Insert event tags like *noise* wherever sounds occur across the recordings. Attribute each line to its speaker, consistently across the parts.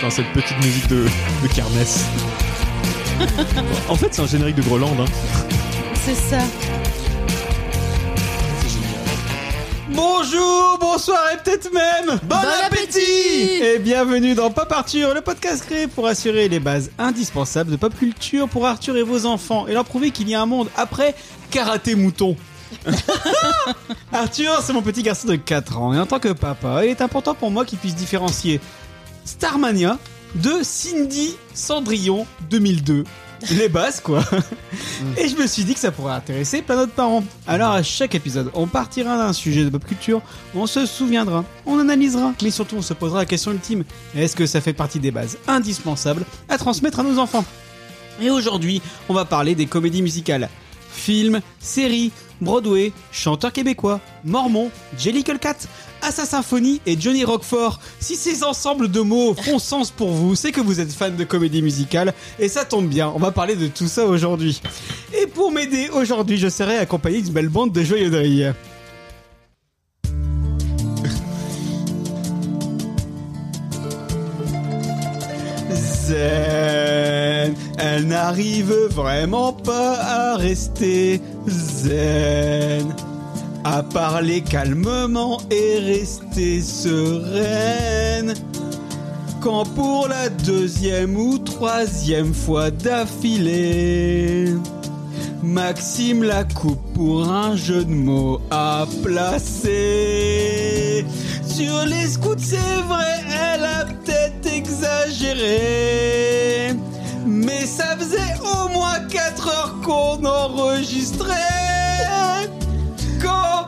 Speaker 1: Dans cette petite musique de, de kermesse. en fait, c'est un générique de Groland. Hein.
Speaker 2: C'est ça.
Speaker 1: C'est génial. Bonjour, bonsoir et peut-être même bon, appétit,
Speaker 2: appétit
Speaker 1: Et bienvenue dans Pop Arthur, le podcast créé pour assurer les bases indispensables de pop culture pour Arthur et vos enfants et leur prouver qu'il y a un monde après karaté mouton. Arthur, c'est mon petit garçon de 4 ans et en tant que papa, il est important pour moi qu'il puisse différencier Starmania de Cindy Cendrillon 2002. Les bases, quoi. Et je me suis dit que ça pourrait intéresser plein d'autres parents. Alors à chaque épisode, on partira d'un sujet de pop culture, on se souviendra, on analysera, mais surtout on se posera la question ultime. Est-ce que ça fait partie des bases indispensables à transmettre à nos enfants Et aujourd'hui, on va parler des comédies musicales. Films, séries, Broadway, chanteurs québécois, Mormon, Jellicle Cat, Assassin Symphony et Johnny Roquefort. Si ces ensembles de mots font sens pour vous, c'est que vous êtes fan de comédie musicale et ça tombe bien, on va parler de tout ça aujourd'hui. Et pour m'aider aujourd'hui, je serai accompagné d'une belle bande de joyeux de rire. zen. Elle n'arrive vraiment pas à rester zen. À parler calmement et rester sereine. Quand pour la deuxième ou troisième fois d'affilée, Maxime la coupe pour un jeu de mots à placer. Sur les scouts, c'est vrai, elle a peut-être exagéré. Mais ça faisait au moins 4 heures qu'on enregistrait. Quand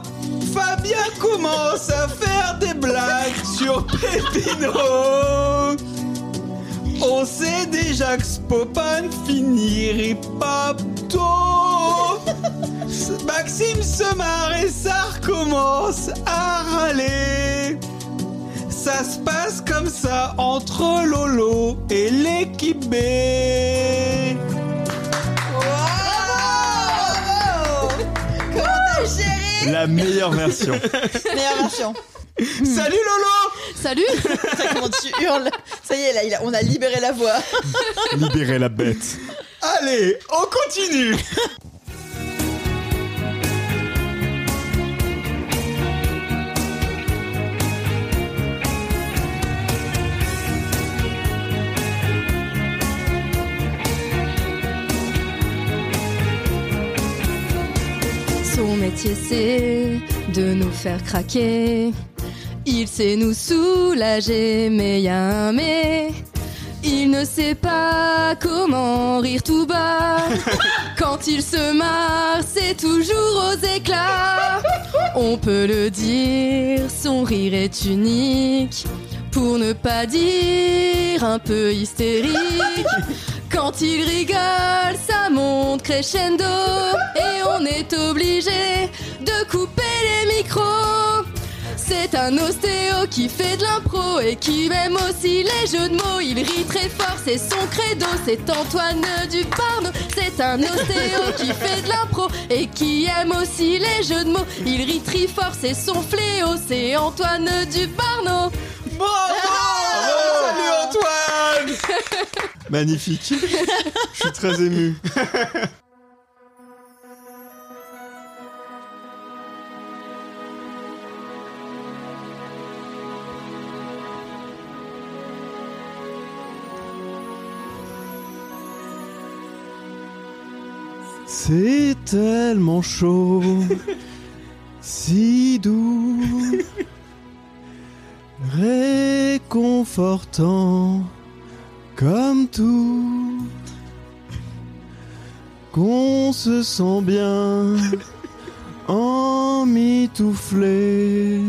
Speaker 1: Fabien commence à faire des blagues sur Pépino. On sait déjà que ce Popan finirait pas tôt. *laughs* Maxime se marre et ça recommence à râler. Ça se passe comme ça entre Lolo et l'équipe B. Wow
Speaker 3: La meilleure version.
Speaker 4: *laughs* Meilleure version.
Speaker 1: Salut Lolo
Speaker 2: Salut
Speaker 4: *laughs* Ça, comment tu hurles. Ça y est, là, il a- on a libéré la voix.
Speaker 3: Libérer la bête.
Speaker 1: Allez, on continue
Speaker 5: Son métier c'est de nous faire craquer. Il sait nous soulager, mais y a un mais. Il ne sait pas comment rire tout bas. Quand il se marre, c'est toujours aux éclats. On peut le dire, son rire est unique. Pour ne pas dire un peu hystérique. Quand il rigole, ça monte crescendo et on est obligé de couper les micros. C'est un ostéo qui fait de l'impro et qui aime aussi les jeux de mots. Il rit très fort, c'est son credo, c'est Antoine Duparno. C'est un ostéo qui fait de l'impro et qui aime aussi les jeux de mots. Il rit très fort, c'est son fléau, c'est Antoine Duparno.
Speaker 1: Bravo
Speaker 3: Ah
Speaker 1: Salut Antoine
Speaker 3: *laughs* Magnifique. Je suis très ému. C'est tellement chaud, si doux, réconfortant comme tout, qu'on se sent bien emmitouflé,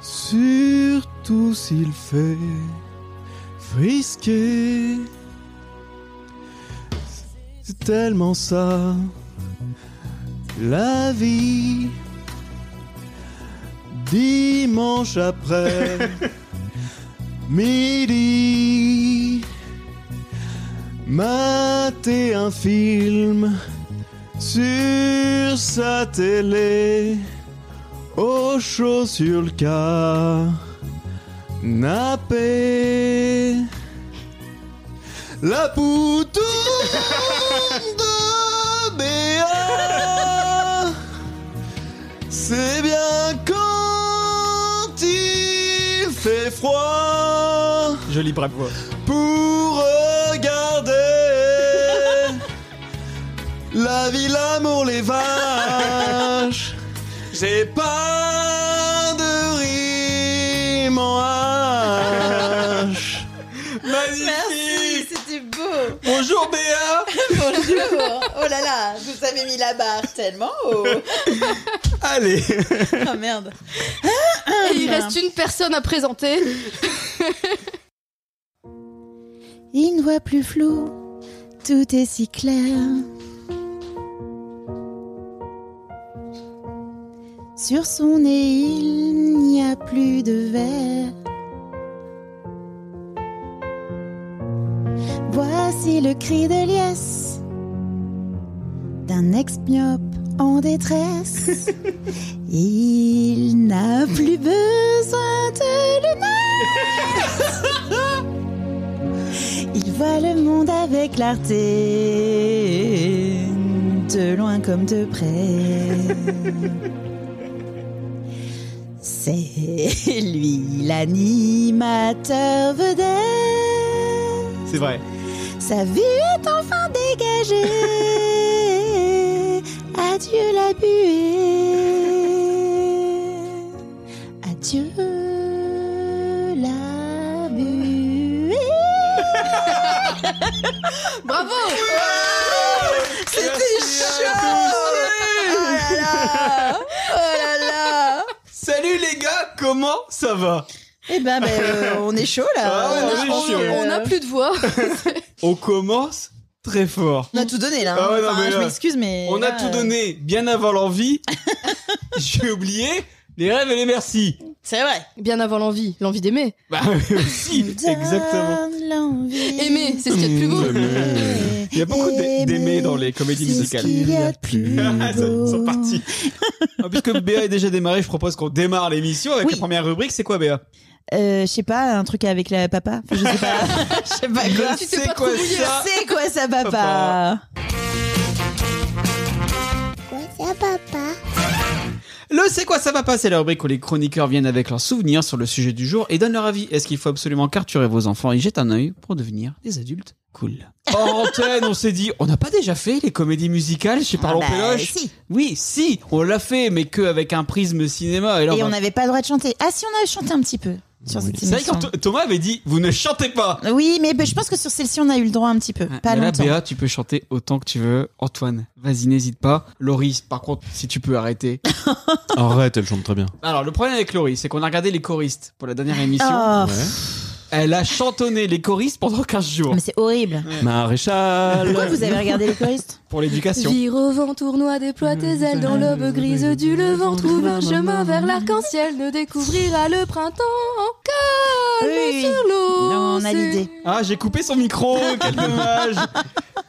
Speaker 3: surtout s'il fait frisquer. C'est tellement ça, la vie. Dimanche après midi. Mater un film sur sa télé au chaud sur le Nappé. La poutoune de Béa. C'est bien quand il fait froid
Speaker 1: Jolie brave voix.
Speaker 3: pour regarder la ville amour les vaches. J'ai pas de rime en H.
Speaker 4: Merci, c'était beau.
Speaker 1: Bonjour Béa
Speaker 4: Bonjour. Oh là là, je vous avais mis la barre tellement haut.
Speaker 1: Allez
Speaker 4: Oh merde.
Speaker 5: Et il reste une personne à présenter.
Speaker 2: Une voix plus floue, tout est si clair. Sur son nez, il n'y a plus de verre. Voici le cri de liesse d'un ex-myope en détresse. Il n'a plus besoin de lunettes. Il voit le monde avec clarté, de loin comme de près. C'est lui l'animateur vedette.
Speaker 1: C'est vrai.
Speaker 2: Sa vue est enfin dégagée. Adieu la buée. Adieu la buée.
Speaker 5: Bravo
Speaker 4: C'était chaud. Oh là là. Oh là là.
Speaker 1: Salut les gars, comment ça va
Speaker 4: Eh ben, ben, euh, on est chaud là.
Speaker 1: Ah
Speaker 4: on,
Speaker 1: ouais, on est
Speaker 4: a, on-
Speaker 1: chaud.
Speaker 4: on-
Speaker 5: On a plus de voix.
Speaker 1: On commence très fort.
Speaker 4: on a tout donné là. hein.
Speaker 1: Ah ouais, non,
Speaker 4: Enfin,
Speaker 1: mais
Speaker 4: je
Speaker 1: là,
Speaker 4: m'excuse, mais.
Speaker 1: On a
Speaker 4: là,
Speaker 1: tout
Speaker 4: euh,
Speaker 1: donné bien avant
Speaker 5: *laughs*
Speaker 1: l'envie. J'ai oublié les rêves et les merci.
Speaker 4: C'est vrai.
Speaker 5: Bien avant l'envie, l'envie d'aimer.
Speaker 1: Bah *laughs* si, exactement.
Speaker 2: Donne l'envie.
Speaker 5: Aimer, c'est ce qu'il y a de plus beau.
Speaker 1: Mmh. Il y a beaucoup
Speaker 2: Aimer,
Speaker 1: d'a- d'aimer dans les comédies
Speaker 2: c'est ce
Speaker 1: musicales.
Speaker 2: qu'il y
Speaker 1: *laughs*
Speaker 2: a de plus
Speaker 1: Ah,
Speaker 2: beau.
Speaker 1: Ils sont partis. Ah, Puisque Béa est déjà démarrée, je propose qu'on démarre l'émission avec
Speaker 2: Oui.
Speaker 1: la première rubrique. C'est quoi Béa
Speaker 2: Euh, je sais pas, un truc avec la papa. Enfin, je sais pas.
Speaker 1: *laughs*
Speaker 2: Je sais pas quoi.
Speaker 5: Ah, Tu t'es
Speaker 1: C'est
Speaker 5: pas
Speaker 1: quoi
Speaker 5: trop mouillé,
Speaker 1: ça
Speaker 2: C'est quoi ça,
Speaker 1: Ah. Papa.
Speaker 2: papa
Speaker 1: Le C'est quoi ça va pas C'est la rubrique où les chroniqueurs viennent avec leurs souvenirs sur le sujet du jour et donnent leur avis. Est-ce qu'il faut absolument carturer vos enfants et jettent un œil pour devenir des adultes cool En antenne, on s'est dit, on n'a pas déjà fait les comédies musicales chez Parlons
Speaker 2: bah,
Speaker 1: Péloche
Speaker 2: si.
Speaker 1: Oui, si, on l'a fait, mais que avec un prisme cinéma. Et là,
Speaker 2: Et
Speaker 1: va-
Speaker 2: on n'avait pas le droit de chanter. Ah si, on a chanté un petit peu sur cette
Speaker 1: C'est vrai
Speaker 2: émission.
Speaker 1: quand Th- Thomas avait dit, vous ne chantez pas Ah,
Speaker 2: Oui, mais bah, je pense que sur celle-ci, on a eu le droit un petit peu. Pas
Speaker 1: Mais là,
Speaker 2: longtemps.
Speaker 1: Béa, tu peux chanter autant que tu veux. Antoine, vas-y, n'hésite pas. Laurie, par contre, si tu peux arrêter.
Speaker 3: Arrête, elle chante très bien.
Speaker 1: Alors, le problème avec Laurie, c'est qu'on a regardé les choristes pour la dernière émission.
Speaker 2: Oh,
Speaker 3: Ouais.
Speaker 1: Elle a chantonné les choristes pendant 15 jours.
Speaker 2: mais c'est horrible.
Speaker 3: Maréchal.
Speaker 2: Pourquoi vous avez regardé les choristes
Speaker 1: Pour l'éducation.
Speaker 5: Vire au vent tournois, déploie tes ailes dans l'aube grise du levant, trouve un chemin vers l'arc-en-ciel, ne découvrira le printemps en calme
Speaker 2: Oui, oui.
Speaker 5: sur l'eau.
Speaker 2: Là, on a
Speaker 5: C'est-
Speaker 2: l'idée.
Speaker 1: Ah, j'ai coupé son micro,
Speaker 2: *laughs*
Speaker 1: quel dommage.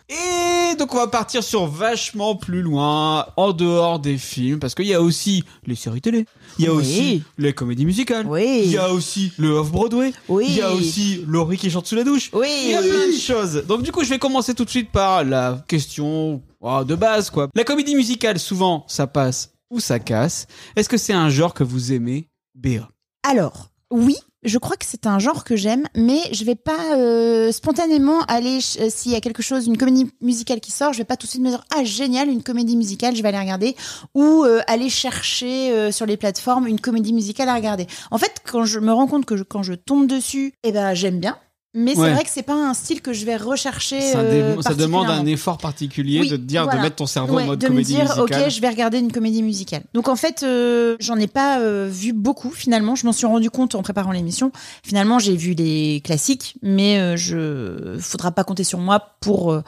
Speaker 1: Et donc on va partir sur vachement plus loin, en dehors des films, parce qu'il y a aussi les séries télé, il y a
Speaker 2: Oui.
Speaker 1: aussi les comédies musicales,
Speaker 2: Oui.
Speaker 1: il y a aussi le off-Broadway,
Speaker 2: Oui.
Speaker 1: il y a aussi Laurie qui chante sous la douche. Il
Speaker 2: Oui.
Speaker 1: y a plein de choses. Donc du coup, je vais commencer tout de suite par la question oh, de base, quoi. La comédie musicale, souvent, ça passe ou ça casse. Est-ce que c'est un genre que vous aimez, Béa
Speaker 2: Alors, oui, je crois que c'est un genre que j'aime, mais je vais pas euh, spontanément aller ch- euh, s'il y a quelque chose, une comédie musicale qui sort, je vais pas tout de suite me dire ah génial une comédie musicale, je vais aller regarder ou euh, aller chercher euh, sur les plateformes une comédie musicale à regarder. En fait, quand je me rends compte que je- quand je tombe dessus, eh ben j'aime bien. Mais
Speaker 1: Ouais.
Speaker 2: c'est vrai que c'est pas un style que je vais rechercher.
Speaker 1: ça,
Speaker 2: euh,
Speaker 1: dé- ça demande un
Speaker 2: particulièrement.
Speaker 1: effort particulier
Speaker 2: Oui,
Speaker 1: de te dire de
Speaker 2: voilà.
Speaker 1: mettre ton cerveau
Speaker 2: Ouais,
Speaker 1: en mode
Speaker 2: de me
Speaker 1: comédie
Speaker 2: dire
Speaker 1: musicale.
Speaker 2: ok je vais regarder une comédie musicale donc en fait euh, j'en ai pas euh, vu beaucoup finalement je m'en suis rendu compte en préparant l'émission finalement j'ai vu les classiques mais euh, je faudra pas compter sur moi pour euh,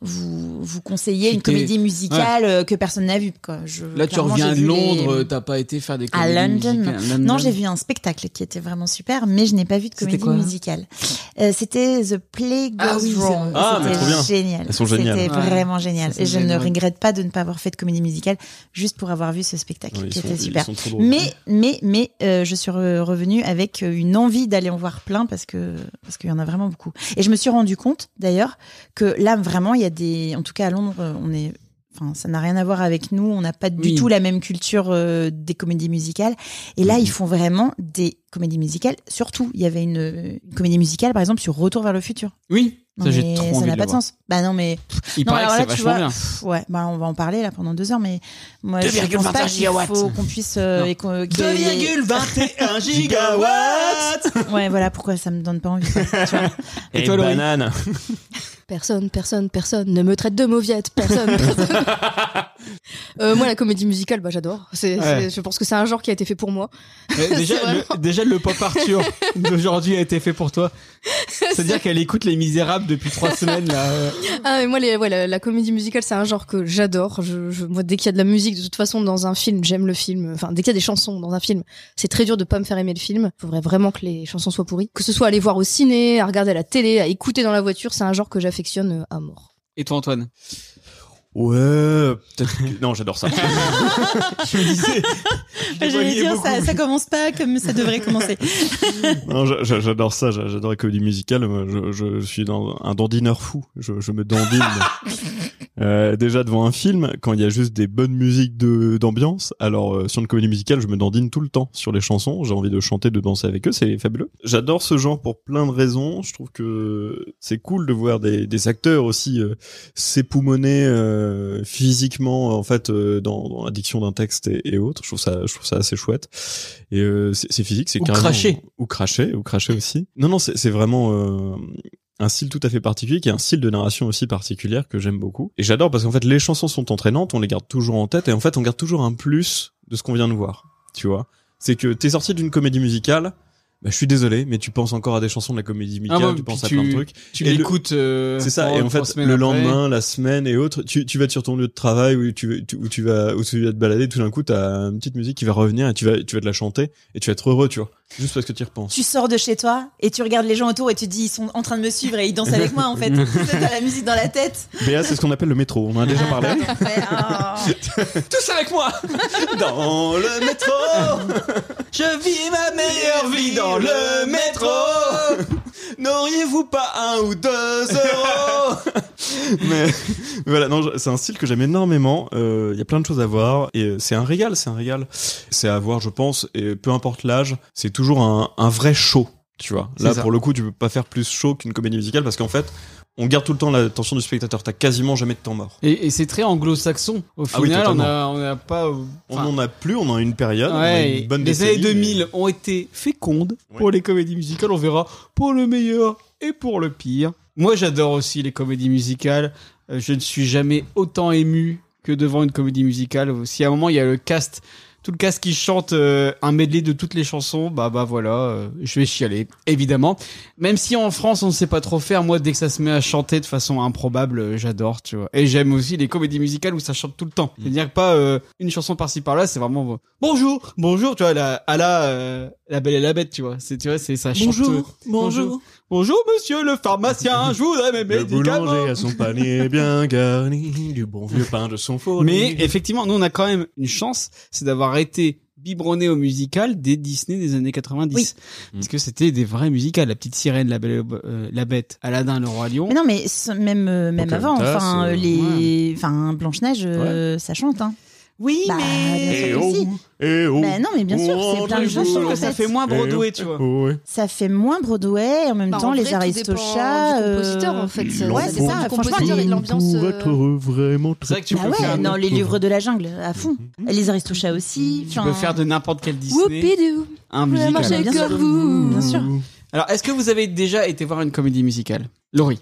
Speaker 2: vous vous conseiller
Speaker 1: Si
Speaker 2: une
Speaker 1: t'es-
Speaker 2: comédie musicale euh, que personne n'a vue quoi je
Speaker 1: Là, tu
Speaker 2: clairement,
Speaker 1: reviens
Speaker 2: j'ai
Speaker 1: de
Speaker 2: vu
Speaker 1: Londres,
Speaker 2: les-
Speaker 1: t'as pas été faire des
Speaker 2: À
Speaker 1: comédies
Speaker 2: London.
Speaker 1: musicales.
Speaker 2: non, j'ai vu un spectacle qui était vraiment super, mais je n'ai pas vu de
Speaker 1: C'était
Speaker 2: comédie
Speaker 1: quoi, hein
Speaker 2: musicale. Euh, Euh, c'était The Plague
Speaker 4: Ah
Speaker 2: Goes
Speaker 4: oui, c'est
Speaker 2: Wrong.
Speaker 4: vrai. Ah,
Speaker 3: mais trop bien.
Speaker 2: C'était génial.
Speaker 6: Elles sont géniales.
Speaker 2: C'était
Speaker 1: Ouais.
Speaker 2: vraiment génial.
Speaker 1: Ça, c'est
Speaker 2: Et je ne
Speaker 1: génial.
Speaker 2: regrette pas de ne pas avoir fait de comédie musicale juste pour avoir vu ce spectacle
Speaker 6: Ouais, ils
Speaker 2: qui
Speaker 6: sont-
Speaker 2: était
Speaker 6: ils
Speaker 2: super.
Speaker 6: sont trop drôles.
Speaker 2: Mais, mais, mais, euh, je suis re- revenue avec euh, une envie d'aller en voir plein parce que parce qu'il y en a vraiment beaucoup. Et je me suis rendu compte d'ailleurs que là vraiment il y a des, en tout cas à Londres, euh, on est, enfin ça n'a rien à voir avec nous, on n'a pas du
Speaker 1: Oui.
Speaker 2: tout la même culture euh, des comédies musicales. Et là ils font vraiment des comédies musicales. Surtout il y avait une, une comédie musicale par exemple sur Retour vers le futur.
Speaker 1: Oui,
Speaker 2: Non,
Speaker 1: ça j'ai
Speaker 2: mais
Speaker 1: trop
Speaker 2: ça
Speaker 1: envie
Speaker 2: n'a
Speaker 1: de
Speaker 2: pas
Speaker 1: le
Speaker 2: de
Speaker 1: voir.
Speaker 2: sens. Bah non mais
Speaker 1: Il
Speaker 2: non,
Speaker 1: paraît que
Speaker 2: alors
Speaker 1: c'est
Speaker 2: là, tu
Speaker 1: vachement
Speaker 2: vois,
Speaker 1: bien.
Speaker 2: pff, ouais, bah, on va en parler là pendant deux heures, mais moi, je
Speaker 1: 2,21
Speaker 2: pense pas qu'il faut
Speaker 1: gigawatts.
Speaker 2: qu'on puisse. euh,
Speaker 1: Non.
Speaker 2: et qu'on- qu'il y ait- *laughs*
Speaker 1: 2,21 gigawatts
Speaker 2: Ouais, voilà pourquoi ça me donne
Speaker 1: *laughs*
Speaker 2: pas envie. tu vois.
Speaker 1: Et
Speaker 6: Et,
Speaker 1: toi, Laurie
Speaker 6: banane.
Speaker 5: Personne, personne, personne ne me traite de mauviette. Personne, personne. Euh, moi, la comédie musicale, bah, j'adore. C'est-
Speaker 1: Ouais.
Speaker 5: c'est- Je pense que c'est un genre qui a été fait pour moi.
Speaker 1: Eh,
Speaker 2: *laughs*
Speaker 1: déjà,
Speaker 5: C'est vraiment-
Speaker 1: le, déjà, le pop Arthur d'aujourd'hui a été fait pour toi. C'est-à-dire qu'elle écoute Les Misérables depuis trois semaines. Là. euh.
Speaker 5: Ah, mais moi, les, ouais, la, la comédie musicale, c'est un genre que j'adore. Je, je- moi, dès qu'il y a de la musique, de toute façon, dans un film, j'aime le film. Enfin, dès qu'il y a des chansons dans un film, c'est très dur de pas me faire aimer le film. Il faudrait vraiment que les chansons soient pourries. Que ce soit à aller voir au ciné, à regarder à la télé, à écouter dans la voiture, c'est un genre que j'affectionne euh, à mort.
Speaker 1: Et toi, Antoine
Speaker 6: Ouais, peut-être que- Non, j'adore ça.
Speaker 1: Je me disais.
Speaker 2: J'allais dire, ça, ça commence pas comme ça
Speaker 1: *laughs*
Speaker 2: devrait commencer.
Speaker 6: *laughs* Non, j'a- j'a- j'adore ça, j'a- j'adore les comédies musicales. Moi, Je, je suis dans un dandineur fou. Je, je
Speaker 2: *laughs*
Speaker 6: me dandine. Euh, déjà devant un film, quand il y a juste des bonnes musiques de d'ambiance, alors euh, sur une comédie musicale, je me dandine tout le temps sur les chansons. J'ai envie de chanter, de danser avec eux, c'est fabuleux. J'adore ce genre pour plein de raisons. Je trouve que c'est cool de voir des, des acteurs aussi euh, s'époumoner euh, physiquement en fait euh, dans, dans l'addiction d'un texte et, et autres. Je trouve ça, je trouve ça assez chouette. Et euh, c'est c'est physique, c'est
Speaker 1: Ou
Speaker 6: carrément-
Speaker 1: cracher.
Speaker 6: ou cracher, ou cracher aussi. Non, non, c'est c'est vraiment euh, un style tout à fait particulier, qui est un style de narration aussi particulière que j'aime beaucoup. Et j'adore parce qu'en fait, les chansons sont entraînantes, on les garde toujours en tête, et en fait, on garde toujours un plus de ce qu'on vient de voir. Tu vois, c'est que t'es sorti d'une comédie musicale. Bah, je suis désolé, mais tu penses encore à des chansons de la comédie musicale,
Speaker 1: ouais,
Speaker 6: tu penses à
Speaker 1: Ah, puis
Speaker 6: plein de
Speaker 1: tu-
Speaker 6: trucs.
Speaker 1: Tu
Speaker 6: Et le-
Speaker 1: l'écoutes. euh,
Speaker 6: C'est ça.
Speaker 1: trois-
Speaker 6: Et en
Speaker 1: trois
Speaker 6: fait,
Speaker 1: semaines
Speaker 6: le
Speaker 1: après.
Speaker 6: lendemain, la semaine et autres, tu, tu vas sur ton lieu de travail où tu, vas- tu- où tu vas où tu vas te balader. Tout d'un coup, t'as une petite musique qui va revenir et tu vas tu vas te la chanter et tu vas être heureux, tu vois, juste parce que tu y repenses.
Speaker 2: Tu sors de chez toi et tu regardes les gens autour et tu te dis, ils sont en train de me suivre et ils dansent avec moi en
Speaker 1: *laughs*
Speaker 2: fait. T'as la musique dans la tête.
Speaker 6: Béa, c'est ce qu'on appelle le métro. On en a déjà parlé.
Speaker 2: Ouais, oh.
Speaker 1: Tous avec moi
Speaker 6: *laughs* Dans le métro,
Speaker 1: *laughs* Je vis ma Oh meilleure vie dans le métro *laughs* N'auriez-vous pas un ou deux euros
Speaker 6: mais *laughs* voilà, non, je- c'est un style que j'aime énormément. Euh, Il y a plein de choses à voir et euh, c'est un régal, c'est un régal. C'est à voir, je pense, et peu importe l'âge, c'est toujours un, un vrai show, tu vois.
Speaker 1: C'est
Speaker 6: Là,
Speaker 1: ça.
Speaker 6: pour le coup, tu peux pas faire plus show qu'une comédie musicale parce qu'en fait, on garde tout le temps l'attention du spectateur. T'as quasiment jamais de temps mort.
Speaker 1: *laughs* Et, et c'est très anglo-saxon. Au
Speaker 6: Ah oui,
Speaker 1: final, on
Speaker 6: totalement.
Speaker 1: a- on n'a pas. euh,
Speaker 6: On
Speaker 1: enfin,
Speaker 6: en a plus, on en a une période, on a
Speaker 1: ouais,
Speaker 6: une bonne
Speaker 1: les années
Speaker 6: décennie,
Speaker 1: 2000
Speaker 6: mais-
Speaker 1: ont été fécondes
Speaker 6: Ouais.
Speaker 1: pour les comédies musicales. On verra pour le meilleur et pour le pire. Moi, j'adore aussi les comédies musicales. Euh, Je ne suis jamais autant ému que devant une comédie musicale. Si à un moment il y a le cast, tout le cast qui chante euh, un medley de toutes les chansons, bah bah voilà, euh, je vais chialer, évidemment. Même si en France on ne sait pas trop faire, moi dès que ça se met à chanter de façon improbable, euh, j'adore, tu vois. Et j'aime aussi les comédies musicales où ça chante tout le temps.
Speaker 6: Mm.
Speaker 1: C'est-à-dire pas euh, une chanson par-ci par-là, c'est vraiment euh, bonjour, bonjour, tu vois, la, à la, euh, la belle et la bête, tu vois. C'est, tu vois, c'est ça chante. euh, bonjour. Bonjour monsieur le
Speaker 6: *laughs*
Speaker 1: pharmacien, je voudrais mes
Speaker 6: Le
Speaker 1: médicaments.
Speaker 6: boulanger a son
Speaker 1: *laughs*
Speaker 6: panier bien garni, du bon vieux pain de son fourni.
Speaker 1: Mais effectivement, nous on a quand même une chance, c'est d'avoir été biberonné au musical des Disney des années 90.
Speaker 2: Oui.
Speaker 1: Parce que c'était des vrais musicales, La Petite Sirène, La Belle, et le- euh, la Bête, Aladdin, Le Roi Lion.
Speaker 2: *laughs* Mais non, mais ce- même, euh, même avant,
Speaker 6: Pocahontas,
Speaker 2: enfin,
Speaker 6: euh,
Speaker 2: euh, les, enfin, Blanche-Neige, euh, ça chante, hein.
Speaker 1: Oui,
Speaker 2: Bah, bien
Speaker 1: mais
Speaker 2: sûr
Speaker 6: Eh
Speaker 2: que
Speaker 6: oh,
Speaker 2: si.
Speaker 6: eh oh.
Speaker 2: Bah non, mais bien sûr,
Speaker 6: Oh,
Speaker 2: c'est plein de
Speaker 6: mais
Speaker 1: je
Speaker 2: gens
Speaker 6: vous,
Speaker 2: sur
Speaker 1: trouve
Speaker 2: le
Speaker 1: que ça
Speaker 2: fait.
Speaker 1: fait moins Broadway, tu vois.
Speaker 6: Oh, ouais.
Speaker 2: Ça fait moins Broadway, et en même
Speaker 5: Bah,
Speaker 2: temps,
Speaker 5: en vrai,
Speaker 2: les
Speaker 5: tout dépend
Speaker 2: Aristochats.
Speaker 5: du
Speaker 2: euh,
Speaker 5: compositeur, en fait. Ça-
Speaker 2: ouais,
Speaker 5: ça
Speaker 2: c'est
Speaker 5: dépend
Speaker 2: ça,
Speaker 5: du
Speaker 2: franchement,
Speaker 5: compositeur et de l'ambiance.
Speaker 6: Pour
Speaker 5: euh,
Speaker 6: être vraiment
Speaker 1: C'est
Speaker 6: très...
Speaker 1: vrai que tu
Speaker 2: Bah
Speaker 1: peux faire,
Speaker 2: ouais,
Speaker 1: de-
Speaker 2: non, les livres de la jungle, à fond. Et Les Aristochats aussi.
Speaker 1: tu peux faire de n'importe quel Disney
Speaker 5: Whoopidoo,
Speaker 1: un
Speaker 5: je vais
Speaker 1: musical.
Speaker 5: marcher
Speaker 2: Bien sûr.
Speaker 5: comme vous.
Speaker 2: Bien sûr.
Speaker 1: Alors, est-ce que vous avez déjà été voir une comédie musicale Laurie,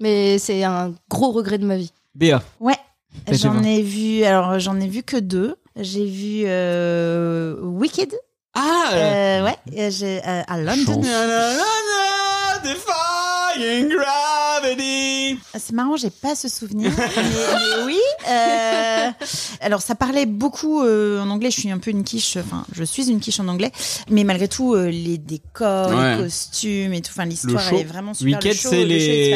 Speaker 5: Mais c'est un gros regret de ma vie.
Speaker 1: Béa,
Speaker 2: Ouais.
Speaker 1: T'as été
Speaker 2: J'en
Speaker 1: voir.
Speaker 2: ai vu, alors j'en ai vu que deux. J'ai vu euh, Wicked,
Speaker 1: ah, euh,
Speaker 2: euh, ouais, et j'ai- euh, à London.
Speaker 6: Chance.
Speaker 1: na, na, na, na, Defying Benny
Speaker 2: C'est marrant, j'ai pas ce souvenir, *laughs* mais, mais oui. euh, alors, ça parlait beaucoup euh, en anglais. Je suis un peu une quiche, enfin, je suis une quiche en anglais, mais malgré tout, euh, les décors,
Speaker 1: Ouais.
Speaker 2: les costumes et tout, enfin, l'histoire,
Speaker 1: show.
Speaker 2: elle est vraiment super.
Speaker 1: Wicked,
Speaker 2: le show,
Speaker 1: c'est
Speaker 2: le show est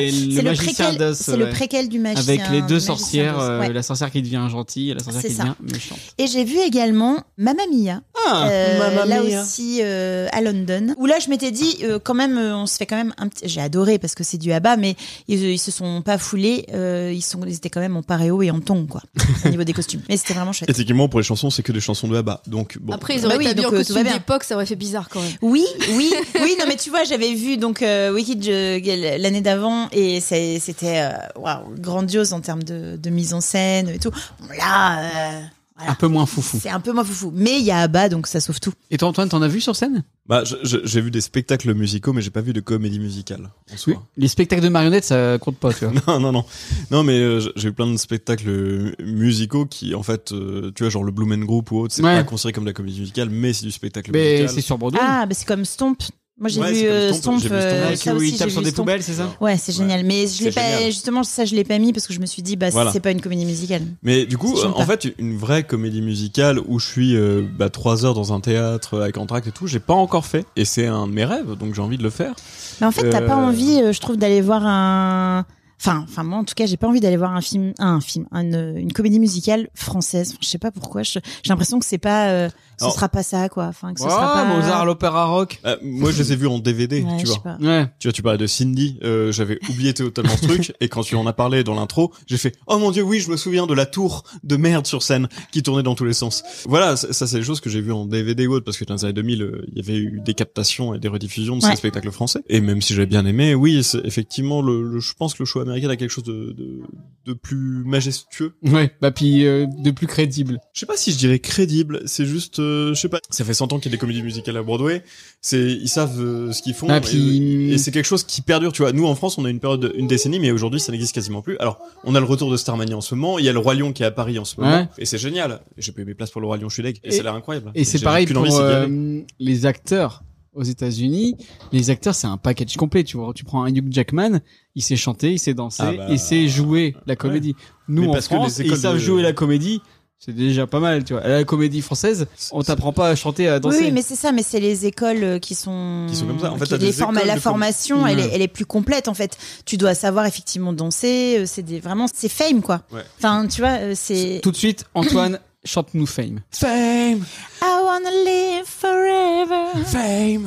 Speaker 1: les-
Speaker 2: super.
Speaker 1: le
Speaker 2: C'est
Speaker 1: magicien
Speaker 2: préquel-
Speaker 1: d'Oz,
Speaker 2: C'est
Speaker 1: ouais.
Speaker 2: le préquel du magicien.
Speaker 1: Avec les
Speaker 2: du
Speaker 1: deux
Speaker 2: magicien
Speaker 1: sorcières,
Speaker 2: d'Oz,
Speaker 1: euh,
Speaker 2: ouais.
Speaker 1: la sorcière qui devient gentille et la sorcière
Speaker 2: C'est
Speaker 1: qui
Speaker 2: ça.
Speaker 1: devient méchante.
Speaker 2: Et j'ai vu également Mamma Mia.
Speaker 1: Ah
Speaker 2: Euh,
Speaker 4: Mamma
Speaker 2: là
Speaker 4: Mia.
Speaker 2: aussi euh, à London où là je m'étais dit euh, quand même euh, on se fait quand même un petit j'ai adoré parce que c'est du bas mais ils, euh, ils se sont pas foulés euh, ils sont ils étaient quand même en paréo et en tongs quoi au niveau des costumes mais c'était
Speaker 1: *laughs*
Speaker 2: vraiment chouette
Speaker 6: Effectivement, pour les chansons, c'est que des chansons de ABBA. Donc, bon.
Speaker 5: Après, ils
Speaker 2: Bah
Speaker 5: auraient
Speaker 2: oui,
Speaker 5: établi
Speaker 2: donc,
Speaker 5: un
Speaker 2: euh, tout va
Speaker 5: costume
Speaker 2: bien.
Speaker 5: d'époque, ça aurait fait bizarre quand même.
Speaker 2: oui oui oui non mais tu vois j'avais vu donc euh, Wicked euh, l'année d'avant et c'est- c'était euh, waouh, grandiose en termes de, de mise en scène et tout Bon, là euh,
Speaker 1: Un peu moins foufou.
Speaker 2: c'est un peu moins foufou mais il y a Abba donc ça sauve tout
Speaker 1: Et toi, Antoine, t'en as vu sur scène
Speaker 6: Bah, je- je- j'ai vu des spectacles musicaux, mais j'ai pas vu de comédie musicale. En soi.
Speaker 1: Les spectacles de marionnettes, ça compte pas, tu vois.
Speaker 6: *laughs* Non, non, non. Non, mais euh, j- j'ai eu plein de spectacles euh, musicaux qui, en fait, euh, tu vois, genre le Blue Man Group ou autre, c'est
Speaker 1: Ouais.
Speaker 6: pas considéré comme de la comédie musicale, mais c'est du spectacle
Speaker 1: Mais c'est
Speaker 6: musical.
Speaker 1: sur Broadway.
Speaker 2: ah bah c'est comme Stomp moi j'ai
Speaker 6: Ouais,
Speaker 2: vu
Speaker 6: c'est comme
Speaker 2: euh,
Speaker 6: Stomp,
Speaker 2: Stomp,
Speaker 6: j'ai vu Stomp.
Speaker 2: euh,
Speaker 1: Ouais,
Speaker 2: ça
Speaker 1: où
Speaker 2: aussi,
Speaker 1: ils tapent
Speaker 2: j'ai
Speaker 1: sur
Speaker 2: vu
Speaker 1: des
Speaker 2: Stomp.
Speaker 1: poubelles, c'est ça
Speaker 2: Ouais, c'est génial. Mais je l'ai
Speaker 6: C'est
Speaker 2: pas,
Speaker 6: génial.
Speaker 2: justement, ça, je l'ai pas mis parce que je me suis dit, bah,
Speaker 6: Voilà.
Speaker 2: c'est pas une comédie musicale.
Speaker 6: Mais du coup,
Speaker 2: C'est
Speaker 6: euh,
Speaker 2: sympa.
Speaker 6: en fait, une vraie comédie musicale où je suis euh, bah, trois heures dans un théâtre euh, avec entracte et tout, j'ai pas encore fait. Et c'est un de mes rêves, donc j'ai envie de le faire.
Speaker 2: Mais en fait, t'as pas
Speaker 6: Euh.
Speaker 2: envie, euh, je trouve, d'aller voir un. Enfin, enfin, moi, en tout cas, j'ai pas envie d'aller voir un film, un film, une, une comédie musicale française. Enfin, je sais pas pourquoi. je- J'ai l'impression que c'est pas, euh, ce
Speaker 6: Alors-
Speaker 2: sera pas ça, quoi. Enfin, que ce
Speaker 1: Ouais,
Speaker 2: sera pas. euh,
Speaker 1: Mozart à l'opéra rock.
Speaker 6: Euh, moi, je les ai vus en DVD,
Speaker 2: Ouais,
Speaker 6: tu
Speaker 2: je
Speaker 6: vois.
Speaker 2: sais pas.
Speaker 1: Ouais.
Speaker 6: Tu vois, tu parlais de Cindy, euh, j'avais oublié totalement ce
Speaker 1: *laughs*
Speaker 6: truc, et quand tu en as parlé dans l'intro, j'ai fait « Oh mon dieu, oui, je me souviens de la tour de merde sur scène qui tournait dans tous les sens. » Voilà, ça, ça, c'est les choses que j'ai vues en DVD ou autre, parce que dans les années 2000, euh, il y avait eu des captations et des rediffusions de
Speaker 2: Ouais.
Speaker 6: ces spectacles français. Et même si j'ai bien aimé, oui, c'est- effectivement, le, le- je pense que le show américain a quelque chose de, de, de plus majestueux.
Speaker 1: Ouais, bah puis euh, de plus crédible.
Speaker 6: Je sais pas si je dirais crédible, c'est juste, euh, je sais pas, ça fait 100 ans qu'il y a des comédies musicales à Broadway, c'est ils savent euh, ce qu'ils font.
Speaker 1: Ah,
Speaker 6: et-
Speaker 1: puis...
Speaker 6: et c'est quelque chose qui perdure, tu vois. Nous, en France, on a une période, une décennie, mais aujourd'hui, ça n'existe quasiment plus. Alors, on a le retour de Starmania en ce moment, il y a le Roi Lion qui est à Paris en ce moment,
Speaker 1: Ouais.
Speaker 6: et c'est génial. J'ai payé mes places pour le Roi Lion, je suis deg, et,
Speaker 1: Et-
Speaker 6: ça a l'air incroyable.
Speaker 1: Et c'est
Speaker 6: J'ai
Speaker 1: pareil
Speaker 6: qu'une
Speaker 1: pour
Speaker 6: envie, c'est d'y aller.
Speaker 1: euh, les acteurs aux États-Unis. Les acteurs, c'est un package complet. Tu vois, tu prends un Hugh Jackman, il sait chanter, il sait danser,
Speaker 6: Ah bah,
Speaker 1: il sait jouer la comédie. Nous
Speaker 6: Mais
Speaker 1: en
Speaker 6: parce que les
Speaker 1: France, ils
Speaker 6: écoles
Speaker 1: savent
Speaker 6: de-
Speaker 1: jouer la comédie. C'est déjà pas mal, tu vois. À La comédie française, on t'apprend pas à chanter, à
Speaker 2: Oui,
Speaker 1: danser.
Speaker 2: oui, mais c'est ça, mais c'est les écoles euh, qui sont.
Speaker 6: Qui sont comme ça. En fait,
Speaker 2: qui-
Speaker 6: t'as des
Speaker 2: les formes-
Speaker 6: écoles
Speaker 2: la
Speaker 6: de Mm. com-
Speaker 2: formation, elle,
Speaker 1: Ouais.
Speaker 2: est, elle est plus complète, en fait. Tu dois savoir effectivement danser, euh, c'est des, vraiment, c'est fame, quoi.
Speaker 6: Ouais.
Speaker 2: Enfin, tu vois, euh, c'est.
Speaker 1: Tout de suite, Antoine, chante-nous Fame. Fame,
Speaker 2: I wanna live forever.
Speaker 1: Fame.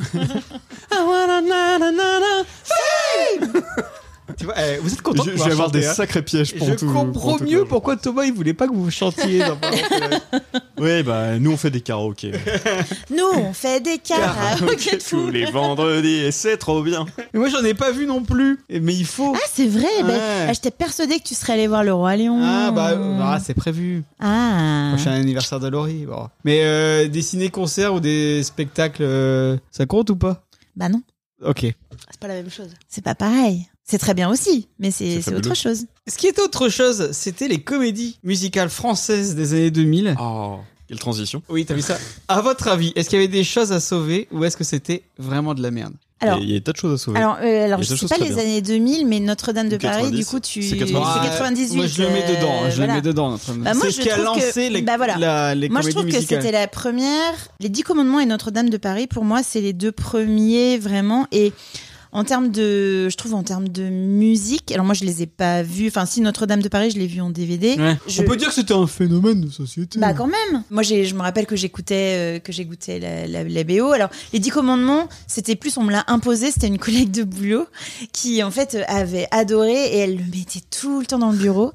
Speaker 1: Tu vois, eh, vous êtes content
Speaker 6: Je, je vais avoir des sacrés pièges pour
Speaker 1: hein. Je
Speaker 6: tout.
Speaker 1: comprends
Speaker 6: pour tout
Speaker 1: mieux
Speaker 6: le monde.
Speaker 1: pourquoi Thomas il voulait pas que vous chantiez.
Speaker 6: *laughs*
Speaker 1: dans Parlons Play.
Speaker 6: Ouais, bah, nous, on fait des karaokés.
Speaker 2: Nous, on fait
Speaker 6: *laughs*
Speaker 2: des
Speaker 6: Ah,
Speaker 1: Ah,
Speaker 2: karaokés
Speaker 1: *laughs*
Speaker 2: de
Speaker 6: Tous
Speaker 2: Ah, fou.
Speaker 6: les vendredis, et c'est trop bien.
Speaker 1: Mais moi j'en ai pas vu non plus. Et- Mais il faut.
Speaker 2: Ah, c'est vrai. ben,
Speaker 1: Ouais.
Speaker 2: ah, J'étais persuadée que tu serais allé voir le Roi Lion.
Speaker 1: Ah bah, bah, c'est prévu.
Speaker 2: Ah.
Speaker 1: Prochain anniversaire de Laurie. bon. Mais euh, des ciné-concerts ou des spectacles, euh, ça compte ou pas
Speaker 2: Bah non,
Speaker 1: Ok.
Speaker 4: C'est pas la même chose.
Speaker 2: c'est pas pareil. C'est très bien aussi, mais c'est
Speaker 6: C'est
Speaker 2: c'est autre
Speaker 6: fabuleux.
Speaker 2: chose.
Speaker 1: Ce qui est autre chose, c'était les comédies musicales françaises des années 2000.
Speaker 6: Oh, quelle transition.
Speaker 1: Oui, t'as vu ça À votre avis, est-ce qu'il y avait des choses à sauver ou est-ce que c'était vraiment de la merde
Speaker 2: Alors,
Speaker 6: Et il y a des tas de choses à sauver.
Speaker 2: alors, euh, alors
Speaker 6: Il y a
Speaker 2: je
Speaker 6: des
Speaker 2: sais
Speaker 6: choses
Speaker 2: pas
Speaker 6: très
Speaker 2: les
Speaker 6: bien.
Speaker 2: années 2000, mais Notre-Dame de
Speaker 6: Ou
Speaker 2: Paris,
Speaker 6: 90.
Speaker 2: du coup, tu.
Speaker 6: C'est 98.
Speaker 2: c'est
Speaker 1: Ouais,
Speaker 2: 98.
Speaker 1: Bah, Moi je le mets
Speaker 2: euh,
Speaker 1: dedans, hein. je
Speaker 2: voilà.
Speaker 1: le mets dedans. Notre Dame de
Speaker 2: Bah, moi,
Speaker 1: Paris.
Speaker 2: je
Speaker 1: c'est ce qui a
Speaker 2: trouve que-
Speaker 1: lancé les,
Speaker 2: bah, voilà.
Speaker 1: la- les
Speaker 2: Moi, je
Speaker 1: comédies
Speaker 2: trouve que
Speaker 1: musicales.
Speaker 2: c'était la première. Les Dix Commandements et Notre-Dame de Paris, pour moi, c'est les deux premiers vraiment. Et en termes de, je trouve en termes de musique, alors moi, je les ai pas vus. Enfin, si Notre-Dame de Paris, je l'ai vu en DVD.
Speaker 1: Ouais.
Speaker 2: Je-
Speaker 1: On peut dire que c'était un phénomène de société.
Speaker 2: Bah quand même. Moi, j'ai, je me rappelle que j'écoutais, euh, que j'écoutais la, la, la BO. Alors, les Dix Commandements, c'était plus, on me l'a imposé. C'était une collègue de boulot qui, en fait, euh, avait adoré et elle le mettait tout le temps dans le bureau.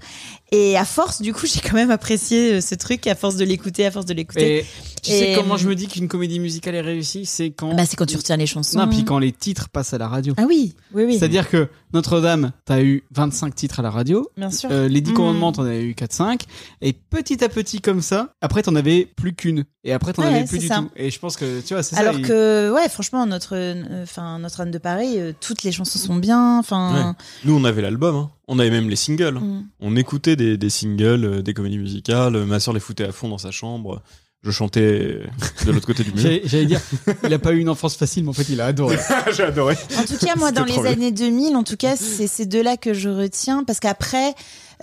Speaker 2: Et à force, du coup, *laughs* j'ai quand même apprécié euh, ce truc. À force de l'écouter, à force de l'écouter.
Speaker 1: Et tu sais
Speaker 2: Et-
Speaker 1: comment je me dis qu'une comédie musicale est réussie C'est quand.
Speaker 2: Bah, c'est quand tu retiens les chansons.
Speaker 1: Non, puis quand les titres passent à la radio.
Speaker 2: Ah oui, oui, oui.
Speaker 1: C'est-à-dire que Notre-Dame, t'as eu 25 titres à la radio.
Speaker 2: Bien sûr.
Speaker 1: euh, les 10
Speaker 2: Mm.
Speaker 1: commandements, t'en avais eu 4-5. Et petit à petit, comme ça, après, t'en avais plus qu'une. Et après, t'en
Speaker 2: Ouais,
Speaker 1: avais
Speaker 2: ouais,
Speaker 1: plus
Speaker 2: c'est
Speaker 1: du
Speaker 2: ça.
Speaker 1: tout. Et je pense que, tu vois, c'est ça.
Speaker 2: Alors
Speaker 1: il-
Speaker 2: que, ouais, franchement, notre, euh, enfin, notre Anne de Paris, euh, toutes les chansons sont bien. Enfin,
Speaker 6: Nous, on avait l'album, hein. on avait même les singles.
Speaker 2: Mm.
Speaker 6: On écoutait des, des singles, euh, des comédies musicales. Ma sœur les foutait à fond dans sa chambre. Je chantais de l'autre côté du mur.
Speaker 1: J'allais j'allais dire, il a pas eu une enfance facile, mais en fait, il a
Speaker 2: *laughs*
Speaker 1: adoré.
Speaker 6: *laughs* J'ai adoré.
Speaker 2: En tout cas, moi, dans
Speaker 6: C'était
Speaker 2: les
Speaker 6: trop bien. Mm-hmm.
Speaker 2: années 2000, en tout cas, c'est ces deux-là que je retiens parce qu'après,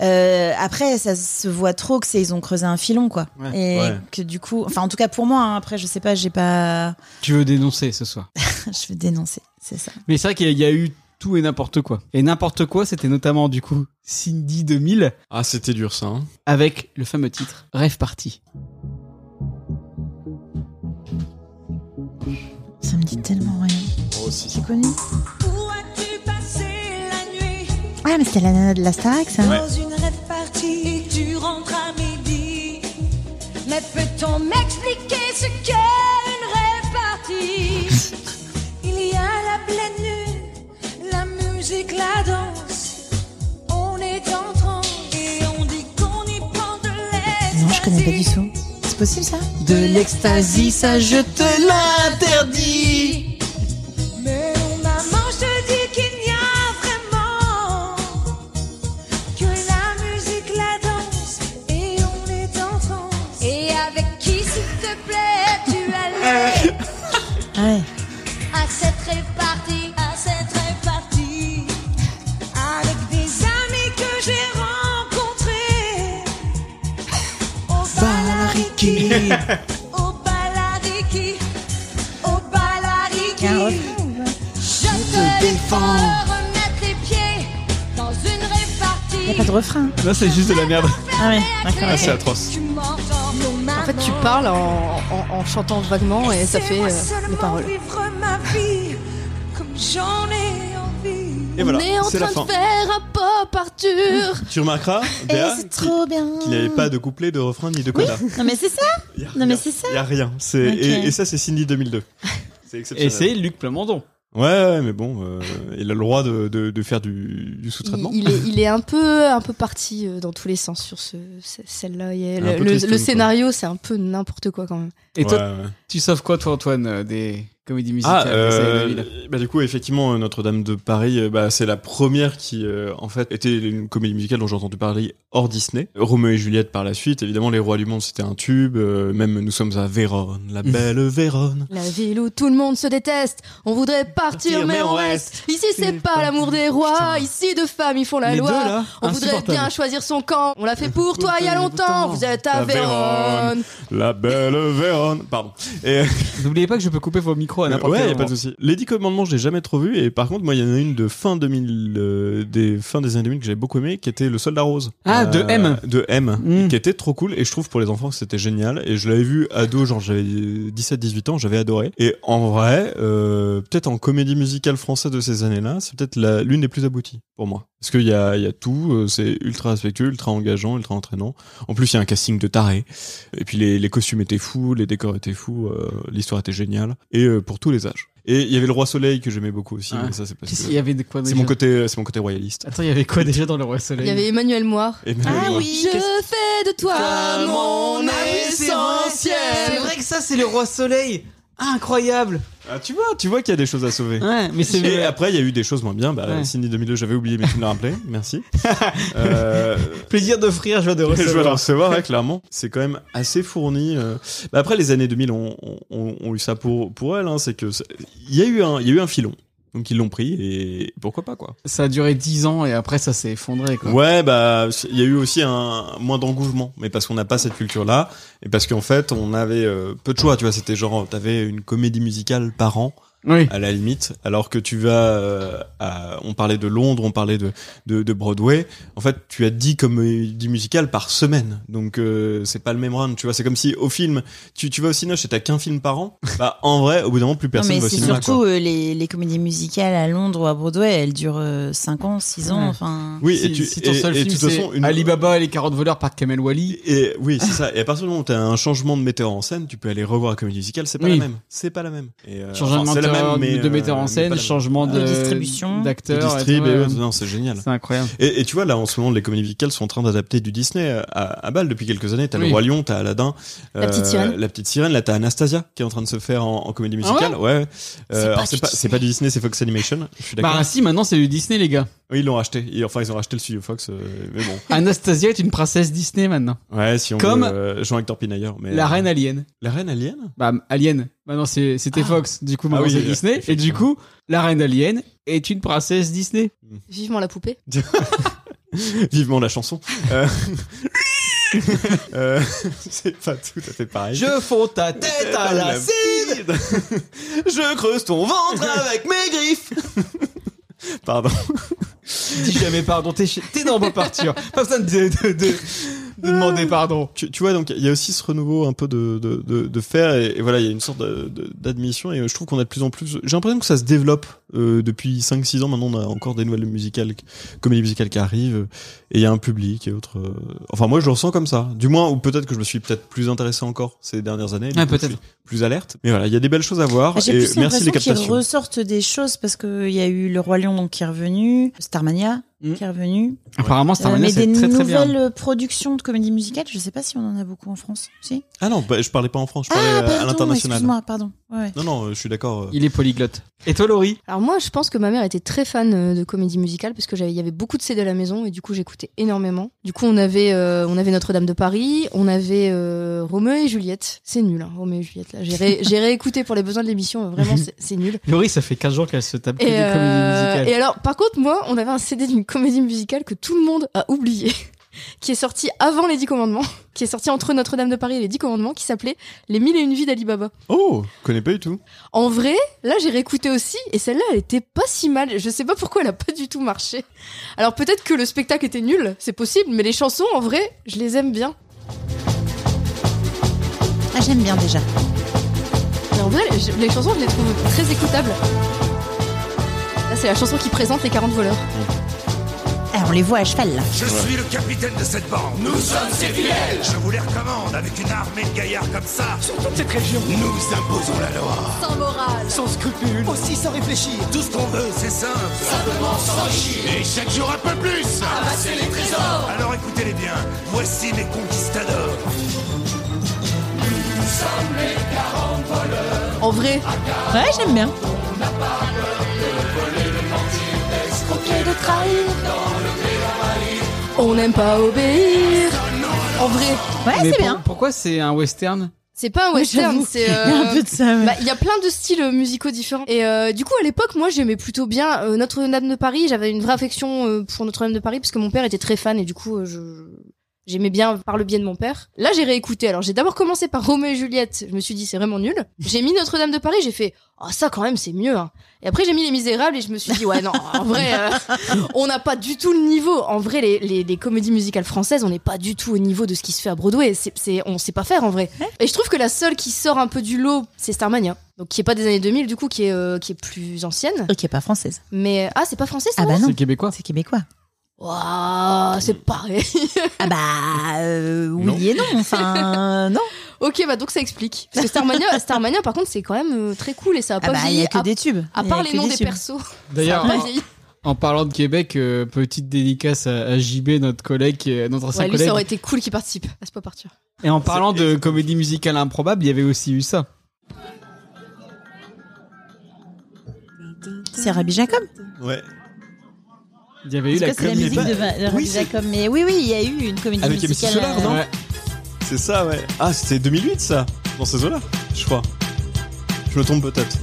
Speaker 2: euh, après, ça se voit trop que c'est ils ont creusé un filon, quoi.
Speaker 1: Ouais.
Speaker 2: Et
Speaker 6: Ouais.
Speaker 2: que du coup, enfin, en tout cas pour moi, hein, après, je sais pas, j'ai pas, *laughs*
Speaker 1: Tu veux dénoncer ce soir.
Speaker 2: je vais dénoncer, c'est ça.
Speaker 1: Mais c'est vrai qu'il y a eu tout et n'importe quoi. Et n'importe quoi, c'était notamment, du coup, Cindy 2000
Speaker 6: Ah, c'était dur ça. hein.
Speaker 1: avec le fameux titre Rêve Party.
Speaker 2: Ça me dit tellement rien.
Speaker 6: Moi aussi.
Speaker 2: C'est connu. Ah, mais c'était la nana de la hein. Starac, ça.
Speaker 7: Dans une rêve partie, tu rentres à midi. Mais peut-on m'expliquer ce qu'est une
Speaker 2: *laughs*
Speaker 7: rêve partie Il y a la pleine lune, la musique, la danse. On est en transe et on dit qu'on y prend de l'ex.
Speaker 2: Non, je connais pas du tout. C'est possible ça
Speaker 1: De l'extasie, ça je te l'interdis.
Speaker 7: Mais on maman, je te dis qu'il n'y a vraiment que la musique, la danse et on est en transe. Et avec qui, s'il te plaît, tu allais
Speaker 2: Ah Ouais.
Speaker 7: à cette répartie, à cette répartie, avec des amis que j'ai rencontrés au Balariki, au Balariki, au Balariki. Je te défends de remettre les pieds dans une
Speaker 2: Y a pas de
Speaker 7: répartie.
Speaker 2: refrain.
Speaker 6: Là, c'est juste de la *laughs* merde.
Speaker 2: Ah ouais, d'accord.
Speaker 6: Ah, c'est atroce.
Speaker 7: Tu m'entends,
Speaker 5: En fait, tu parles en, en- en chantant vaguement et ça fait euh, les paroles.
Speaker 7: vivre ma vie comme j'en ai envie.
Speaker 6: Et voilà,
Speaker 5: On est en
Speaker 6: c'est la fin.
Speaker 5: train
Speaker 6: Mmh,
Speaker 5: de faire un pop, Arthur.
Speaker 6: Tu remarqueras, Béa,
Speaker 2: c'est
Speaker 6: qui-
Speaker 2: trop bien.
Speaker 6: qu'il n'y avait pas de couplet, de refrain ni de coda.
Speaker 2: Non, mais c'est ça.
Speaker 6: Y a
Speaker 2: Non, mais
Speaker 6: rien.
Speaker 2: c'est ça.
Speaker 6: Y a rien. C'est
Speaker 2: Ok.
Speaker 6: et, et ça, c'est Cindy 2002. C'est
Speaker 1: Et
Speaker 6: exceptionnel.
Speaker 1: c'est Luc Plamondon.
Speaker 6: Ouais, ouais, mais bon, euh, il a le droit de, de, de faire du, du
Speaker 5: Il,
Speaker 6: sous-traitement.
Speaker 5: il est, il est un peu, un peu parti euh, dans tous les sens sur ce, ce- celle-là. Il y a
Speaker 6: Un peu
Speaker 5: Le, le-
Speaker 6: tristoun,
Speaker 5: le
Speaker 6: quoi.
Speaker 5: scénario, c'est un peu n'importe quoi quand même.
Speaker 1: Et toi,
Speaker 6: Ouais, ouais.
Speaker 1: tu sauves quoi, toi, Antoine, euh, des comédies musicales
Speaker 6: Ah,
Speaker 1: des années
Speaker 6: euh,
Speaker 1: 2000?
Speaker 6: bah du coup, effectivement, Notre-Dame de Paris, euh, bah, c'est la première qui, euh, en fait, était une comédie musicale dont j'ai entendu parler hors Disney. Roméo et Juliette par la suite, évidemment, Les Rois du Monde, c'était un tube. euh, même Nous sommes à Vérone,
Speaker 1: *laughs*
Speaker 6: la belle Vérone.
Speaker 5: La ville où tout le monde se déteste. On voudrait partir, mais on reste. Ici, c'est pas l'amour des rois. Ici, deux femmes, ils font la
Speaker 1: Les deux,
Speaker 5: loi.
Speaker 1: là,
Speaker 5: on voudrait
Speaker 1: insupportables.
Speaker 5: bien choisir son camp. On l'a fait pour toi il y a longtemps. Vous êtes à
Speaker 6: La Vérone.
Speaker 5: Vérone.
Speaker 6: La belle Vérone. Pardon. Et,
Speaker 1: N'oubliez pas que je peux couper vos micros à n'importe
Speaker 6: Euh, ouais,
Speaker 1: quel
Speaker 6: y a pas
Speaker 1: moment.
Speaker 6: de souci. Les 10 commandements, je l'ai jamais trop vu. Et par contre, moi, il y en a une de fin 2000, euh, des fin des années 2000 que j'avais beaucoup aimé, qui était Le Soldat Rose. Euh,
Speaker 1: Ah, de M.
Speaker 6: De M,
Speaker 1: Mm.
Speaker 6: *laughs* qui était trop cool. Et je trouve pour les enfants que c'était génial. Et je l'avais vu ado, genre j'avais 17-18 ans, j'avais adoré. Et en vrai, euh, peut-être en comédie musicale française de ces années-là, c'est peut-être la- l'une des plus abouties pour moi. Parce qu'il y a, il y a tout, euh, c'est ultra respectueux, ultra engageant, ultra entraînant. En plus, il y a un casting de taré. Et puis les, les costumes étaient fous, les décors étaient fous, euh, l'histoire était géniale. Et euh, pour tous les âges. Et il y avait le Roi Soleil que j'aimais beaucoup aussi.
Speaker 1: Ah.
Speaker 6: mais ça, c'est parce
Speaker 1: Qu'est-ce
Speaker 6: que-
Speaker 1: qu'il y avait de quoi
Speaker 6: c'est
Speaker 1: déjà
Speaker 6: mon côté, c'est mon côté royaliste.
Speaker 1: Attends, il y avait quoi déjà dans Le Roi Soleil
Speaker 5: Il y avait Emmanuel Moir.
Speaker 6: Et même
Speaker 2: Ah
Speaker 6: le-
Speaker 2: oui.
Speaker 5: Je fais de toi
Speaker 1: Ah,
Speaker 5: mon ami
Speaker 1: C'est
Speaker 5: essentiel.
Speaker 1: vrai que ça, c'est Le Roi Soleil Incroyable
Speaker 6: Ah, tu vois, tu vois qu'il y a des choses à sauver.
Speaker 1: Ouais, mais c'est
Speaker 6: Et après, il y a eu des choses moins bien. Bah,
Speaker 1: Ouais.
Speaker 6: Sydney 2002, j'avais oublié, mais tu me l'as rappelé.
Speaker 1: *laughs*
Speaker 6: Merci. euh, *laughs*
Speaker 1: plaisir d'offrir, *laughs* joie de
Speaker 6: je vais le
Speaker 1: recevoir.
Speaker 6: recevoir, ouais, clairement. C'est quand même assez fourni. euh. Bah, après, les années 2000 ont, ont- ont- ont eu ça pour, pour elle. hein, c'est que ça- il y a eu un, il y a eu un filon. Donc ils l'ont pris et pourquoi pas quoi.
Speaker 1: Ça a duré 10 ans et après, ça s'est effondré quoi.
Speaker 6: Ouais bah il y a eu aussi un moins d'engouement mais parce qu'on n'a pas cette culture là et parce qu'en fait on avait euh, peu de choix tu vois c'était genre t'avais une comédie musicale par an
Speaker 1: Oui.
Speaker 6: à la limite, alors que tu vas, euh, à- on parlait de Londres, on parlait de, de, de Broadway, en fait, tu as 10 comédies musicales par semaine, donc euh, c'est pas le même run, tu vois, c'est comme si au film, tu, tu vas au cinéma et t'as qu'un film
Speaker 1: *laughs*
Speaker 6: par an, bah en vrai, au bout d'un moment, plus
Speaker 2: Non,
Speaker 6: personne
Speaker 2: mais
Speaker 6: va au
Speaker 2: c'est
Speaker 6: cinéma. quoi.
Speaker 2: surtout euh, les, les comédies musicales à Londres ou à Broadway, elles durent 5 ans, 6 ans,
Speaker 1: Ouais.
Speaker 2: enfin.
Speaker 6: Oui,
Speaker 1: si,
Speaker 6: et tu,
Speaker 1: si ton
Speaker 6: et-
Speaker 1: seul
Speaker 6: et de
Speaker 1: film,
Speaker 6: toute
Speaker 1: c'est
Speaker 6: façon, une-
Speaker 1: Alibaba et les carottes voleurs par Kamel Wally.
Speaker 6: Et oui, c'est ça. Et à partir du moment où t'as un changement de metteur en scène, tu peux aller revoir la comédie musicale, c'est pas
Speaker 1: Oui.
Speaker 6: la même. C'est pas la même. Et, euh,
Speaker 1: Changement de,
Speaker 6: enfin, c'est la même, mais,
Speaker 1: de
Speaker 6: euh,
Speaker 1: metteur en
Speaker 6: mais pas la
Speaker 1: scène,
Speaker 6: même.
Speaker 1: changement
Speaker 5: Euh,
Speaker 1: de,
Speaker 2: De distribution.
Speaker 6: De
Speaker 1: d'acteur. et
Speaker 6: distrib,
Speaker 1: tout,
Speaker 6: et-
Speaker 1: ouais.
Speaker 6: non, c'est génial.
Speaker 1: C'est incroyable.
Speaker 6: Et, et tu vois, là, en ce moment, les comédies musicales sont en train d'adapter du Disney à, à balle depuis quelques années. T'as
Speaker 1: Oui.
Speaker 6: le Roi Lion, t'as Aladdin. euh,
Speaker 5: La petite sirène.
Speaker 6: La petite sirène. Là, t'as Anastasia qui est en train de se faire en, en comédie
Speaker 1: Ah ouais
Speaker 6: musicale. ouais. Euh,
Speaker 2: C'est pas
Speaker 6: alors,
Speaker 2: du
Speaker 6: c'est pas, c'est pas du Disney, c'est Fox Animation. Je suis d'accord.
Speaker 1: Bah si, maintenant c'est du Disney les gars.
Speaker 6: Oui, ils l'ont acheté. Ils- enfin, ils ont racheté le studio Fox, euh, mais bon.
Speaker 1: Anastasia est une princesse Disney maintenant.
Speaker 6: Ouais, si on
Speaker 1: Comme-
Speaker 6: veut, euh, Jean-Hector Pinailleur. Mais,
Speaker 1: La
Speaker 6: euh,
Speaker 1: reine alien.
Speaker 6: La reine alien *laughs*
Speaker 1: Bah, Alien. Maintenant, c'est- c'était Fox. Du coup, maintenant,
Speaker 6: Ah oui,
Speaker 1: c'est
Speaker 6: euh,
Speaker 1: Disney. Et du coup, la reine Alien est une princesse Disney.
Speaker 5: Vivement la poupée.
Speaker 6: Vivement la chanson. Euh, *laughs* euh, *laughs* c'est pas tout à fait pareil.
Speaker 1: Je fonds ta tête à la cible.
Speaker 6: cible *laughs* Je creuse ton ventre avec mes
Speaker 1: *laughs*
Speaker 6: griffes Pardon.
Speaker 1: Dis jamais pardon. T'es chez- t'es dans Bob Arthur. Pas besoin de, de- de- de demander pardon.
Speaker 6: Tu, tu vois, donc il y a aussi ce renouveau un peu de, de, de, de faire, et, et voilà, il y a une sorte de- de- d'admission, et euh, je trouve qu'on a de plus en plus. J'ai l'impression que ça se développe euh, depuis 5-6 ans. Maintenant, on a encore des nouvelles musicales, comédies musicales qui arrivent, et il y a un public et autres. euh, Enfin, moi, je le ressens comme ça. Du moins, ou peut-être que je me suis peut-être plus intéressé encore ces dernières années. du
Speaker 1: Ah,
Speaker 6: coup, je
Speaker 1: peut-être.
Speaker 6: suis Plus alerte. Mais voilà, il y a des belles choses à voir,
Speaker 2: J'ai
Speaker 6: et
Speaker 2: plus
Speaker 6: merci
Speaker 2: l'impression
Speaker 6: les
Speaker 2: qu'ils
Speaker 6: captations.
Speaker 2: ressortent des choses parce qu'il y a eu Le Roi Lion donc, qui est revenu, Starmania
Speaker 1: Mm.
Speaker 2: qui est revenu.
Speaker 1: Apparemment,
Speaker 2: Euh,
Speaker 1: Starmania,
Speaker 2: mais
Speaker 1: c'est
Speaker 2: des
Speaker 1: très très bien.
Speaker 2: nouvelles euh, productions de comédie musicale, je sais pas si on en a beaucoup en France. Si
Speaker 6: Ah non, bah, je parlais pas en France, je parlais
Speaker 2: ah,
Speaker 6: euh, à
Speaker 2: pardon,
Speaker 6: l'international.
Speaker 2: excuse-moi, pardon. Ouais, ouais.
Speaker 6: Non, non, euh, je suis d'accord. euh,
Speaker 1: Il est polyglotte. Et toi, Laurie
Speaker 5: Alors moi, je pense que ma mère était très fan euh, de comédie musicale parce que j'avais, il y avait beaucoup de CD à la maison et du coup j'écoutais énormément. Du coup, on avait, euh, on avait Notre-Dame de Paris, on avait euh, Roméo et Juliette. C'est nul, hein, Roméo et Juliette. Là, j'ai, ré- j'ai réécouté pour les besoins de l'émission. euh, Vraiment, c'est, c'est nul.
Speaker 1: Laurie, ça fait 15 jours qu'elle se tape que
Speaker 5: Et,
Speaker 1: des
Speaker 5: euh,
Speaker 1: comédies musicales.
Speaker 5: et alors, par contre, moi, on avait un CD d'une comédie musicale que tout le monde a oublié, *laughs* qui est sorti avant les Dix Commandements, qui est sorti entre Notre-Dame de Paris et les Dix Commandements, qui s'appelait Les Mille et Une Vies d'Ali Baba.
Speaker 6: Oh, je connais pas du tout.
Speaker 5: En vrai, là j'ai réécouté aussi et celle-là elle était pas si mal. Je sais pas pourquoi elle a pas du tout marché. Alors peut-être que le spectacle était nul, c'est possible, mais les chansons en vrai, je les aime bien.
Speaker 2: Ah, j'aime bien déjà.
Speaker 5: Mais en vrai, je- les chansons je les trouve très écoutables. Là c'est la chanson qui présente les 40 voleurs.
Speaker 2: Ah, on les voit à cheval là.
Speaker 8: Je suis le capitaine de cette bande. Nous sommes ses fidèles. Je vous les recommande avec une armée de gaillards comme ça. Sur toute cette région. Nous imposons la loi.
Speaker 5: Sans morale.
Speaker 8: Sans scrupules. Aussi sans réfléchir. Tout ce qu'on veut, c'est simple. Simplement s'enrichir. Et chaque jour un peu plus. Amasser les trésors. Alors écoutez-les bien. Voici mes conquistadors.
Speaker 5: En vrai,
Speaker 2: Ouais, j'aime bien.
Speaker 5: on n'aime pas obéir. En vrai,
Speaker 2: Ouais,
Speaker 1: Mais
Speaker 2: Ah, c'est
Speaker 1: pour-
Speaker 2: bien.
Speaker 1: pourquoi c'est un western
Speaker 5: c'est pas un western, *laughs* c'est
Speaker 2: Il y a un
Speaker 5: euh,
Speaker 2: peu de ça. ouais.
Speaker 5: Bah, Il y a plein de styles euh, musicaux différents. Et euh, du coup, à l'époque, moi, j'aimais plutôt bien euh, Notre-Dame de Paris. J'avais une vraie affection euh, pour Notre-Dame de Paris parce que mon père était très fan et du coup, euh, je- j'aimais bien par le biais de mon père. Là, j'ai réécouté. Alors, j'ai d'abord commencé par Roméo et Juliette. Je me suis dit, c'est vraiment nul. J'ai mis Notre-Dame de Paris. J'ai fait, ah ça quand même, c'est mieux. hein. Et après, j'ai mis Les Misérables et je me suis dit, ouais, non, en vrai, euh, on n'a pas du tout le niveau. En vrai, les, les, les comédies musicales françaises, on n'est pas du tout au niveau de ce qui se fait à Broadway. C'est, c'est, on sait pas faire en vrai. Et je trouve que la seule qui sort un peu du lot, c'est Starmania. Donc qui est pas des années 2000 du coup, qui est, euh, qui est plus ancienne.
Speaker 2: Ok, pas française.
Speaker 5: Mais ah, c'est pas français ça
Speaker 2: Ah bah non,
Speaker 1: C'est québécois.
Speaker 2: c'est québécois.
Speaker 5: Waouh, c'est pareil.
Speaker 2: Ah bah euh, oui
Speaker 6: Non.
Speaker 2: et non, enfin *laughs* non.
Speaker 5: *laughs* ok, bah donc ça explique. Parce
Speaker 2: *laughs*
Speaker 5: que Starmania, Starmania par contre, c'est quand même euh, très cool et ça a pas
Speaker 2: Ah bah il y
Speaker 5: vieilli,
Speaker 2: a que
Speaker 5: à,
Speaker 2: des tubes.
Speaker 5: à
Speaker 2: Il y a
Speaker 5: part
Speaker 2: que
Speaker 5: les noms des
Speaker 2: tubes.
Speaker 5: persos.
Speaker 6: *laughs*
Speaker 1: D'ailleurs,
Speaker 5: ça a pas
Speaker 1: en-
Speaker 5: vieilli.
Speaker 1: En parlant de Québec, euh, petite dédicace à, à JB, notre collègue, qui est- notre ancien
Speaker 5: Ouais, lui,
Speaker 1: collègue.
Speaker 5: ça aurait été cool qu'il participe à ce pas partir.
Speaker 1: Et en parlant de comédie musicale improbable, il y avait aussi eu ça.
Speaker 2: C'est Rabbi Jacob.
Speaker 6: Ouais.
Speaker 1: Il y avait eu
Speaker 2: Parce
Speaker 1: la
Speaker 2: que c'est la
Speaker 1: comédie.
Speaker 2: musique de, de Rabbi
Speaker 6: c'est-
Speaker 2: Jacob. Mais oui, oui, il y a eu une
Speaker 1: Ah,
Speaker 2: comédie
Speaker 6: Avec MC
Speaker 2: musicale.
Speaker 6: Solar,
Speaker 2: euh,
Speaker 6: non
Speaker 1: Ouais.
Speaker 6: C'est ça, ouais. Ah, c'était 2008, ça Dans ces eaux-là, je crois. Je me trompe peut-être.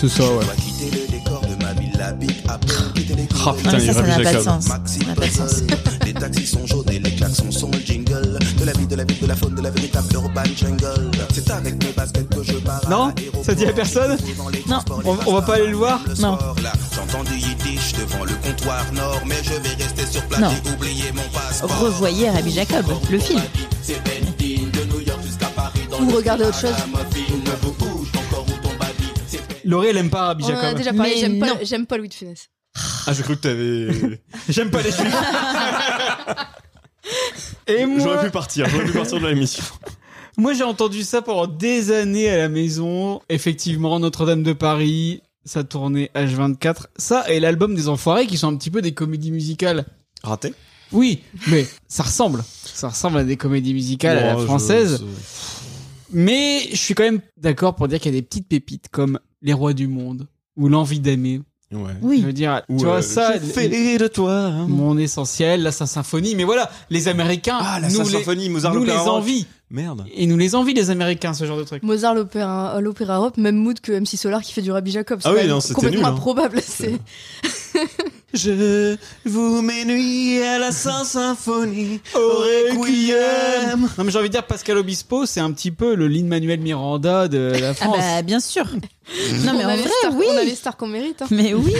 Speaker 1: C'est
Speaker 6: Oh,
Speaker 1: ça, ouais.
Speaker 8: va quitter le décor de ma ville, la bite après quitter les
Speaker 6: Ah, putain,
Speaker 2: mais
Speaker 6: il
Speaker 2: ça, ça
Speaker 6: rêve
Speaker 2: n'a pas de
Speaker 6: Jacob.
Speaker 2: sens.
Speaker 8: Maxi
Speaker 2: Ça n'a pas de sens.
Speaker 8: Puzzle. Les taxis sont jaunes et les klaxons sont le jingle. De la vie, de la vie, de la faune, de la véritable urban jungle. C'est avec mes baskets que je pars. à
Speaker 1: Non
Speaker 8: l'aéroport.
Speaker 1: Ça dit à personne
Speaker 8: Dans les
Speaker 2: Non.
Speaker 8: transports, les
Speaker 1: On- on va pas aller le voir
Speaker 8: le
Speaker 2: Non.
Speaker 8: soir, là. J'entends du yiddish devant le comptoir nord, mais je vais rester sur place
Speaker 2: Non.
Speaker 8: et oublier mon passeport.
Speaker 2: Revoyez Rabbi Jacob, le film.
Speaker 8: C'est belle ville, de New York jusqu'à Paris. Dans
Speaker 5: Ou
Speaker 8: le
Speaker 5: regarder autre chose.
Speaker 8: Film, vous bouge, ton corps ou ton baby. C'est Ben. belle
Speaker 1: Laurie, elle aime pas Rabbi
Speaker 5: On en a
Speaker 1: Jacob.
Speaker 5: déjà parlé.
Speaker 2: Mais
Speaker 5: J'aime
Speaker 2: non.
Speaker 5: pas, j'aime pas Louis de Funès.
Speaker 6: Ah, je cru que t'avais.
Speaker 1: *laughs* J'aime pas les juifs. *laughs* Et
Speaker 6: J'aurais
Speaker 1: moi,
Speaker 6: pu partir, j'aurais pu partir de l'émission.
Speaker 1: moi j'ai entendu ça pendant des années à la maison. Effectivement, Notre-Dame de Paris, ça tournait H24. Ça et l'album des Enfoirés qui sont un petit peu des comédies musicales.
Speaker 6: Raté
Speaker 1: Oui, mais ça ressemble. Ça ressemble à des comédies musicales à la française. Mais je suis quand même d'accord pour dire qu'il y a des petites pépites comme Les Rois du Monde ou L'Envie d'aimer
Speaker 6: Ouais.
Speaker 1: Je
Speaker 2: Oui.
Speaker 1: veux dire,
Speaker 6: Ou,
Speaker 1: tu vois
Speaker 6: euh,
Speaker 1: ça,
Speaker 6: je fais de toi. hein.
Speaker 1: mon essentiel, la sa symphonie. Mais voilà, les Américains,
Speaker 6: Ah, la
Speaker 1: nous,
Speaker 6: Sainte
Speaker 1: les,
Speaker 6: symphonie, Mozart,
Speaker 1: nous les
Speaker 6: l'opéra rock.
Speaker 1: envie.
Speaker 6: Merde.
Speaker 1: Et nous les envie, les Américains, ce genre de truc.
Speaker 5: Mozart, l'opéra, l'opéra rock, même mood que MC Solar qui fait du Rabbi Jacob. c'est
Speaker 6: Ah oui,
Speaker 5: quand même
Speaker 6: non, c'était
Speaker 5: complètement
Speaker 6: nul, hein.
Speaker 5: improbable. *laughs* C'est...
Speaker 6: Je vous mets nuit à la Sainte Symphonie au Oh, Requiem.
Speaker 1: Non, mais j'ai envie de dire, Pascal Obispo, c'est un petit peu le Lin-Manuel Miranda de la
Speaker 2: Ah
Speaker 1: France.
Speaker 2: bah bien *laughs* sûr. non mais
Speaker 5: on
Speaker 2: en
Speaker 5: a les
Speaker 2: vrai
Speaker 5: stars-
Speaker 2: oui.
Speaker 5: On a les stars qu'on mérite. hein.
Speaker 2: Mais oui.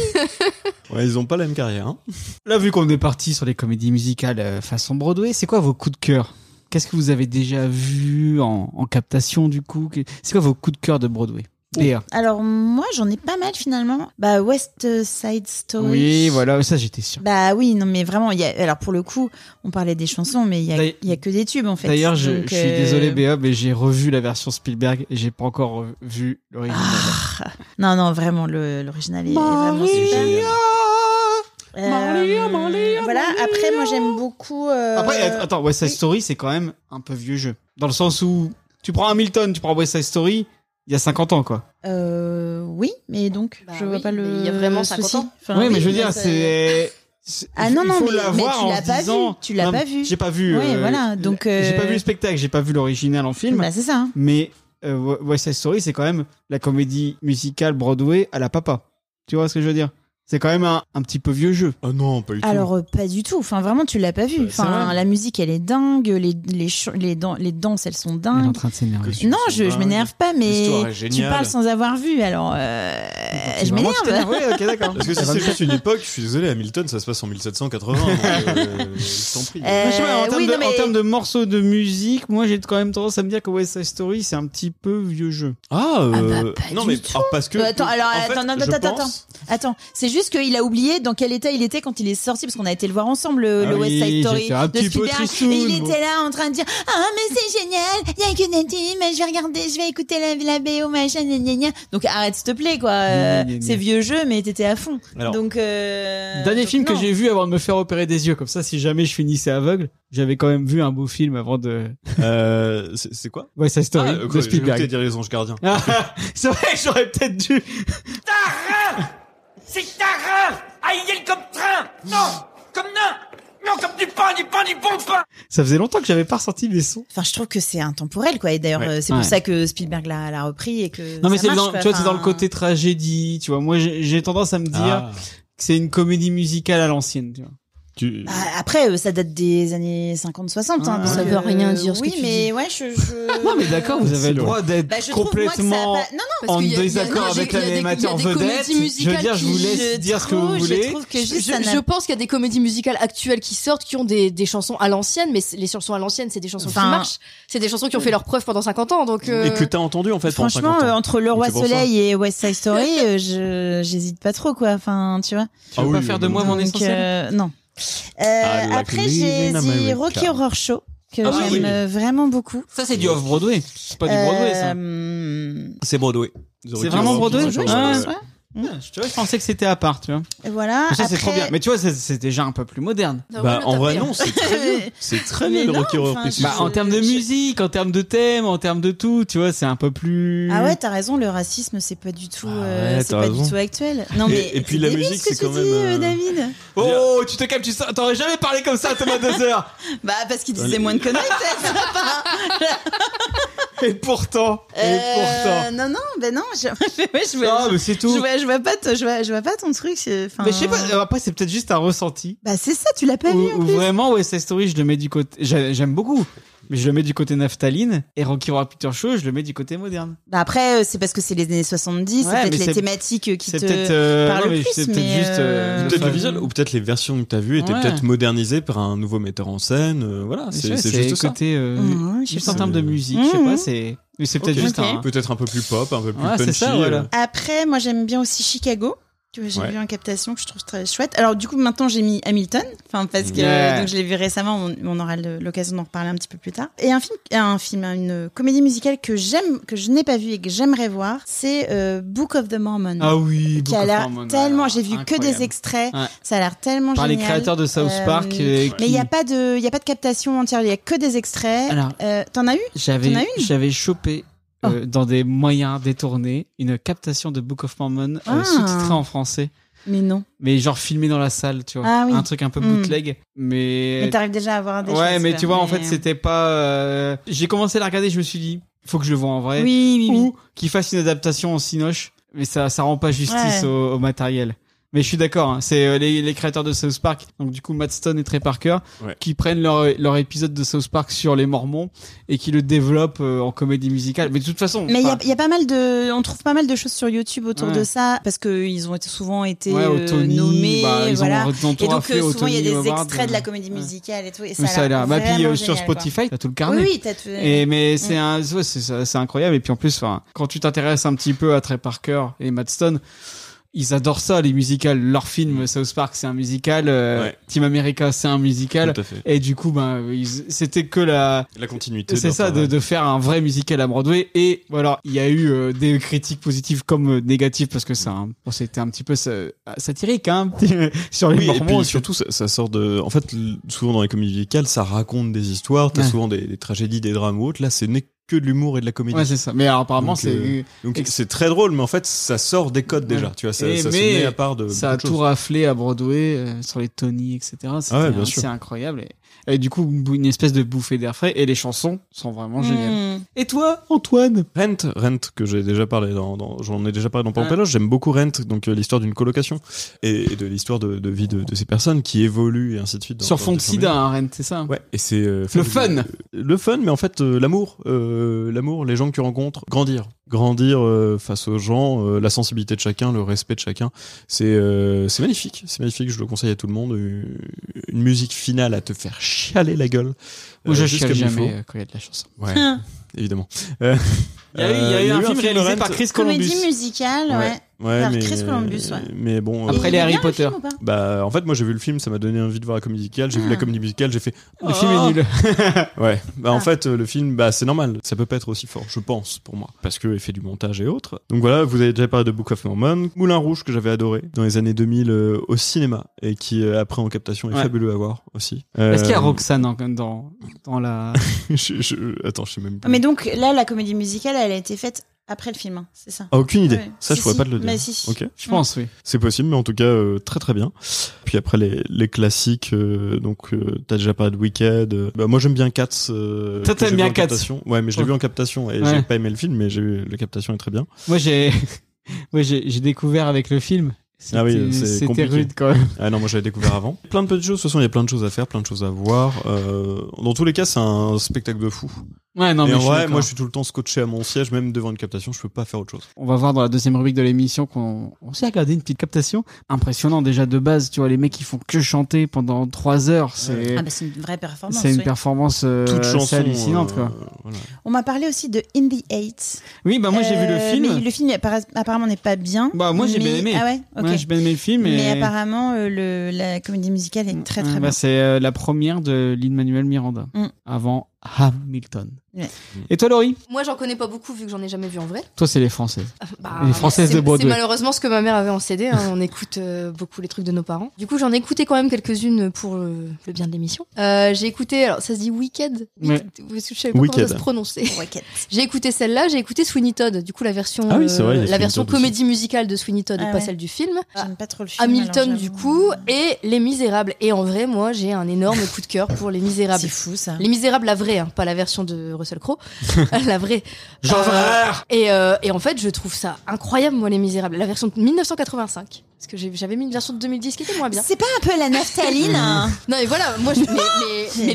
Speaker 6: Ouais, ils ont pas la même carrière. Hein.
Speaker 1: Là, vu qu'on est parti sur les comédies musicales euh, façon Broadway, c'est quoi vos coups de cœur Qu'est-ce que vous avez déjà vu en, en captation, du coup Que- C'est quoi vos coups de cœur de Broadway
Speaker 2: Oh.
Speaker 1: Léa.
Speaker 2: Alors moi j'en ai pas mal finalement. Bah West Side Story.
Speaker 1: Oui, voilà, ça j'étais sûr.
Speaker 2: Bah oui, non mais vraiment, il y a- alors pour le coup, on parlait des chansons, mais il y a,
Speaker 1: D'ailleurs-
Speaker 2: il y a que des tubes en fait.
Speaker 1: D'ailleurs, je,
Speaker 2: Donc,
Speaker 1: je suis
Speaker 2: euh,
Speaker 1: désolé, Béa, mais j'ai revu la version Spielberg et j'ai pas encore vu l'original.
Speaker 2: Ah. Non, non, vraiment, le- l'original est, est vraiment
Speaker 6: C'est
Speaker 2: super.
Speaker 6: génial.
Speaker 2: Euh,
Speaker 1: Maria, Maria,
Speaker 2: voilà,
Speaker 1: Maria.
Speaker 2: après moi j'aime beaucoup... euh,
Speaker 1: Après, att- attends, West Side
Speaker 2: oui.
Speaker 1: Story, c'est quand même un peu vieux jeu. Dans le sens où tu prends Hamilton, tu prends West Side Story, il y a 50 ans, quoi.
Speaker 2: euh, oui, mais donc,
Speaker 5: Bah
Speaker 2: je vois
Speaker 5: oui,
Speaker 2: pas le
Speaker 5: mais il y a vraiment
Speaker 2: souci.
Speaker 5: 50 ans.
Speaker 2: Enfin,
Speaker 1: oui, mais je veux
Speaker 2: mais
Speaker 1: dire,
Speaker 2: ça-
Speaker 1: c'est. c'est-
Speaker 2: Ah
Speaker 1: il
Speaker 2: non, non,
Speaker 1: faut
Speaker 2: mais-
Speaker 1: l'avoir
Speaker 2: mais tu
Speaker 1: en
Speaker 2: l'as
Speaker 1: se
Speaker 2: pas
Speaker 1: disant-
Speaker 2: vu, tu l'as
Speaker 1: Non,
Speaker 2: pas vu.
Speaker 1: J'ai pas vu.
Speaker 2: Oui,
Speaker 1: euh,
Speaker 2: voilà, donc,
Speaker 1: J'ai pas
Speaker 2: euh,
Speaker 1: vu le spectacle, j'ai pas vu l'original en film,
Speaker 2: Bah c'est ça. hein.
Speaker 1: mais euh, West Side Story, c'est quand même la comédie musicale Broadway à la papa. Tu vois ce que je veux dire C'est quand même un, un petit peu vieux jeu.
Speaker 6: Ah non, pas du
Speaker 2: Alors euh, pas du tout. Enfin vraiment tu l'as pas vu.
Speaker 6: Bah, c'est
Speaker 2: Enfin
Speaker 6: vrai.
Speaker 2: la musique elle est dingue, les les ch- les, dan- les danses elles sont
Speaker 1: Elle est en
Speaker 2: dingues.
Speaker 1: train de
Speaker 6: tout.
Speaker 1: s'énerver.
Speaker 6: Que
Speaker 2: Non
Speaker 6: c'est
Speaker 2: je, je
Speaker 6: dingue.
Speaker 2: m'énerve pas mais
Speaker 6: L'histoire est
Speaker 2: tu
Speaker 6: géniale.
Speaker 2: parles sans avoir vu alors euh,
Speaker 1: C'est
Speaker 2: je
Speaker 1: vraiment que tu
Speaker 2: m'énerve.
Speaker 1: t'énerves, ouais, ok, d'accord.
Speaker 6: Parce que si
Speaker 1: Ça va
Speaker 6: c'est
Speaker 1: me-
Speaker 6: juste une époque, je suis désolé, Hamilton, ça se passe en 1780.
Speaker 1: *laughs*
Speaker 6: donc, euh, je t'en prie.
Speaker 2: Euh,
Speaker 1: Ouais, je sais pas, en termes,
Speaker 2: oui,
Speaker 1: de,
Speaker 2: non, mais-
Speaker 1: en termes de morceaux de musique, moi j'ai quand même tendance à me dire que West Side Story c'est un petit peu vieux jeu.
Speaker 6: Ah,
Speaker 2: bah, pas
Speaker 6: non
Speaker 2: du
Speaker 6: mais
Speaker 2: tout.
Speaker 6: alors, parce que
Speaker 2: Euh, attends, alors,
Speaker 6: en fait,
Speaker 2: attends, non,
Speaker 6: je
Speaker 2: attends, attends,
Speaker 6: pense-
Speaker 2: Attends, c'est juste qu'il a oublié dans quel état il était quand il est sorti, parce qu'on a été le voir ensemble, le,
Speaker 1: Ah
Speaker 2: le
Speaker 1: oui,
Speaker 2: West Side Story
Speaker 1: j'étais un
Speaker 2: de
Speaker 1: petit peu
Speaker 2: Spielberg.
Speaker 1: tristoun,
Speaker 2: et il
Speaker 1: bon.
Speaker 2: était là en train de dire Ah, mais c'est génial, il y a que des teams, je vais regarder, je vais écouter la, la BO, machin, gna gna gna. Donc arrête, s'il te plaît, quoi. euh,
Speaker 1: Gna gna gna.
Speaker 2: C'est vieux jeu, mais t'étais à fond.
Speaker 6: Alors,
Speaker 2: donc, euh,
Speaker 1: Dernier
Speaker 2: donc,
Speaker 1: film que
Speaker 2: non.
Speaker 1: j'ai vu avant de me faire opérer des yeux, comme ça si jamais je finissais aveugle, j'avais quand même vu un beau film avant de
Speaker 6: euh, c'est c'est quoi
Speaker 1: West Side Story
Speaker 6: Ah, euh,
Speaker 1: de
Speaker 6: quoi, j'ai
Speaker 1: *laughs*
Speaker 6: écouté
Speaker 1: Spielberg.
Speaker 6: dire les anges gardiens.
Speaker 1: Ah, c'est vrai, j'aurais peut-être dû.
Speaker 8: C'est ta rave À Yel comme train Non Comme nain Non, comme du pain, du pain, du bon pain
Speaker 1: Ça faisait longtemps que j'avais pas ressorti les sons.
Speaker 2: Enfin, je trouve que c'est intemporel, quoi. Et d'ailleurs,
Speaker 6: Ouais.
Speaker 2: euh, c'est
Speaker 1: Ouais.
Speaker 2: pour ça que Spielberg l'a l'a repris et que.
Speaker 1: Non mais
Speaker 2: ça
Speaker 1: c'est
Speaker 2: marche,
Speaker 1: dans,
Speaker 2: quoi.
Speaker 1: tu vois, c'est dans le
Speaker 2: Enfin,
Speaker 1: côté tragédie. Tu vois, moi j'ai j'ai tendance à me dire
Speaker 6: Ah,
Speaker 1: que c'est une comédie musicale à l'ancienne. Tu vois.
Speaker 6: tu...
Speaker 2: Bah, après, euh, ça date des années 50-60. hein,
Speaker 1: Ah,
Speaker 2: donc,
Speaker 1: ça
Speaker 5: veut
Speaker 2: euh,
Speaker 5: rien dire, ce que
Speaker 2: Oui,
Speaker 5: tu
Speaker 2: mais ouais, je. je-
Speaker 1: Non mais d'accord, vous avez le droit d'être
Speaker 2: Bah, je trouve, moi, que ça a
Speaker 1: complètement.
Speaker 2: pas- Non,
Speaker 5: Parce
Speaker 1: en
Speaker 5: qu'il y a- il y a-
Speaker 1: désaccord
Speaker 5: non, j'ai-
Speaker 1: avec
Speaker 5: il y a des-
Speaker 1: l'animateur
Speaker 5: il y a des comédies
Speaker 1: vedette. Je veux
Speaker 5: musicales
Speaker 1: dire, je vous
Speaker 5: qui-
Speaker 1: laisse
Speaker 2: je
Speaker 1: dire ce que vous
Speaker 2: trouve- Je
Speaker 1: voulez.
Speaker 2: trouve que
Speaker 5: Je,
Speaker 2: juste ça n'a-
Speaker 5: je pense qu'il y a des comédies musicales actuelles qui sortent, qui ont des, des chansons à l'ancienne, mais c'est- les chansons à l'ancienne, c'est des chansons qui
Speaker 2: Enfin,
Speaker 5: marchent, c'est des chansons qui ont fait leur preuve pendant 50 ans, donc. euh,
Speaker 6: Et que t'as entendu en fait pendant
Speaker 2: Franchement,
Speaker 6: 50
Speaker 2: euh,
Speaker 6: ans.
Speaker 2: entre Le Roi
Speaker 6: C'est pour ça.
Speaker 2: Soleil et West Side Story, euh, je j'hésite pas trop, quoi. Enfin, tu vois.
Speaker 1: Tu veux
Speaker 6: Ah
Speaker 1: pas
Speaker 6: oui,
Speaker 1: faire de
Speaker 6: oui,
Speaker 1: moi mon
Speaker 2: Donc,
Speaker 1: essentiel
Speaker 2: euh, non. Euh,
Speaker 6: I like
Speaker 2: après, j'ai
Speaker 6: living
Speaker 2: The
Speaker 6: America.
Speaker 2: Rocky Horror Show que
Speaker 1: Ah oui.
Speaker 2: j'aime euh, vraiment beaucoup.
Speaker 1: Ça, c'est du off-Broadway. C'est pas du Broadway, ça.
Speaker 2: Euh,
Speaker 6: C'est Broadway.
Speaker 1: C'est vraiment Broadway
Speaker 2: je-
Speaker 1: Ah ouais.
Speaker 2: ouais.
Speaker 1: Ouais, je- tu vois, je pensais que c'était à part, tu vois.
Speaker 2: Et Voilà.
Speaker 1: Ça, c'est
Speaker 2: Ah, après...
Speaker 1: trop bien. Mais tu vois, c'est- c'est déjà un peu plus moderne.
Speaker 5: ah ouais,
Speaker 6: Bah
Speaker 5: le
Speaker 6: en vrai
Speaker 5: taper,
Speaker 6: non,
Speaker 5: hein.
Speaker 2: *coughs*
Speaker 6: c'est
Speaker 2: *laughs*
Speaker 6: très vieux. C'est très
Speaker 2: Mais
Speaker 6: vieux le
Speaker 2: non,
Speaker 6: Rocky Horror
Speaker 2: enfin,
Speaker 6: Picture
Speaker 1: Bah,
Speaker 2: je-
Speaker 1: en termes de
Speaker 2: je-
Speaker 1: musique, en termes de thème, en termes de tout, tu vois, c'est un peu plus.
Speaker 2: Ah ouais, t'as raison, le racisme, c'est pas du tout,
Speaker 6: Ah
Speaker 2: euh,
Speaker 6: ouais,
Speaker 2: c'est
Speaker 6: t'as
Speaker 2: pas
Speaker 6: raison.
Speaker 2: du tout actuel. Non,
Speaker 6: Et-
Speaker 2: mais.
Speaker 6: et puis la
Speaker 2: débile
Speaker 6: musique,
Speaker 2: ce que
Speaker 6: c'est quand
Speaker 2: tu
Speaker 6: même,
Speaker 2: dis,
Speaker 6: euh,
Speaker 2: euh, David.
Speaker 1: Oh, tu te calmes, tu sais- t'aurais jamais parlé comme ça à Thomas Dozer.
Speaker 2: Bah, parce qu'il disait moins de conneries, *laughs*
Speaker 1: *laughs*
Speaker 2: peut-être.
Speaker 1: Et pourtant, et
Speaker 2: Euh,
Speaker 1: pourtant.
Speaker 2: Non, non, ben non, je, *laughs* ouais, je,
Speaker 1: Ah,
Speaker 2: vois,
Speaker 1: mais c'est
Speaker 2: je,
Speaker 1: tout.
Speaker 2: vois, je vois pas, t- je vois, je vois pas ton truc. c'est- enfin-
Speaker 1: Mais je sais pas, euh, après, c'est peut-être juste un ressenti.
Speaker 2: Bah, c'est ça, tu l'as pas
Speaker 1: Ou
Speaker 2: vu en
Speaker 1: ou
Speaker 2: plus.
Speaker 1: vraiment, West Side Story, je le mets du côté. j'a- J'aime beaucoup, mais je le mets du côté naphtaline. Et Rocky Horror Picture Show, je le mets du côté moderne.
Speaker 2: Bah, après, euh, c'est parce que c'est les années 70,
Speaker 1: Ouais,
Speaker 2: c'est
Speaker 1: mais
Speaker 2: peut-être
Speaker 1: c'est-
Speaker 2: les thématiques euh, qui
Speaker 1: C'est
Speaker 2: te.
Speaker 1: peut-être. euh,
Speaker 2: parle
Speaker 1: non, mais
Speaker 2: plus,
Speaker 1: c'est peut-être
Speaker 2: mais,
Speaker 1: juste. euh,
Speaker 2: euh,
Speaker 6: Peut-être le
Speaker 1: enfin,
Speaker 6: visuel ou peut-être les versions que t'as vues étaient
Speaker 1: Ouais.
Speaker 6: peut-être modernisées par un nouveau metteur en scène. euh, voilà, c'est c'est juste ça.
Speaker 1: côté, euh,
Speaker 2: Mmh, Ouais, je sais
Speaker 1: juste
Speaker 2: pas.
Speaker 1: en termes de musique, je sais
Speaker 2: Mhm.
Speaker 1: pas, c'est. Mais c'est peut-être
Speaker 6: Ok.
Speaker 1: juste un.
Speaker 6: Peut-être un peu plus pop, un peu plus
Speaker 1: Ouais, c'est
Speaker 6: punchy.
Speaker 1: ça, voilà.
Speaker 6: euh.
Speaker 2: Après, moi, j'aime bien aussi Chicago. Tu vois, j'ai
Speaker 6: Ouais.
Speaker 2: vu en captation que je trouve très chouette. Alors, du coup, maintenant, j'ai mis Hamilton. Enfin, parce que
Speaker 1: Yeah.
Speaker 2: donc, je l'ai vu récemment. On, on aura le- l'occasion d'en reparler un petit peu plus tard. Et un film, un film, une comédie musicale que j'aime, que je n'ai pas vue et que j'aimerais voir, c'est euh, Book of the Mormon.
Speaker 1: Ah oui,
Speaker 2: qui
Speaker 1: Book
Speaker 2: a
Speaker 1: of
Speaker 2: l'air
Speaker 1: Mormon,
Speaker 2: tellement.
Speaker 1: alors,
Speaker 2: J'ai vu que
Speaker 1: euh, incroyable.
Speaker 2: des extraits.
Speaker 1: Ouais.
Speaker 2: Ça a l'air tellement
Speaker 1: Par les
Speaker 2: génial.
Speaker 1: créateurs de South
Speaker 2: Euh,
Speaker 1: Park. euh,
Speaker 2: Mais il
Speaker 1: qui-
Speaker 2: n'y a pas de, il y a pas de captation entière. Il y a que des extraits.
Speaker 1: Alors-
Speaker 2: Euh, T'en as eu T'en as
Speaker 1: J'avais,
Speaker 2: une Oh.
Speaker 1: j'avais chopé. euh, dans des moyens détournés, une captation de Book of Mormon euh,
Speaker 2: Ah.
Speaker 1: sous-titrée en français
Speaker 2: Mais non.
Speaker 1: mais genre filmé dans la salle, tu vois.
Speaker 2: Ah oui.
Speaker 1: Un truc un peu
Speaker 2: Mm.
Speaker 1: bootleg. Mais.
Speaker 2: Mais t'arrives déjà à avoir des
Speaker 1: ouais,
Speaker 2: choses,
Speaker 1: mais
Speaker 2: quoi.
Speaker 1: tu vois, en fait, c'était pas. euh, J'ai commencé à la regarder, je me suis dit, faut que je le vois en vrai.
Speaker 2: Oui, oui, oui.
Speaker 1: Ou qu'il fasse une adaptation en cinoche, mais ça, ça rend pas justice
Speaker 2: Ouais.
Speaker 1: au, au matériel. Mais je suis d'accord, hein, c'est euh, les, les créateurs de South Park, donc du coup Matt Stone et Trey Parker,
Speaker 6: Ouais.
Speaker 1: qui prennent leur, leur épisode de South Park sur les Mormons et qui le développent euh, en comédie musicale. Mais de toute façon,
Speaker 2: Mais il y a-
Speaker 1: enfin,
Speaker 2: il y, a pas mal de, on trouve pas mal de choses sur YouTube autour
Speaker 1: Ouais.
Speaker 2: de ça parce que ils ont été souvent été
Speaker 1: ouais, au
Speaker 2: euh,
Speaker 1: Tony,
Speaker 2: nommés,
Speaker 1: bah, ils
Speaker 2: voilà.
Speaker 1: ont, ils ont tout
Speaker 2: Et donc
Speaker 1: raflé
Speaker 2: euh,
Speaker 1: au
Speaker 2: souvent il y a
Speaker 1: Tony
Speaker 2: des
Speaker 1: Award,
Speaker 2: extraits
Speaker 1: euh,
Speaker 2: de la comédie musicale et tout. Et ça,
Speaker 1: mais ça a l'air. Bah, puis
Speaker 2: vraiment
Speaker 1: euh, sur
Speaker 2: génial, quoi.
Speaker 1: Spotify, t'as tout le
Speaker 2: Oui,
Speaker 1: carnet.
Speaker 2: oui, t'as tout.
Speaker 1: Et mais c'est un, ouais, c'est ça, c'est incroyable. Et puis en plus, enfin, quand tu t'intéresses un petit peu à Trey Parker et Matt Stone, ils adorent ça, les musicals. Leur film South Park, c'est un musical. euh,
Speaker 6: Ouais.
Speaker 1: Team America, c'est un musical.
Speaker 6: Tout à fait.
Speaker 1: Et du coup, ben, ils- c'était que la,
Speaker 6: La continuité.
Speaker 1: c'est ça, de, de faire un vrai musical à Broadway. Et voilà, il y a eu euh, des critiques positives comme euh, négatives parce que ça, hein, bon, c'était un petit peu euh, satirique, hein, *laughs* sur les
Speaker 6: Oui, et
Speaker 1: Mormons.
Speaker 6: puis
Speaker 1: parce que-
Speaker 6: surtout, ça, ça sort de. En fait, l- souvent dans les comédies musicales, ça raconte des histoires, t'as
Speaker 1: Ouais.
Speaker 6: souvent des, des tragédies, des drames ou autres. Là, ce n'est que de l'humour et de la comédie.
Speaker 1: Ouais, c'est ça. Mais alors, apparemment,
Speaker 6: Donc,
Speaker 1: c'est
Speaker 6: euh, Donc
Speaker 1: Ex-
Speaker 6: c'est très drôle, mais en fait, ça sort des codes déjà.
Speaker 1: Ouais.
Speaker 6: Tu vois, ça,
Speaker 1: Et
Speaker 6: ça se
Speaker 1: mais
Speaker 6: met à part de.
Speaker 1: Ça a
Speaker 6: Euh, beaucoup de
Speaker 1: tout
Speaker 6: choses.
Speaker 1: raflé à Broadway, euh, sur les Tony, etc. C'était
Speaker 6: Ah ouais, bien
Speaker 1: un-
Speaker 6: sûr.
Speaker 1: C'est incroyable. Et, et du coup, une bou- une espèce de bouffée d'air frais. Et les chansons sont vraiment
Speaker 2: Mm. Hmm.
Speaker 1: géniales. Et toi, Antoine
Speaker 6: Rent, Rent que j'ai déjà parlé dans, dans- j'en ai déjà parlé dans Pampelage, j'aime beaucoup Rent, donc euh, l'histoire d'une colocation et, et de l'histoire de, de vie de, de ces personnes qui évoluent et ainsi de suite. dans-
Speaker 1: Sur
Speaker 6: dans
Speaker 1: fond
Speaker 6: des
Speaker 1: de sida,
Speaker 6: familles.
Speaker 1: hein, Rennes, c'est ça
Speaker 6: Ouais, et c'est euh,
Speaker 1: Le
Speaker 6: fabuleux.
Speaker 1: fun.
Speaker 6: le fun, mais en fait euh, l'amour, euh, l'amour, les gens que tu rencontres, grandir, grandir euh, face aux gens, euh, la sensibilité de chacun, le respect de chacun, c'est euh, c'est magnifique, c'est magnifique. Je le conseille à tout le monde. Une, une musique finale à te faire chialer la gueule.
Speaker 1: Moi, je
Speaker 6: euh, juste
Speaker 1: chiale
Speaker 6: comme il
Speaker 1: jamais
Speaker 6: faut.
Speaker 1: euh, quand il y a de la chanson.
Speaker 6: Ouais,
Speaker 2: Hein.
Speaker 6: évidemment. Euh,
Speaker 1: Il y a eu, il y a eu un, film réalisé par Chris Columbus.
Speaker 2: Comédie musicale,
Speaker 6: Ouais.
Speaker 2: ouais.
Speaker 6: Ouais,
Speaker 2: Par
Speaker 6: mais,
Speaker 2: Chris Columbus, ouais.
Speaker 6: mais bon.
Speaker 1: Après
Speaker 6: euh,
Speaker 1: les Harry Potter.
Speaker 6: bah, en fait, moi j'ai vu le film, ça m'a donné envie de voir la comédie musicale. J'ai vu
Speaker 2: Ah.
Speaker 6: la comédie musicale, j'ai fait.
Speaker 1: Le film
Speaker 6: Oh.
Speaker 1: est nul.
Speaker 6: Euh, Ouais. Bah,
Speaker 2: Ah.
Speaker 6: en fait, euh, le film, bah, c'est normal. Ça peut pas être aussi fort, je pense, pour moi. Parce que effet du montage et autres. Donc voilà, vous avez déjà parlé de Book of Mormon. Moulin Rouge, que j'avais adoré dans les années 2000 euh, au cinéma. Et qui, euh, après, en captation, est
Speaker 1: Ouais.
Speaker 6: fabuleux à voir aussi.
Speaker 1: Est-ce qu'il y a
Speaker 6: Euh,
Speaker 1: Roxane en- dans, dans la.
Speaker 6: *laughs* je- je- Attends, je sais même pas.
Speaker 2: Ah, Mais donc là, la comédie musicale, elle a été faite après le film, hein, c'est ça.
Speaker 6: Ah, aucune idée.
Speaker 2: Ouais.
Speaker 6: Ça,
Speaker 2: Si,
Speaker 6: je pourrais
Speaker 2: si.
Speaker 6: pas te le dire.
Speaker 2: Mais si, si.
Speaker 6: Ok.
Speaker 1: Je pense, oui.
Speaker 6: C'est possible, mais en tout cas, euh, très très bien. Puis après, les, les classiques, euh, donc euh, t'as déjà parlé de Wicked. euh, bah, moi, j'aime bien Cats. Euh,
Speaker 1: Toi,
Speaker 6: que
Speaker 1: t'aimes
Speaker 6: j'ai vu
Speaker 1: bien
Speaker 6: en
Speaker 1: Cats.
Speaker 6: captation. Ouais, mais je l'ai
Speaker 1: Ok.
Speaker 6: vu en captation et
Speaker 1: Ouais.
Speaker 6: j'ai pas aimé le film, mais j'ai vu la captation est très bien.
Speaker 1: Moi, j'ai. *laughs* Moi, j'ai j'ai découvert avec le film.
Speaker 6: Ah oui,
Speaker 1: C'était-
Speaker 6: c'est
Speaker 1: C'était
Speaker 6: compliqué.
Speaker 1: rude, quand même.
Speaker 6: Ah non, moi j'avais découvert avant. plein de petites choses, de toute façon, il y a plein de choses à faire, plein de choses à voir. Euh, dans tous les cas, c'est un spectacle de fou.
Speaker 1: Ouais, non,
Speaker 6: et
Speaker 1: mais
Speaker 6: en
Speaker 1: je suis
Speaker 6: vrai,
Speaker 1: d'accord.
Speaker 6: moi je suis tout le temps scotché à mon siège, même devant une captation, je peux pas faire autre chose.
Speaker 1: On va voir dans la deuxième rubrique de l'émission qu'on on s'est regardé une petite captation. Impressionnant déjà de base, tu vois, les mecs qui font que chanter pendant trois heures, c'est
Speaker 2: Ah bah c'est une vraie performance.
Speaker 1: c'est une
Speaker 2: oui.
Speaker 1: performance euh,
Speaker 6: Toute
Speaker 1: assez
Speaker 6: chanson.
Speaker 1: hallucinante
Speaker 6: euh,
Speaker 1: quoi.
Speaker 6: voilà.
Speaker 2: On m'a parlé aussi de In the Eight.
Speaker 1: Oui, bah moi j'ai vu le
Speaker 2: Euh,
Speaker 1: film.
Speaker 2: mais le film appara- apparemment n'est pas bien.
Speaker 1: Bah, moi, j'ai
Speaker 2: mais-
Speaker 1: bien aimé.
Speaker 2: Ah ouais, ok.
Speaker 1: Ouais, j'ai bien aimé le film.
Speaker 2: mais...
Speaker 1: et-
Speaker 2: apparemment euh, le, la comédie musicale est très très
Speaker 1: Ouais, bah,
Speaker 2: bien.
Speaker 1: c'est euh, la première de Lin-Manuel Miranda
Speaker 2: Mm.
Speaker 1: avant Hamilton.
Speaker 2: Ouais.
Speaker 1: Et toi Laurie
Speaker 5: Moi, j'en connais pas beaucoup vu que j'en ai jamais vu en vrai.
Speaker 1: Toi c'est les Français.
Speaker 5: Bah,
Speaker 1: Les Françaises
Speaker 5: c'est-
Speaker 1: de Broadway.
Speaker 5: C'est malheureusement ce que ma mère avait en CD. hein. On écoute euh, beaucoup les trucs de nos parents. Du coup, j'en ai écouté quand même quelques-unes pour euh, le bien de l'émission. Euh, j'ai écouté, alors ça se dit Wicked.
Speaker 1: Ouais.
Speaker 5: Wicked, parce que Je savais pas comment
Speaker 6: Wicked.
Speaker 5: ça se prononçait.
Speaker 2: Rocket.
Speaker 5: J'ai écouté celle-là, j'ai écouté Sweeney Todd. Du coup, la version, euh,
Speaker 6: Ah oui, c'est vrai, il y a
Speaker 5: la
Speaker 6: Sweeney
Speaker 5: version
Speaker 6: Todd aussi.
Speaker 5: comédie musicale de Sweeney Todd
Speaker 2: Ah
Speaker 5: et pas
Speaker 2: ouais.
Speaker 5: celle du film.
Speaker 2: J'aime pas trop le film.
Speaker 5: Hamilton
Speaker 2: alors,
Speaker 5: du
Speaker 2: j'avoue.
Speaker 5: coup et Les Misérables. Et en vrai, moi, j'ai un énorme coup de cœur pour Les Misérables.
Speaker 2: C'est Ah, fou ça.
Speaker 5: Les Misérables, la vraie, hein, pas la version de
Speaker 6: *laughs*
Speaker 5: Russell Crowe, la vraie.
Speaker 1: Jean
Speaker 5: Euh,
Speaker 1: Valère
Speaker 5: et, euh, et en fait, je trouve ça incroyable, moi, Les Misérables. La version de 1985. Parce que j'ai- j'avais mis une version de 2010 qui était moins bien.
Speaker 2: C'est pas un peu la naphtaline hein
Speaker 5: Non, mais voilà, moi, je, mais, mais-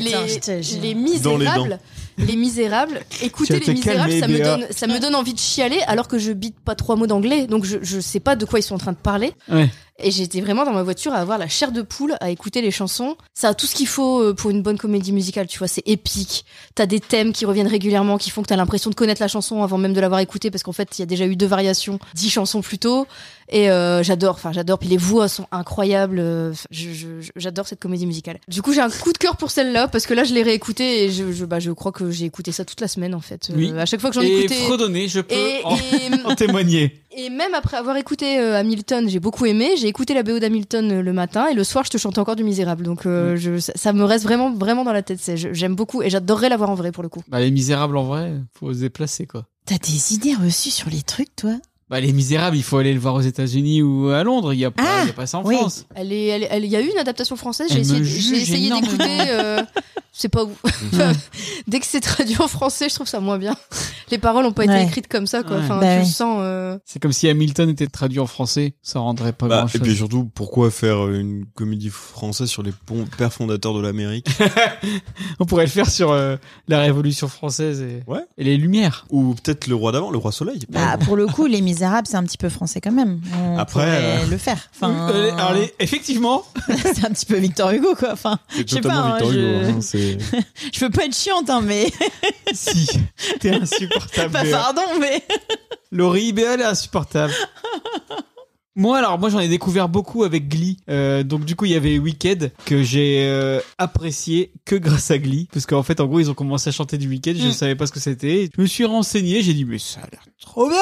Speaker 2: *laughs*
Speaker 5: mais
Speaker 2: Putain, je te
Speaker 5: les,
Speaker 2: jure.
Speaker 5: les
Speaker 6: Dans les dents.
Speaker 5: Misérables, les, Misérables,
Speaker 1: Tu
Speaker 5: écoutez Les
Speaker 1: vas te
Speaker 5: Misérables,
Speaker 1: calmer,
Speaker 5: ça me,
Speaker 1: Béa.
Speaker 5: donne, ça me donne envie de chialer alors que je bite pas trois mots d'anglais. Donc, je, je sais pas de quoi ils sont en train de parler.
Speaker 1: Ouais.
Speaker 5: Et j'étais vraiment dans ma voiture à avoir la chair de poule, à écouter les chansons. Ça a tout ce qu'il faut euh, pour une bonne comédie musicale, tu vois. C'est épique. T'as des thèmes qui reviennent régulièrement, qui font que t'as l'impression de connaître la chanson avant même de l'avoir écoutée, parce qu'en fait, il y a déjà eu deux variations, dix chansons plus tôt. Et euh, j'adore, enfin, j'adore. Puis les voix sont incroyables. euh, je- je- je- J'adore cette comédie musicale. Du coup, j'ai un coup de cœur pour celle-là, parce que là, je l'ai réécoutée et je, je- bah, je crois que j'ai écouté ça toute la semaine, en fait. Euh,
Speaker 1: Oui.
Speaker 5: À chaque fois que j'en
Speaker 1: Et euh,
Speaker 5: écoutais.
Speaker 1: fredonné, je peux
Speaker 5: Et,
Speaker 1: en...
Speaker 5: et- *laughs*
Speaker 1: en *laughs* témoigner.
Speaker 5: et même après avoir écouté euh, Hamilton, j'ai beaucoup aimé. J'ai écouté la BO d'Hamilton euh, le matin et le soir, je te chante encore du Misérable. Donc euh, je, ça, ça me reste vraiment, vraiment dans la tête. C'est- je- J'aime beaucoup et j'adorerais la voir en vrai pour le coup.
Speaker 1: Bah les Misérables en vrai, faut se déplacer quoi.
Speaker 2: T'as des idées reçues sur les trucs toi
Speaker 1: Bah, Les Misérables, il faut aller le voir aux États-Unis ou à Londres. Il n'y a, pas-
Speaker 2: Ah,
Speaker 1: il y a pas ça en
Speaker 2: oui.
Speaker 1: France.
Speaker 5: Elle est- elle est- elle- Il y a eu une adaptation française, j'ai
Speaker 1: Elle
Speaker 5: essayé,
Speaker 1: me
Speaker 5: j'ai
Speaker 1: juge Mm.
Speaker 5: essayé
Speaker 1: énormément.
Speaker 5: d'écouter.
Speaker 1: *laughs*
Speaker 5: euh, c'est pas où. *laughs* Dès que c'est traduit en français, je trouve ça moins bien. Les paroles n'ont pas
Speaker 2: Ouais.
Speaker 5: été écrites comme ça, quoi.
Speaker 1: Ouais.
Speaker 5: Enfin,
Speaker 2: Bah
Speaker 5: tu le
Speaker 2: oui.
Speaker 5: sens. euh,
Speaker 1: C'est comme si Hamilton était traduit en français. Ça rendrait pas
Speaker 6: Bah, et
Speaker 1: grand-chose.
Speaker 6: puis surtout, pourquoi faire une comédie française sur les pon- pères fondateurs de l'Amérique
Speaker 1: On pourrait le faire sur euh, la Révolution française et,
Speaker 6: Ouais.
Speaker 1: et les Lumières.
Speaker 6: Ou peut-être le roi d'avant, le roi soleil par
Speaker 2: Bah,
Speaker 6: exemple.
Speaker 2: pour le coup, Les Misérables, c'est un petit peu français quand même. On
Speaker 6: Après,
Speaker 2: pourrait le faire.
Speaker 1: *laughs*
Speaker 2: Enfin,
Speaker 1: Euh, alors, les- effectivement,
Speaker 2: *laughs* c'est un petit peu Victor Hugo, quoi. Enfin,
Speaker 6: C'est
Speaker 2: je sais
Speaker 6: totalement
Speaker 2: pas, hein,
Speaker 6: Victor Hugo,
Speaker 2: je-
Speaker 6: hein, c'est-
Speaker 2: je veux pas être chiante, hein, mais.
Speaker 1: *laughs*
Speaker 2: *laughs*
Speaker 1: si. T'es insupportable.
Speaker 2: Bah, pardon, mais.
Speaker 1: Laurie IBL est insupportable. *laughs* Moi alors moi j'en ai découvert beaucoup avec Glee. Euh, donc du coup il y avait Wicked que j'ai euh, apprécié que grâce à Glee parce qu'en fait en gros ils ont commencé à chanter du Wicked, je
Speaker 2: Mm.
Speaker 1: savais pas ce que c'était. Je me suis renseigné, j'ai dit mais ça a l'air trop bien.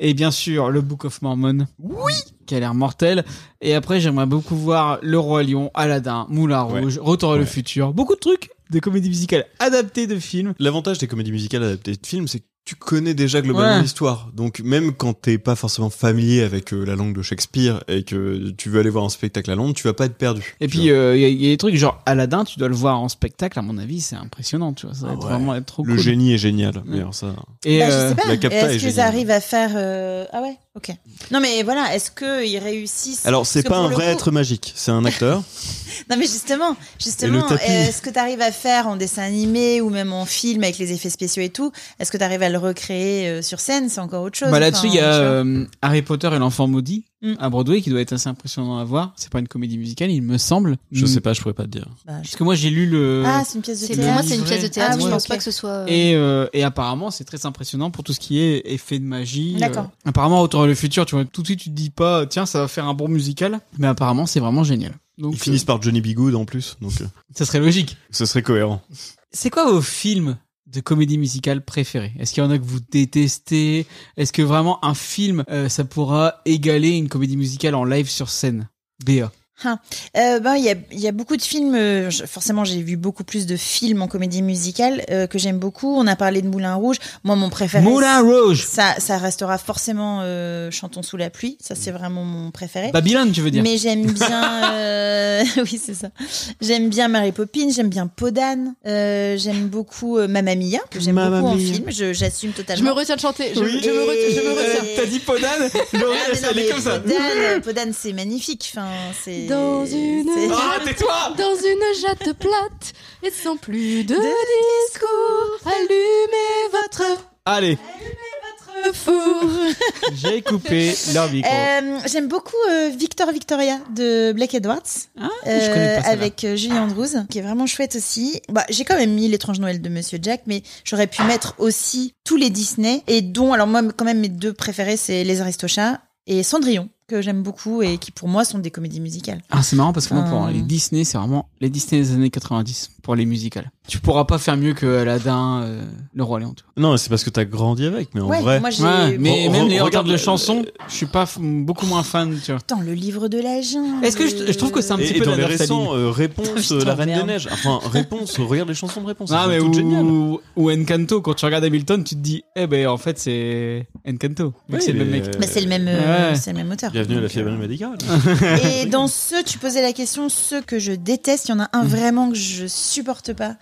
Speaker 1: Et bien sûr le Book of Mormon. Oui. Qui a l'air mortel. Et après j'aimerais beaucoup voir Le Roi Lion, Aladdin, Moulin
Speaker 6: Ouais.
Speaker 1: Rouge, Retour vers le
Speaker 6: Ouais.
Speaker 1: futur, beaucoup de trucs, des comédies musicales adaptées de films.
Speaker 6: L'avantage des comédies musicales adaptées de films, c'est que tu connais déjà globalement
Speaker 1: Ouais.
Speaker 6: l'histoire. Donc même quand t'es pas forcément familier avec euh, la langue de Shakespeare et que tu veux aller voir un spectacle à Londres, tu vas pas être perdu.
Speaker 1: Et
Speaker 6: Tu
Speaker 1: puis, euh, il y, a- y a des trucs genre Aladdin, tu dois le voir en spectacle, à mon avis, c'est impressionnant, tu vois. Ça va
Speaker 6: Ah
Speaker 1: être
Speaker 6: ouais.
Speaker 1: vraiment être trop
Speaker 6: vois. le
Speaker 1: cool.
Speaker 6: génie est génial. Mais alors ça,
Speaker 1: Et,
Speaker 2: Bah, je
Speaker 1: euh,
Speaker 2: sais pas.
Speaker 6: la capta
Speaker 2: Et
Speaker 6: est
Speaker 2: Est-ce qu'ils
Speaker 6: géniale.
Speaker 2: arrivent à faire. euh, Ah ouais, ok. Non, mais voilà, est-ce qu'ils réussissent
Speaker 6: alors c'est
Speaker 2: Parce que
Speaker 6: pas un
Speaker 2: pour le
Speaker 6: vrai
Speaker 2: coup-
Speaker 6: être magique, c'est
Speaker 1: *laughs*
Speaker 6: un acteur.
Speaker 2: Non mais justement, justement, eh,
Speaker 6: tapis.
Speaker 2: est-ce que tu arrives à faire en dessin animé ou même en film avec les effets spéciaux et tout Est-ce que tu arrives à le recréer euh, sur scène C'est encore autre chose.
Speaker 1: bah, là-dessus,
Speaker 2: Enfin,
Speaker 1: il y a
Speaker 2: tu vois.
Speaker 1: euh, Harry Potter et l'enfant maudit
Speaker 2: hein, Mm.
Speaker 1: à Broadway qui doit être assez impressionnant à voir. C'est pas une comédie musicale, il me semble.
Speaker 6: Je
Speaker 1: Mm.
Speaker 6: sais pas, je pourrais pas te dire.
Speaker 2: Bah, je-
Speaker 1: Parce que moi, j'ai lu le.
Speaker 2: Ah, c'est une pièce de
Speaker 5: c'est-
Speaker 1: le
Speaker 5: pour
Speaker 2: théâtre.
Speaker 5: moi, c'est une
Speaker 1: livret.
Speaker 5: pièce de théâtre.
Speaker 2: Ah oui,
Speaker 5: je pense
Speaker 2: ok.
Speaker 5: pas que ce soit. euh,
Speaker 1: Et, euh, et apparemment, c'est très impressionnant pour tout ce qui est effet de magie.
Speaker 2: D'accord.
Speaker 1: Euh, apparemment, Retour vers le futur, tu vois, tout de suite, tu te dis pas, tiens, ça va faire un bon musical. Mais apparemment, c'est vraiment génial. Donc,
Speaker 6: Ils finissent par Johnny B. Good en plus, donc euh,
Speaker 1: euh, ça serait logique.
Speaker 6: ce serait cohérent.
Speaker 1: C'est quoi vos films de comédie musicale préférés Est-ce qu'il y en a que vous détestez Est-ce que vraiment un film, euh, ça pourra égaler une comédie musicale en live sur scène Béa.
Speaker 2: Euh, bah, il y a, il y a beaucoup de films. euh, je- forcément, j'ai vu beaucoup plus de films en comédie musicale euh, que j'aime beaucoup. On a parlé de Moulin Rouge. Moi, mon préféré.
Speaker 1: Moulin Rouge
Speaker 2: Ça, ça restera forcément euh, Chantons sous la pluie. Ça, c'est vraiment mon préféré.
Speaker 1: Babylone, tu veux dire
Speaker 2: Mais j'aime bien, euh, *laughs* oui c'est ça. J'aime bien Mary Poppins, j'aime bien Podane, euh, j'aime beaucoup euh, Mamma Mia, que j'aime
Speaker 6: Mamma
Speaker 2: beaucoup en
Speaker 6: Mia.
Speaker 2: film. je- J'assume
Speaker 5: Je me
Speaker 2: totalement.
Speaker 5: retiens de chanter. Je, je me retiens. je me
Speaker 2: et-
Speaker 5: retiens.
Speaker 2: retiens.
Speaker 1: *laughs* T'as dit Podane Laurie,
Speaker 2: Ah, mais non,
Speaker 1: elle est
Speaker 2: mais
Speaker 1: comme ça.
Speaker 2: Podane, euh, Podane, c'est magnifique. Enfin, c'est.
Speaker 5: Dans une-
Speaker 2: c'est-
Speaker 1: Ah, tais-toi
Speaker 5: Dans une jatte plate et sans plus de, discours, allumez votre
Speaker 1: Allez,
Speaker 5: four.
Speaker 1: j'ai coupé leur micro.
Speaker 2: Euh, J'aime beaucoup euh, Victor Victoria de Black Edwards
Speaker 1: Ah, je connais pas celle-là.
Speaker 2: avec euh, Julie Andrews qui est vraiment chouette aussi. Bah, j'ai quand même mis l'étrange Noël de Monsieur Jack, mais j'aurais pu mettre aussi tous les Disney et dont alors moi quand même mes deux préférés c'est Les Aristochats et Cendrillon que j'aime beaucoup et qui pour moi sont des comédies musicales.
Speaker 1: Ah, c'est marrant parce que moi, pour
Speaker 2: Euh.
Speaker 1: les Disney, c'est vraiment les Disney des années 90 pour les musicales. Tu pourras pas faire mieux que Aladdin, euh, Le Roi Lion, tu vois.
Speaker 6: Non, mais c'est parce que t'as grandi avec, mais en
Speaker 2: ouais,
Speaker 6: vrai.
Speaker 2: moi j'ai
Speaker 1: Ouais, mais
Speaker 6: Re-
Speaker 1: même
Speaker 6: re-
Speaker 1: les regardes
Speaker 6: regarde-
Speaker 1: de chansons, je suis pas f- beaucoup moins fan, tu vois.
Speaker 2: Attends, le livre de la jungle.
Speaker 1: Est-ce que je, je trouve que c'est un
Speaker 6: Et,
Speaker 1: petit
Speaker 6: et
Speaker 1: peu
Speaker 6: dans
Speaker 1: de
Speaker 6: les
Speaker 1: la
Speaker 6: récents, euh, réponse,
Speaker 2: Putain,
Speaker 6: euh, la Reine
Speaker 2: merde.
Speaker 6: des Neiges. Enfin, réponse, regarde les chansons de réponse.
Speaker 1: Non,
Speaker 6: elles
Speaker 1: Ah, mais
Speaker 6: sont toutes géniales.
Speaker 1: ou, ou Encanto, quand tu regardes Hamilton, tu te dis, eh ben en fait c'est Encanto, vu que
Speaker 6: Oui,
Speaker 1: c'est le même
Speaker 6: mais,
Speaker 1: mec.
Speaker 6: euh,
Speaker 2: Bah, c'est le même, euh,
Speaker 1: Ouais.
Speaker 2: c'est le même auteur.
Speaker 6: Bienvenue à la
Speaker 2: Donc,
Speaker 6: fièvre
Speaker 2: euh,
Speaker 6: médicale.
Speaker 2: Et dans ceux, tu posais la question, ceux que je déteste, il y en a
Speaker 1: Mm.
Speaker 2: un vraiment que je supporte pas.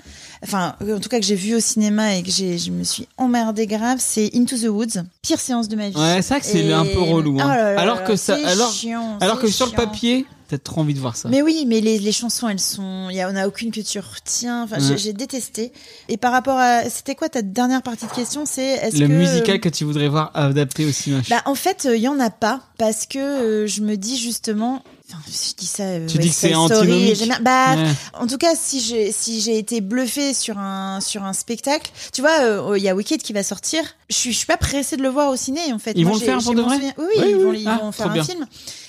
Speaker 2: Enfin, en tout cas que j'ai vu au cinéma et que j'ai, je me suis emmerdée grave, c'est Into the Woods, pire séance de ma vie.
Speaker 1: Ouais, c'est vrai que c'est
Speaker 2: Et-
Speaker 1: un peu relou. hein.
Speaker 2: Oh là là
Speaker 1: alors
Speaker 2: là,
Speaker 1: que ça,
Speaker 2: c'est
Speaker 1: alors,
Speaker 2: chiant,
Speaker 1: alors
Speaker 2: c'est
Speaker 1: que sur le
Speaker 2: chiant.
Speaker 1: papier, t'as trop envie de voir ça.
Speaker 2: Mais oui, mais les, les chansons, elles sont, il y a- on a aucune que tu retiens. Enfin, j'ai-
Speaker 1: Ouais.
Speaker 2: j'ai détesté. Et par rapport à, c'était quoi ta dernière partie de question C'est est-ce
Speaker 1: Le
Speaker 2: que
Speaker 1: musical que tu voudrais voir adapté au cinéma.
Speaker 2: Bah, en fait, il y en a pas parce que euh, je me dis justement. Enfin, je dis ça. euh,
Speaker 1: Tu
Speaker 2: West
Speaker 1: dis que c'est
Speaker 2: Side Story,
Speaker 1: antinomique.
Speaker 2: j'aime bien- Bah,
Speaker 1: Ouais.
Speaker 2: En tout cas, si j'ai si j'ai été bluffée sur un sur un spectacle, tu vois, euh, il y a Wicked qui va sortir. Je suis je suis pas pressée de le voir au ciné en fait.
Speaker 1: Ils vont le
Speaker 2: j'ai-
Speaker 1: faire pour
Speaker 2: j'ai
Speaker 1: de
Speaker 2: mon
Speaker 1: vrai
Speaker 2: souvenir- Oui,
Speaker 1: Oui,
Speaker 2: ils
Speaker 1: oui.
Speaker 2: vont, ils
Speaker 1: Ah,
Speaker 2: vont faire
Speaker 1: trop
Speaker 2: un
Speaker 1: bien.
Speaker 2: film.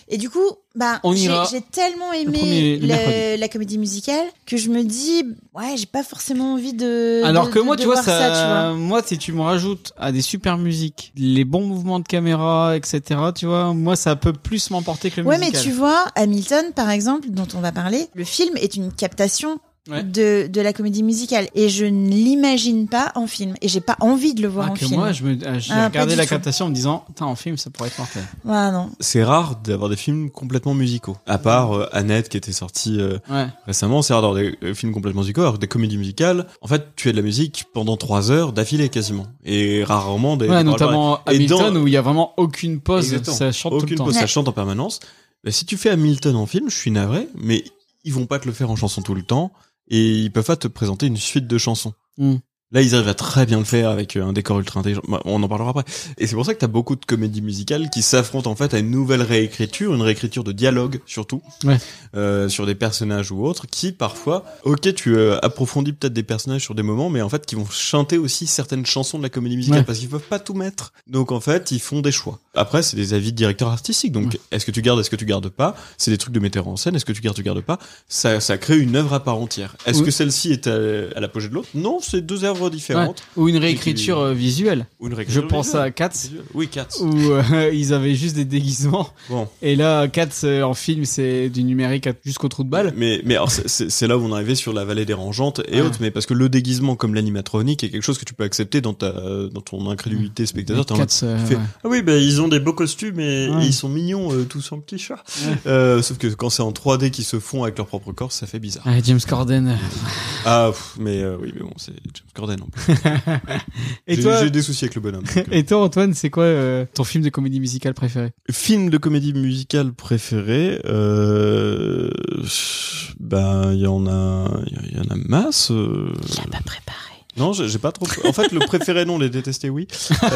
Speaker 2: Et du coup, bah
Speaker 1: On
Speaker 2: j'ai
Speaker 1: ira
Speaker 2: j'ai tellement aimé
Speaker 1: premier- le
Speaker 2: la-
Speaker 1: mercredi.
Speaker 2: la comédie musicale que je me dis ouais, j'ai pas forcément envie de
Speaker 1: Alors
Speaker 2: de-
Speaker 1: que
Speaker 2: de-
Speaker 1: moi,
Speaker 2: de
Speaker 1: tu vois,
Speaker 2: voir
Speaker 1: ça,
Speaker 2: tu vois.
Speaker 1: moi, si tu me rajoutes à des super musiques, les bons mouvements de caméra, etc., tu vois, moi, ça peut plus m'emporter que le
Speaker 2: Ouais,
Speaker 1: musical.
Speaker 2: mais tu vois, Hamilton, par exemple, dont on va parler, le film est une captation
Speaker 1: Ouais.
Speaker 2: de, de la comédie musicale et je ne l'imagine pas en film et j'ai pas envie de le voir
Speaker 1: Ah,
Speaker 2: en
Speaker 1: que
Speaker 2: film.
Speaker 1: moi, je me- ah, j'ai
Speaker 2: Ah, pas
Speaker 1: regardé
Speaker 2: du
Speaker 1: la
Speaker 2: tout.
Speaker 1: captation en me disant, putain, en film, ça pourrait être mortel.
Speaker 2: Ouais, non.
Speaker 6: C'est rare d'avoir des films complètement musicaux. À part euh, Annette qui était sortie euh,
Speaker 1: Ouais.
Speaker 6: récemment, c'est rare d'avoir des euh, films complètement musicaux. Alors que des comédies musicales, en fait, tu as de la musique pendant trois heures d'affilée quasiment. Et rarement des.
Speaker 1: Ouais, notamment
Speaker 6: Et
Speaker 1: Hamilton
Speaker 6: dans-
Speaker 1: où il y a vraiment aucune pause,
Speaker 6: Exactement.
Speaker 1: ça chante tout
Speaker 6: Aucune
Speaker 1: le temps.
Speaker 6: pause, ça
Speaker 2: Ouais.
Speaker 6: chante en permanence. Bah, si tu fais Hamilton en film, je suis navré, mais ils vont pas te le faire en chanson tout le temps et ils peuvent pas te présenter une suite de chansons.
Speaker 1: Mm.
Speaker 6: Là, ils arrivent à très bien le faire avec euh, un décor ultra intelligent. Bah, on en parlera après. Et c'est pour ça que t'as beaucoup de comédies musicales qui s'affrontent en fait à une nouvelle réécriture, une réécriture de dialogue surtout,
Speaker 1: Ouais.
Speaker 6: euh, sur des personnages ou autres, qui parfois, ok, tu euh, approfondis peut-être des personnages sur des moments, mais en fait, qui vont chanter aussi certaines chansons de la comédie musicale
Speaker 1: Ouais.
Speaker 6: parce qu'ils peuvent pas tout mettre. Donc en fait, ils font des choix. Après, c'est des avis de directeur artistique. Donc, est-ce que tu gardes, est-ce que tu gardes pas C'est des trucs de metteur en scène. Est-ce que tu gardes, tu gardes pas ça, ça crée une œuvre à part entière. Est-ce
Speaker 1: Oui.
Speaker 6: que celle-ci est à, à l'apogée de l'autre Non, c'est deux œuvres différentes.
Speaker 1: Ou une réécriture euh, visuelle.
Speaker 6: Ou une
Speaker 1: Je
Speaker 6: réécriture
Speaker 1: pense à
Speaker 6: visuelle. *laughs*
Speaker 1: Katz
Speaker 6: Oui, quatre.
Speaker 1: où euh, ils avaient juste des déguisements.
Speaker 6: Bon.
Speaker 1: Et là, Katz euh, en film, c'est du numérique à- jusqu'au trou de balle.
Speaker 6: Mais, mais alors, c'est- c'est c'est là où on est arrivé sur la vallée dérangeante et
Speaker 1: Ouais.
Speaker 6: autres, mais parce que le déguisement comme l'animatronique est quelque chose que tu peux accepter dans ta, dans ton incrédulité spectateur. T'es en mode,
Speaker 1: Katz, euh,
Speaker 6: tu fais,
Speaker 1: ouais.
Speaker 6: Ah oui, bah, ils ont des beaux costumes et,
Speaker 1: Ouais.
Speaker 6: et ils sont mignons, euh, tous en petit chat. Euh, sauf que quand c'est en 3D qu'ils se font avec leur propre corps, ça fait *laughs* bizarre.
Speaker 1: Ah, James Corden. euh.
Speaker 6: Ah, pff, mais euh, oui, mais bon, c'est James Corden. en plus.
Speaker 1: Et
Speaker 6: J'ai-
Speaker 1: toi,
Speaker 6: J'ai des soucis avec le bonhomme. *laughs* donc, euh.
Speaker 1: et toi, Antoine, c'est quoi euh, ton film de comédie musicale préféré
Speaker 6: Film de comédie musicale préféré, euh, ben il y en a, il y en a masse. euh.
Speaker 4: Pas préparé.
Speaker 6: Non, j'ai j'ai pas trop. En fait, le préféré non, les détestés oui. Euh,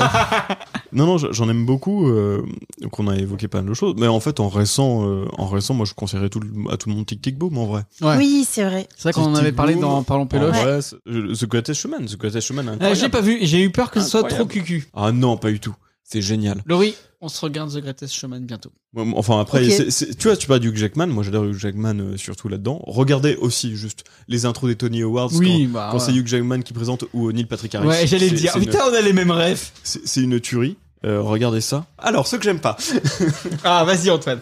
Speaker 6: non, non, j- j'en aime beaucoup. euh, donc on a évoqué pas mal de choses, mais en fait en récent, euh, en récent, moi je conseillerais tout le- à tout le monde Tic Tic Boom en vrai.
Speaker 1: Ouais.
Speaker 2: Oui, c'est vrai.
Speaker 1: C'est vrai qu'on en
Speaker 6: Tic-Tic
Speaker 1: avait parlé
Speaker 6: Boom.
Speaker 1: dans Parlons Péloche.
Speaker 6: En vrai, c'est- je- The Greatest Showman, The Greatest Showman.
Speaker 1: Euh,
Speaker 6: incroyable.
Speaker 1: J'ai pas vu, j'ai eu peur que ce soit trop
Speaker 6: Incroyable.
Speaker 1: cucu.
Speaker 6: Ah non, pas du tout. C'est génial.
Speaker 1: Laurie, on se regarde The Greatest Showman bientôt.
Speaker 6: Ouais, m- Enfin après,
Speaker 4: Ok.
Speaker 6: c'est- c'est- tu vois, tu parles du Hugh Jackman. Moi, j'adore Hugh Jackman euh, surtout là-dedans. Regardez aussi juste les intros des Tony Awards.
Speaker 1: Oui,
Speaker 6: Quand,
Speaker 1: bah.
Speaker 6: quand
Speaker 1: ouais.
Speaker 6: c'est Hugh Jackman qui présente ou Neil Patrick Harris.
Speaker 1: Ouais, j'allais
Speaker 6: C'est-
Speaker 1: le dire.
Speaker 6: c'est une-
Speaker 1: Putain, on a les mêmes rêves.
Speaker 6: C'est c'est une tuerie. Euh, regardez ça. Alors, ceux que j'aime pas.
Speaker 1: Ah, vas-y, Antoine.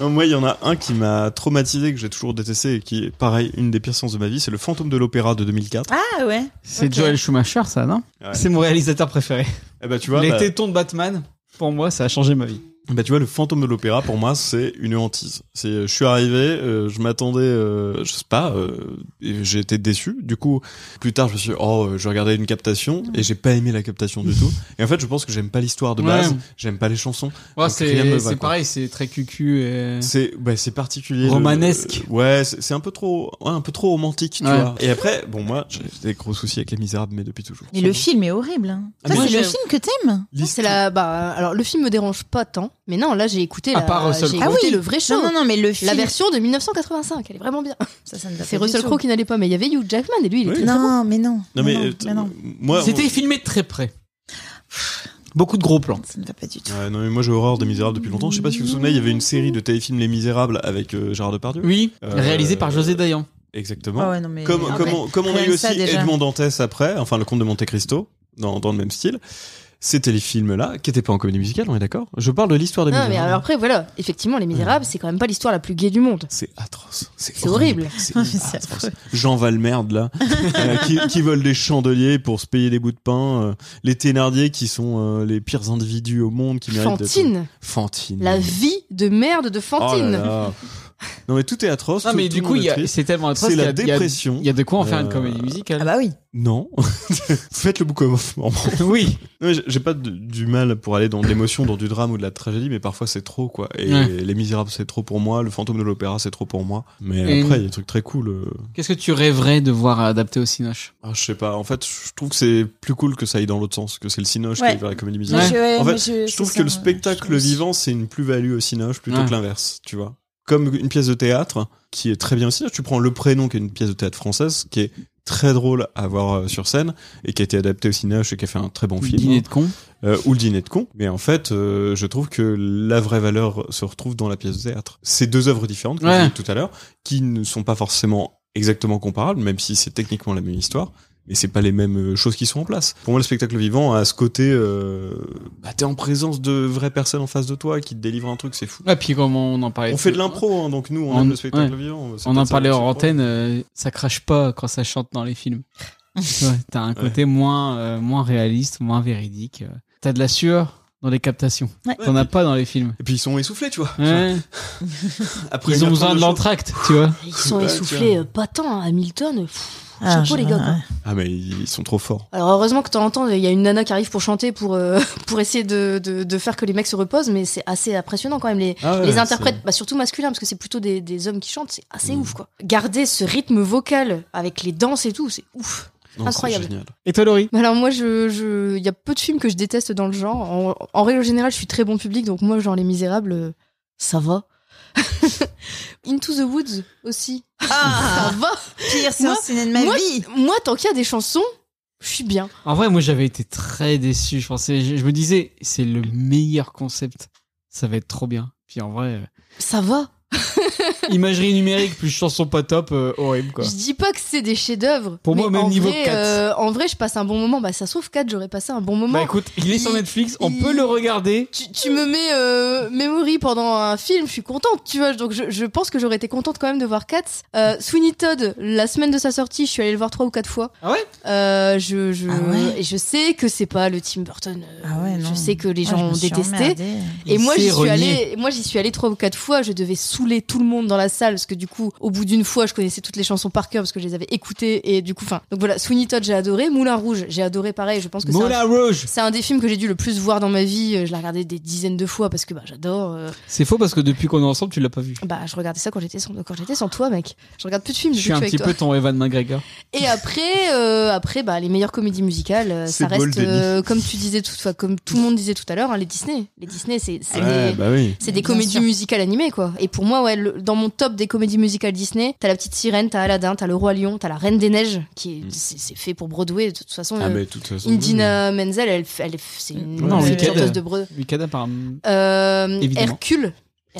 Speaker 6: Non, moi, il y en a un qui m'a traumatisé, que j'ai toujours détesté et qui est, pareil, une des pires séances de ma vie. C'est le fantôme de l'opéra de 2004.
Speaker 2: Ah ouais.
Speaker 1: C'est
Speaker 2: Ok.
Speaker 1: Joel Schumacher, ça, non
Speaker 6: Ouais.
Speaker 1: C'est mon réalisateur préféré.
Speaker 6: Eh ben, tu vois,
Speaker 1: les
Speaker 6: bah-
Speaker 1: tétons de Batman, pour moi, ça a changé ma vie.
Speaker 6: Bah tu vois le fantôme de l'opéra pour moi c'est une hantise. C'est je suis arrivé, euh, je m'attendais euh, je sais pas euh, et j'ai été déçu. Du coup, plus tard je me suis dit, oh euh, je regardais une captation
Speaker 2: Ah.
Speaker 6: et j'ai pas aimé la captation du tout. Et en fait, je pense que j'aime pas l'histoire de base,
Speaker 1: Ouais.
Speaker 6: j'aime pas les chansons.
Speaker 1: Ouais,
Speaker 6: Donc, rien ne
Speaker 1: c'est
Speaker 6: va,
Speaker 1: c'est
Speaker 6: quoi.
Speaker 1: pareil, c'est très cucu. Et...
Speaker 6: C'est bah, c'est particulier. le-
Speaker 1: Romanesque.
Speaker 6: euh, ouais, c'est c'est un peu trop ouais, un peu trop romantique, tu
Speaker 1: Ouais.
Speaker 6: vois. Et après, bon moi, j'ai des gros soucis avec les misérables mais depuis toujours.
Speaker 2: Mais le film est horrible. hein.
Speaker 6: Ah,
Speaker 2: Toi,
Speaker 6: mais
Speaker 2: c'est le
Speaker 5: je-
Speaker 2: film que t'aimes
Speaker 5: C'est la. Bah, alors le film me dérange pas tant, mais non, là j'ai écouté.
Speaker 1: À
Speaker 5: la-
Speaker 1: part euh, Russell
Speaker 5: j'ai
Speaker 1: Crowe.
Speaker 5: écouté
Speaker 2: Ah oui.
Speaker 5: le vrai show.
Speaker 2: Non, non, non, mais le film. Ah, bah,
Speaker 5: La version de 1985, elle est vraiment bien.
Speaker 2: Ça, ça ne va pas
Speaker 5: C'est
Speaker 2: du
Speaker 5: Russell
Speaker 2: tout.
Speaker 5: Crowe qui n'allait pas, mais il y avait Hugh Jackman et lui, il
Speaker 6: Oui.
Speaker 5: était très bon.
Speaker 2: Non, mais non.
Speaker 6: Non mais, euh,
Speaker 2: mais non.
Speaker 6: moi
Speaker 1: C'était
Speaker 6: on-
Speaker 1: filmé de très près. Beaucoup de gros plans.
Speaker 2: Ça ne va pas du tout.
Speaker 6: Ouais, non mais moi j'ai horreur des Misérables depuis longtemps. Je sais pas si vous vous souvenez, il y avait une série de téléfilms Les Misérables avec euh, Gérard Depardieu.
Speaker 1: Oui,
Speaker 6: Euh,
Speaker 1: réalisé par José Dayan.
Speaker 6: Exactement.
Speaker 2: Ah ouais, non, mais...
Speaker 6: comme,
Speaker 2: Ah
Speaker 6: comme,
Speaker 2: ouais.
Speaker 6: on, comme on a
Speaker 2: rien
Speaker 6: eu
Speaker 2: que
Speaker 6: aussi
Speaker 2: ça, déjà.
Speaker 6: Edmond Dantès après, enfin le comte de Monte Cristo, dans, dans le même style. Ces téléfilms-là, qui n'étaient pas en comédie musicale, on est d'accord Je parle de l'histoire des
Speaker 5: Non, mais
Speaker 6: Misérables.
Speaker 5: alors après, voilà, effectivement, Les Misérables, c'est quand même pas l'histoire la plus gaie du monde.
Speaker 6: C'est atroce. C'est
Speaker 5: C'est horrible.
Speaker 6: C'est
Speaker 2: Ah, mais c'est
Speaker 6: atroce.
Speaker 2: affreux.
Speaker 6: Jean Valmerde, là, euh, qui, qui vole des chandeliers pour se payer des bouts de pain. euh, les Thénardier, qui sont euh, les pires individus au monde, qui méritent d'être-
Speaker 5: Fantine,
Speaker 6: Fantine.
Speaker 5: la vie de merde
Speaker 6: Oh là
Speaker 5: de Fantine.
Speaker 6: là. Non, mais tout est atroce.
Speaker 1: Non,
Speaker 6: tout-
Speaker 1: mais
Speaker 6: tout
Speaker 1: du
Speaker 6: le
Speaker 1: coup,
Speaker 6: monde
Speaker 1: il y
Speaker 6: est
Speaker 1: a-
Speaker 6: triste.
Speaker 1: c'est tellement atroce.
Speaker 6: C'est
Speaker 1: qu'il y a-
Speaker 6: la
Speaker 1: il y a-
Speaker 6: dépression.
Speaker 1: Il y a de quoi en faire une
Speaker 6: Euh,
Speaker 1: comédie musicale.
Speaker 2: Ah bah oui.
Speaker 1: *laughs*
Speaker 6: Non. Faites le bouc
Speaker 5: bah.
Speaker 1: oui.
Speaker 6: Non, mais j'ai- j'ai pas de- du mal pour aller dans de l'émotion, dans du drame ou de la tragédie, mais parfois c'est trop quoi. Et
Speaker 1: Ouais.
Speaker 6: Les Misérables c'est trop pour moi, Le Fantôme de l'Opéra c'est trop pour moi. Mais
Speaker 1: Et-
Speaker 6: après il y a des trucs très cool. euh.
Speaker 1: Qu'est-ce que tu rêverais de voir adapté au Cinoche
Speaker 6: Ah, je sais pas. En fait, je trouve que c'est plus cool que ça aille dans l'autre sens, que c'est le cinoche
Speaker 2: Ouais.
Speaker 6: qui va vers la comédie
Speaker 1: Ouais.
Speaker 6: musicale.
Speaker 2: Mais ouais,
Speaker 6: En
Speaker 2: mais
Speaker 6: fait, Je trouve
Speaker 2: c'est
Speaker 6: que le
Speaker 2: ça,
Speaker 6: spectacle
Speaker 2: je-
Speaker 6: vivant c'est une plus-value au cinoche plutôt
Speaker 1: Ouais.
Speaker 6: que l'inverse, tu vois. Comme une pièce de théâtre qui est très bien au cinoche. Tu prends Le Prénom qui est une pièce de théâtre française qui est très drôle à voir euh, sur scène et qui a été adaptée au cinoche et qui a fait un très bon film.
Speaker 1: Dîner de con.
Speaker 6: Euh, ou le dîner de con. Mais en fait, euh, je trouve que la vraie valeur se retrouve dans la pièce de théâtre. Ces deux œuvres différentes, comme
Speaker 1: Ouais.
Speaker 6: je disais tout à l'heure, qui ne sont pas forcément exactement comparables, même si c'est techniquement la même histoire. mais c'est pas les mêmes euh, choses qui sont en place. Pour moi, le spectacle vivant a ce côté, euh, bah, t'es en présence de vraies personnes en face de toi qui te délivrent un truc, c'est fou.
Speaker 1: Et Ah, puis comme on en parlait.
Speaker 6: On fait de l'impro, hein, donc nous, on,
Speaker 1: On-
Speaker 6: aime le spectacle
Speaker 1: ouais.
Speaker 6: vivant. C'est
Speaker 1: On en
Speaker 6: peut-être ça,
Speaker 1: parlait
Speaker 6: je sais
Speaker 1: hors
Speaker 6: pas.
Speaker 1: antenne, euh, ça crache pas quand ça chante dans les
Speaker 5: *laughs*
Speaker 1: films. Tu vois, T'as un côté moins, euh, moins réaliste, moins véridique. euh. T'as de la sueur dans les captations.
Speaker 2: Ouais.
Speaker 1: T'en as pas dans les films.
Speaker 6: Et puis ils sont essoufflés, tu vois.
Speaker 1: Ouais.
Speaker 6: Après
Speaker 1: Ils
Speaker 6: une
Speaker 1: ont
Speaker 6: heure
Speaker 1: besoin de
Speaker 6: show.
Speaker 1: l'entracte, tu vois.
Speaker 5: Ils sont
Speaker 6: Ouais,
Speaker 5: essoufflés, euh, pas tant, Hamilton. pff,
Speaker 2: Ah,
Speaker 5: chapeau les
Speaker 2: je-
Speaker 5: gars. quoi.
Speaker 6: Ah mais ils sont trop forts.
Speaker 5: Alors heureusement que tu entends, il y a une nana qui arrive pour chanter, pour, euh, *laughs* pour essayer de, de, de faire que les mecs se reposent, mais c'est assez impressionnant quand même. Les,
Speaker 6: Ah
Speaker 5: les interprètes, bah, surtout masculins, parce que c'est plutôt des, des hommes qui chantent, c'est assez
Speaker 6: Mm.
Speaker 5: ouf quoi. Garder ce rythme vocal avec les danses et tout, c'est ouf.
Speaker 6: Non, c'est
Speaker 5: incroyables.
Speaker 6: génial.
Speaker 1: Et toi, Laurie
Speaker 5: Mais Alors moi, je, je, il y a peu de films que je déteste dans le genre. En, en règle générale, je suis très bon public, donc moi, genre Les Misérables, euh, ça va. *laughs* Into the Woods aussi, ça
Speaker 4: Ah,
Speaker 5: va.
Speaker 2: Pire ciné de ma
Speaker 5: moi,
Speaker 2: vie.
Speaker 5: moi, tant qu'il y a des chansons, je suis bien.
Speaker 1: En vrai, moi, j'avais été très déçu. Je pensais, je, je me disais, c'est le meilleur concept. Ça va être trop bien. Puis en vrai, euh,
Speaker 5: Ça va.
Speaker 1: imagerie numérique plus chanson pas top, euh, horrible quoi.
Speaker 5: Je dis pas que c'est des chefs-d'œuvre.
Speaker 1: Pour moi,
Speaker 5: mais
Speaker 1: même
Speaker 5: en
Speaker 1: niveau
Speaker 5: vrai,
Speaker 1: quatre.
Speaker 5: euh, en vrai, je passe un bon moment. Bah, ça se trouve 4, j'aurais passé un bon moment.
Speaker 1: Bah écoute, il est sur
Speaker 5: Il-
Speaker 1: Netflix, on
Speaker 5: il-
Speaker 1: peut le regarder.
Speaker 5: tu, tu me mets euh, Memory pendant un film, je suis contente, tu vois. Donc je, je pense que j'aurais été contente quand même de voir Cats. Euh, Sweeney Todd, la semaine de sa sortie, je suis allée le voir trois ou quatre fois.
Speaker 1: Ah ouais
Speaker 5: Euh, je, je,
Speaker 2: Ah ouais
Speaker 5: Et je sais que c'est pas le Tim Burton. euh,
Speaker 2: Ah ouais, non.
Speaker 5: Je sais que les
Speaker 2: Ah,
Speaker 5: gens
Speaker 2: je me
Speaker 5: ont
Speaker 2: suis
Speaker 5: détesté.
Speaker 2: emmerdée.
Speaker 5: Et
Speaker 1: Il
Speaker 5: moi
Speaker 1: s'est
Speaker 5: j'y suis
Speaker 1: renié.
Speaker 5: allée, moi j'y suis allée trois ou quatre fois. Je devais saouler tout le monde dans la salle parce que du coup, au bout d'une fois, je connaissais toutes les chansons par cœur parce que je les avais écoutées et du coup, enfin. Donc voilà, Sweeney Todd j'ai adoré, Moulin Rouge j'ai adoré pareil. Je pense que c'est un
Speaker 1: Moulin Rouge.
Speaker 5: c'est un des films que j'ai dû le plus voir dans ma vie. Euh, Je l'ai regardé des dizaines de fois parce que bah, j'adore. euh,
Speaker 1: C'est faux parce que depuis qu'on est ensemble, tu l'as pas vu.
Speaker 5: Bah, je regardais ça quand j'étais sans, quand j'étais sans toi, mec. Je regarde plus de films
Speaker 1: Je
Speaker 5: depuis
Speaker 1: suis un
Speaker 5: que je
Speaker 1: petit
Speaker 5: suis avec
Speaker 1: peu ton Evan McGregor.
Speaker 5: toi. Et après, euh, après, bah, les meilleures comédies musicales, euh,
Speaker 6: C'est
Speaker 5: ça reste,
Speaker 6: Bold Denis.
Speaker 5: euh, comme tu disais tout, enfin, comme tout le monde disait tout à l'heure, hein, les Disney. Les Disney, c'est c'est
Speaker 6: Ouais,
Speaker 5: des,
Speaker 6: bah oui.
Speaker 5: c'est des
Speaker 2: Bien
Speaker 5: comédies
Speaker 2: sûr.
Speaker 5: musicales animées, quoi. Et pour moi, ouais, le- dans mon top des comédies musicales Disney, t'as La Petite Sirène, t'as Aladdin, t'as Le Roi Lion, t'as La Reine des Neiges, qui est,
Speaker 6: Mm.
Speaker 5: c'est c'est fait pour Broadway. De toute façon,
Speaker 6: Ah
Speaker 5: euh,
Speaker 6: mais de toute façon.
Speaker 5: Indina Menzel, elle, fait- elle est- c'est une
Speaker 1: Non,
Speaker 5: c'est une
Speaker 1: Wicked.
Speaker 5: chanteuse de Broadway.
Speaker 1: Lucada par.
Speaker 5: Euh,
Speaker 1: Évidemment.
Speaker 5: Hercule.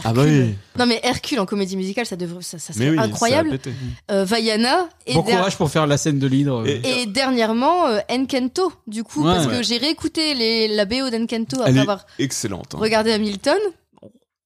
Speaker 6: Ah bah
Speaker 5: Hercule.
Speaker 6: oui.
Speaker 5: Non mais Hercule en comédie musicale, ça devrait, ça, ça
Speaker 6: Mais
Speaker 5: serait
Speaker 6: oui, ça a
Speaker 5: incroyable.
Speaker 6: pété.
Speaker 5: Euh, Vaiana et,
Speaker 1: Bon
Speaker 5: der-
Speaker 1: courage pour faire la scène de l'hydre.
Speaker 6: Et-
Speaker 5: et dernièrement euh, Encanto. Du coup,
Speaker 1: Ouais,
Speaker 5: parce
Speaker 6: ouais.
Speaker 5: que j'ai réécouté les, la BO d'Encanto
Speaker 6: Elle
Speaker 5: après
Speaker 6: est
Speaker 5: avoir
Speaker 6: Excellente. hein.
Speaker 5: regardé Hamilton.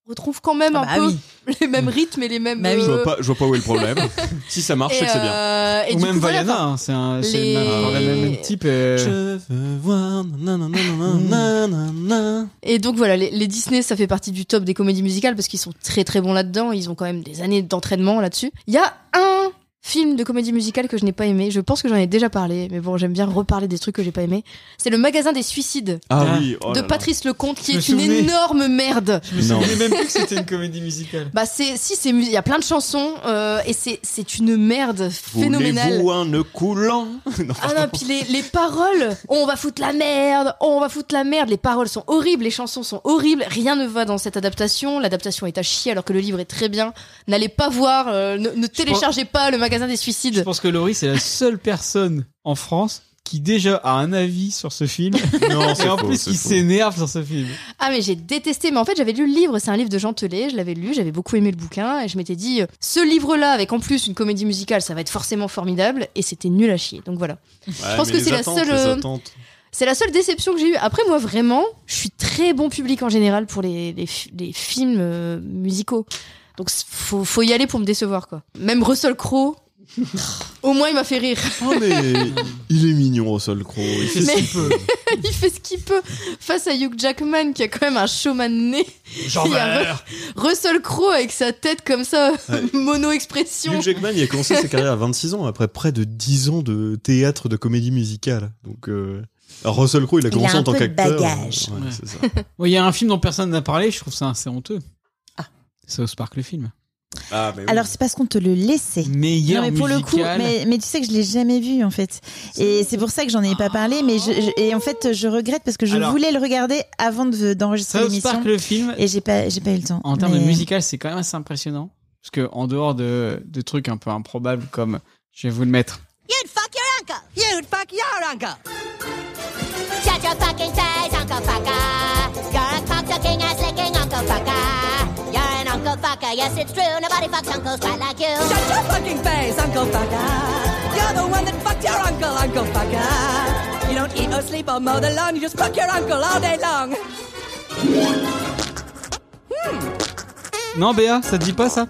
Speaker 5: On retrouve quand même
Speaker 4: Ah
Speaker 5: un
Speaker 4: bah
Speaker 5: peu
Speaker 4: oui.
Speaker 5: *laughs* les mêmes rythmes et les mêmes.
Speaker 4: Bah oui.
Speaker 6: Mm. Je
Speaker 5: euh,
Speaker 6: vois pas, je vois pas où est le
Speaker 5: *laughs*
Speaker 6: problème. *laughs* si ça marche,
Speaker 5: et,
Speaker 6: c'est que c'est bien.
Speaker 5: euh, et
Speaker 1: Ou
Speaker 5: du
Speaker 1: même
Speaker 5: coup, voilà,
Speaker 1: Vaiana,
Speaker 5: enfin,
Speaker 1: hein, c'est un- c'est
Speaker 5: les-
Speaker 1: le même- le même type. euh,
Speaker 6: Je veux voir. nanana, nanana,
Speaker 5: Hmm.
Speaker 6: nanana.
Speaker 5: Et donc voilà, les, les Disney, ça fait partie du top des comédies musicales parce qu'ils sont très très bons là-dedans. Ils ont quand même des années d'entraînement là-dessus. Il y a un film de comédie musicale que je n'ai pas aimé. Je pense que j'en ai déjà parlé, mais bon, j'aime bien reparler des trucs que j'ai pas aimé. C'est le magasin des suicides
Speaker 6: Ah
Speaker 1: Ah,
Speaker 6: oui. oh
Speaker 5: de
Speaker 6: là là.
Speaker 5: Patrice Lecomte, qui
Speaker 1: Je me
Speaker 5: est une
Speaker 1: souvenais.
Speaker 5: énorme merde.
Speaker 1: Je me
Speaker 6: Non.
Speaker 1: souvenais même plus que c'était une comédie musicale.
Speaker 5: Bah c'est si c'est mu- il y a plein de chansons euh, et c'est c'est une merde phénoménale.
Speaker 6: Voulez-vous hein un nœud coulant *laughs* Non.
Speaker 5: Ah non, puis les, les paroles, on va foutre la merde, on va foutre la merde, les paroles sont horribles, les chansons sont horribles, rien ne va dans cette adaptation, l'adaptation est à chier alors que le livre est très bien. N'allez pas voir, euh, ne, ne téléchargez pas le magasin des
Speaker 1: *laughs* Je
Speaker 5: suicides.
Speaker 1: pense que Laurie, c'est la seule personne en France qui déjà a un avis sur ce film.
Speaker 6: Non,
Speaker 1: et
Speaker 6: *laughs* c'est
Speaker 1: en
Speaker 6: faux,
Speaker 1: plus,
Speaker 6: c'est
Speaker 1: qui
Speaker 6: faux.
Speaker 1: s'énerve sur ce film.
Speaker 5: Ah mais j'ai détesté, mais en fait j'avais lu le livre, c'est un livre de Jean Telet, je l'avais lu, j'avais beaucoup aimé le bouquin, et je m'étais dit, euh, ce livre-là avec en plus une comédie musicale, ça va être forcément formidable, et c'était nul à chier, donc voilà.
Speaker 6: Ouais,
Speaker 5: pense
Speaker 6: mais
Speaker 5: que
Speaker 6: les
Speaker 5: c'est la
Speaker 6: attentes,
Speaker 5: seule,
Speaker 6: les
Speaker 5: euh,
Speaker 6: attentes.
Speaker 5: C'est la seule déception que j'ai eue. Après, moi, vraiment, je suis très bon public en général pour les, les, fi- les films euh, musicaux. Donc, c'est- faut, faut y aller pour me décevoir, quoi. Même Russell Crowe, *laughs* au moins, il m'a fait rire. *laughs*
Speaker 6: Oh, mais il est mignon, Russell Crowe. Il fait
Speaker 5: Mais-
Speaker 6: ce qu'il peut.
Speaker 5: il fait ce qu'il peut face à Hugh Jackman, qui a quand même un showman né.
Speaker 6: Jean
Speaker 5: Il y a
Speaker 6: Valjean.
Speaker 5: Russell Crowe avec sa tête comme ça,
Speaker 6: Ouais.
Speaker 5: *laughs* mono-expression.
Speaker 6: Hugh Jackman, il a commencé sa carrière à 26 ans, après près de 10 ans de théâtre, de comédie musicale. Donc, euh, alors Russell Crowe, il a
Speaker 2: Il
Speaker 6: commencé
Speaker 2: a un
Speaker 6: en tant
Speaker 2: peu de
Speaker 6: qu'acteur.
Speaker 2: bagage.
Speaker 6: Ouais,
Speaker 1: Ouais.
Speaker 6: c'est ça.
Speaker 1: Ouais, Il y a un film dont personne n'a parlé, je trouve ça assez honteux.
Speaker 2: Ah.
Speaker 1: South Park, le film.
Speaker 6: Ah, mais oui.
Speaker 2: Alors, c'est parce qu'on te le laissait.
Speaker 1: Meilleur
Speaker 2: non, mais pour
Speaker 1: musical.
Speaker 2: le coup, mais, mais tu sais que je l'ai jamais vu en fait. Et c'est pour ça que j'en ai pas parlé. Mais je, je- et en fait, je regrette parce que je
Speaker 1: Ah. Alors.
Speaker 2: voulais le regarder avant de- d'enregistrer
Speaker 1: South Park,
Speaker 2: l'émission.
Speaker 1: le film,
Speaker 2: Et j'ai pas, j'ai pas eu le temps.
Speaker 1: en termes
Speaker 2: Mais-
Speaker 1: de musical, c'est quand même assez impressionnant. Parce que, en dehors de, de trucs un peu improbables comme, je vais vous le mettre,
Speaker 7: You'd fuck your uncle. You'd fuck your uncle. Shut your fucking face, Uncle Fucker. You're a cock sucking, ass licking Uncle Fucker. You're an Uncle Fucker, yes, it's true. Nobody fucks uncles quite like you. Shut your fucking face, Uncle Fucker. You're You're the one that fucked your uncle, uncle fucker. You don't eat or sleep or mow the lawn. You just fuck your uncle all day long.
Speaker 1: Non, Béa, ça te dit pas ça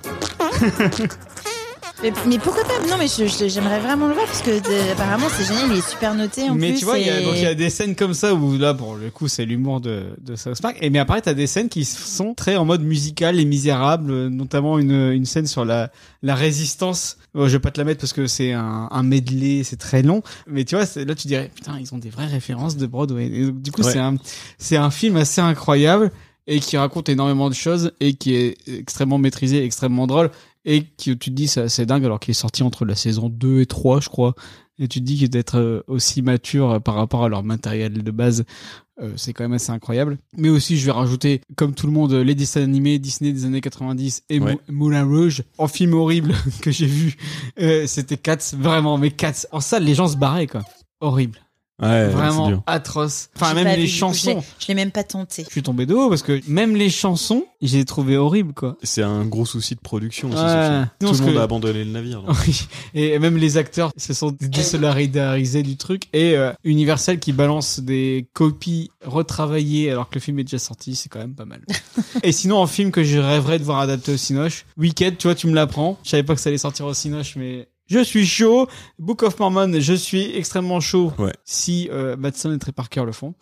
Speaker 2: Mais, mais pourquoi pas Non, mais je- je- j'aimerais vraiment le voir parce que de- apparemment c'est génial, il est super noté en
Speaker 1: Mais
Speaker 2: plus.
Speaker 1: tu vois, il y, a-
Speaker 2: et-
Speaker 1: donc il y a des scènes comme ça où là, pour le coup, c'est l'humour de, de South Park. Et mais après, t'as des scènes qui sont très en mode musical et misérable, euh, notamment une, une scène sur la, la résistance. Bon, je vais pas te la mettre parce que c'est un, un medley, c'est très long. Mais tu vois, c'est- là, tu dirais, putain, ils ont des vraies références de Broadway. Et donc, du coup,
Speaker 6: Ouais.
Speaker 1: c'est un, c'est un film assez incroyable et qui raconte énormément de choses et qui est extrêmement maîtrisé, extrêmement drôle et qui tu te dis c'est assez dingue alors qu'il est sorti entre la saison 2 et 3 je crois et tu te dis que d'être euh, aussi mature euh, par rapport à leur matériel de base euh, c'est quand même assez incroyable mais aussi je vais rajouter comme tout le monde euh, les dessins animés Disney des années 90 et Mou-
Speaker 6: Ouais.
Speaker 1: Moulin Rouge en film horrible *laughs* que j'ai vu euh, c'était Cats vraiment mais Cats en salle les gens se barraient quoi horrible
Speaker 6: Ouais, c'est dur.
Speaker 1: vraiment atroce enfin
Speaker 2: J'ai
Speaker 1: même
Speaker 2: pas
Speaker 1: les
Speaker 2: vu, du coup, je l'ai-
Speaker 1: chansons
Speaker 2: Je l'ai même pas tenté.
Speaker 1: je suis tombé de haut parce que même les chansons j'ai trouvé horrible quoi
Speaker 6: C'est un gros souci de production. aussi,
Speaker 1: Ouais.
Speaker 6: ce film.
Speaker 1: Non,
Speaker 6: Tout
Speaker 1: parce
Speaker 6: le monde
Speaker 1: que-
Speaker 6: a abandonné le navire.
Speaker 1: Oui. Et même les acteurs se sont désolidarisés du truc. Et euh, Universal qui balance des copies retravaillées alors que le film est déjà sorti, c'est quand même pas mal. et sinon, en film que je rêverais de voir adapté au Cinoche, Wicked, tu vois, tu me l'apprends. Je savais pas que ça allait sortir au Cinoche, mais je suis chaud. Book of Mormon, je suis extrêmement chaud.
Speaker 6: Ouais.
Speaker 1: Si euh, Madsen et Trey Parker le font.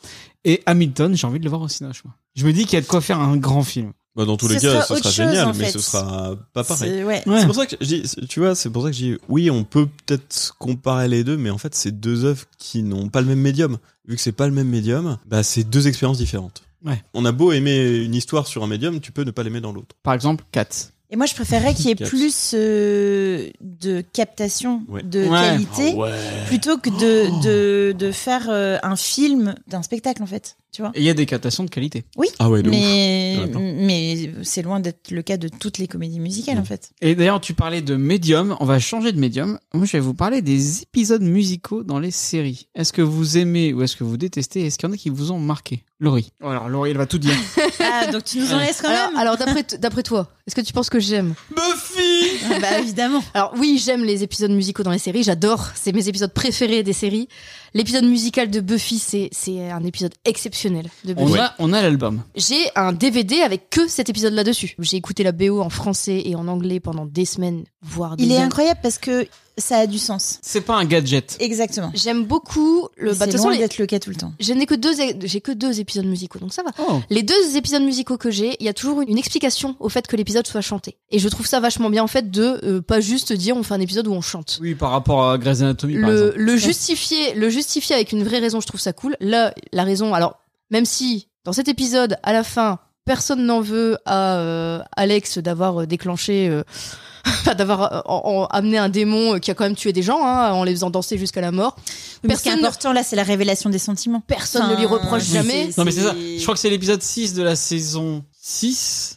Speaker 1: Et Hamilton, j'ai envie de le voir au Cinoche, moi. Je me dis qu'il y a de quoi faire un grand film.
Speaker 6: Bah, dans tous les
Speaker 2: Ce
Speaker 6: cas,
Speaker 2: sera
Speaker 6: ce
Speaker 2: autre
Speaker 6: sera
Speaker 2: chose,
Speaker 6: génial,
Speaker 2: en
Speaker 6: mais
Speaker 2: fait.
Speaker 6: ce sera
Speaker 1: Ah,
Speaker 6: pas pareil.
Speaker 2: C'est- Ouais.
Speaker 1: Ouais.
Speaker 6: C'est pour ça que je dis, tu vois, c'est pour ça que je dis, oui, on peut peut-être comparer les deux, mais en fait, c'est deux œuvres qui n'ont pas le même médium. Vu que c'est pas le même médium, bah, c'est deux expériences différentes.
Speaker 1: Ouais.
Speaker 6: On a beau aimer une histoire sur un médium, tu peux ne pas l'aimer dans l'autre.
Speaker 1: Par exemple, Cats.
Speaker 2: Et moi, je préférerais qu'il y ait
Speaker 6: Caps.
Speaker 2: plus euh, de captation
Speaker 6: Ouais.
Speaker 2: de
Speaker 1: Ouais.
Speaker 2: qualité
Speaker 6: Ah ouais.
Speaker 2: plutôt que de, de, de faire euh, un film d'un spectacle, en fait. Tu vois
Speaker 1: Et il y a des captations de qualité.
Speaker 6: Ah ouais, de ouf.
Speaker 2: mais
Speaker 6: Ouais, attends.
Speaker 2: mais c'est loin d'être le cas de toutes les comédies musicales,
Speaker 1: Mm.
Speaker 2: en fait.
Speaker 1: Et d'ailleurs, tu parlais de médium. On va changer de médium. Moi, je vais vous parler des épisodes musicaux dans les séries. Est-ce que vous aimez ou est-ce que vous détestez Est-ce qu'il y en a qui vous ont marqué Laurie.
Speaker 2: Oh,
Speaker 1: Alors, Laurie, elle va tout dire.
Speaker 2: Ah, donc tu nous en laisses quand
Speaker 5: Alors,
Speaker 2: même
Speaker 5: alors, d'après t- d'après toi, est-ce que tu penses que j'aime
Speaker 1: Buffy
Speaker 2: Ah Bah, évidemment.
Speaker 5: Alors oui, j'aime les épisodes musicaux dans les séries, j'adore, c'est mes épisodes préférés des séries. L'épisode musical de Buffy, c'est c'est un épisode exceptionnel de Buffy.
Speaker 1: On a, on a l'album.
Speaker 5: J'ai un DVD avec que cet épisode là-dessus. J'ai écouté la BO en français et en anglais pendant des semaines, voire des
Speaker 2: Il est
Speaker 5: années.
Speaker 2: incroyable parce que ça a du sens.
Speaker 1: C'est pas un gadget.
Speaker 2: Exactement.
Speaker 5: J'aime beaucoup le.
Speaker 2: Le,
Speaker 5: bah, de
Speaker 2: c'est
Speaker 5: toute façon,
Speaker 2: loin
Speaker 5: les-
Speaker 2: d'être le cas tout le temps.
Speaker 5: je n'ai que deux, j'ai que deux épisodes musicaux, donc ça va.
Speaker 1: Oh.
Speaker 5: Les deux épisodes musicaux que j'ai, il y a toujours une explication au fait que l'épisode soit chanté. Et je trouve ça vachement bien en fait de euh, pas juste dire on fait un épisode où on chante.
Speaker 1: Oui, par rapport à Grey's Anatomy, par
Speaker 5: le,
Speaker 1: exemple.
Speaker 5: le justifier, le justifier avec une vraie raison, je trouve ça cool. Là, la raison, alors même si dans cet épisode, à la fin, personne n'en veut à euh, Alex d'avoir euh, déclenché, euh, *laughs* enfin, d'avoir euh, en- en- amené un démon euh, qui a quand même tué des gens hein, en les faisant danser jusqu'à la mort.
Speaker 2: Oui, mais ce qui est
Speaker 5: Personne-
Speaker 2: important là, c'est la révélation des sentiments.
Speaker 5: Personne ne lui reproche
Speaker 2: c'est-
Speaker 5: jamais.
Speaker 1: Non, mais c'est ça. Je crois que c'est l'épisode 6 de la saison 6.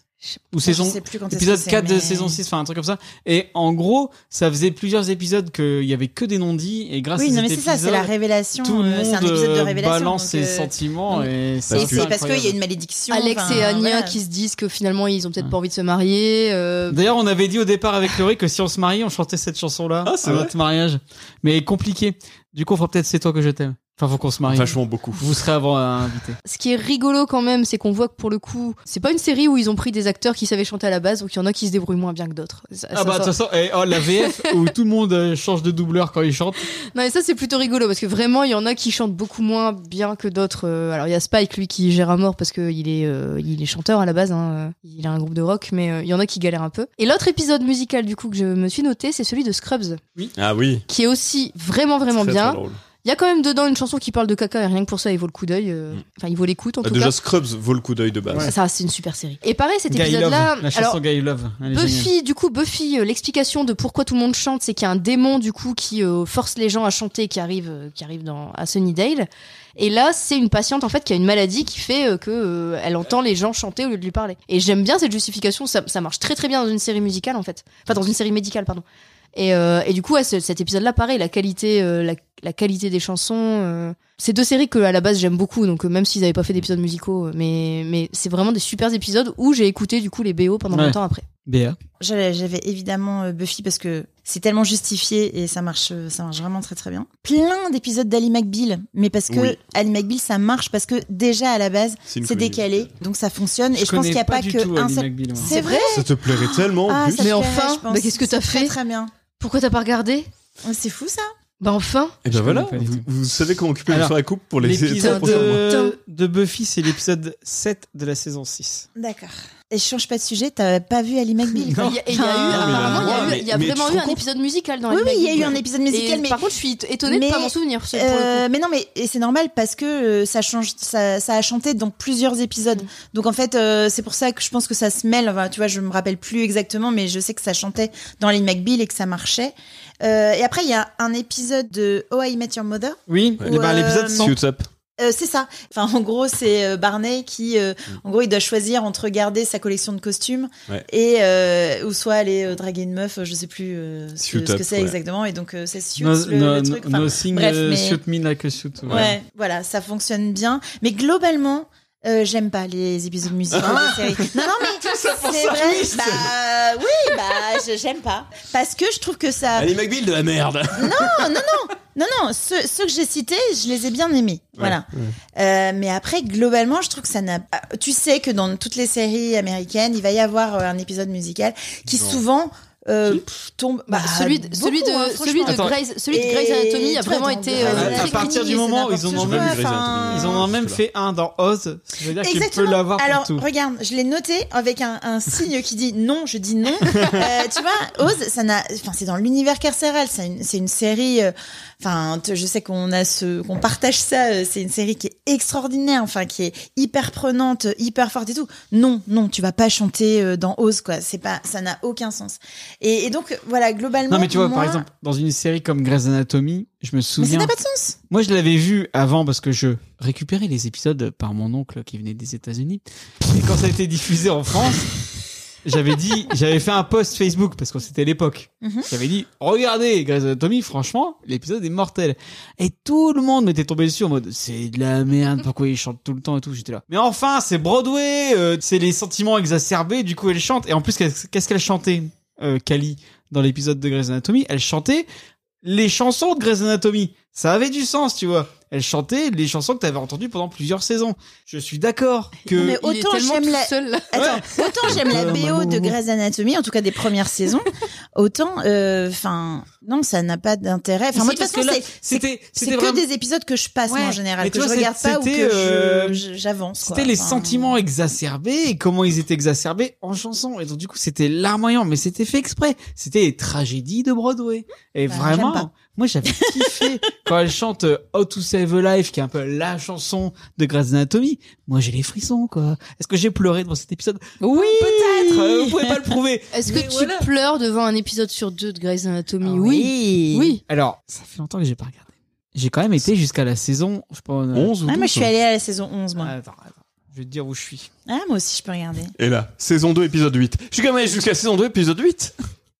Speaker 1: Ou saison
Speaker 2: Je sais plus quand est-ce
Speaker 1: épisode
Speaker 2: que c'est,
Speaker 1: 4 de
Speaker 2: mais-
Speaker 1: saison 6, enfin un truc comme ça. Et en gros, ça faisait plusieurs épisodes qu'il y avait que des non-dits. Et grâce
Speaker 2: Oui,
Speaker 1: à
Speaker 2: non,
Speaker 1: ah, cet
Speaker 2: mais c'est ça, c'est la
Speaker 1: épisode,
Speaker 2: révélation.
Speaker 1: tout le
Speaker 2: euh, c'est un
Speaker 1: monde
Speaker 2: épisode de
Speaker 1: euh,
Speaker 2: révélation.
Speaker 1: balance
Speaker 2: donc,
Speaker 1: ses
Speaker 2: euh,
Speaker 1: sentiments
Speaker 2: oui.
Speaker 1: et
Speaker 2: et
Speaker 1: c'est
Speaker 6: Parce que-
Speaker 2: c'est parce qu'il y a
Speaker 1: incroyable.
Speaker 2: une malédiction.
Speaker 5: Alex
Speaker 2: enfin,
Speaker 5: et Anya
Speaker 2: voilà.
Speaker 5: qui se disent que finalement ils ont peut-être pas envie de se marier. euh,
Speaker 1: D'ailleurs, on avait dit au départ avec Laurie que si on se mariait, on chantait cette chanson-là
Speaker 6: Ah, c'est
Speaker 1: à
Speaker 6: vrai
Speaker 1: notre mariage. Mais compliqué. Du coup, on fera peut-être C'est toi que je t'aime. Enfin, faut qu'on se marie.
Speaker 6: Vachement beaucoup.
Speaker 1: Vous serez avant à inviter.
Speaker 2: Euh,
Speaker 5: Ce qui est rigolo quand même, c'est qu'on voit que pour le coup, c'est pas une série où ils ont pris des acteurs qui savaient chanter à la base, donc il y en a qui se débrouillent moins bien que d'autres. Ça-
Speaker 1: Ah
Speaker 5: ça
Speaker 1: bah, de
Speaker 5: sort-
Speaker 1: toute façon, eh, oh, la VF où tout le monde euh, change de doubleur quand il chante.
Speaker 5: Non, mais ça, c'est plutôt rigolo parce que vraiment, il y en a qui chantent beaucoup moins bien que d'autres. Euh, Alors, il y a Spike, lui, qui gère à mort parce qu'il est, euh, il est chanteur à la base. hein. Euh, Il a un groupe de rock, mais euh, il y en a qui galèrent un peu. Et l'autre épisode musical, du coup, que je me suis noté, c'est celui de Scrubs,
Speaker 6: Ah oui.
Speaker 5: qui est aussi vraiment, vraiment
Speaker 6: Très,
Speaker 5: bien.
Speaker 6: très drôle.
Speaker 5: Il y a quand même dedans une chanson qui parle de caca et rien que pour ça, il vaut le coup d'œil. euh,
Speaker 6: Mm.
Speaker 5: Enfin, il vaut l'écoute en
Speaker 6: Bah,
Speaker 5: tout
Speaker 6: déjà,
Speaker 5: cas.
Speaker 6: Scrubs vaut le coup d'œil de base.
Speaker 5: Ça, c'est une super série. Et pareil, cet
Speaker 1: Guy Love.
Speaker 5: épisode-là.
Speaker 1: La chanson
Speaker 5: alors,
Speaker 1: Guy Love. Elle est géniale.
Speaker 5: Buffy, du coup, Buffy, euh, l'explication de pourquoi tout le monde chante, c'est qu'il y a un démon du coup qui euh, force les gens à chanter, qui arrive, euh, qui arrive dans à Sunnydale. Et là, c'est une patiente en fait qui a une maladie qui fait euh, que euh, elle entend les gens chanter au lieu de lui parler. Et j'aime bien cette justification, ça, ça marche très très bien dans une série musicale en fait, enfin dans une série médicale pardon. Et, euh, et du coup, ouais, ce- cet épisode-là, pareil, la qualité, euh, la, la qualité des chansons. euh, c'est deux séries que à la base j'aime beaucoup, donc euh, même s'ils n'avaient pas fait d'épisodes musicaux, euh, mais mais c'est vraiment des super épisodes où j'ai écouté du coup les BO pendant
Speaker 1: Ouais.
Speaker 5: longtemps après.
Speaker 1: Béa.
Speaker 2: J'avais j'avais évidemment euh, Buffy parce que c'est tellement justifié et ça marche, euh, ça marche vraiment très très bien. Plein d'épisodes d'Ali McBeal, mais parce que
Speaker 6: Oui.
Speaker 2: Ali McBeal ça marche parce que déjà à la base
Speaker 6: une
Speaker 2: c'est
Speaker 6: comédie
Speaker 2: décalé,
Speaker 6: musicale.
Speaker 2: donc ça fonctionne et je pense
Speaker 1: connais
Speaker 2: qu'il n'y a pas,
Speaker 1: du
Speaker 2: que
Speaker 1: tout
Speaker 2: un
Speaker 1: Ally
Speaker 2: seul.
Speaker 1: McBeal, moi.
Speaker 2: C'est vrai.
Speaker 3: Ça te plairait tellement en
Speaker 2: Ah,
Speaker 3: plus.
Speaker 2: ça
Speaker 5: Mais
Speaker 2: te plairait,
Speaker 5: enfin,
Speaker 2: je pense.
Speaker 5: bah, qu'est-ce que
Speaker 2: C'est
Speaker 5: t'as
Speaker 2: très,
Speaker 5: fait
Speaker 2: Très bien.
Speaker 5: Pourquoi t'as pas regardé
Speaker 2: Ouais, C'est fou ça.
Speaker 5: Bah enfin
Speaker 6: Et ben
Speaker 1: Je
Speaker 6: voilà,
Speaker 1: connais pas du
Speaker 6: vous,
Speaker 1: tout.
Speaker 6: vous savez comment occuper
Speaker 1: Alors,
Speaker 6: sur la coupe pour les trois
Speaker 1: L'épisode
Speaker 6: prochains mois.
Speaker 1: de... de Buffy, c'est l'épisode 7 de la saison 6.
Speaker 2: D'accord. Et je change pas de sujet. T'as pas vu
Speaker 5: *laughs*
Speaker 2: Ali McBeal quoi.
Speaker 1: Non.
Speaker 5: *laughs* Il y a, il y a eu,
Speaker 2: Non, mais
Speaker 5: apparemment, il y a, eu-
Speaker 6: mais-
Speaker 5: il y a
Speaker 6: mais tu
Speaker 5: vraiment
Speaker 6: te
Speaker 5: eu
Speaker 6: rends
Speaker 5: un
Speaker 6: compte
Speaker 5: épisode musical dans
Speaker 2: Oui,
Speaker 5: les
Speaker 2: oui, il y a eu
Speaker 5: Maggie,
Speaker 2: un
Speaker 5: quoi.
Speaker 2: épisode
Speaker 5: Et
Speaker 2: musical, mais
Speaker 5: Par contre, je suis étonnée de
Speaker 2: mais-
Speaker 5: pas m'en souvenir. ce- pour le coup.
Speaker 2: Euh, mais non, mais et c'est normal parce que euh, ça change, ça, ça a chanté dans plusieurs épisodes.
Speaker 5: Mm.
Speaker 2: Donc en fait, euh, c'est pour ça que je pense que ça se mêle. Enfin, tu vois, je me rappelle plus exactement, mais je sais que ça chantait dans les McBeal et que ça marchait. Euh, et après, il y a un épisode de Oh I Met Your Mother.
Speaker 1: Oui,
Speaker 2: Ouais.
Speaker 1: eh ben, l'épisode
Speaker 2: Euh,
Speaker 1: 100.
Speaker 6: Suits Up.
Speaker 2: Euh, c'est ça. Enfin, en gros, c'est euh, Barney qui, euh,
Speaker 5: Mm.
Speaker 2: en gros, il doit choisir entre garder sa collection de costumes
Speaker 6: Ouais.
Speaker 2: et euh, ou soit aller euh, draguer une meuf. euh, Je sais plus euh, ce,
Speaker 6: Suit
Speaker 2: que- ce
Speaker 6: up,
Speaker 2: que c'est
Speaker 6: ouais.
Speaker 2: exactement. Et donc, euh, c'est suits,
Speaker 1: No,
Speaker 2: le,
Speaker 1: no,
Speaker 2: le truc. Enfin,
Speaker 1: no thing,
Speaker 2: bref,
Speaker 1: euh,
Speaker 2: mais-
Speaker 1: shoot me like a shoot.
Speaker 2: Ouais. voilà, ça fonctionne bien. Mais globalement, euh, j'aime pas les épisodes musicaux
Speaker 1: Ah.
Speaker 2: des séries. Non, non,
Speaker 1: *laughs*
Speaker 2: mais c'est vrai. Bah oui, bah je- j'aime pas parce que je trouve que ça.
Speaker 6: Allez, McBeal de la merde
Speaker 2: Non, non, ceux, ceux que j'ai cités, je les ai bien aimés. Voilà. Euh, mais après, globalement, je trouve que ça n'a. Ah, Tu sais que dans toutes les séries américaines, il va y avoir euh, un épisode musical qui
Speaker 6: Non.
Speaker 2: souvent euh, pff, tombe.
Speaker 5: Bah, celui de,
Speaker 2: beaucoup,
Speaker 5: celui de,
Speaker 2: hein,
Speaker 5: celui de
Speaker 1: Attends.
Speaker 5: Grey's, celui de
Speaker 2: Et
Speaker 5: Grey's Anatomy a
Speaker 2: toi,
Speaker 5: vraiment
Speaker 2: dans
Speaker 5: été
Speaker 2: Grey's
Speaker 5: euh,
Speaker 2: Anatomy,
Speaker 5: très
Speaker 1: Ah, à partir du
Speaker 5: critiqué,
Speaker 1: moment où
Speaker 5: c'est
Speaker 1: ils en
Speaker 5: n'importe
Speaker 1: ont
Speaker 6: J'ai pas
Speaker 1: même,
Speaker 6: vu Grey's Anatomy.
Speaker 1: ils en ont même
Speaker 6: Jusque-là.
Speaker 1: fait un dans Oz, ça veut dire que tu peux
Speaker 2: Exactement.
Speaker 1: l'avoir
Speaker 2: Alors,
Speaker 1: pour tout.
Speaker 2: regarde, je l'ai noté avec un, un signe qui dit non, je
Speaker 1: *laughs*
Speaker 2: dis non. Euh, tu vois, Oz, ça n'a, enfin, c'est dans l'univers carcéral. C'est une, c'est une série. euh, Enfin, t- je sais qu'on a ce, qu'on partage ça. euh, c'est une série qui est extraordinaire. Enfin, qui est hyper prenante, hyper forte et tout. Non, non, tu vas pas chanter euh, dans Oz, quoi. C'est pas, ça n'a aucun sens. Et, et donc, voilà, globalement.
Speaker 1: Non mais tu vois par
Speaker 2: moi-
Speaker 1: exemple dans une série comme Grey's Anatomy, je me
Speaker 2: Mais ça
Speaker 1: souviens.
Speaker 2: n'a pas de sens.
Speaker 1: Moi je l'avais vu avant parce que je récupérais les épisodes par mon oncle qui venait des États-Unis et quand ça a été diffusé en France, j'avais dit j'avais fait un post Facebook parce que c'était l'époque.
Speaker 2: Mhm.
Speaker 1: J'avais dit regardez Grey's Anatomy franchement l'épisode est mortel et tout le monde m'était tombé dessus en mode c'est de la merde pourquoi ils chantent tout le temps et tout j'étais là mais enfin c'est Broadway euh, c'est les sentiments exacerbés du coup elle chante et en plus qu'est-ce qu'est-ce qu'elle chantait euh, Kali dans l'épisode de Grey's Anatomy elle chantait les chansons de Grey's Anatomy ça avait du sens tu vois elle chantait les chansons que t'avais entendues pendant plusieurs saisons je suis d'accord que
Speaker 2: Non, mais
Speaker 5: Il est
Speaker 2: autant
Speaker 5: tellement
Speaker 2: j'aime
Speaker 5: tout
Speaker 2: la-
Speaker 5: seul.
Speaker 2: Attends, autant j'aime la
Speaker 1: Euh,
Speaker 2: BO de
Speaker 1: maman.
Speaker 2: Grey's Anatomy, en tout cas des
Speaker 1: *laughs*
Speaker 2: premières saisons, autant, euh, enfin, non, ça n'a pas d'intérêt. Enfin,
Speaker 1: Si,
Speaker 2: moi, de toute
Speaker 1: parce
Speaker 2: façon,
Speaker 1: que là,
Speaker 2: c'est- c'est
Speaker 1: c'était
Speaker 2: c'est
Speaker 1: c'était
Speaker 2: que
Speaker 1: vraiment-
Speaker 2: des épisodes que je passe
Speaker 1: Ouais.
Speaker 2: moi, en général,
Speaker 1: Mais
Speaker 2: que
Speaker 1: tu
Speaker 2: je
Speaker 1: vois,
Speaker 2: regarde
Speaker 1: c'est-
Speaker 2: pas ou
Speaker 1: c'était,
Speaker 2: que je-
Speaker 1: euh,
Speaker 2: je- j'avance. quoi.
Speaker 1: C'était les
Speaker 2: Enfin, euh.
Speaker 1: sentiments exacerbés et comment ils étaient exacerbés en chanson. Et donc, du coup, c'était larmoyant, mais c'était fait exprès. C'était les tragédies de Broadway. Et
Speaker 2: Bah, j'aime
Speaker 1: vraiment,
Speaker 2: pas.
Speaker 1: moi,
Speaker 2: *laughs*
Speaker 1: j'avais kiffé quand elle chante euh, How to Save a Life, qui est un peu la chanson de Grey's Anatomy. Moi, j'ai les frissons, quoi. Est-ce que j'ai pleuré devant cet épisode?
Speaker 5: Oui
Speaker 1: Peut-être! euh, Vous pouvez pas le prouver.
Speaker 5: Est-ce que
Speaker 1: Mais
Speaker 5: tu
Speaker 1: voilà.
Speaker 5: pleures devant un épisode sur deux de Grey's Anatomy Oui.
Speaker 2: Ah Oui.
Speaker 5: Oui.
Speaker 1: Alors, ça fait longtemps que j'ai pas regardé. J'ai quand même été jusqu'à la saison, je sais pas, euh,
Speaker 6: 11 ou
Speaker 2: Ah, moi,
Speaker 6: 12,
Speaker 2: je suis
Speaker 6: hein.
Speaker 2: allée à la saison 11, moi.
Speaker 1: Attends, attends. Je vais te dire où je suis.
Speaker 2: Ah, moi aussi, je peux regarder.
Speaker 6: Et là, saison 2, épisode 8. Je suis quand même allé jusqu'à saison 2, épisode 8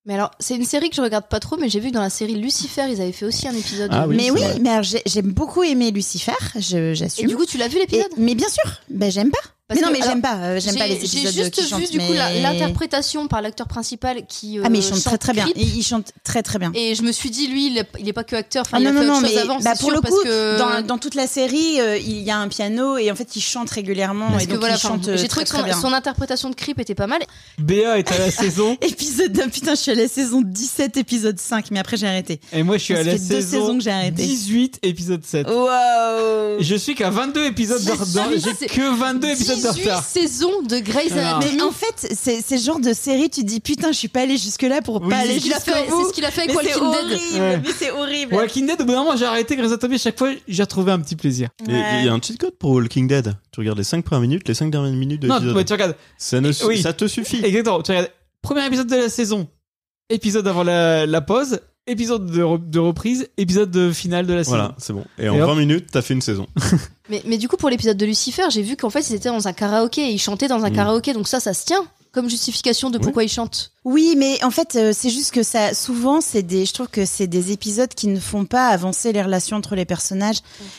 Speaker 5: Mais alors, c'est une série que je regarde pas trop, mais j'ai vu que dans la série Lucifer, ils avaient fait aussi un épisode.
Speaker 6: Ah oui,
Speaker 2: mais
Speaker 6: c'est
Speaker 2: oui,
Speaker 6: vrai.
Speaker 2: mais alors, j'ai- j'aime beaucoup aimé Lucifer, je-
Speaker 5: Et du
Speaker 2: j'assume.
Speaker 5: coup, tu l'as vu
Speaker 2: Et-
Speaker 5: l'épisode
Speaker 2: Mais bien sûr, ben j'aime pas.
Speaker 5: Parce
Speaker 2: mais non,
Speaker 5: que-
Speaker 2: mais
Speaker 5: alors,
Speaker 2: j'aime pas. euh, J'aime pas les
Speaker 5: J'ai-
Speaker 2: épisodes
Speaker 5: J'ai juste
Speaker 2: qui
Speaker 5: vu
Speaker 2: chantent,
Speaker 5: du coup la-
Speaker 2: mais-
Speaker 5: l'interprétation par l'acteur principal qui. euh,
Speaker 2: Ah, mais ils chantent très très bien.
Speaker 5: Creep.
Speaker 2: Ils ils chantent très très bien.
Speaker 5: Et je me suis dit, lui, il est- il est pas que acteur. Enfin,
Speaker 2: Ah
Speaker 5: il a
Speaker 2: non,
Speaker 5: fait
Speaker 2: non, non,
Speaker 5: autre chose
Speaker 2: mais
Speaker 5: avant,
Speaker 2: bah,
Speaker 5: c'est
Speaker 2: pour
Speaker 5: sûr,
Speaker 2: le
Speaker 5: parce
Speaker 2: coup,
Speaker 5: que-
Speaker 2: dans, dans toute la série, euh, il y a un piano et en fait, il chante régulièrement.
Speaker 5: parce
Speaker 2: et
Speaker 5: que
Speaker 2: donc,
Speaker 5: voilà,
Speaker 2: il
Speaker 5: enfin,
Speaker 2: chante euh,
Speaker 5: j'ai
Speaker 2: très,
Speaker 5: trouvé que
Speaker 2: très
Speaker 5: son,
Speaker 2: bien.
Speaker 5: son interprétation de Creep était pas mal.
Speaker 1: Béa est à
Speaker 2: *laughs*
Speaker 1: la saison
Speaker 2: Épisode d'un putain, je suis à la saison 17, épisode 5, mais après, j'ai arrêté.
Speaker 1: et moi je suis
Speaker 2: Ça
Speaker 1: à la
Speaker 2: fait deux saison
Speaker 1: saison
Speaker 2: que j'ai Oh. arrêté.
Speaker 1: 18, épisode 7.
Speaker 2: Wow!
Speaker 1: Je suis qu'à 22 épisodes de retard. J'ai que 22 épisodes de
Speaker 5: 18
Speaker 1: retard.
Speaker 5: saisons de Grey's
Speaker 1: Alors.
Speaker 5: Anatomy.
Speaker 2: Mais en fait, c'est c'est le genre de série, tu te dis putain, je suis pas allée jusque-là pour
Speaker 1: Oui,
Speaker 2: pas
Speaker 5: C'est
Speaker 2: aller
Speaker 5: ce qu'il a
Speaker 2: jusqu'au
Speaker 5: fait- c'est
Speaker 2: bout.
Speaker 5: ce qu'il a fait
Speaker 2: Mais
Speaker 5: avec
Speaker 2: c'est
Speaker 5: Walking Dead.
Speaker 2: horrible,
Speaker 1: Ouais.
Speaker 2: mais c'est horrible.
Speaker 1: Walking Dead, au bout d'un moment j'ai arrêté Grey's Anatomy. Chaque fois j'ai retrouvé un petit plaisir.
Speaker 6: Et il y a un cheat code pour Walking Dead. Tu regardes les 5 premières minutes, les 5 dernières minutes de
Speaker 1: Non,
Speaker 6: l'épisode.
Speaker 1: ouais, tu regardes.
Speaker 6: Ça, ne su-
Speaker 1: Oui.
Speaker 6: ça te suffit.
Speaker 1: Exactement. Tu regardes. Premier épisode de la saison. Épisode avant la, la pause. Épisode de, re- de reprise. Épisode de finale de la
Speaker 6: Voilà, c'est bon. Et en
Speaker 1: Et hop.
Speaker 6: 20 minutes, t'as fait une saison.
Speaker 5: Mais, mais du coup, pour l'épisode de Lucifer, j'ai vu qu'en fait, ils étaient dans un karaoké et ils chantaient dans un
Speaker 6: Mm.
Speaker 5: karaoké. Donc ça, ça se tient comme justification de pourquoi ils chantent.
Speaker 2: Oui, mais en fait, euh, c'est juste que ça, souvent, c'est des, je trouve que c'est des épisodes qui ne font pas avancer les relations entre les personnages.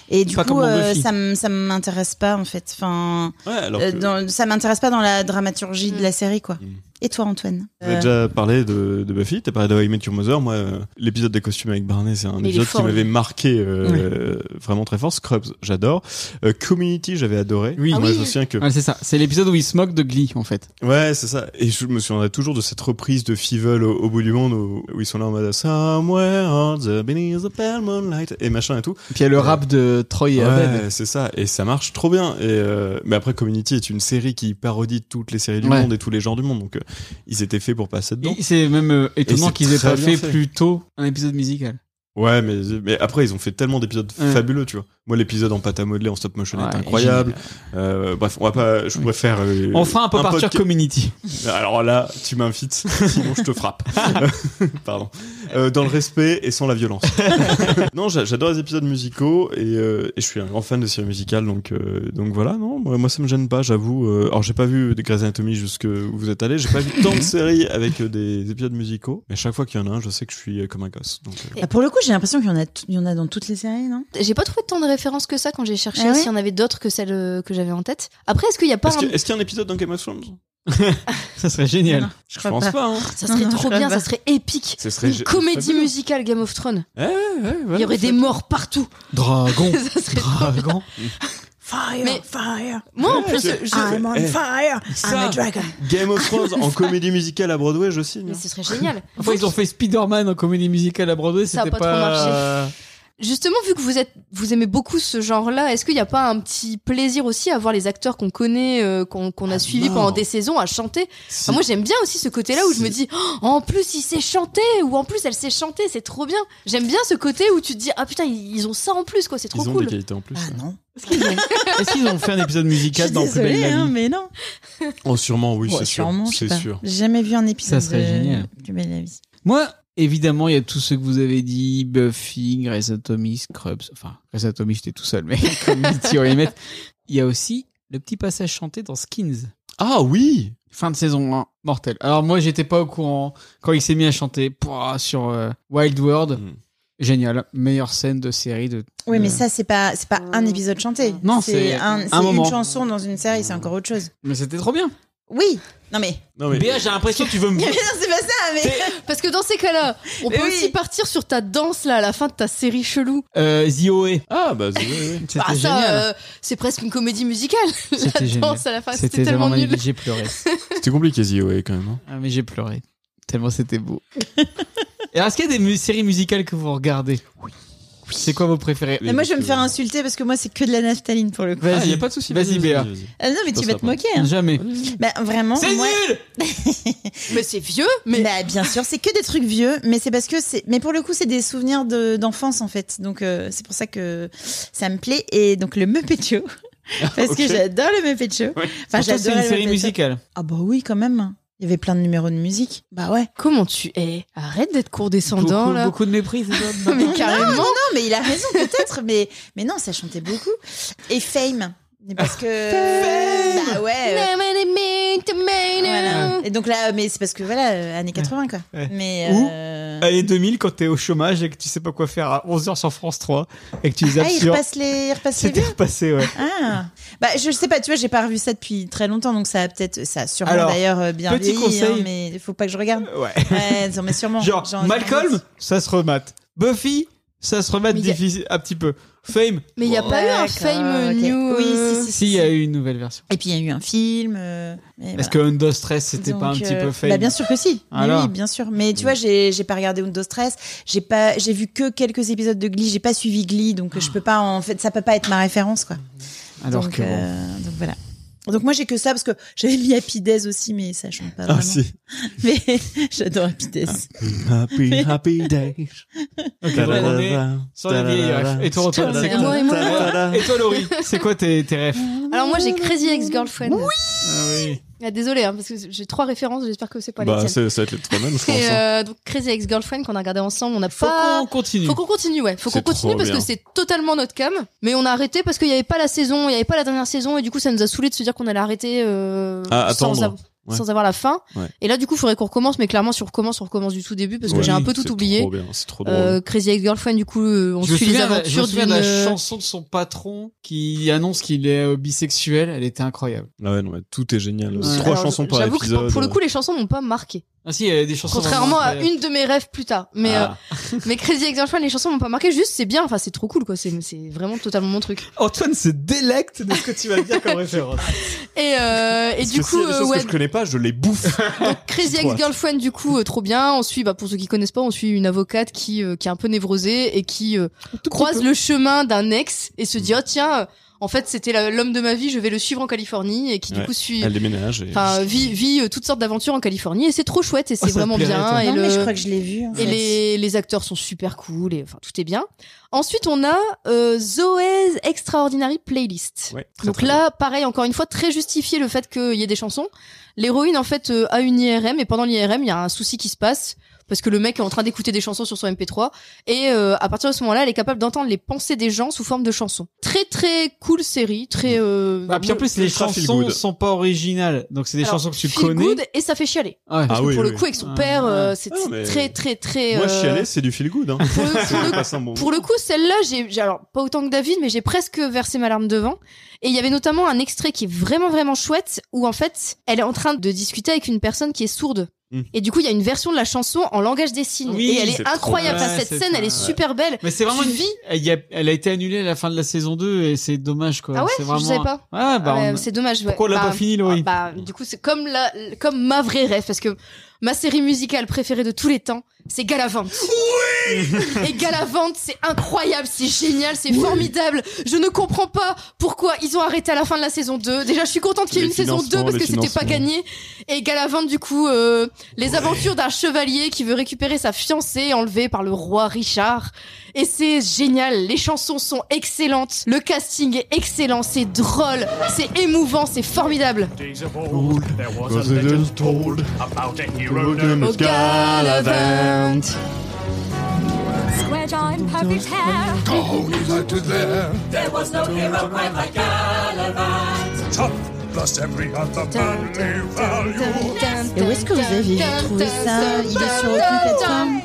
Speaker 2: Et du
Speaker 1: Pas
Speaker 2: coup,
Speaker 1: comme dans
Speaker 2: euh,
Speaker 1: Buffy.
Speaker 2: ça m- ça m'intéresse pas, en fait. Enfin,
Speaker 6: Ouais, alors
Speaker 2: euh,
Speaker 6: que-
Speaker 2: dans- ça m'intéresse pas dans la dramaturgie
Speaker 5: Mm.
Speaker 2: de la série, quoi.
Speaker 6: Mm.
Speaker 2: Et toi, Antoine
Speaker 6: On a déjà parlé de, de Buffy, t'as parlé de How I Met Your Mother. Moi, euh, l'épisode des costumes avec Barney, c'est un
Speaker 5: Mais il est
Speaker 6: épisode qui
Speaker 5: fort, lui.
Speaker 6: m'avait marqué euh, euh, vraiment très fort. Scrubs, j'adore. Euh, Community, j'avais adoré.
Speaker 1: Oui. Ah
Speaker 6: Moi,
Speaker 5: oui.
Speaker 6: je me souviens que.
Speaker 1: Ouais, c'est ça. C'est l'épisode où il se moque de Glee, en fait.
Speaker 6: Ouais, c'est ça. Et je me souviendrai toujours de cette reprise de Fievel au, au bout du monde où, où ils sont là en mode Somewhere on the beneath the pale moonlight et machin et tout.
Speaker 1: Puis il y a le rap de Troy et Abed.
Speaker 6: Ouais, c'est ça. Et ça marche trop bien. Et euh, mais après, Community est une série qui parodie toutes les séries du
Speaker 1: Ouais.
Speaker 6: monde et tous les genres du monde. Donc, euh, ils étaient faits pour passer dedans.
Speaker 1: Et C'est même euh, étonnant
Speaker 6: c'est
Speaker 1: qu'ils aient
Speaker 6: très
Speaker 1: pas
Speaker 6: bien
Speaker 1: fait,
Speaker 6: fait.
Speaker 1: plus tôt un épisode musical.
Speaker 6: Ouais, mais, mais après, ils ont fait tellement d'épisodes
Speaker 1: Ouais.
Speaker 6: fabuleux, tu vois. Moi, l'épisode en pâte à modeler, en stop motion est
Speaker 1: Ouais,
Speaker 6: incroyable. Euh, bref, on va pas, je
Speaker 1: Oui.
Speaker 6: préfère. euh,
Speaker 1: On fera un peu partir
Speaker 6: podca-
Speaker 1: community.
Speaker 6: Alors là, tu m'invites, sinon je te frappe. *laughs* Pardon. Euh, dans le respect et sans la violence. *laughs* non, j'a- j'adore les épisodes musicaux et, euh, et je suis un grand fan de séries musicales, donc, euh, donc voilà, non, moi, moi, ça me gêne pas, j'avoue. Euh, alors j'ai pas vu de Grey's Anatomy jusque où vous êtes allé, j'ai pas vu tant de séries avec euh, des épisodes musicaux, mais chaque fois qu'il y en a un, je sais que je suis euh, comme un gosse. Donc, euh,
Speaker 2: Bah, Pour le coup, j'ai l'impression qu'il y en a, t- il y en a dans toutes les séries, non
Speaker 5: J'ai pas trouvé tant de références que ça quand j'ai cherché
Speaker 2: Ah ouais
Speaker 5: s'il y en avait d'autres que celles euh, que j'avais en tête. Après, est-ce qu'il y a pas
Speaker 6: Est-ce
Speaker 5: un-
Speaker 6: que- est-ce qu'il y a un épisode dans Game of Thrones
Speaker 1: Ça serait génial.
Speaker 2: Non, je crois
Speaker 6: pense
Speaker 2: pas.
Speaker 6: pas. hein.
Speaker 5: Ça serait *laughs*
Speaker 2: Non, non,
Speaker 5: trop
Speaker 2: je
Speaker 5: bien,
Speaker 2: sais
Speaker 5: ça
Speaker 2: pas.
Speaker 5: serait épique.
Speaker 6: Ce serait
Speaker 5: Une
Speaker 6: gé-
Speaker 5: comédie
Speaker 6: fabuleux.
Speaker 5: musicale Game of Thrones.
Speaker 6: Ouais, ouais, ouais,
Speaker 5: Il
Speaker 6: voilà,
Speaker 5: y aurait
Speaker 6: en fait.
Speaker 5: des morts partout.
Speaker 1: *laughs* Dragon.
Speaker 5: *laughs* Ça serait trop bien.
Speaker 1: Dragon.
Speaker 7: Fire,
Speaker 5: Mais-
Speaker 7: fire,
Speaker 5: *laughs* Moi, en
Speaker 6: Ouais,
Speaker 5: plus, euh,
Speaker 6: c'est-
Speaker 5: je... Ah,
Speaker 7: I'm on
Speaker 6: Eh,
Speaker 7: fire, I'm
Speaker 1: ça.
Speaker 7: a dragon.
Speaker 6: Game of Thrones
Speaker 5: *laughs*
Speaker 6: en comédie musicale à Broadway, je signe.
Speaker 5: Mais ce
Speaker 6: *laughs*
Speaker 5: serait génial.
Speaker 1: Enfin, ils ont fait Spider-Man en comédie musicale à Broadway,
Speaker 5: Ça a
Speaker 1: c'était euh,
Speaker 5: pas trop Justement, vu que vous êtes, vous aimez beaucoup ce genre-là, est-ce qu'il n'y a pas un petit plaisir aussi à voir les acteurs qu'on connaît, euh, qu'on qu'on a suivis
Speaker 6: Ah, non.
Speaker 5: pendant des saisons, à chanter
Speaker 6: Si.
Speaker 5: Enfin, Ah, Moi, j'aime bien aussi ce côté-là où je me
Speaker 6: Si.
Speaker 5: dis, Oh, en plus, il sait chanter, ou en plus, elle sait chanter, c'est trop bien. J'aime bien ce côté où tu te dis, ah putain, ils ils ont ça en plus, quoi, c'est trop
Speaker 6: Ils ont
Speaker 5: cool.
Speaker 6: des qualités en plus.
Speaker 2: Ah non.
Speaker 1: Est-ce qu'ils ont fait un épisode
Speaker 2: Je
Speaker 1: musical
Speaker 2: suis
Speaker 1: dans Plus belle
Speaker 2: désolée,
Speaker 1: la
Speaker 2: hein,
Speaker 1: vie
Speaker 2: mais non.
Speaker 6: Oh, sûrement, oui,
Speaker 2: Ouais,
Speaker 6: c'est sûr.
Speaker 2: sûrement, je sais
Speaker 6: C'est
Speaker 2: pas.
Speaker 6: sûr.
Speaker 2: J'ai jamais vu un épisode
Speaker 1: Ça serait
Speaker 2: de-
Speaker 1: génial.
Speaker 2: du Bel Avis.
Speaker 1: Moi, évidemment, il y a tout ce que vous avez dit, Buffy, Grey's Anatomy, Scrubs. Enfin, Grey's Anatomy, j'étais tout seul, mais *laughs* Community, on les met. Il y a aussi le petit passage chanté dans Skins.
Speaker 6: Ah oui
Speaker 1: Fin de saison 1, mortel. Alors moi, j'étais pas au courant quand il s'est mis à chanter pouah, sur euh, Wild World.
Speaker 6: Mm.
Speaker 1: Génial, meilleure scène de série de.
Speaker 2: Oui, mais
Speaker 1: de-
Speaker 2: ça, c'est pas, c'est pas un épisode chanté.
Speaker 1: Non, c'est
Speaker 2: un- c'est
Speaker 1: moment.
Speaker 2: une chanson dans une série, c'est encore autre chose.
Speaker 1: Mais c'était trop bien.
Speaker 2: Oui. Non, mais.
Speaker 6: Non, mais.
Speaker 1: Béa, j'ai l'impression que tu veux me.
Speaker 2: Mais *laughs* non, c'est pas ça, mais.
Speaker 5: Parce que dans ces cas-là, on
Speaker 2: Mais
Speaker 5: peut
Speaker 2: oui.
Speaker 5: aussi partir sur ta danse là à la fin de ta série chelou.
Speaker 1: Euh, Zioé.
Speaker 6: Ah, bah, c'est- ouais, ouais.
Speaker 1: C'était
Speaker 5: Ah, ça,
Speaker 1: génial. hein.
Speaker 5: euh, c'est presque une comédie musicale. *laughs*
Speaker 1: C'était
Speaker 5: la
Speaker 1: génial.
Speaker 5: danse à la fin,
Speaker 1: C'était
Speaker 5: c'était tellement
Speaker 1: vraiment
Speaker 5: nul.
Speaker 1: magnifique, j'ai pleuré.
Speaker 6: c'était compliqué, ZOA, quand même. hein.
Speaker 1: Ah, mais j'ai pleuré. Tellement c'était beau. Et alors, est-ce qu'il y a des mu- séries musicales que vous regardez Oui. C'est quoi vos préférés
Speaker 2: Mais moi, je vais me faire insulter parce que moi, c'est que de la naphtaline pour le coup.
Speaker 1: Vas-y,
Speaker 6: Ah, y a pas de souci.
Speaker 1: Vas-y, Béa.
Speaker 6: vas-y.
Speaker 2: Ah non, mais
Speaker 6: Ça,
Speaker 2: tu
Speaker 6: ça
Speaker 2: vas te
Speaker 6: va.
Speaker 2: moquer. Hein.
Speaker 1: Jamais.
Speaker 2: Bah, vraiment.
Speaker 1: C'est
Speaker 2: moi-
Speaker 1: nul
Speaker 5: Mais c'est vieux, mais
Speaker 2: Bah, bien sûr, c'est que des trucs vieux, mais c'est parce que c'est. Mais pour le coup, c'est des souvenirs de- d'enfance en fait. Donc, euh, c'est pour ça que ça me plaît. Et donc, le Muppet Show. *laughs* Parce
Speaker 1: *laughs*
Speaker 6: ok.
Speaker 2: que j'adore le Muppet Show. Enfin,
Speaker 1: Pourtant, c'est
Speaker 2: j'adorais
Speaker 1: une
Speaker 2: le
Speaker 1: série
Speaker 2: Muppet Show.
Speaker 1: musicale.
Speaker 2: Ah, bah oui, quand même. Il y avait plein de numéros de musique. Bah ouais.
Speaker 5: comment tu es Arrête d'être condescendant
Speaker 1: Beaucoup,
Speaker 5: là.
Speaker 1: beaucoup de mépris, c'est ça
Speaker 5: Mais carrément.
Speaker 2: Non, mais il a raison peut-être, *laughs* mais, mais non, ça chantait beaucoup. Et Fame. Mais Parce que. Bah
Speaker 5: Eh,
Speaker 2: ouais. euh, voilà. Et donc là, mais c'est parce que voilà, euh, années 80 quoi.
Speaker 1: Ouais.
Speaker 2: Mais.
Speaker 1: Ou,
Speaker 2: euh,
Speaker 1: Année 2000, quand t'es au chômage et que tu sais pas quoi faire à 11h sur France 3 et que tu les
Speaker 2: Ah, il
Speaker 1: absures.
Speaker 2: repasse les, il repasse les
Speaker 1: C'était
Speaker 2: vieux.
Speaker 1: repassé, ouais.
Speaker 2: Ah. Bah, je sais pas, tu vois, j'ai pas revu ça depuis très longtemps, donc ça a peut-être, ça a sûrement
Speaker 1: Alors,
Speaker 2: d'ailleurs euh, bien
Speaker 1: petit
Speaker 2: vieilli,
Speaker 1: conseil.
Speaker 2: hein, mais il faut pas que
Speaker 1: *laughs*
Speaker 2: je regarde.
Speaker 1: Euh, Ouais.
Speaker 2: Ouais, non, mais sûrement.
Speaker 1: Genre,
Speaker 2: J'en- j'en
Speaker 1: Malcolm,
Speaker 2: doute.
Speaker 1: ça se remate. Buffy, ça se remate
Speaker 5: Mais y a-
Speaker 1: difficile, un petit peu. Fame,
Speaker 5: Mais il n'y a pas eu un
Speaker 2: D'accord,
Speaker 5: fame
Speaker 2: ok.
Speaker 5: new.
Speaker 2: Oui,
Speaker 5: euh,
Speaker 2: si, si, si.
Speaker 1: si, il y a eu une nouvelle version.
Speaker 2: Et puis il y a eu un film. euh, mais
Speaker 1: Est-ce
Speaker 2: voilà.
Speaker 1: que Under Stress, c'était
Speaker 2: Donc,
Speaker 1: pas un petit
Speaker 2: euh,
Speaker 1: peu fake
Speaker 2: bah, Bien sûr que si. Mais
Speaker 1: Alors
Speaker 2: oui, bien sûr. Mais tu vois, j'ai j'ai pas regardé Windows Stress. J'ai pas, j'ai vu que quelques épisodes de Glee. J'ai pas suivi Glee, donc euh, je peux pas. En fait, ça peut pas être ma référence, quoi.
Speaker 1: Alors
Speaker 2: donc,
Speaker 1: que bon.
Speaker 2: euh, donc voilà. Donc moi j'ai que ça parce que j'avais mis Happy Days aussi, mais ça chante pas
Speaker 6: Ah,
Speaker 2: vraiment.
Speaker 6: si.
Speaker 2: *laughs* Mais j'adore Happy Days.
Speaker 1: Ah.
Speaker 5: *laughs*
Speaker 6: Happy,
Speaker 1: *laughs*
Speaker 6: happy days.
Speaker 1: Ok, donc on est
Speaker 6: Ta-da-da-da,
Speaker 1: sur les vieilles
Speaker 6: ta-da-da-da.
Speaker 1: refs. Et toi, Antoine, c'est
Speaker 5: Et
Speaker 1: quoi
Speaker 5: moi, et moi.
Speaker 1: ta-
Speaker 6: Ta-da-da.
Speaker 1: Et toi, Laurie, c'est quoi tes, tes refs
Speaker 5: Alors moi j'ai Crazy Ex-Girlfriend.
Speaker 1: Ah oui.
Speaker 5: Ah, désolé parce que j'ai trois références, j'espère que c'est pas
Speaker 6: Bah,
Speaker 5: les tiennes.
Speaker 6: c'est- ça va être les trois mêmes, je pense.
Speaker 5: Et
Speaker 6: hein.
Speaker 5: euh, donc Crazy Ex-Girlfriend qu'on a regardé ensemble, on n'a
Speaker 1: Faut
Speaker 5: pas
Speaker 1: qu'on continue.
Speaker 5: Faut qu'on continue, ouais. Faut qu'on
Speaker 6: Hmm. C'est trop
Speaker 5: continue parce
Speaker 6: bien.
Speaker 5: que c'est totalement notre cam. Mais on a arrêté parce qu'il n'y avait pas la saison, il n'y avait pas la dernière saison et du coup ça nous a saoulé de se dire qu'on allait arrêter. Euh,
Speaker 6: Ah,
Speaker 5: sans
Speaker 6: attendre.
Speaker 5: avoir-
Speaker 6: Ouais.
Speaker 5: sans avoir la fin.
Speaker 6: Ouais.
Speaker 5: Et là, du coup, il faudrait qu'on recommence, mais clairement, si on recommence, on recommence du tout début parce que j'ai un peu euh, tout oublié.
Speaker 6: Trop bien, c'est trop drôle.
Speaker 5: Euh, Crazy Ex-Girlfriend, du coup, euh, on
Speaker 1: je me
Speaker 5: suit les
Speaker 1: souviens, de la- je me
Speaker 5: aventures
Speaker 1: souviens
Speaker 5: d'une. euh,
Speaker 1: de la chanson de son patron qui annonce qu'il est euh, bisexuel. Elle était incroyable.
Speaker 6: Ah ouais, non, mais tout est génial.
Speaker 1: Ouais.
Speaker 6: Trois
Speaker 5: euh, Alors,
Speaker 6: chansons par
Speaker 5: J'avoue que
Speaker 6: épisode. euh,
Speaker 5: pour- pour le coup, les chansons m'ont pas marqué.
Speaker 1: Ah si, il y avait des chansons.
Speaker 5: Contrairement
Speaker 1: vraiment
Speaker 5: à
Speaker 1: incroyables.
Speaker 5: une de mes rêves plus tard. Mais,
Speaker 6: Ah.
Speaker 5: euh, mais Crazy Ex-Girlfriend, les chansons m'ont pas marqué. Juste, c'est bien. Enfin, c'est trop cool, quoi. C'est c'est vraiment totalement mon truc.
Speaker 1: Antoine se délecte de ce que tu vas dire comme référence.
Speaker 5: Et, euh, et
Speaker 6: Parce
Speaker 5: du
Speaker 6: que s'il
Speaker 5: coup,
Speaker 6: y a des
Speaker 5: euh,
Speaker 6: choses
Speaker 5: ouais,
Speaker 6: que je connais pas, je les
Speaker 5: *laughs*
Speaker 6: bouffe.
Speaker 5: Crazy
Speaker 6: Toi.
Speaker 5: Ex-Girlfriend, du coup, euh, trop bien. On suit, bah, pour ceux qui connaissent pas, on suit une avocate qui, euh, qui est un peu névrosée et qui euh, croise le chemin d'un ex et
Speaker 1: Mm.
Speaker 5: se dit, oh tiens, euh, en fait, c'était la- l'homme de ma vie, je vais le suivre en Californie et qui, du
Speaker 6: Ouais.
Speaker 5: coup, suit,
Speaker 6: Elle déménage et
Speaker 5: enfin, vit, vit euh, toutes sortes d'aventures en Californie et c'est trop chouette et c'est
Speaker 1: Oh, ça te
Speaker 5: vraiment
Speaker 1: plairait,
Speaker 5: bien.
Speaker 1: toi.
Speaker 5: Et
Speaker 2: Non, mais
Speaker 5: le-
Speaker 2: je crois que je l'ai vu. en
Speaker 5: et
Speaker 2: fait.
Speaker 5: les, les acteurs sont super cool et enfin tout est bien. Ensuite, on a euh, Zoé's Extraordinary Playlist.
Speaker 6: Ouais, très,
Speaker 5: Donc
Speaker 6: très
Speaker 5: là, pareil, encore une fois, très justifié le fait qu'il y ait des chansons. L'héroïne, en fait, euh, a une IRM et pendant l'IRM, il y a un souci qui se passe parce que le mec est en train d'écouter des chansons sur son MP3 et euh, à partir de ce moment-là, elle est capable d'entendre les pensées des gens sous forme de chansons. Très très cool série, très. Euh,
Speaker 6: Bah,
Speaker 1: Ah, puis en plus, les
Speaker 6: Ultra feel
Speaker 1: chansons
Speaker 6: good.
Speaker 1: sont pas originales. Donc c'est des
Speaker 5: Alors,
Speaker 1: chansons que tu
Speaker 5: feel
Speaker 1: connais.
Speaker 5: good et ça fait chialer.
Speaker 1: Ouais.
Speaker 6: Ah
Speaker 5: Parce que
Speaker 6: oui,
Speaker 5: pour
Speaker 6: oui,
Speaker 5: le
Speaker 6: oui.
Speaker 5: coup, avec son
Speaker 1: Ah,
Speaker 5: père, euh,
Speaker 1: ouais.
Speaker 5: c'est
Speaker 6: Ah, mais-
Speaker 5: très très très.
Speaker 6: Moi,
Speaker 5: euh,
Speaker 6: chialer, c'est du feel good. Hein.
Speaker 5: pour le-
Speaker 6: *laughs*
Speaker 5: pour le
Speaker 6: Je passe un bon
Speaker 5: Pour le coup, celle-là, j'ai, j'ai- alors pas autant que David, mais j'ai presque versé ma larme devant. Et il y avait notamment un extrait qui est vraiment vraiment chouette, où en fait, elle est en train de discuter avec une personne qui est sourde.
Speaker 6: Mm.
Speaker 5: Et du coup, il y a une version de la chanson en langage des signes.
Speaker 1: Hmm. Oui,
Speaker 5: et elle
Speaker 6: c'est
Speaker 5: est,
Speaker 6: trop
Speaker 5: incroyable.
Speaker 1: bien.
Speaker 5: Enfin, cette
Speaker 1: Ouais,
Speaker 5: scène,
Speaker 1: c'est-
Speaker 5: elle est
Speaker 1: ouais.
Speaker 5: super belle.
Speaker 1: Mais c'est vraiment
Speaker 5: Tu
Speaker 1: une
Speaker 5: vis.
Speaker 1: Elle, y a- elle a été annulée à la fin de la saison 2 et c'est dommage quoi.
Speaker 5: Ah ouais,
Speaker 1: c'est vraiment...
Speaker 5: je savais pas.
Speaker 1: Ah bah.
Speaker 5: Ouais,
Speaker 1: on-
Speaker 5: c'est dommage. ouais.
Speaker 1: Pourquoi on l'a
Speaker 5: Bah,
Speaker 1: pas fini, Laurie
Speaker 5: bah, du coup, c'est comme la, comme ma vraie rêve, parce que ma série musicale préférée de tous les temps, c'est Galavant. Et Galavant, c'est incroyable, c'est génial, c'est formidable. Je ne comprends pas pourquoi ils ont arrêté à la fin de la saison 2. Déjà, je suis contente qu'il y ait
Speaker 6: Les
Speaker 5: une saison 2 parce
Speaker 6: financements,
Speaker 5: que
Speaker 6: les
Speaker 5: c'était pas
Speaker 6: financements.
Speaker 5: gagné. Et Galavant, du coup, euh, les aventures d'un chevalier qui veut récupérer sa fiancée enlevée par le roi Richard. Et c'est génial, les chansons sont excellentes, le casting est excellent, c'est drôle, c'est émouvant, c'est formidable.
Speaker 8: Days of old, there was
Speaker 6: was
Speaker 8: a
Speaker 6: a
Speaker 8: legend told about a hero known
Speaker 5: Au Galavant.
Speaker 7: Square jaw and perfect hair.
Speaker 8: top, plus every other manly value.
Speaker 2: Et où est-ce que vous avez trouvé ça Il est sur aucune plateforme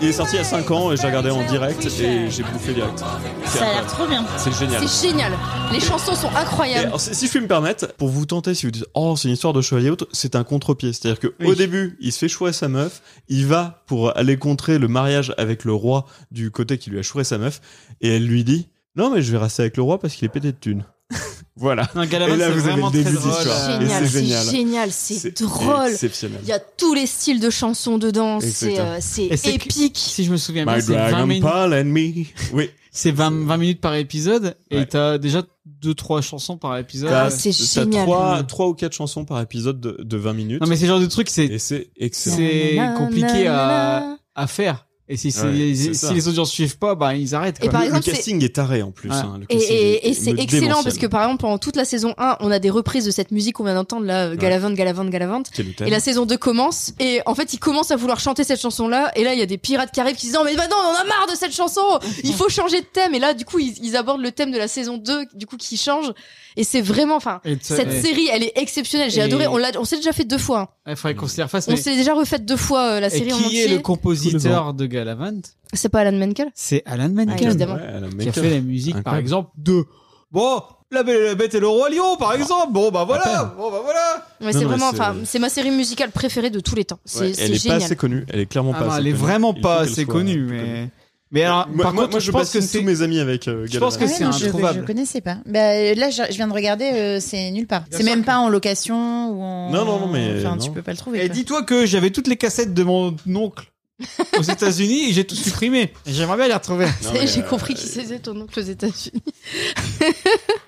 Speaker 6: Il est sorti il y a 5 ans et j'ai regardé en direct et j'ai bouffé direct. C'est
Speaker 2: Ça a l'air
Speaker 6: incroyable.
Speaker 2: trop bien.
Speaker 6: C'est génial.
Speaker 5: C'est génial, les chansons sont
Speaker 6: Et
Speaker 5: incroyables.
Speaker 6: alors, si si je puis me permettre, pour vous tenter, si vous dites oh c'est une histoire de chevalier autre, c'est un contre-pied. C'est-à-dire que au début, il se fait chouer sa meuf, il va pour aller contrer le mariage avec le roi du côté qui lui a choué sa meuf, et elle lui dit non mais je vais rester avec le roi parce qu'il est pété de thunes. *laughs* voilà.
Speaker 5: bah.
Speaker 1: Non, Galavant,
Speaker 6: Et là,
Speaker 1: c'est
Speaker 6: vous avez
Speaker 1: vraiment
Speaker 6: le début
Speaker 1: très
Speaker 6: de
Speaker 1: drôle.
Speaker 6: l'histoire.
Speaker 1: euh,
Speaker 6: Et
Speaker 5: Génial,
Speaker 6: c'est
Speaker 5: c'est
Speaker 6: génial.
Speaker 5: génial, c'est drôle.
Speaker 6: Exceptionnel.
Speaker 5: Il y a tous les styles de chansons dedans, c'est
Speaker 6: Exactement.
Speaker 5: euh, c'est
Speaker 1: Et c'est que-
Speaker 5: épique.
Speaker 1: Si je me souviens bien,
Speaker 6: My
Speaker 1: c'est 20
Speaker 6: dragon
Speaker 1: minutes.
Speaker 6: Paul and me. Oui.
Speaker 1: C'est 20, 20 minutes par épisode et
Speaker 6: Ouais.
Speaker 1: t'as déjà 2-3 chansons par épisode.
Speaker 6: T'as-
Speaker 5: c'est
Speaker 6: t'as
Speaker 5: génial.
Speaker 6: trois, trois ou quatre chansons par épisode de, de 20 minutes.
Speaker 1: Non mais c'est le genre de truc, c'est
Speaker 6: Et c'est excellent.
Speaker 1: c'est
Speaker 5: Nanana.
Speaker 1: compliqué à, à faire. Et si, c'est-
Speaker 6: Ouais,
Speaker 1: si
Speaker 6: c'est ça.
Speaker 1: les audiences suivent pas, bah ils arrêtent.
Speaker 5: Et
Speaker 1: Quoi.
Speaker 5: par
Speaker 6: le,
Speaker 5: exemple,
Speaker 6: le
Speaker 5: c'est-
Speaker 6: casting est taré en plus.
Speaker 1: Ouais.
Speaker 6: hein. Le
Speaker 5: Et,
Speaker 6: casting
Speaker 5: et-
Speaker 6: est-
Speaker 5: et c'est
Speaker 6: me-
Speaker 5: excellent
Speaker 6: démentiel.
Speaker 5: parce que par exemple pendant toute la saison 1 on a des reprises de cette musique qu'on vient d'entendre là euh, Galavante Galavante Galavante
Speaker 6: Quel hôtel.
Speaker 5: et la saison 2 commence et en fait ils commencent à vouloir chanter cette chanson là et là il y a des pirates qui arrivent qui disent non mais maintenant on en a marre de
Speaker 6: *laughs*
Speaker 5: cette chanson il faut changer de thème et là du coup ils, ils abordent le thème de la saison 2 du coup qui change et c'est vraiment enfin
Speaker 1: Et t'as-
Speaker 5: cette
Speaker 1: eh,
Speaker 5: série elle est exceptionnelle j'ai
Speaker 1: Et-
Speaker 5: adoré on l'a on s'est déjà fait deux fois hein.
Speaker 1: Il faudrait qu'on se les refasse.
Speaker 5: on
Speaker 1: mais-
Speaker 5: s'est déjà refait deux fois euh, la
Speaker 1: Et
Speaker 5: série en
Speaker 1: qui est
Speaker 5: entier
Speaker 1: le compositeur de Galavant
Speaker 5: c'est pas Alan Menkel
Speaker 1: C'est Alan
Speaker 5: Ah,
Speaker 1: Menken.
Speaker 5: évidemment.
Speaker 6: Ouais, elle a
Speaker 1: qui a
Speaker 6: make-up.
Speaker 1: fait la musique, par
Speaker 6: Incroyable.
Speaker 1: exemple, de bon, La Belle et la Bête et le Roi Lion,
Speaker 6: Ah.
Speaker 1: par exemple. Bon bah voilà, bon bah voilà.
Speaker 5: ouais,
Speaker 6: Non,
Speaker 5: c'est
Speaker 6: mais
Speaker 5: vraiment
Speaker 6: c'est-
Speaker 5: enfin c'est ma série musicale préférée de tous les temps c'est
Speaker 6: Ouais,
Speaker 5: c'est
Speaker 6: elle est
Speaker 5: génial
Speaker 6: pas assez connue. Elle est clairement
Speaker 1: Ah
Speaker 6: pas.
Speaker 1: non,
Speaker 6: assez
Speaker 1: elle est
Speaker 6: connue.
Speaker 1: vraiment
Speaker 6: Il
Speaker 1: pas
Speaker 6: faut qu'elle
Speaker 1: assez
Speaker 6: soit
Speaker 1: connue,
Speaker 6: plus connue.
Speaker 1: mais mais alors
Speaker 6: Moi,
Speaker 1: par
Speaker 6: moi-
Speaker 1: contre,
Speaker 6: moi,
Speaker 1: je
Speaker 6: je
Speaker 1: pense que
Speaker 6: bassine
Speaker 1: c'est
Speaker 6: tous mes amis avec. euh,
Speaker 1: Je pense que
Speaker 6: Galvan.
Speaker 2: Ah ouais,
Speaker 1: c'est
Speaker 2: non, je-
Speaker 1: introuvable.
Speaker 2: Je, connaissais pas. Bah, là, je, je viens de regarder, euh, c'est nulle part. C'est même pas en location ou en.
Speaker 6: Non, non, non, mais,
Speaker 2: Enfin,
Speaker 6: non.
Speaker 2: tu peux pas le trouver.
Speaker 1: Et
Speaker 2: quoi.
Speaker 1: Eh, dis-toi que j'avais toutes les cassettes de mon oncle *laughs* aux États-Unis et j'ai tout supprimé. Et J'aimerais bien les retrouver.
Speaker 6: Non,
Speaker 1: *laughs*
Speaker 6: mais,
Speaker 5: *laughs* J'ai
Speaker 6: euh,
Speaker 5: compris qui c'était ton oncle aux États-Unis.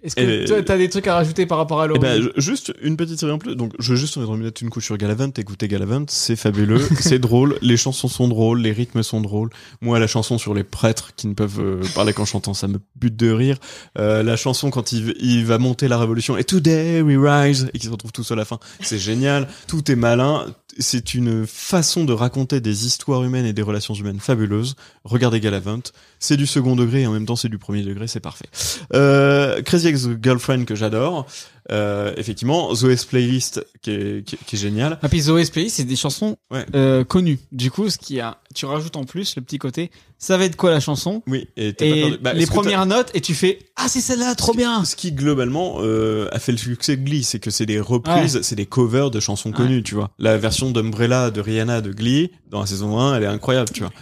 Speaker 1: Est-ce que
Speaker 6: Et-
Speaker 1: toi, t'as des trucs à rajouter par rapport à
Speaker 6: Eh
Speaker 1: l'autre
Speaker 6: ben, je- juste une petite série en plus. Donc, je veux juste en mettre une couche sur Galavant. Écoutez Galavant, c'est fabuleux, c'est drôle, les chansons sont drôles, les rythmes sont drôles. Moi, la chanson sur les prêtres qui ne peuvent euh, parler qu'en chantant, ça me bute de rire. Euh, la chanson quand il, il va monter la révolution et Today we rise et qu'il se retrouve tout seul à la fin, c'est génial. Tout est malin. C'est une façon de raconter des histoires humaines et des relations humaines fabuleuses. Regardez Galavant, c'est du second degré et en même temps c'est du premier degré, c'est parfait. Euh, Crazy Ex-Girlfriend que j'adore. euh, effectivement, Zoé's Playlist, qui est, qui est- qui est géniale.
Speaker 1: Et Ah, puis Zoé Space, c'est des chansons
Speaker 6: Ouais.
Speaker 1: euh, connues. Du coup, ce qui a, tu rajoutes en plus le petit côté, ça va être quoi la chanson
Speaker 6: Oui, et, t'as pas
Speaker 1: Et
Speaker 6: peur de- bah,
Speaker 1: les
Speaker 6: est-ce que t'as-
Speaker 1: premières notes, et tu fais ah c'est celle-là, trop
Speaker 6: Ce qui-
Speaker 1: bien.
Speaker 6: Ce qui globalement euh, a fait le succès de Glee, c'est que c'est des reprises, c'est des covers de chansons connues, tu vois. La version d'Umbrella de Rihanna de Glee dans la saison 1, elle est incroyable, tu vois.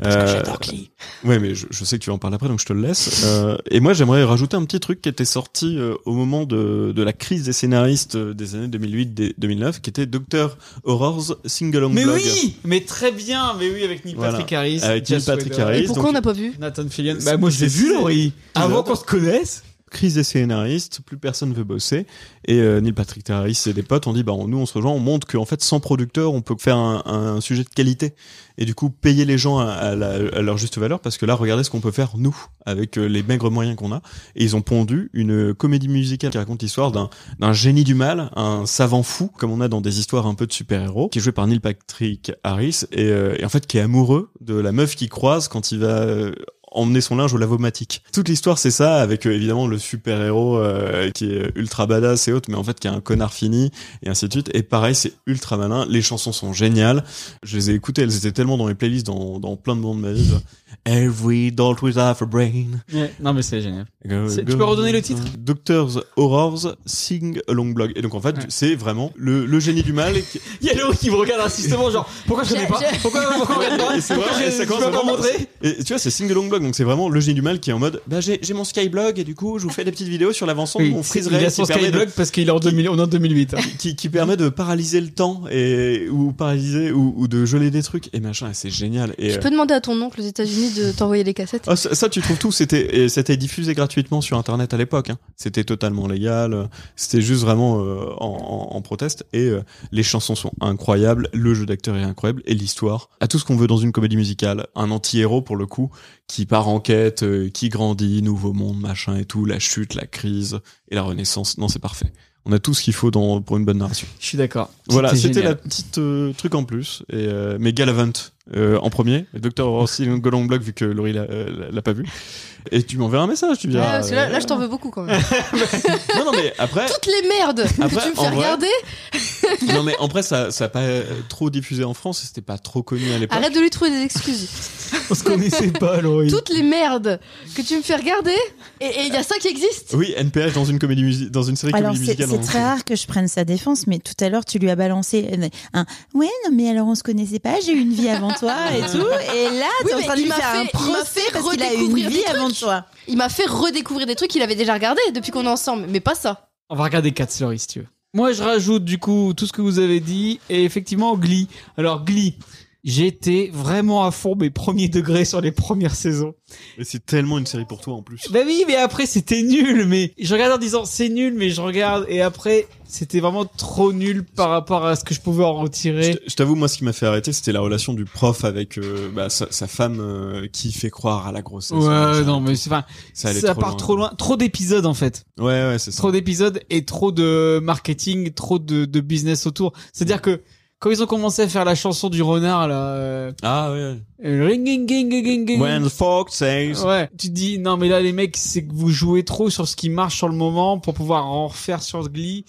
Speaker 1: Parce que
Speaker 6: Euh,
Speaker 1: j'adore Glee.
Speaker 6: Ouais, mais je, je sais que tu vas en parles après, donc je te le laisse. Euh, et moi, j'aimerais rajouter un petit truc qui était sorti euh, au moment de, de la crise des scénaristes euh, des années 2008-2009, qui était Dr. Horror's Single Long
Speaker 1: Mais
Speaker 6: Blog.
Speaker 1: oui, mais très bien, mais oui avec Neil
Speaker 6: Voilà.
Speaker 1: Patrick Harris,
Speaker 6: Avec
Speaker 1: Jess
Speaker 6: Neil Patrick
Speaker 1: Weber,
Speaker 6: Harris.
Speaker 5: Et pourquoi
Speaker 6: donc-
Speaker 5: on n'a pas vu
Speaker 1: Nathan Fillion.
Speaker 6: C'est-
Speaker 1: Bah moi je l'ai
Speaker 6: c'est-
Speaker 1: vu Laurie.
Speaker 6: c'est-
Speaker 1: Avant qu'on se connaisse.
Speaker 6: Crise des scénaristes, plus personne veut bosser. Et euh, Neil Patrick Harris et des potes ont dit, bah, on- nous, on se rejoint, on montre qu'en fait, sans producteur, on peut faire un, un sujet de qualité. Et du coup, payer les gens à, à la- à leur juste valeur, parce que là, regardez ce qu'on peut faire, nous, avec euh, les maigres moyens qu'on a. Et ils ont pondu une comédie musicale qui raconte l'histoire d'un d'un génie du mal, un savant fou, comme on a dans des histoires un peu de super-héros, qui est joué par Neil Patrick Harris, et, euh, et en fait qui est amoureux de la meuf qu'il croise quand il va euh, emmener son linge au lavomatique. Toute l'histoire c'est ça, avec euh, évidemment le super-héros euh, qui est ultra badass et autres, mais en fait qui est un connard fini, et ainsi de suite. Et pareil, c'est ultra malin, les chansons sont géniales, je les ai écoutées, elles étaient tellement dans mes playlists dans, dans plein de moments de ma vie. genre, Every dolt with half a brain.
Speaker 1: Non mais c'est génial.
Speaker 6: Go,
Speaker 1: C'est-
Speaker 6: go.
Speaker 1: tu peux redonner le titre
Speaker 6: Euh, Doctors Horrors Sing a Long Blog. Et donc en fait,
Speaker 1: Ouais.
Speaker 6: c'est vraiment le, le génie du mal. qui-
Speaker 1: Il y a Laurie qui me regarde insistement genre pourquoi je connais pas Pourquoi pourquoi on regarde pas
Speaker 6: Et c'est vrai,
Speaker 1: Pourquoi
Speaker 6: et
Speaker 1: je-
Speaker 6: ça
Speaker 1: tu
Speaker 6: commence
Speaker 1: peux pas
Speaker 6: vraiment-
Speaker 1: montrer
Speaker 6: Et tu vois, c'est Sing a Long Blog. Donc c'est vraiment le génie du mal qui est en mode bah, j'ai j'ai mon Skyblog et du coup, je vous fais des petites vidéos sur l'avancement de mon
Speaker 1: Il
Speaker 6: freezeray
Speaker 1: a
Speaker 6: qui,
Speaker 1: son
Speaker 6: permet de-
Speaker 1: Skyblog parce qu'il est en 2000 on est en 2008. hein.
Speaker 6: qui, qui permet de paralyser le temps et ou paralyser ou, ou de geler des trucs et machin. Et c'est génial. Et,
Speaker 5: Tu
Speaker 6: euh,
Speaker 5: peux demander à ton oncle aux États-Unis de t'envoyer les cassettes.
Speaker 6: ah, ça, ça, tu trouves tout. C'était et c'était diffusé gratuitement sur Internet à l'époque. hein. C'était totalement légal. euh, C'était juste vraiment euh, en, en- en proteste. Et euh, les chansons sont incroyables. Le jeu d'acteur est incroyable. Et l'histoire, à tout ce qu'on veut dans une comédie musicale. Un anti-héros pour le coup, qui part en quête, euh, qui grandit, nouveau monde, machin et tout. La chute, la crise et la renaissance. Non, c'est parfait. On a tout ce qu'il faut dans, pour une bonne narration.
Speaker 1: Je suis d'accord.
Speaker 6: Voilà, c'était
Speaker 1: génial.
Speaker 6: la petite euh, truc en plus. Et, euh, mais Galavant euh, en premier, Docteur Rossi Golong Blog vu que Laurie l'a, euh, l'a- l'a pas vu. Et tu m'enverras un message, tu me
Speaker 5: Ouais,
Speaker 6: diras.
Speaker 5: parce que là,
Speaker 6: euh,
Speaker 5: là, je t'en veux beaucoup quand même.
Speaker 6: Non, non, mais après,
Speaker 5: Toutes les merdes que
Speaker 6: Après,
Speaker 5: tu me
Speaker 6: en
Speaker 5: fais
Speaker 6: vrai,
Speaker 5: regarder,
Speaker 6: non mais après, ça, ça a pas euh, trop diffusé en France, et c'était pas trop connu à l'époque.
Speaker 5: arrête de lui trouver des excuses.
Speaker 1: On se connaissait pas Laurie.
Speaker 5: Toutes les merdes que tu me fais regarder, et il y a ça qui existe.
Speaker 6: Oui, NPH dans une comédie musi- dans une série
Speaker 2: Alors,
Speaker 6: comédie
Speaker 2: c'est
Speaker 6: musicale.
Speaker 2: c'est
Speaker 6: en-
Speaker 2: très rare que je prenne sa défense, mais tout à l'heure, tu lui as balancé euh, un Ouais, non, mais alors on se connaissait pas, j'ai eu une vie avant toi
Speaker 5: *laughs*
Speaker 2: et tout. Et là,
Speaker 5: Oui,
Speaker 2: t'es en
Speaker 5: mais
Speaker 2: train de
Speaker 5: il
Speaker 2: lui
Speaker 5: m'a
Speaker 2: faire
Speaker 5: fait-
Speaker 2: un
Speaker 5: il m'a
Speaker 2: procès
Speaker 5: fait
Speaker 2: parce qu'il a eu une
Speaker 5: redécouvrir
Speaker 2: vie
Speaker 5: des
Speaker 2: avant
Speaker 5: trucs.
Speaker 2: toi.
Speaker 5: Il m'a fait redécouvrir des trucs qu'il avait déjà regardés depuis qu'on est ensemble, mais pas ça.
Speaker 1: On va regarder 4 Laurie si tu veux. Moi je rajoute du coup tout ce que vous avez dit et effectivement Glee. Alors Glee, j'étais vraiment à fond mes premiers degrés sur les premières saisons.
Speaker 6: Et c'est tellement une série pour toi en plus.
Speaker 1: Bah oui, mais après c'était nul, mais je regarde en disant c'est nul, mais je regarde et après c'était vraiment trop nul par rapport à ce que je pouvais en
Speaker 6: Je
Speaker 1: retirer.
Speaker 6: t- je t'avoue, moi, ce qui m'a fait arrêter, c'était la relation du prof avec euh, bah, sa, sa femme euh, qui fait croire à la grossesse.
Speaker 1: Ouais,
Speaker 6: machin.
Speaker 1: non, mais c'est enfin,
Speaker 6: ça,
Speaker 1: ça,
Speaker 6: allait
Speaker 1: part trop loin, trop d'épisodes en fait,
Speaker 6: Ouais, ouais, c'est ça.
Speaker 1: trop d'épisodes et trop de marketing, trop de, de business autour. C'est-à-dire que quand ils ont commencé à faire la chanson du renard là, euh,
Speaker 6: Ah ouais.
Speaker 1: euh, ring, ring, ring, ring, ring, ring.
Speaker 6: When the fuck says.
Speaker 1: Ouais, tu te dis non mais là les mecs c'est que vous jouez trop sur ce qui marche sur le moment pour pouvoir en refaire sur Glee,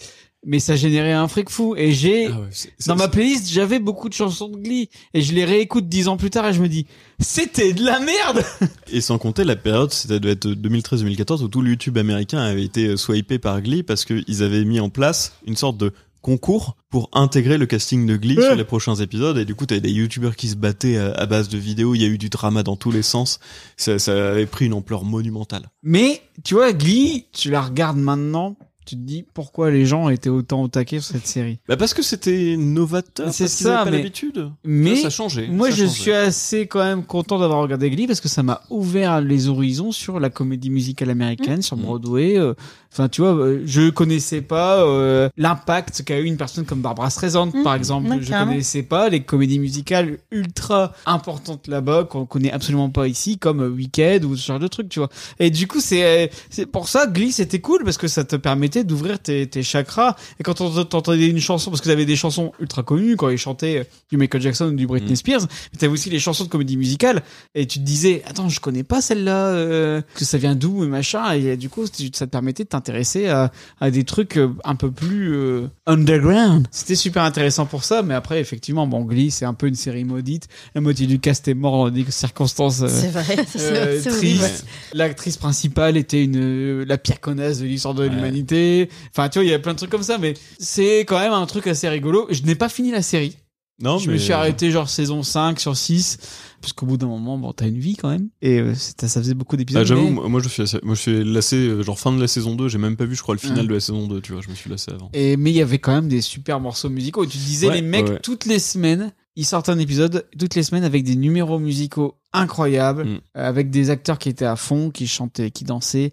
Speaker 1: mais ça générait un fric fou et j'ai
Speaker 6: Ah ouais, c'est- c'est-
Speaker 1: Dans ma playlist, j'avais beaucoup de chansons de Glee et je les réécoute dix ans plus tard et je me dis, c'était de la merde.
Speaker 6: Et sans compter la période, c'était doit être 2013-2014 où tout le YouTube américain avait été euh, swipé par Glee parce qu'ils avaient mis en place une sorte de concours pour intégrer le casting de Glee
Speaker 1: Ouais.
Speaker 6: sur les prochains épisodes et du coup t'avais des youtubeurs qui se battaient euh, à, à base de vidéos il y a eu du drama dans tous les sens ça, ça avait pris une ampleur monumentale
Speaker 1: Mais tu vois, Glee, tu la regardes maintenant, tu te dis pourquoi les gens étaient autant au taquet sur cette série.
Speaker 6: bah parce que c'était novateur
Speaker 1: C'est
Speaker 6: parce qu'ils
Speaker 1: ça,
Speaker 6: avaient pas
Speaker 1: mais-
Speaker 6: l'habitude
Speaker 1: Mais
Speaker 6: ça, ça changeait
Speaker 1: moi,
Speaker 6: ça
Speaker 1: je
Speaker 6: changeait.
Speaker 1: suis assez quand même content d'avoir regardé Glee parce que ça m'a ouvert les horizons sur la comédie musicale américaine, sur
Speaker 6: Mmh.
Speaker 1: Broadway. euh. Enfin, tu vois, euh, je connaissais pas euh, l'impact qu'a eu une personne comme Barbara Streisand,
Speaker 2: Mmh.
Speaker 1: par exemple.
Speaker 2: Ouais,
Speaker 1: je
Speaker 2: carrément.
Speaker 1: connaissais pas les comédies musicales ultra importantes là-bas qu'on connaît absolument pas ici, comme euh, Wicked ou ce genre de trucs, tu vois. Et du coup, c'est euh, c'est pour ça Glee, c'était cool parce que ça te permettait permettait d'ouvrir tes, tes chakras. Et quand on t'entendait une chanson, parce que t'avais des chansons ultra connues, quand ils chantaient euh, du Michael Jackson ou du Britney
Speaker 6: Mm.
Speaker 1: Spears, mais t'avais aussi les chansons de comédie musicale, et tu te disais, attends, je connais pas celle-là, euh, que ça vient d'où et machin, et euh, du coup, tu- ça te permettait de t'intéresser à, à des trucs euh, un peu plus euh, underground. C'était super intéressant pour ça, mais après, effectivement, bon, Glee, c'est un peu une série maudite. La moitié du cast est mort dans des circonstances. euh,
Speaker 4: C'est vrai.
Speaker 1: euh,
Speaker 5: c'est
Speaker 1: triste.
Speaker 5: horrible.
Speaker 1: L'actrice principale était une euh, la pire connasse de l'histoire de l'humanité. Enfin, tu vois, il y a plein de trucs comme ça, mais c'est quand même un truc assez rigolo. Je n'ai pas fini la série.
Speaker 6: Non,
Speaker 1: je
Speaker 6: mais
Speaker 1: me suis arrêté genre saison 5 sur 6 parce qu'au bout d'un moment, bon, t'as une vie quand même. Et euh, c'était- ça faisait beaucoup d'épisodes.
Speaker 6: Ah, J'avoue,
Speaker 1: mais-
Speaker 6: moi moi, je suis assez- moi je suis lassé, euh, genre fin de la saison 2, j'ai même pas vu, je crois, le final de la saison 2, tu vois, je me suis lassé avant.
Speaker 1: Et mais il y avait quand même des super morceaux musicaux. Et tu te disais
Speaker 6: Ouais,
Speaker 1: les mecs
Speaker 6: ouais, ouais.
Speaker 1: toutes les semaines, ils sortent un épisode toutes les semaines avec des numéros musicaux incroyables,
Speaker 6: Mm.
Speaker 1: euh, avec des acteurs qui étaient à fond, qui chantaient, qui dansaient.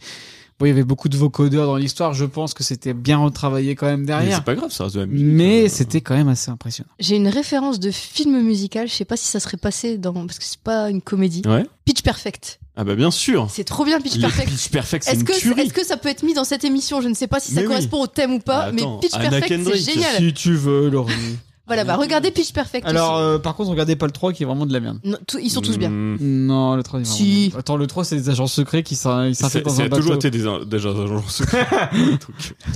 Speaker 1: Bon, il y avait beaucoup de vocodeurs dans l'histoire. Je pense que c'était bien retravaillé quand même
Speaker 6: Mais
Speaker 1: derrière.
Speaker 6: c'est pas grave, ça reste de la musique.
Speaker 1: Mais
Speaker 6: euh,
Speaker 1: c'était quand même assez impressionnant.
Speaker 5: J'ai une référence de film musical, je sais pas si ça serait passé dans. Parce que c'est pas une comédie.
Speaker 6: Ouais.
Speaker 5: Pitch Perfect.
Speaker 6: Ah bah bien sûr
Speaker 5: C'est trop bien Pitch
Speaker 6: Le
Speaker 5: Perfect.
Speaker 6: Pitch Perfect, c'est
Speaker 5: Est-ce
Speaker 6: une
Speaker 5: que,
Speaker 6: tuerie
Speaker 5: est-ce que ça peut être mis dans cette émission Je ne sais pas si ça
Speaker 6: Mais oui.
Speaker 5: correspond au thème ou pas,
Speaker 6: Ah,
Speaker 5: mais
Speaker 6: attends,
Speaker 5: Pitch
Speaker 6: Anna
Speaker 5: Perfect, c'est
Speaker 6: Kendrick,
Speaker 5: génial.
Speaker 1: Si tu veux, Laurie.
Speaker 5: Voilà, bah regardez Pitch Perfect.
Speaker 1: Alors,
Speaker 5: aussi.
Speaker 1: euh, par contre, regardez pas le 3 qui est vraiment de la merde.
Speaker 5: Non, tous- ils sont tous bien.
Speaker 6: Mmh.
Speaker 1: Non, le 3 il est vraiment
Speaker 5: Si.
Speaker 1: de la merde. Attends, le 3 c'est des agents secrets qui s'in- ils
Speaker 6: C'est
Speaker 1: s'infiltrent dans
Speaker 6: ça
Speaker 1: un
Speaker 6: a toujours
Speaker 1: bateau.
Speaker 6: été des, déjà un genre *laughs* secret. Donc,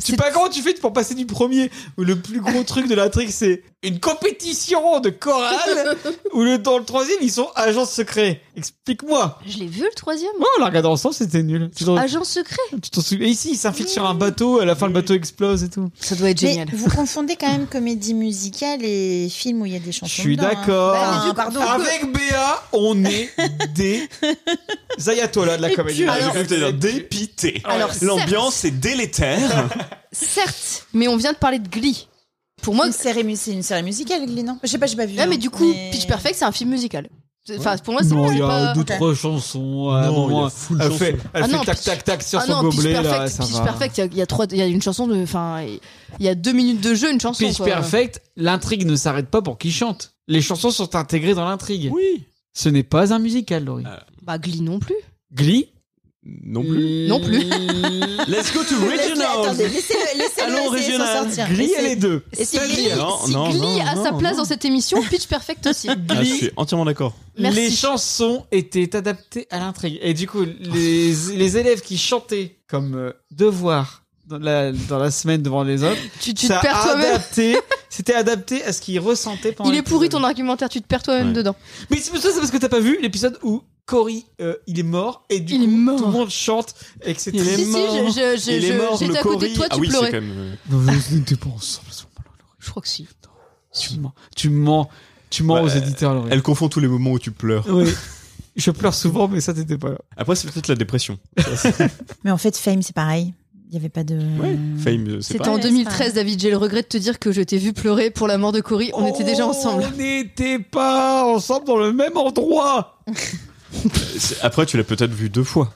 Speaker 1: Tu sais pas comment tu fais pour passer du premier où le plus gros truc de l'intrigue c'est une compétition de
Speaker 5: *laughs*
Speaker 1: chorale où le, dans le troisième ils sont agents secrets. Explique-moi.
Speaker 5: Je l'ai vu le troisième.
Speaker 1: Ouais, on l'a regardé ensemble, c'était nul. Tu t'en-
Speaker 5: Agent secret.
Speaker 1: tu t'en souviens Et Ici, ils s'infiltrent sur un bateau, à la fin le bateau explose et tout.
Speaker 5: Ça doit être
Speaker 2: Mais
Speaker 5: génial.
Speaker 2: vous confondez quand même comédie musicale et film où il y a des chansons.
Speaker 1: Je suis
Speaker 2: dedans, hein.
Speaker 1: d'accord.
Speaker 2: Bah,
Speaker 1: Ah,
Speaker 2: mais vu- pardon.
Speaker 1: Avec Béa, on
Speaker 5: *laughs*
Speaker 1: est des ayatollahs de la comédie.
Speaker 6: Ah, j'ai
Speaker 1: musicale.
Speaker 6: cru que t'allais dire dépité.
Speaker 5: Alors,
Speaker 6: L'ambiance est délétère.
Speaker 5: Certes, mais on vient de parler de Glee. Pour moi,
Speaker 2: Une série mu- c'est une série musicale, Glee, non Je sais pas, j'ai pas vu.
Speaker 5: ouais, Ah, mais
Speaker 2: hein.
Speaker 5: du coup,
Speaker 2: Mais-
Speaker 5: Pitch Perfect, c'est un film musical. C'est- Enfin, pour moi, c'est
Speaker 1: Non,
Speaker 5: c'est
Speaker 1: il y a
Speaker 5: pas-
Speaker 1: deux,
Speaker 2: ok.
Speaker 1: trois chansons. à un
Speaker 6: Non, il y a
Speaker 1: moment,
Speaker 6: full
Speaker 1: elle
Speaker 6: chansons.
Speaker 1: fait, elle
Speaker 5: Ah
Speaker 1: fait
Speaker 5: non,
Speaker 1: tac,
Speaker 5: Pitch-
Speaker 1: tac, tac sur
Speaker 5: Ah
Speaker 1: son
Speaker 5: non, Pitch
Speaker 1: gobelet.
Speaker 5: Perfect,
Speaker 1: là, ça
Speaker 5: Pitch
Speaker 1: va.
Speaker 5: Perfect, il y a- il y, a trois, il y a une chanson de, enfin, il y a deux minutes de jeu, une chanson.
Speaker 1: Pitch
Speaker 5: quoi.
Speaker 1: Perfect, l'intrigue ne s'arrête pas pour qui chante. Les chansons sont intégrées dans l'intrigue.
Speaker 6: Oui.
Speaker 1: Ce n'est pas un musical, Laurie.
Speaker 6: Ah.
Speaker 5: Bah Glee non plus.
Speaker 1: Euh, Glee
Speaker 6: Non plus.
Speaker 5: Non
Speaker 1: *laughs*
Speaker 5: plus.
Speaker 6: Let's
Speaker 5: *laughs*
Speaker 6: go to
Speaker 2: Laisse-le, attendez,
Speaker 6: Regional.
Speaker 2: laissez-le laissez-le
Speaker 6: Allons
Speaker 2: essayer de s'en
Speaker 6: régional.
Speaker 2: sortir.
Speaker 1: Glee et
Speaker 2: Laissez-
Speaker 1: les deux.
Speaker 5: Et si
Speaker 1: C'est-à-dire-
Speaker 5: Glee,
Speaker 6: Non,
Speaker 5: si
Speaker 6: non,
Speaker 5: Glee
Speaker 6: non,
Speaker 5: a sa
Speaker 6: non,
Speaker 5: place
Speaker 6: non.
Speaker 5: dans cette émission, Pitch Perfect aussi.
Speaker 6: Ah, je
Speaker 1: Glee,
Speaker 6: suis entièrement d'accord.
Speaker 5: Merci.
Speaker 1: les chansons étaient adaptées à l'intrigue. Et du coup, *laughs* les, les élèves qui chantaient comme euh, devoir dans la, dans la semaine devant les autres,
Speaker 5: Tu, tu
Speaker 1: ça
Speaker 5: te perds toi-même.
Speaker 1: adapté, *laughs* c'était adapté à ce qu'ils ressentaient pendant
Speaker 5: Il est pourri
Speaker 1: l'épisode.
Speaker 5: ton argumentaire, tu te perds toi-même
Speaker 6: Ouais.
Speaker 5: dedans.
Speaker 1: Mais c'est pour ça, c'est parce que t'as pas vu l'épisode où Cory, euh, il est mort et du
Speaker 5: Il
Speaker 1: coup,
Speaker 5: est mort.
Speaker 1: tout le monde chante et que c'était.
Speaker 6: Il est
Speaker 5: si, si, je- je- je-
Speaker 6: Il est mort,
Speaker 5: j'étais
Speaker 6: le
Speaker 5: à côté
Speaker 6: Cory.
Speaker 5: de toi,
Speaker 6: Ah
Speaker 5: tu
Speaker 6: oui, c'est
Speaker 5: pleurais.
Speaker 6: quand même.
Speaker 1: Non, vous n'étiez pas ensemble. à ce moment-là, Laurie.
Speaker 5: Je crois que si.
Speaker 1: Tu mens. Tu mens. Tu mens
Speaker 6: Bah,
Speaker 1: aux éditeurs, Laurie.
Speaker 6: Elle confond tous les moments où tu pleures.
Speaker 1: *laughs* Oui. Je pleure souvent, mais ça, t'étais pas là.
Speaker 6: Après, c'est peut-être la dépression.
Speaker 2: Mais en fait, Fame, c'est pareil. Il y avait pas de.
Speaker 6: Ouais. Fame, euh, c'est
Speaker 5: C'était
Speaker 6: pas.
Speaker 5: en
Speaker 2: Ouais, c'est
Speaker 5: 2013, David. J'ai le regret de te dire que je t'ai vu pleurer pour la mort de Cory. On était déjà
Speaker 1: Oh,
Speaker 5: ensemble.
Speaker 1: On n'était pas ensemble dans le même endroit.
Speaker 6: C'est- Après, tu l'as peut-être vu deux fois.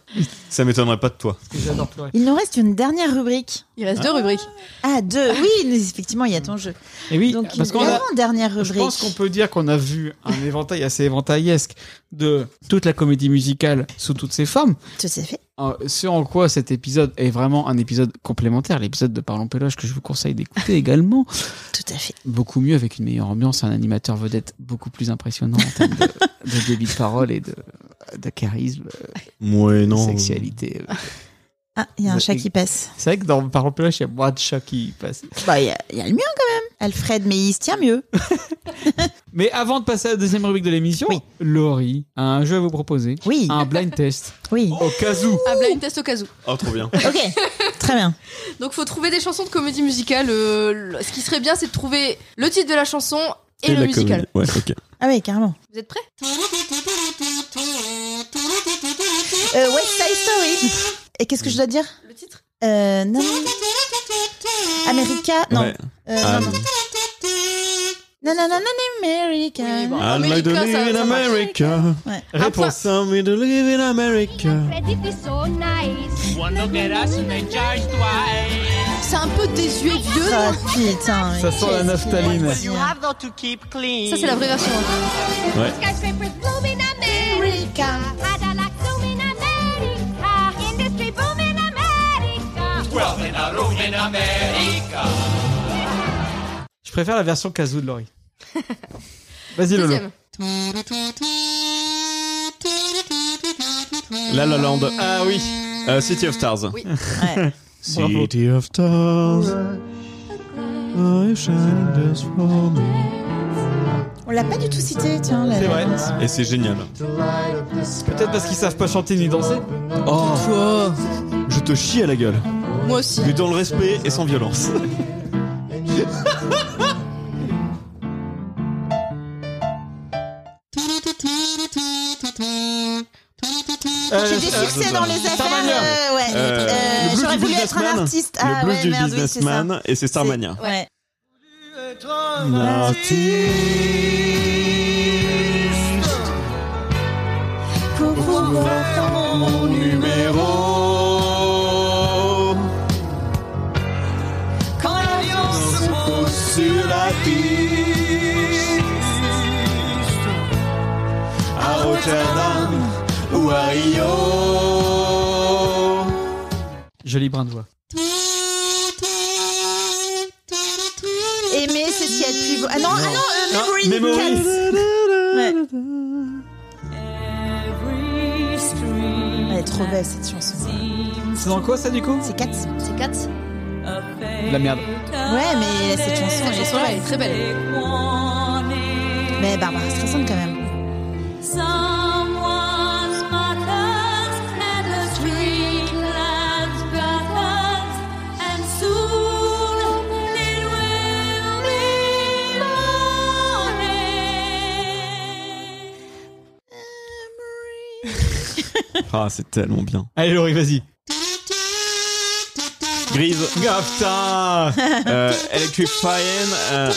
Speaker 6: Ça m'étonnerait pas de toi.
Speaker 1: J'adore pleurer.
Speaker 2: Il nous reste une dernière rubrique.
Speaker 5: Il reste deux rubriques.
Speaker 2: Ah, deux. Oui, mais effectivement, il y a ton jeu.
Speaker 1: Et oui,
Speaker 2: Donc,
Speaker 1: parce
Speaker 2: une
Speaker 1: qu'on a.
Speaker 2: vraiment dernière rubrique.
Speaker 1: Je pense qu'on peut dire qu'on a vu un éventail assez éventaillesque de toute la comédie musicale sous toutes ses formes.
Speaker 2: Tout s'est fait.
Speaker 1: Euh, ce en quoi cet épisode est vraiment un épisode complémentaire, l'épisode de Parlons Péloche que je vous conseille d'écouter *laughs* également,
Speaker 2: Tout à fait.
Speaker 1: beaucoup mieux avec une meilleure ambiance, un animateur vedette beaucoup plus impressionnant en termes
Speaker 2: *laughs*
Speaker 1: de, de débit de parole et de, de charisme,
Speaker 6: Ouais,
Speaker 1: de
Speaker 6: non.
Speaker 1: sexualité.
Speaker 2: Ah, il y a un
Speaker 1: Mais-
Speaker 2: chat qui passe.
Speaker 1: C'est vrai que dans Parlons Péloche, il y a moins de chats qui passent.
Speaker 2: Bah, il y, a- il y a le mien quand même. Alfred, mais il se tient mieux.
Speaker 1: Mais avant de passer à la deuxième rubrique de l'émission, Laurie a un jeu à vous proposer,
Speaker 2: Oui, Oh.
Speaker 1: un blind test
Speaker 2: oui.
Speaker 1: au cas où.
Speaker 5: Un blind test au cas où.
Speaker 6: Oh, trop bien.
Speaker 2: Ok, très bien.
Speaker 5: Donc faut trouver des chansons de comédie musicale. euh, le- ce qui serait bien, c'est de trouver le titre de la chanson et, le
Speaker 6: la
Speaker 5: musical.
Speaker 6: comédie. Ouais, ok.
Speaker 2: Ah oui, carrément.
Speaker 5: Vous êtes prêts
Speaker 2: Euh, West Side Story. Et qu'est-ce que je dois dire
Speaker 5: Le titre
Speaker 2: euh, non. America, non.
Speaker 6: Ouais.
Speaker 2: Euh,
Speaker 6: Ah,
Speaker 2: non, non. Non, non, non, non, America.
Speaker 5: Oui, bon.
Speaker 6: I like to
Speaker 5: America,
Speaker 6: live
Speaker 5: ça-
Speaker 6: in
Speaker 5: ça marche.
Speaker 6: America.
Speaker 2: Ouais.
Speaker 6: Réponse. Some me to live in America.
Speaker 5: C'est un peu désuet vieux.
Speaker 2: Ah, putain.
Speaker 1: Ça sent la naphtaline.
Speaker 5: Ça c'est la vraie version. hein.
Speaker 7: America. Industry boom in America.
Speaker 9: in America.
Speaker 1: Je préfère la version Kazoo de Laurie. Vas-y, Lolo.
Speaker 5: Deuxième.
Speaker 6: La La Land.
Speaker 1: Ah oui.
Speaker 6: Euh, City of Stars. *laughs*
Speaker 5: Oui.
Speaker 4: Ouais.
Speaker 6: City of Stars. I shall dance for me.
Speaker 2: On l'a pas du tout cité, tiens. la-
Speaker 1: C'est vrai.
Speaker 6: Et c'est génial.
Speaker 1: Peut-être parce qu'ils savent pas chanter ni danser.
Speaker 6: Oh, je te chie à la gueule.
Speaker 5: Moi aussi.
Speaker 6: Mais dans le respect et sans violence.
Speaker 2: J'ai
Speaker 1: Euh,
Speaker 2: des
Speaker 1: euh,
Speaker 2: succès dans les
Speaker 1: Starmania.
Speaker 2: affaires. euh, ouais.
Speaker 6: Euh,
Speaker 2: Euh,
Speaker 6: le blues
Speaker 2: J'aurais
Speaker 6: du
Speaker 2: voulu être un
Speaker 6: businessman.
Speaker 2: artiste.
Speaker 6: le
Speaker 2: Ah
Speaker 6: blues
Speaker 2: ouais,
Speaker 6: du
Speaker 2: merde, oui, c'est ça.
Speaker 6: businessman et c'est Starmania.
Speaker 4: Ouais.
Speaker 2: Pour pouvoir faire mon
Speaker 6: numéro
Speaker 7: Quand l'avion se pose
Speaker 6: sur la à Rotterdam ou à Rio.
Speaker 1: Joli brin de voix.
Speaker 2: Aimer, c'est ce qu'il y a de plus beau. Ah non, euh. ah non, euh, Memory.
Speaker 1: Memory.
Speaker 2: Cats. Elle est trop belle cette chanson.
Speaker 1: C'est dans quoi ça du coup
Speaker 2: C'est 4.
Speaker 5: C'est 4.
Speaker 1: De la merde.
Speaker 2: Ouais, mais cette chanson, elle est trop
Speaker 5: chanson-là, elle est
Speaker 2: belle.
Speaker 5: très belle.
Speaker 2: Mais Barbara Streisand quand même.
Speaker 7: Someone's mother's and the streamlands brothers, and soon it will be morning.
Speaker 6: Ah, c'est tellement bien.
Speaker 1: Allez, Laurie, vas-y.
Speaker 6: Grise. Ah, putain euh, Electrifying. euh,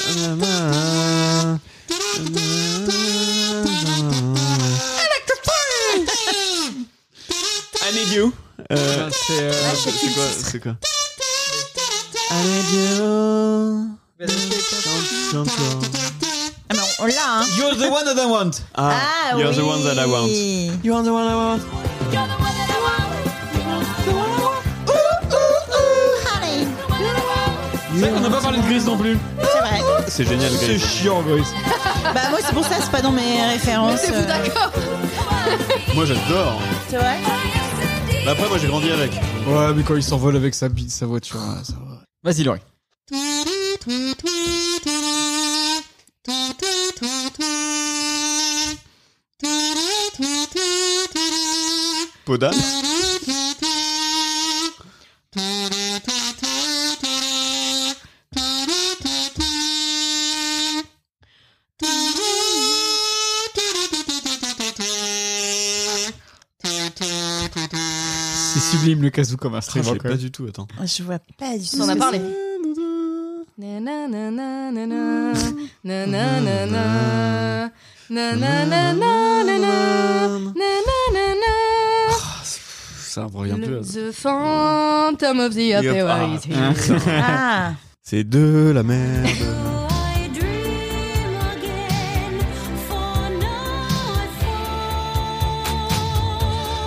Speaker 6: I need you. Euh,
Speaker 1: C'est euh,
Speaker 6: c'est c'est quoi C'est quoi I need you. Don't- don't go.
Speaker 2: Ah mais on, on l'a, hein.
Speaker 1: You're the one that I want.
Speaker 6: Ah, you're the one that I want. You're the one I want.
Speaker 1: C'est vrai qu'on n'a pas parlé de Grise non plus.
Speaker 2: C'est vrai.
Speaker 6: C'est génial,
Speaker 1: C'est
Speaker 6: Grise.
Speaker 1: chiant, Grise.
Speaker 2: Bah moi c'est pour ça, c'est pas dans mes références.
Speaker 5: C'est vous
Speaker 2: euh,
Speaker 5: d'accord
Speaker 6: Moi j'adore.
Speaker 2: tu vois
Speaker 6: Mais Après, moi j'ai grandi avec.
Speaker 1: Ouais, mais quand il s'envole avec sa bite, sa voiture, ouais, ça va. Vas-y, Laurie.
Speaker 6: Podam.
Speaker 1: C'est sublime le kazoo comme instrument. quoi.
Speaker 6: du tout, attends.
Speaker 2: Je vois pas du tout.
Speaker 5: On en
Speaker 2: ce
Speaker 5: a
Speaker 2: que
Speaker 5: parlé.
Speaker 2: c'est.
Speaker 5: Nananana,
Speaker 1: Mmh.
Speaker 5: nananana, nananana,
Speaker 1: Mmh.
Speaker 5: nananana.
Speaker 6: Ça me
Speaker 1: Oh,
Speaker 6: revient plus.
Speaker 5: Le- The Phantom of the Opera
Speaker 6: Ah.
Speaker 5: is here.
Speaker 1: Hein
Speaker 2: Ah,
Speaker 6: C'est de la merde.
Speaker 7: I dream again for nightfall.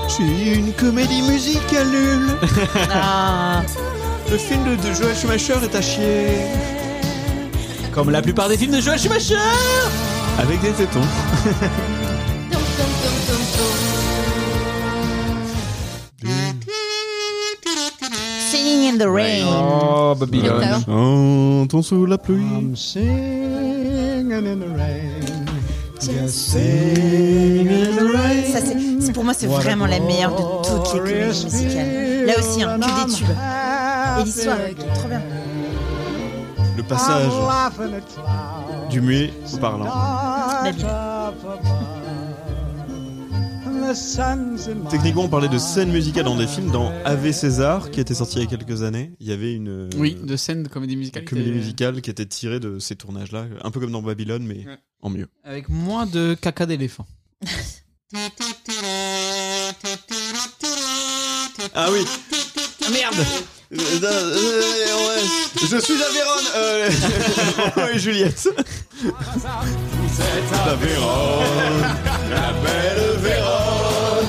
Speaker 6: Je suis une comédie musicale nulle.
Speaker 2: ah.
Speaker 6: Le film de, de Joel Schumacher est à chier.
Speaker 1: Comme la plupart des films de Joel Schumacher.
Speaker 6: Avec des tétons.
Speaker 2: Singing in the rain.
Speaker 1: Oh, Babylone.
Speaker 5: Talent.
Speaker 6: Chantons sous la pluie.
Speaker 2: Ça c'est, c'est- pour moi c'est vraiment la meilleure de toutes les comédies musicales. Là aussi, hein, que des tubes. Et l'histoire, trop bien.
Speaker 6: Le passage du muet au parlant. Techniquement, on parlait de scènes musicales dans des films. Dans Ave César, qui était sorti il y a quelques années, il y avait une. euh,
Speaker 1: Oui, de scène de comédie musicale.
Speaker 6: une comédie
Speaker 1: qui est-
Speaker 6: musicale qui était tirée de ces tournages-là, un peu comme dans Babylone, mais
Speaker 1: Ouais.
Speaker 6: en mieux.
Speaker 1: Avec moins de caca d'éléphant.
Speaker 6: Ah oui,
Speaker 1: merde
Speaker 6: *laughs* Euh, euh, euh, ouais. Je suis la Vérone euh, *laughs* Roméo et Juliette La Vérone La belle Vérone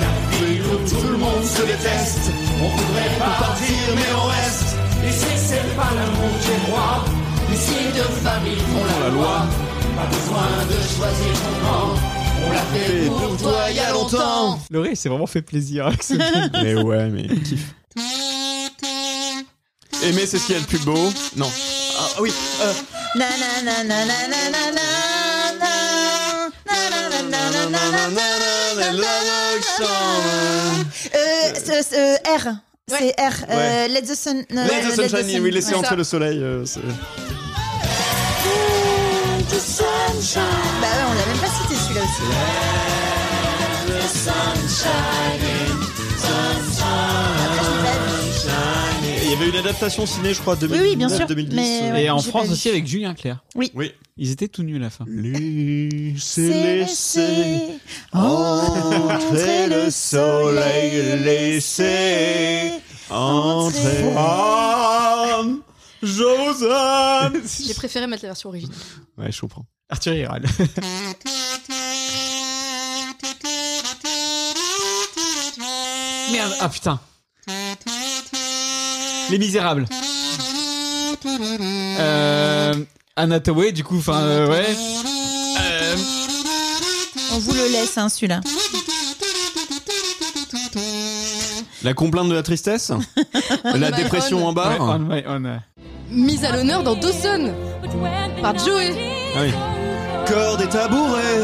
Speaker 6: La ville où tout le monde se déteste On voudrait partir mais on reste
Speaker 9: Ici c'est pas l'amour qui est roi, ici deux familles font la loi. Pas besoin de choisir ton camp, on l'a fait pour toi il y a longtemps.
Speaker 1: Le ré s'est vraiment fait plaisir avec *laughs* ce film.
Speaker 6: Mais ouais, mais kiff. Aimer, c'est ce qu'il y a de plus beau. Non. Ah oui. euh,
Speaker 4: Na, na, na, na, na, na, na, na, na, na, na, na, na, na, na, na, na, na, na, na.
Speaker 2: Euh, c'est- c'est, euh, R. C'est R. Euh, Let the sun. euh,
Speaker 6: Let the sunshine,
Speaker 2: sun-
Speaker 6: oui, laissez
Speaker 5: ouais,
Speaker 6: entrer
Speaker 5: ça.
Speaker 6: le soleil. euh, c'est-
Speaker 4: Bah ouais, on l'a même pas cité celui-là aussi.
Speaker 6: Et Il y avait une adaptation ciné, je crois, 2009,
Speaker 2: bien sûr,
Speaker 6: 2010.
Speaker 2: mais-
Speaker 6: euh,
Speaker 2: Ouais,
Speaker 1: Et en
Speaker 2: j'ai
Speaker 1: France
Speaker 2: pas
Speaker 1: aussi
Speaker 2: vu.
Speaker 1: avec Julien Clerc.
Speaker 2: Oui.
Speaker 6: Oui.
Speaker 1: Ils étaient tout nus à la fin.
Speaker 6: Laissez, laissez
Speaker 2: Laissez entrer le soleil, laissez
Speaker 6: laissez entrer. Femme,
Speaker 2: *laughs*
Speaker 6: Joseph.
Speaker 5: J'ai préféré mettre la version originale.
Speaker 6: Ouais, je comprends.
Speaker 1: Arthur Iral. Merde, ah putain. Les Misérables. Euh, Anna Tawai, du coup, enfin, euh, ouais. Euh,
Speaker 2: On vous le laisse, hein, celui-là.
Speaker 6: La complainte de
Speaker 2: *laughs*
Speaker 6: la tristesse La
Speaker 5: my
Speaker 6: dépression
Speaker 5: own.
Speaker 6: en
Speaker 1: ouais,
Speaker 6: barre
Speaker 1: on, ouais, on, euh,
Speaker 5: Mise à l'honneur dans Dawson par Joey.
Speaker 6: Ah oui. Corde et tabouret.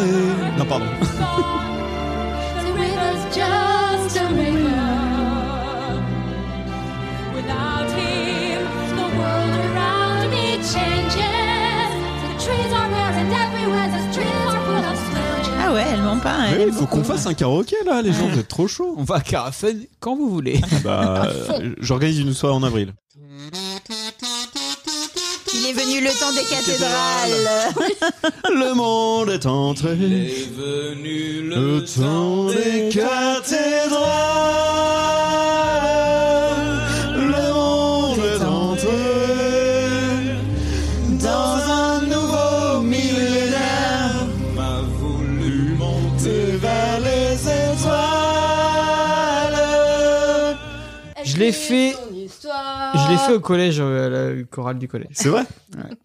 Speaker 6: Non, pardon.
Speaker 7: Without him, the world around me changes. The trees are red and everywhere the trees are full of splendor.
Speaker 2: Ah ouais, elle ment pas.
Speaker 6: Il
Speaker 2: elle aime
Speaker 6: faut qu'on
Speaker 2: beaucoup.
Speaker 6: fasse un karaoké là, les gens, vous êtes trop chauds.
Speaker 1: on va à Carafun quand vous voulez.
Speaker 2: *laughs*
Speaker 6: Bah, euh, j'organise une soirée en avril.
Speaker 2: Il est venu le temps des cathédrales.
Speaker 6: Le monde est entré.
Speaker 9: Est venu
Speaker 6: Le temps des cathédrales, le monde est entré dans un nouveau millénaire. M'a voulu monter vers les étoiles.
Speaker 1: Je l'ai fait- Je l'ai fait au collège, euh, à la chorale du collège,
Speaker 6: C'est vrai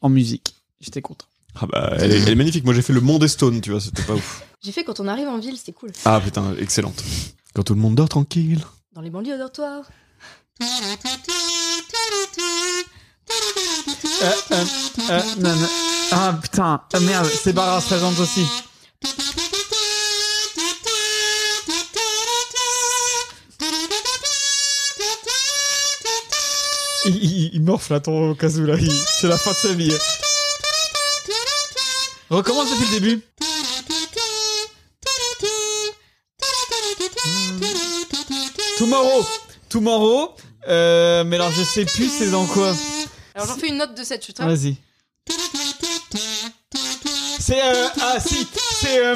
Speaker 1: en musique. J'étais content.
Speaker 6: Ah bah, elle est, elle est magnifique. Moi, j'ai fait le monde est stone, tu vois, c'était pas ouf.
Speaker 5: J'ai fait quand on arrive en ville, c'est cool.
Speaker 6: Ah putain, excellente. Quand tout le monde dort tranquille.
Speaker 5: Dans les banlieues au dortoir.
Speaker 1: Euh, euh, euh, non, non. Ah putain, ah, merde, c'est Barbara Streisand aussi. Il, il, il morfle à ton casou là, Il- c'est la fin de sa vie. Recommence depuis le début. Tomorrow, Tomorrow, euh, mais alors je sais plus c'est dans quoi.
Speaker 5: Alors j'en fais une note de 7, je suis très.
Speaker 1: Vas-y. C'est euh, ah si c'est euh,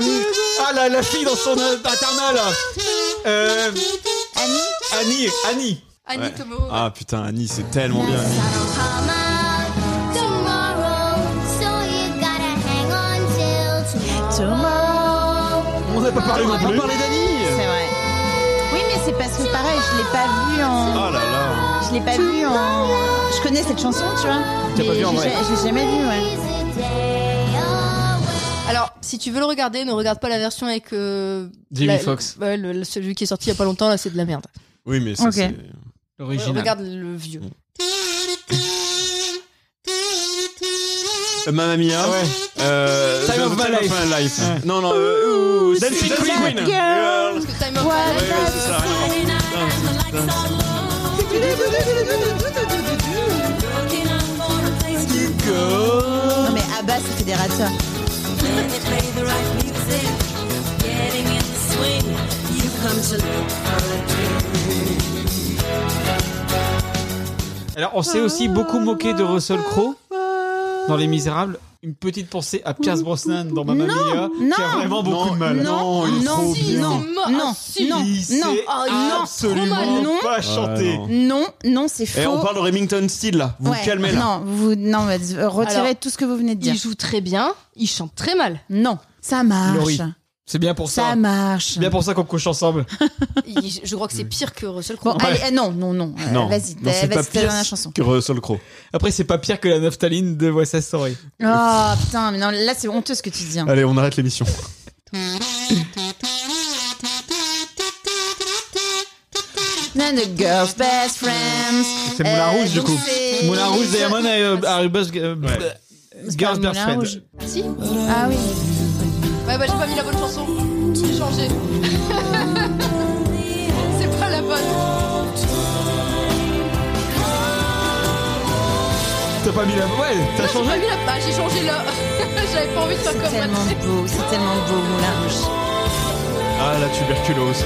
Speaker 1: ah la, la fille dans son euh, internat là. Euh, Annie Annie
Speaker 5: Annie
Speaker 6: Ouais.
Speaker 5: Tomorrow.
Speaker 6: Ah putain, Annie, c'est tellement bien.
Speaker 1: On n'a pas parlé non plus.
Speaker 2: C'est vrai. Oui, mais c'est parce que pareil, je l'ai pas vu en.
Speaker 6: Oh là là.
Speaker 2: Je l'ai pas vu en. Je connais cette chanson, tu vois.
Speaker 1: Tu l'as pas
Speaker 2: mais
Speaker 1: vu en
Speaker 2: j'ai-
Speaker 1: vrai.
Speaker 2: Je l'ai jamais vu, ouais.
Speaker 5: Alors, si tu veux le regarder, ne regarde pas la version avec. euh,
Speaker 1: Jamie
Speaker 5: la-
Speaker 1: Foxx.
Speaker 5: ouais, le- le- celui qui est sorti il y a pas longtemps, là, c'est de la merde.
Speaker 6: Oui, mais ça,
Speaker 2: Ok.
Speaker 6: c'est.
Speaker 1: L'original.
Speaker 5: Regarde le vieux.
Speaker 6: Euh, Mamma Mia.
Speaker 1: Ouais.
Speaker 6: Euh,
Speaker 1: Time
Speaker 6: The-
Speaker 1: of
Speaker 6: The
Speaker 1: My Life.
Speaker 6: Life. Non, non. euh, ouh, Dancing
Speaker 1: c'est
Speaker 6: Queen.
Speaker 1: Queen.
Speaker 6: Girl.
Speaker 2: Girl.
Speaker 5: Parce que Time of
Speaker 6: Ouais, ouais, c'est ça.
Speaker 1: Euh,
Speaker 2: Non, mais Abba, c'est fédérateur.
Speaker 1: Alors on s'est aussi beaucoup moqué de Russell Crowe dans Les Misérables. Une petite pensée à Pierce Brosnan dans Mamma Mia qui a
Speaker 2: non,
Speaker 1: vraiment beaucoup
Speaker 6: non,
Speaker 1: de mal.
Speaker 2: Non,
Speaker 6: Non, il est
Speaker 2: non,
Speaker 6: trop bien.
Speaker 2: non,
Speaker 5: C'est
Speaker 2: non,
Speaker 5: mort, si.
Speaker 2: non,
Speaker 1: Il
Speaker 2: non,
Speaker 1: sait
Speaker 5: Ah, non, trop
Speaker 1: absolument
Speaker 5: mal,
Speaker 2: non.
Speaker 1: pas chanter.
Speaker 6: non.
Speaker 2: non, non, c'est faux.
Speaker 6: Eh, on parle de Remington Steele là. Vous
Speaker 2: Ouais,
Speaker 6: vous calmez là.
Speaker 2: Non, vous, non, mais, euh, retirez
Speaker 5: Alors,
Speaker 2: tout ce que vous venez de dire.
Speaker 5: Il joue très bien, il chante très mal.
Speaker 2: Non, ça marche.
Speaker 1: Laurie. C'est bien pour ça.
Speaker 2: Ça marche.
Speaker 1: C'est bien pour ça qu'on couche ensemble.
Speaker 4: Il- je- Je crois que c'est pire que Russell
Speaker 2: Bon,
Speaker 4: Crowe.
Speaker 1: bah-
Speaker 2: allez, euh, non, non, non. euh,
Speaker 6: Non.
Speaker 2: Vas-y, euh,
Speaker 6: Non, c'est
Speaker 2: vas-y, c'est
Speaker 6: pas
Speaker 2: la
Speaker 6: pire
Speaker 2: dernière chanson.
Speaker 6: que Russell Crowe.
Speaker 1: Après, c'est pas pire que la naphtaline de West Side Story.
Speaker 2: Oh putain, mais non, là c'est honteux ce que tu dis. hein.
Speaker 6: Allez, on arrête l'émission.
Speaker 2: And the girl's best friends.
Speaker 1: C'est Moulin
Speaker 2: Euh,
Speaker 1: Rouge, du
Speaker 2: donc
Speaker 1: coup.
Speaker 2: c'est-
Speaker 1: Moulin Rouge, Diamond et euh, Harry Buzz. euh,
Speaker 2: C'est pas
Speaker 1: Girls Best
Speaker 2: Moulin
Speaker 1: Friend.
Speaker 2: Rouge.
Speaker 5: Si
Speaker 2: Ah oui.
Speaker 5: Ouais, bah j'ai pas mis la bonne chanson. J'ai changé. c'est pas la bonne.
Speaker 1: T'as pas mis la. Ouais, t'as
Speaker 5: J'ai pas
Speaker 1: changé
Speaker 5: mis la. Bah j'ai changé là. *laughs* J'avais pas envie de faire
Speaker 2: C'est
Speaker 5: comme
Speaker 2: tellement
Speaker 5: Mathieu.
Speaker 2: beau, c'est tellement beau, Moulin Rouge.
Speaker 6: Ah, la tuberculose.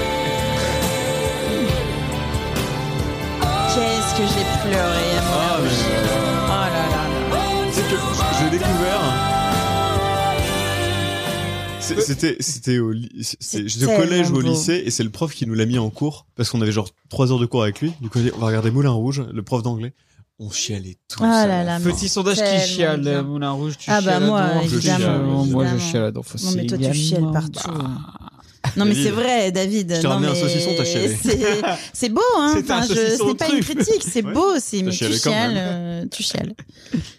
Speaker 2: Qu'est-ce que j'ai pleuré à Moulin Rouge. Oh là là là.
Speaker 6: Ah, C'est que j'ai découvert. C'est- C'était, c'était au, ly- c'est-
Speaker 2: C'est
Speaker 6: j'étais au collège ou au
Speaker 2: tellement beau.
Speaker 6: lycée et c'est le prof qui nous l'a mis en cours parce qu'on avait genre trois heures de cours avec lui. Du coup, on a dit, on va regarder Moulin Rouge, le prof d'anglais. On chialait tous.
Speaker 2: Ah
Speaker 6: à
Speaker 2: là
Speaker 6: la
Speaker 2: là,
Speaker 6: fin.
Speaker 2: mais-
Speaker 1: Petit sondage qui
Speaker 2: Tellement
Speaker 1: chiale,
Speaker 2: bien.
Speaker 1: euh, Moulin Rouge, tu
Speaker 2: Ah bah
Speaker 1: chiales.
Speaker 2: moi,
Speaker 1: donc, je
Speaker 2: évidemment,
Speaker 1: chiale, Moi, je
Speaker 2: évidemment.
Speaker 1: chiale, donc faut Bah.
Speaker 2: Non mais toi tu
Speaker 1: évidemment.
Speaker 2: chiales partout. hein. Non mais
Speaker 6: David.
Speaker 2: c'est vrai, David.
Speaker 6: Je t'ai
Speaker 2: non,
Speaker 6: ramené un
Speaker 2: mais
Speaker 6: saucisson, t'as chialé.
Speaker 2: c'est- C'est beau, hein.
Speaker 1: C'était un
Speaker 2: Enfin, je-
Speaker 1: saucisson
Speaker 2: ce n'est pas une
Speaker 1: truffe.
Speaker 2: critique,
Speaker 1: *laughs*
Speaker 2: c'est
Speaker 6: Ouais.
Speaker 2: beau, c'est mais tu
Speaker 6: chialé quand
Speaker 2: chiales, euh, tu chiales.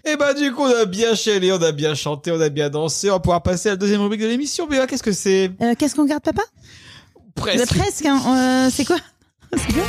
Speaker 1: Et bah du coup on a bien chialé, on a bien chanté, on a bien dansé, on va pouvoir passer à la deuxième rubrique de l'émission. Mais qu'est-ce que c'est
Speaker 2: Euh, Qu'est-ce qu'on garde, papa Bah,
Speaker 1: Presque.
Speaker 2: Presque. hein, euh, c'est quoi *laughs* C'est quoi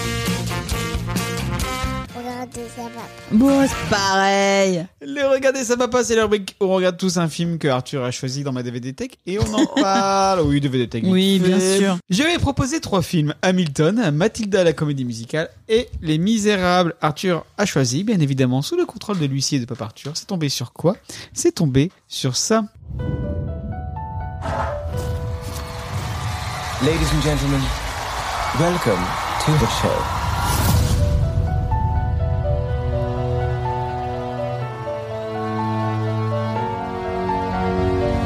Speaker 2: Bon, c'est pareil.
Speaker 1: Le regarder ça papa, c'est la rubrique où on regarde tous un film que Arthur a choisi dans ma DVD Tech et on
Speaker 2: *laughs*
Speaker 1: en parle. Oui, DVD Tech. vite
Speaker 2: Oui,
Speaker 1: fait.
Speaker 2: bien sûr.
Speaker 1: Je vais proposer trois films Hamilton, Mathilda la comédie musicale et Les Misérables. Arthur a choisi, bien évidemment, sous le contrôle de l'huissier de Papa Arthur. C'est tombé sur quoi C'est tombé sur ça.
Speaker 10: Ladies and gentlemen, welcome to the show.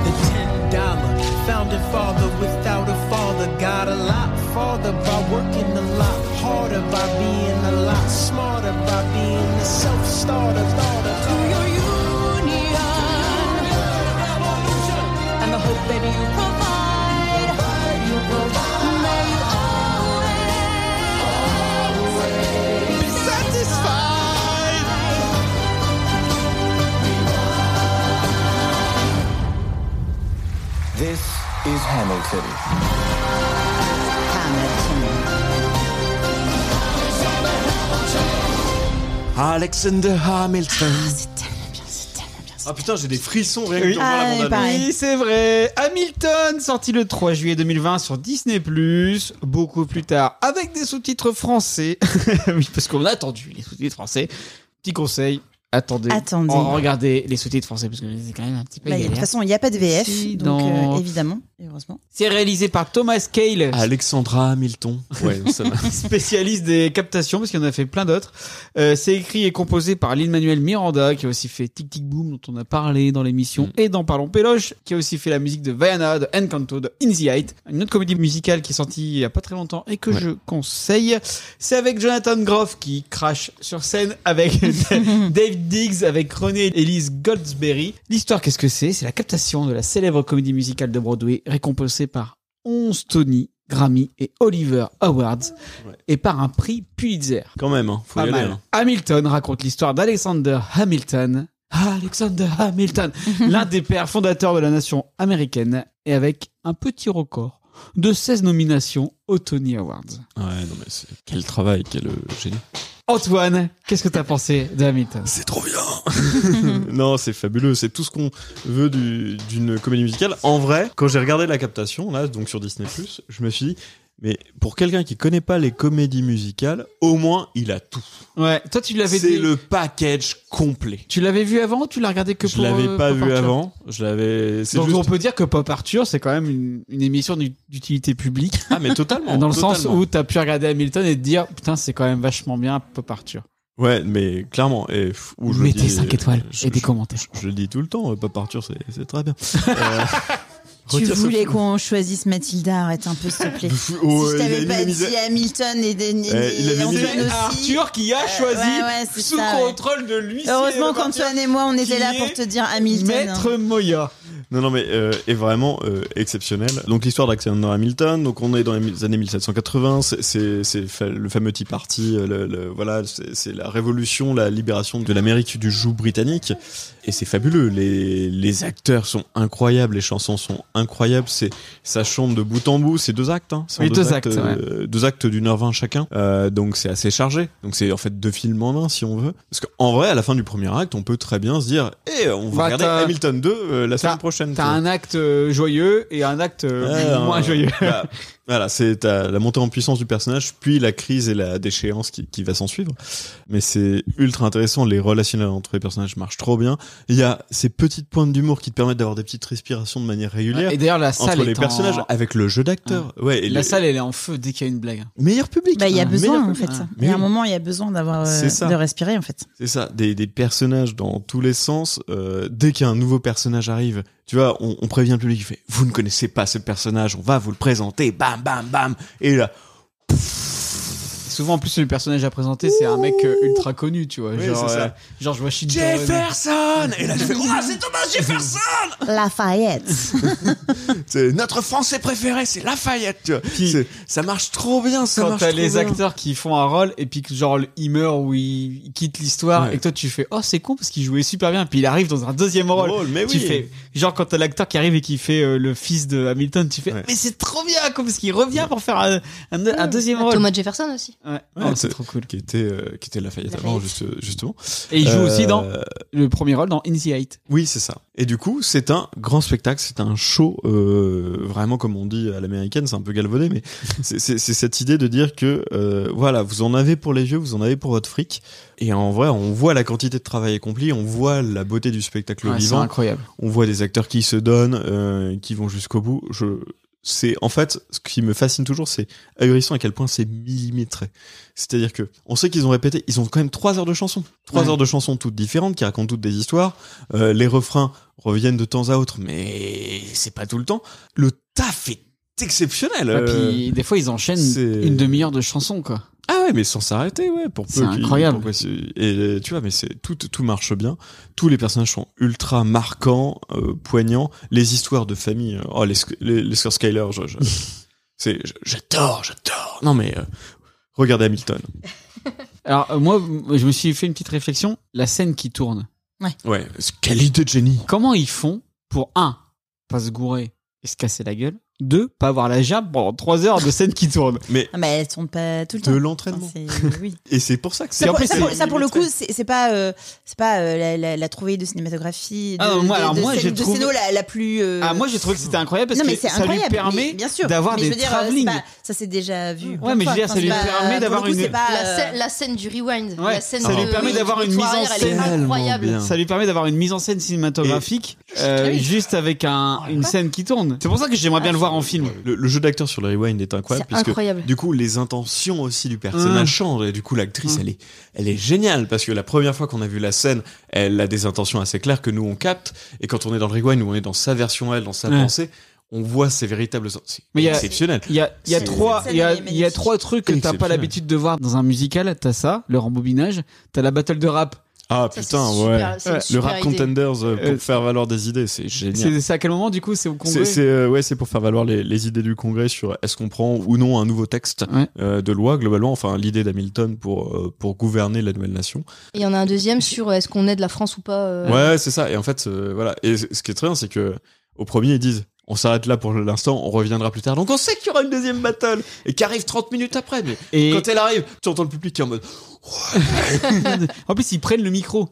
Speaker 11: the ten dollar. Founding father without a father, got a lot farther by working a lot harder, by being a lot smarter, by being a self-starter. Daughter to your union, and the hope that you provide, you provide. May you always be satisfied.
Speaker 10: This is Hamilton.
Speaker 3: Alexander Hamilton.
Speaker 6: Ah putain, j'ai des frissons rien
Speaker 1: Oui.
Speaker 6: que d'en voir
Speaker 2: Ah,
Speaker 6: la
Speaker 2: mais
Speaker 6: bande-annonce.
Speaker 2: pareil.
Speaker 1: Oui, c'est vrai. Hamilton, sorti le 3 juillet 2020 sur Disney+, beaucoup plus tard, avec des sous-titres français. *laughs* oui, parce qu'on a attendu les sous-titres français. Petit conseil, attendez.
Speaker 2: Attendez.
Speaker 1: Oh, regardez les sous-titres français, parce que c'est quand même un petit peu
Speaker 2: Bah, y a- de toute
Speaker 1: galère.
Speaker 2: façon, il n'y a pas de VF,
Speaker 1: Si,
Speaker 2: donc euh,
Speaker 1: dans-
Speaker 2: évidemment, et heureusement.
Speaker 1: C'est réalisé par Thomas Cale,
Speaker 6: Alexandra Hamilton. Ouais, non, ça va.
Speaker 1: spécialiste des captations, parce qu'il en a fait plein d'autres. Euh, c'est écrit et composé par Lin-Manuel Miranda, qui a aussi fait Tic Tic Boom, dont on a parlé dans l'émission, et dans Parlons Péloche, qui a aussi fait la musique de Vaiana, de Encanto, de In the Height, une autre comédie musicale qui est sortie il y a pas très longtemps et que je conseille. C'est avec Jonathan Groff qui crache sur scène avec *laughs* Dave Diggs, avec René Elise Goldsberry. L'histoire, qu'est-ce que c'est C'est la captation de la célèbre comédie musicale de Broadway, récompensée par 11 Tony, Grammy et Oliver Awards, et par un prix Pulitzer.
Speaker 6: *laughs* Quand même, hein, faut
Speaker 1: Pas
Speaker 6: y
Speaker 1: mal.
Speaker 6: aller. hein.
Speaker 1: Hamilton raconte l'histoire d'Alexander Hamilton. Alexander *laughs* Hamilton, l'un des pères fondateurs de la nation américaine, et avec un petit record de 16 nominations aux Tony Awards.
Speaker 6: Ouais, non mais c'est- quel travail, quel euh, génie.
Speaker 1: Antoine, qu'est-ce *laughs* que t'as pensé de Hamilton
Speaker 6: C'est trop bien.
Speaker 1: *laughs*
Speaker 6: non, c'est fabuleux. C'est tout ce qu'on veut du- d'une comédie musicale. En vrai, quand j'ai regardé la captation là, donc sur Disney je me suis dit, mais pour quelqu'un qui connaît pas les comédies musicales, au moins il a tout.
Speaker 1: Ouais, toi tu l'avais
Speaker 6: C'est
Speaker 1: dit-
Speaker 6: le package complet.
Speaker 1: Tu l'avais vu avant ou tu l'as regardé que
Speaker 6: Je
Speaker 1: pour
Speaker 6: l'avais
Speaker 1: euh,
Speaker 6: pas
Speaker 1: Pop
Speaker 6: vu
Speaker 1: Arthur
Speaker 6: avant. Je l'avais. c'est
Speaker 1: Donc
Speaker 6: juste-
Speaker 1: on peut dire que Pop Arthur, c'est quand même une, une émission d'u- d'utilité publique,
Speaker 6: Ah mais
Speaker 1: *laughs*
Speaker 6: totalement.
Speaker 1: dans le sens
Speaker 6: totalement.
Speaker 1: où t'as pu regarder Hamilton et te dire, putain, c'est quand même vachement bien Pop Arthur.
Speaker 6: Ouais, mais clairement. Et f- où je le
Speaker 1: Mettez
Speaker 6: dis-
Speaker 1: 5 étoles
Speaker 6: je-
Speaker 1: et des
Speaker 6: je-
Speaker 1: commentaires.
Speaker 6: Je le dis tout le temps, euh, Pop Arthur, c'est c'est très bien.
Speaker 2: *laughs*
Speaker 6: Euh,
Speaker 2: Tu voulais qu'on choisisse Mathilda, arrête un peu, s'il te plaît. si je t'avais pas dit Hamilton et, et,
Speaker 6: Euh, il
Speaker 2: et
Speaker 6: avait mis-
Speaker 2: Antoine
Speaker 1: C'est
Speaker 2: aussi.
Speaker 1: Arthur qui a
Speaker 2: Euh,
Speaker 1: choisi
Speaker 2: ouais, ouais, c'est
Speaker 1: sous
Speaker 2: ça, ouais.
Speaker 1: contrôle de lui.
Speaker 2: Heureusement qu'Antoine et moi, on
Speaker 1: qui
Speaker 2: était là
Speaker 1: est
Speaker 2: pour te dire Hamilton. hein.
Speaker 1: Maître Moya.
Speaker 6: Non, non, mais euh, est vraiment euh, exceptionnel. Donc l'histoire d'Alexander Hamilton, donc on est dans les mi- années 1780, c'est- c'est c'est fa- le fameux Tea Party, euh, le, le- voilà, c'est c'est la révolution, la libération de l'Amérique du joug britannique, et c'est fabuleux. Les, les acteurs sont incroyables, les chansons sont incroyables, c'est ça chante de bout en bout, c'est deux actes, hein, c'est en
Speaker 1: Oui, deux actes,
Speaker 6: euh, deux actes d'une heure vingt chacun, Euh, donc c'est assez chargé. Donc c'est en fait deux films en un si on veut, parce qu'en vrai à la fin du premier acte, on peut très bien se dire, eh, on va
Speaker 1: Bah,
Speaker 6: regarder
Speaker 1: t'as-
Speaker 6: Hamilton 2 euh, la semaine prochaine.
Speaker 1: T'as
Speaker 6: tu vois.
Speaker 1: un acte euh, joyeux et un acte euh,
Speaker 6: Ah,
Speaker 1: *laughs* moins
Speaker 6: euh,
Speaker 1: joyeux.
Speaker 6: bah, voilà, c'est euh, la montée en puissance du personnage, puis la crise et la déchéance qui, qui va s'en suivre. Mais c'est ultra intéressant, les relationnels entre les personnages marchent trop bien. Il y a ces petites pointes d'humour qui te permettent d'avoir des petites respirations de manière régulière.
Speaker 1: Et d'ailleurs, la salle
Speaker 6: entre les
Speaker 1: est en-
Speaker 6: personnages, avec le jeu d'acteur. Ouais, et
Speaker 1: La
Speaker 6: les-
Speaker 1: salle, elle est en feu dès qu'il y a une blague.
Speaker 6: Meilleur public.
Speaker 2: Bah, il y a
Speaker 6: Ah,
Speaker 2: besoin,
Speaker 6: meilleur
Speaker 2: en fait.
Speaker 6: public.
Speaker 2: Il y
Speaker 6: Mais
Speaker 2: a un
Speaker 6: oui.
Speaker 2: moment, il y a besoin d'avoir, euh,
Speaker 6: C'est ça.
Speaker 2: de respirer, en fait.
Speaker 6: C'est ça, des, des personnages dans tous les sens. euh, dès qu'un nouveau personnage arrive, tu vois, on, on prévient le public, il fait « Vous ne connaissez pas ce personnage, on va vous le présenter, bam, bam, bam !» Et là,
Speaker 1: Souvent, en plus, le personnage à présenter, c'est un mec euh, ultra connu, tu vois.
Speaker 6: Oui,
Speaker 1: genre,
Speaker 6: c'est ça.
Speaker 1: euh, genre, je vois Shinji.
Speaker 6: Jefferson Et là, je fais oh, Ouah, c'est Thomas Jefferson
Speaker 2: Lafayette.
Speaker 6: C'est notre français préféré, c'est Lafayette, tu vois. C'est- ça marche trop bien, ça
Speaker 1: Quand
Speaker 6: marche
Speaker 1: t'as
Speaker 6: trop
Speaker 1: les
Speaker 6: bien.
Speaker 1: acteurs qui font un rôle et puis que genre il meurt ou il il quitte l'histoire
Speaker 6: Ouais.
Speaker 1: et que toi tu fais oh c'est con parce qu'il jouait super bien puis il arrive dans un deuxième rôle.
Speaker 6: Drôle, mais
Speaker 1: tu
Speaker 6: oui.
Speaker 1: fais genre quand t'as l'acteur qui arrive et qui fait euh, le fils de Hamilton tu fais mais c'est trop bien comme parce qu'il revient pour faire un, un- un deuxième rôle.
Speaker 5: Thomas Jefferson aussi.
Speaker 1: Ouais.
Speaker 6: Ouais,
Speaker 1: Oh,
Speaker 6: c'est
Speaker 1: c'est trop cool.
Speaker 6: Qui était, euh, qui était Lafayette, avant, juste- justement.
Speaker 1: Et il joue
Speaker 6: Euh,
Speaker 1: aussi dans le premier rôle dans In the Height.
Speaker 6: Oui, c'est ça. Et du coup, c'est un grand spectacle, c'est un show, euh, vraiment comme on dit à l'américaine, c'est un peu galvaudé, mais *laughs* c'est c'est- c'est cette idée de dire que, euh, voilà, vous en avez pour les vieux, vous en avez pour votre fric, et en vrai, on voit la quantité de travail accompli, on voit la beauté du spectacle
Speaker 1: Ouais, c'est
Speaker 6: vivant.
Speaker 1: incroyable.
Speaker 6: On voit des acteurs qui se donnent, euh, qui vont jusqu'au bout. Je, c'est en fait ce qui me fascine toujours, c'est ahurissant à quel point c'est millimétré. C'est-à-dire que on sait qu'ils ont répété, ils ont quand même trois heures de chansons, trois
Speaker 1: Ouais.
Speaker 6: heures de chansons toutes différentes qui racontent toutes des histoires. Euh, les refrains reviennent de temps à autre, mais c'est pas tout le temps. Le taf est exceptionnel.
Speaker 1: Et
Speaker 6: euh,
Speaker 1: Bah, puis des fois ils enchaînent
Speaker 6: c'est-
Speaker 1: une demi-heure de chansons quoi.
Speaker 6: ah ouais, mais sans s'arrêter, ouais, pour peu.
Speaker 1: C'est
Speaker 6: qu'il-
Speaker 1: incroyable.
Speaker 6: pour- et euh, tu vois, mais c'est tout, tout marche bien. Tous les personnages sont ultra marquants, euh, poignants. Les histoires de famille, euh, oh les, Sc- les, les Sir Skyler, je- *laughs* je- c'est, je- j'adore, j'adore. Non mais euh, regardez Hamilton.
Speaker 1: Alors euh, moi m- je me suis fait une petite réflexion la scène qui tourne.
Speaker 6: Ouais, c'est- quelle idée de génie.
Speaker 1: Comment ils font pour un pas se gourer et se casser la gueule, deux pas avoir la jambe pendant trois heures de scène qui tourne.
Speaker 6: Mais
Speaker 2: *laughs* Ah, mais elles tournent pas tout le
Speaker 6: De
Speaker 2: temps.
Speaker 6: l'entraînement.
Speaker 2: Enfin,
Speaker 1: *laughs*
Speaker 2: c'est- oui.
Speaker 6: Et c'est pour ça que c'est.
Speaker 2: Ça, pour, ça, pour- ça, pour le coup,
Speaker 6: millimétré.
Speaker 2: c'est c'est pas, euh, c'est pas euh, la, la, la trouvaille de cinématographie de,
Speaker 1: Ah non, moi,
Speaker 2: de-
Speaker 1: alors
Speaker 2: de
Speaker 1: moi,
Speaker 2: scène-
Speaker 1: j'ai
Speaker 2: de
Speaker 1: trouvé-
Speaker 2: scéno la, la plus. euh,
Speaker 1: Ah moi j'ai trouvé que c'était incroyable parce
Speaker 2: non, mais
Speaker 1: que
Speaker 2: c'est
Speaker 1: ça lui
Speaker 2: incroyable,
Speaker 1: permet
Speaker 2: mais bien sûr.
Speaker 1: d'avoir
Speaker 2: Mais je
Speaker 1: des
Speaker 2: veux dire, euh, c'est
Speaker 1: travelling.
Speaker 2: pas- ça c'est déjà vu.
Speaker 1: Ouais, mais je veux dire, ça lui permet d'avoir une-
Speaker 5: La,
Speaker 2: euh,
Speaker 5: scène, la scène du rewind.
Speaker 1: Ouais,
Speaker 5: la scène
Speaker 1: ça
Speaker 5: de-
Speaker 1: lui permet
Speaker 5: oui,
Speaker 1: d'avoir
Speaker 5: du
Speaker 1: une mise en
Speaker 5: sourire, elle est
Speaker 1: scène
Speaker 5: incroyable.
Speaker 1: Ça lui permet d'avoir une mise en scène cinématographique euh, juste avec
Speaker 2: Oh,
Speaker 1: un, une scène qui tourne. C'est pour ça que j'aimerais bien le voir en film.
Speaker 6: Le, le jeu d'acteur sur le rewind est incroyable
Speaker 1: C'est
Speaker 6: puisque
Speaker 1: incroyable.
Speaker 6: du coup les intentions aussi du personnage
Speaker 1: Mmh.
Speaker 6: changent et du coup l'actrice
Speaker 1: Mmh.
Speaker 6: elle est elle est géniale parce que la première fois qu'on a vu la scène elle a des intentions assez claires que nous on capte et quand on est dans le rewind où on est dans sa version à elle dans sa
Speaker 1: Ouais.
Speaker 6: pensée on voit ses véritables c'est
Speaker 1: Mais il y a-
Speaker 6: exceptionnel
Speaker 1: Il y a, il y a
Speaker 6: C'est-
Speaker 1: trois,
Speaker 6: cette
Speaker 1: il y a,
Speaker 6: scène, elle est
Speaker 1: il y a trois trucs que t'as pas
Speaker 6: Exceptionnel.
Speaker 1: l'habitude de voir dans un musical. T'as ça, le rembobinage. T'as la battle de rap.
Speaker 6: ah
Speaker 1: Ça,
Speaker 6: putain
Speaker 1: c'est super- c'est
Speaker 6: ouais
Speaker 1: une
Speaker 6: le
Speaker 1: super
Speaker 6: rap
Speaker 1: idée.
Speaker 6: contenders euh, pour
Speaker 1: Euh,
Speaker 6: faire valoir des idées c'est génial
Speaker 1: C'est c'est à quel moment du coup c'est au
Speaker 6: C'est
Speaker 1: congrès
Speaker 6: c'est, euh, ouais, c'est pour faire valoir les, les idées du Congrès sur est-ce qu'on prend ou non un nouveau texte euh, de loi globalement, enfin l'idée d'Hamilton pour euh, pour gouverner la nouvelle nation.
Speaker 5: Et il y en a un deuxième sur euh, est-ce qu'on aide la France ou pas. euh,
Speaker 6: Ouais, ouais, c'est ça. Et en fait, euh, voilà. Et c- ce qui est très bien, c'est que au premier, ils disent on s'arrête là pour l'instant, on reviendra plus tard. Donc on sait qu'il y aura une deuxième battle et qui arrive 30 minutes après. Mais
Speaker 1: Et-
Speaker 6: quand elle arrive, tu entends le public qui est en mode
Speaker 1: *laughs* en plus, ils prennent le micro.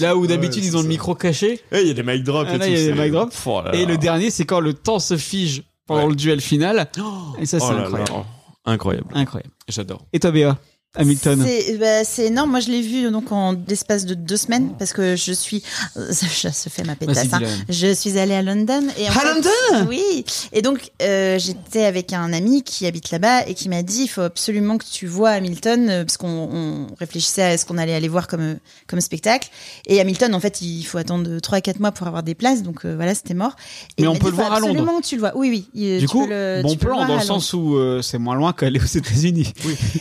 Speaker 1: Là où d'habitude ils ont le micro caché.
Speaker 6: Eh, il y a des mic drops.
Speaker 1: Ah,
Speaker 6: et
Speaker 1: là,
Speaker 6: tout,
Speaker 1: il y a
Speaker 6: c'est-
Speaker 1: des mic drops.
Speaker 6: Oh là là.
Speaker 1: Et le dernier, c'est quand le temps se fige pendant le duel final. Et ça, c'est
Speaker 6: Oh là là.
Speaker 1: incroyable.
Speaker 6: Incroyable.
Speaker 1: Incroyable.
Speaker 6: J'adore.
Speaker 1: Et toi, Béa Hamilton
Speaker 2: C'est bah, c'est énorme. Moi, je l'ai vu donc en l'espace de deux semaines parce que je suis, *laughs* je se fais ma pétasse.
Speaker 4: Vas-y,
Speaker 2: hein.
Speaker 4: dis-le.
Speaker 2: Je suis allée à London. Et à
Speaker 4: London
Speaker 2: Oui. Et donc euh, j'étais avec un ami qui habite là-bas et qui m'a dit il faut absolument que tu vois Hamilton euh, parce qu'on on réfléchissait à ce qu'on allait aller voir comme euh, comme spectacle. Et Hamilton, en fait, il faut attendre 3 à 4 mois pour avoir des places, donc euh, voilà, c'était mort. Et
Speaker 1: Mais
Speaker 2: il
Speaker 1: on
Speaker 2: m'a
Speaker 1: peut le
Speaker 2: dit, faut
Speaker 1: voir à Londres.
Speaker 2: Absolument que tu le vois. Oui, oui. il-
Speaker 1: Du
Speaker 2: tu
Speaker 1: coup,
Speaker 2: peux le-
Speaker 1: bon
Speaker 2: tu peux le
Speaker 1: plan
Speaker 2: voir
Speaker 1: dans
Speaker 2: à
Speaker 1: le
Speaker 2: Londres.
Speaker 1: sens où euh, c'est moins loin qu'aller aux États-Unis.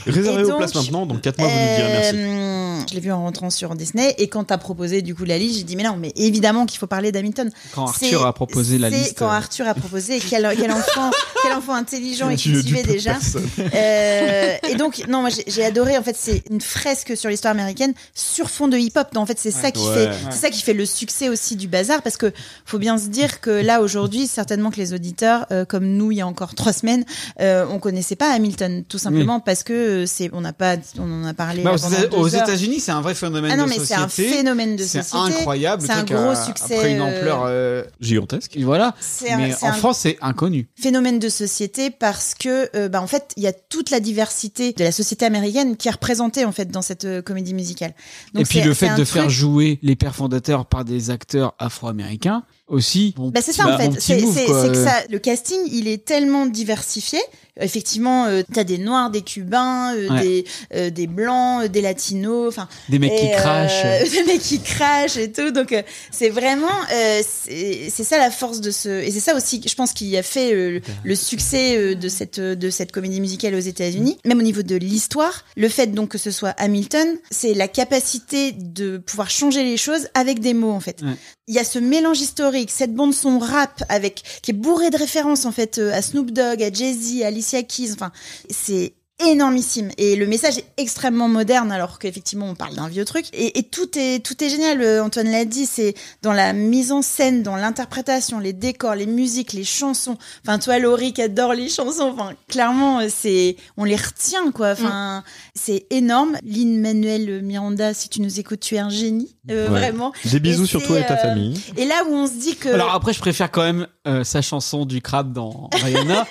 Speaker 6: Réservé
Speaker 2: Et
Speaker 6: au
Speaker 2: donc, euh,
Speaker 6: placement. maintenant, dans 4 mois, vous nous direz merci.
Speaker 2: Je l'ai vu en rentrant sur Disney et quand t'as proposé du coup la liste, j'ai dit mais non, mais évidemment qu'il faut parler d'Hamilton.
Speaker 1: Quand
Speaker 2: C'est-
Speaker 1: Arthur a proposé la
Speaker 2: c'est
Speaker 1: liste,
Speaker 2: Quand
Speaker 1: euh.
Speaker 2: Arthur a proposé, et quel, quel enfant, quel enfant intelligent
Speaker 1: *laughs*
Speaker 2: et
Speaker 1: Tu ne
Speaker 2: cultivé
Speaker 1: dupes
Speaker 2: déjà.
Speaker 1: personne.
Speaker 2: Euh, et donc non, moi j'ai- j'ai adoré. En fait, c'est une fresque sur l'histoire américaine sur fond de hip-hop. Donc, En fait, c'est ça qui
Speaker 4: Ouais.
Speaker 2: fait,
Speaker 4: Ouais.
Speaker 2: c'est ça qui fait le succès aussi du bazar parce que faut bien se dire que là aujourd'hui, certainement que les auditeurs, euh, comme nous, il y a encore trois semaines, euh, on connaissait pas Hamilton tout simplement parce que euh, c'est, on n'a pas, on en a parlé.
Speaker 1: Bah,
Speaker 2: là,
Speaker 1: aux
Speaker 2: pendant
Speaker 1: Éta-
Speaker 2: deux
Speaker 1: aux
Speaker 2: heures.
Speaker 1: États-Unis, c'est un vrai phénomène
Speaker 2: Ah non,
Speaker 1: de
Speaker 2: mais
Speaker 1: société.
Speaker 2: c'est un phénomène de
Speaker 1: C'est
Speaker 2: société.
Speaker 1: incroyable. le
Speaker 2: C'est un
Speaker 1: truc a-
Speaker 2: gros succès,
Speaker 1: Après une
Speaker 2: euh,
Speaker 1: ampleur
Speaker 6: gigantesque.
Speaker 1: Voilà.
Speaker 2: C'est un-
Speaker 1: mais
Speaker 2: c'est
Speaker 1: en
Speaker 2: un-
Speaker 1: France, c'est inconnu.
Speaker 2: phénomène de société parce que euh, bah, en fait il y a toute la diversité de la société américaine qui est représentée en fait dans cette euh, comédie musicale. Donc,
Speaker 1: Et puis
Speaker 2: c'est-
Speaker 1: le
Speaker 2: c'est
Speaker 1: fait
Speaker 2: un
Speaker 1: de faire
Speaker 2: truc-
Speaker 1: jouer les pères fondateurs par des acteurs afro-américains aussi. bon,
Speaker 2: Bah, c'est ça
Speaker 1: petit-
Speaker 2: en
Speaker 1: bon
Speaker 2: fait,
Speaker 1: petit
Speaker 2: c'est
Speaker 1: move,
Speaker 2: c'est-
Speaker 1: quoi. euh.
Speaker 2: c'est que ça, le casting il est tellement diversifié. Effectivement, euh, t'as des noirs, des cubains, euh,
Speaker 1: Ouais.
Speaker 2: des, euh, des blancs, euh, des latinos, enfin
Speaker 1: Des mecs qui
Speaker 2: et, euh,
Speaker 1: crachent.
Speaker 2: *laughs* des mecs qui crachent et tout. Donc euh, c'est vraiment euh, c'est c'est ça la force de ce et c'est ça aussi je pense qui a fait euh, le succès euh, de cette euh, de cette comédie musicale aux États-Unis. Même au niveau de l'histoire, le fait donc que ce soit Hamilton, c'est la capacité de pouvoir changer les choses avec des mots en fait. Il y a ce mélange historique, cette bande son rap avec qui est bourrée de références en fait euh, à Snoop Dogg, à Jay-Z, à Alicia Keys. Enfin, c'est énormissime et le message est extrêmement moderne alors qu'effectivement on parle d'un vieux truc et, et tout est tout est génial euh, Antoine l'a dit c'est dans la mise en scène dans l'interprétation les décors les musiques les chansons enfin toi Laurie qui adore les chansons enfin clairement euh, c'est on les retient quoi
Speaker 1: Mm.
Speaker 2: enfin c'est énorme Lynn Manuel Miranda si tu nous écoutes tu es un génie euh,
Speaker 1: Ouais.
Speaker 2: vraiment
Speaker 1: Des bisous sur
Speaker 2: c'est,
Speaker 1: toi et ta famille.
Speaker 2: et là où on se dit que
Speaker 1: Alors après, je préfère quand même euh, sa chanson du crabe dans
Speaker 2: *laughs*
Speaker 1: Rihanna,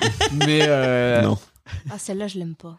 Speaker 1: mais euh,
Speaker 5: Ah, celle-là, je l'aime pas.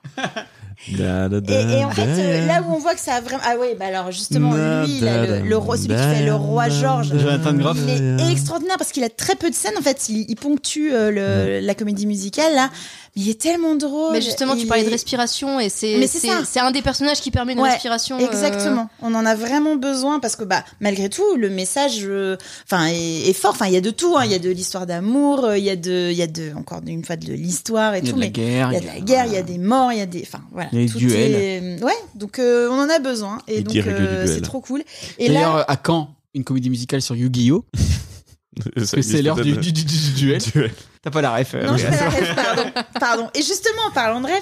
Speaker 6: Da, da, da,
Speaker 2: Et, et en fait,
Speaker 6: da.
Speaker 2: euh, là où on voit que ça a vraiment. Ah oui, bah alors justement,
Speaker 6: Na,
Speaker 2: lui, il a
Speaker 6: da,
Speaker 2: le, le roi,
Speaker 6: da,
Speaker 2: celui qui fait le roi
Speaker 6: da,
Speaker 2: Georges.
Speaker 6: da, Jonathan Groff.
Speaker 2: Il est extraordinaire parce qu'il a très peu de scènes. En fait, il, il ponctue euh, le- la comédie musicale, là. Mais il est tellement drôle.
Speaker 5: Mais justement, tu
Speaker 2: Oh, Il
Speaker 5: parlais de
Speaker 2: est-
Speaker 5: respiration et c'est
Speaker 2: Mais c'est ça.
Speaker 5: c'est c'est un des personnages qui permet une
Speaker 2: Ouais,
Speaker 5: respiration. euh,
Speaker 2: Exactement. On en a vraiment besoin parce que bah malgré tout le message, euh, enfin est, est fort. Enfin il y a de tout. hein. Il y a de l'histoire d'amour. euh, Il y a de, il y a de encore une fois de l'histoire et
Speaker 1: Il y a
Speaker 2: tout.
Speaker 1: de la
Speaker 2: mais
Speaker 1: guerre,
Speaker 2: Il y a
Speaker 1: il
Speaker 2: de
Speaker 1: y a-
Speaker 2: la guerre. Il y a des morts. Il y a des, enfin voilà.
Speaker 1: Il y a des
Speaker 2: tout
Speaker 1: duels.
Speaker 2: est- Ouais. Donc euh, on en a besoin et
Speaker 1: Il
Speaker 2: donc
Speaker 1: dirait que du
Speaker 2: euh,
Speaker 1: duel.
Speaker 2: c'est trop cool. Et
Speaker 1: d'ailleurs,
Speaker 2: là.
Speaker 1: à quand une comédie musicale sur Yu-Gi-Oh Parce que c'est
Speaker 6: existe
Speaker 1: l'heure du,
Speaker 6: peut-être.
Speaker 1: du- du- du- du duel. T'as pas la ref. euh,
Speaker 2: Non, je
Speaker 1: Andrea.
Speaker 2: fais la rêve, pardon. pardon. Et justement, en parlant de rêve,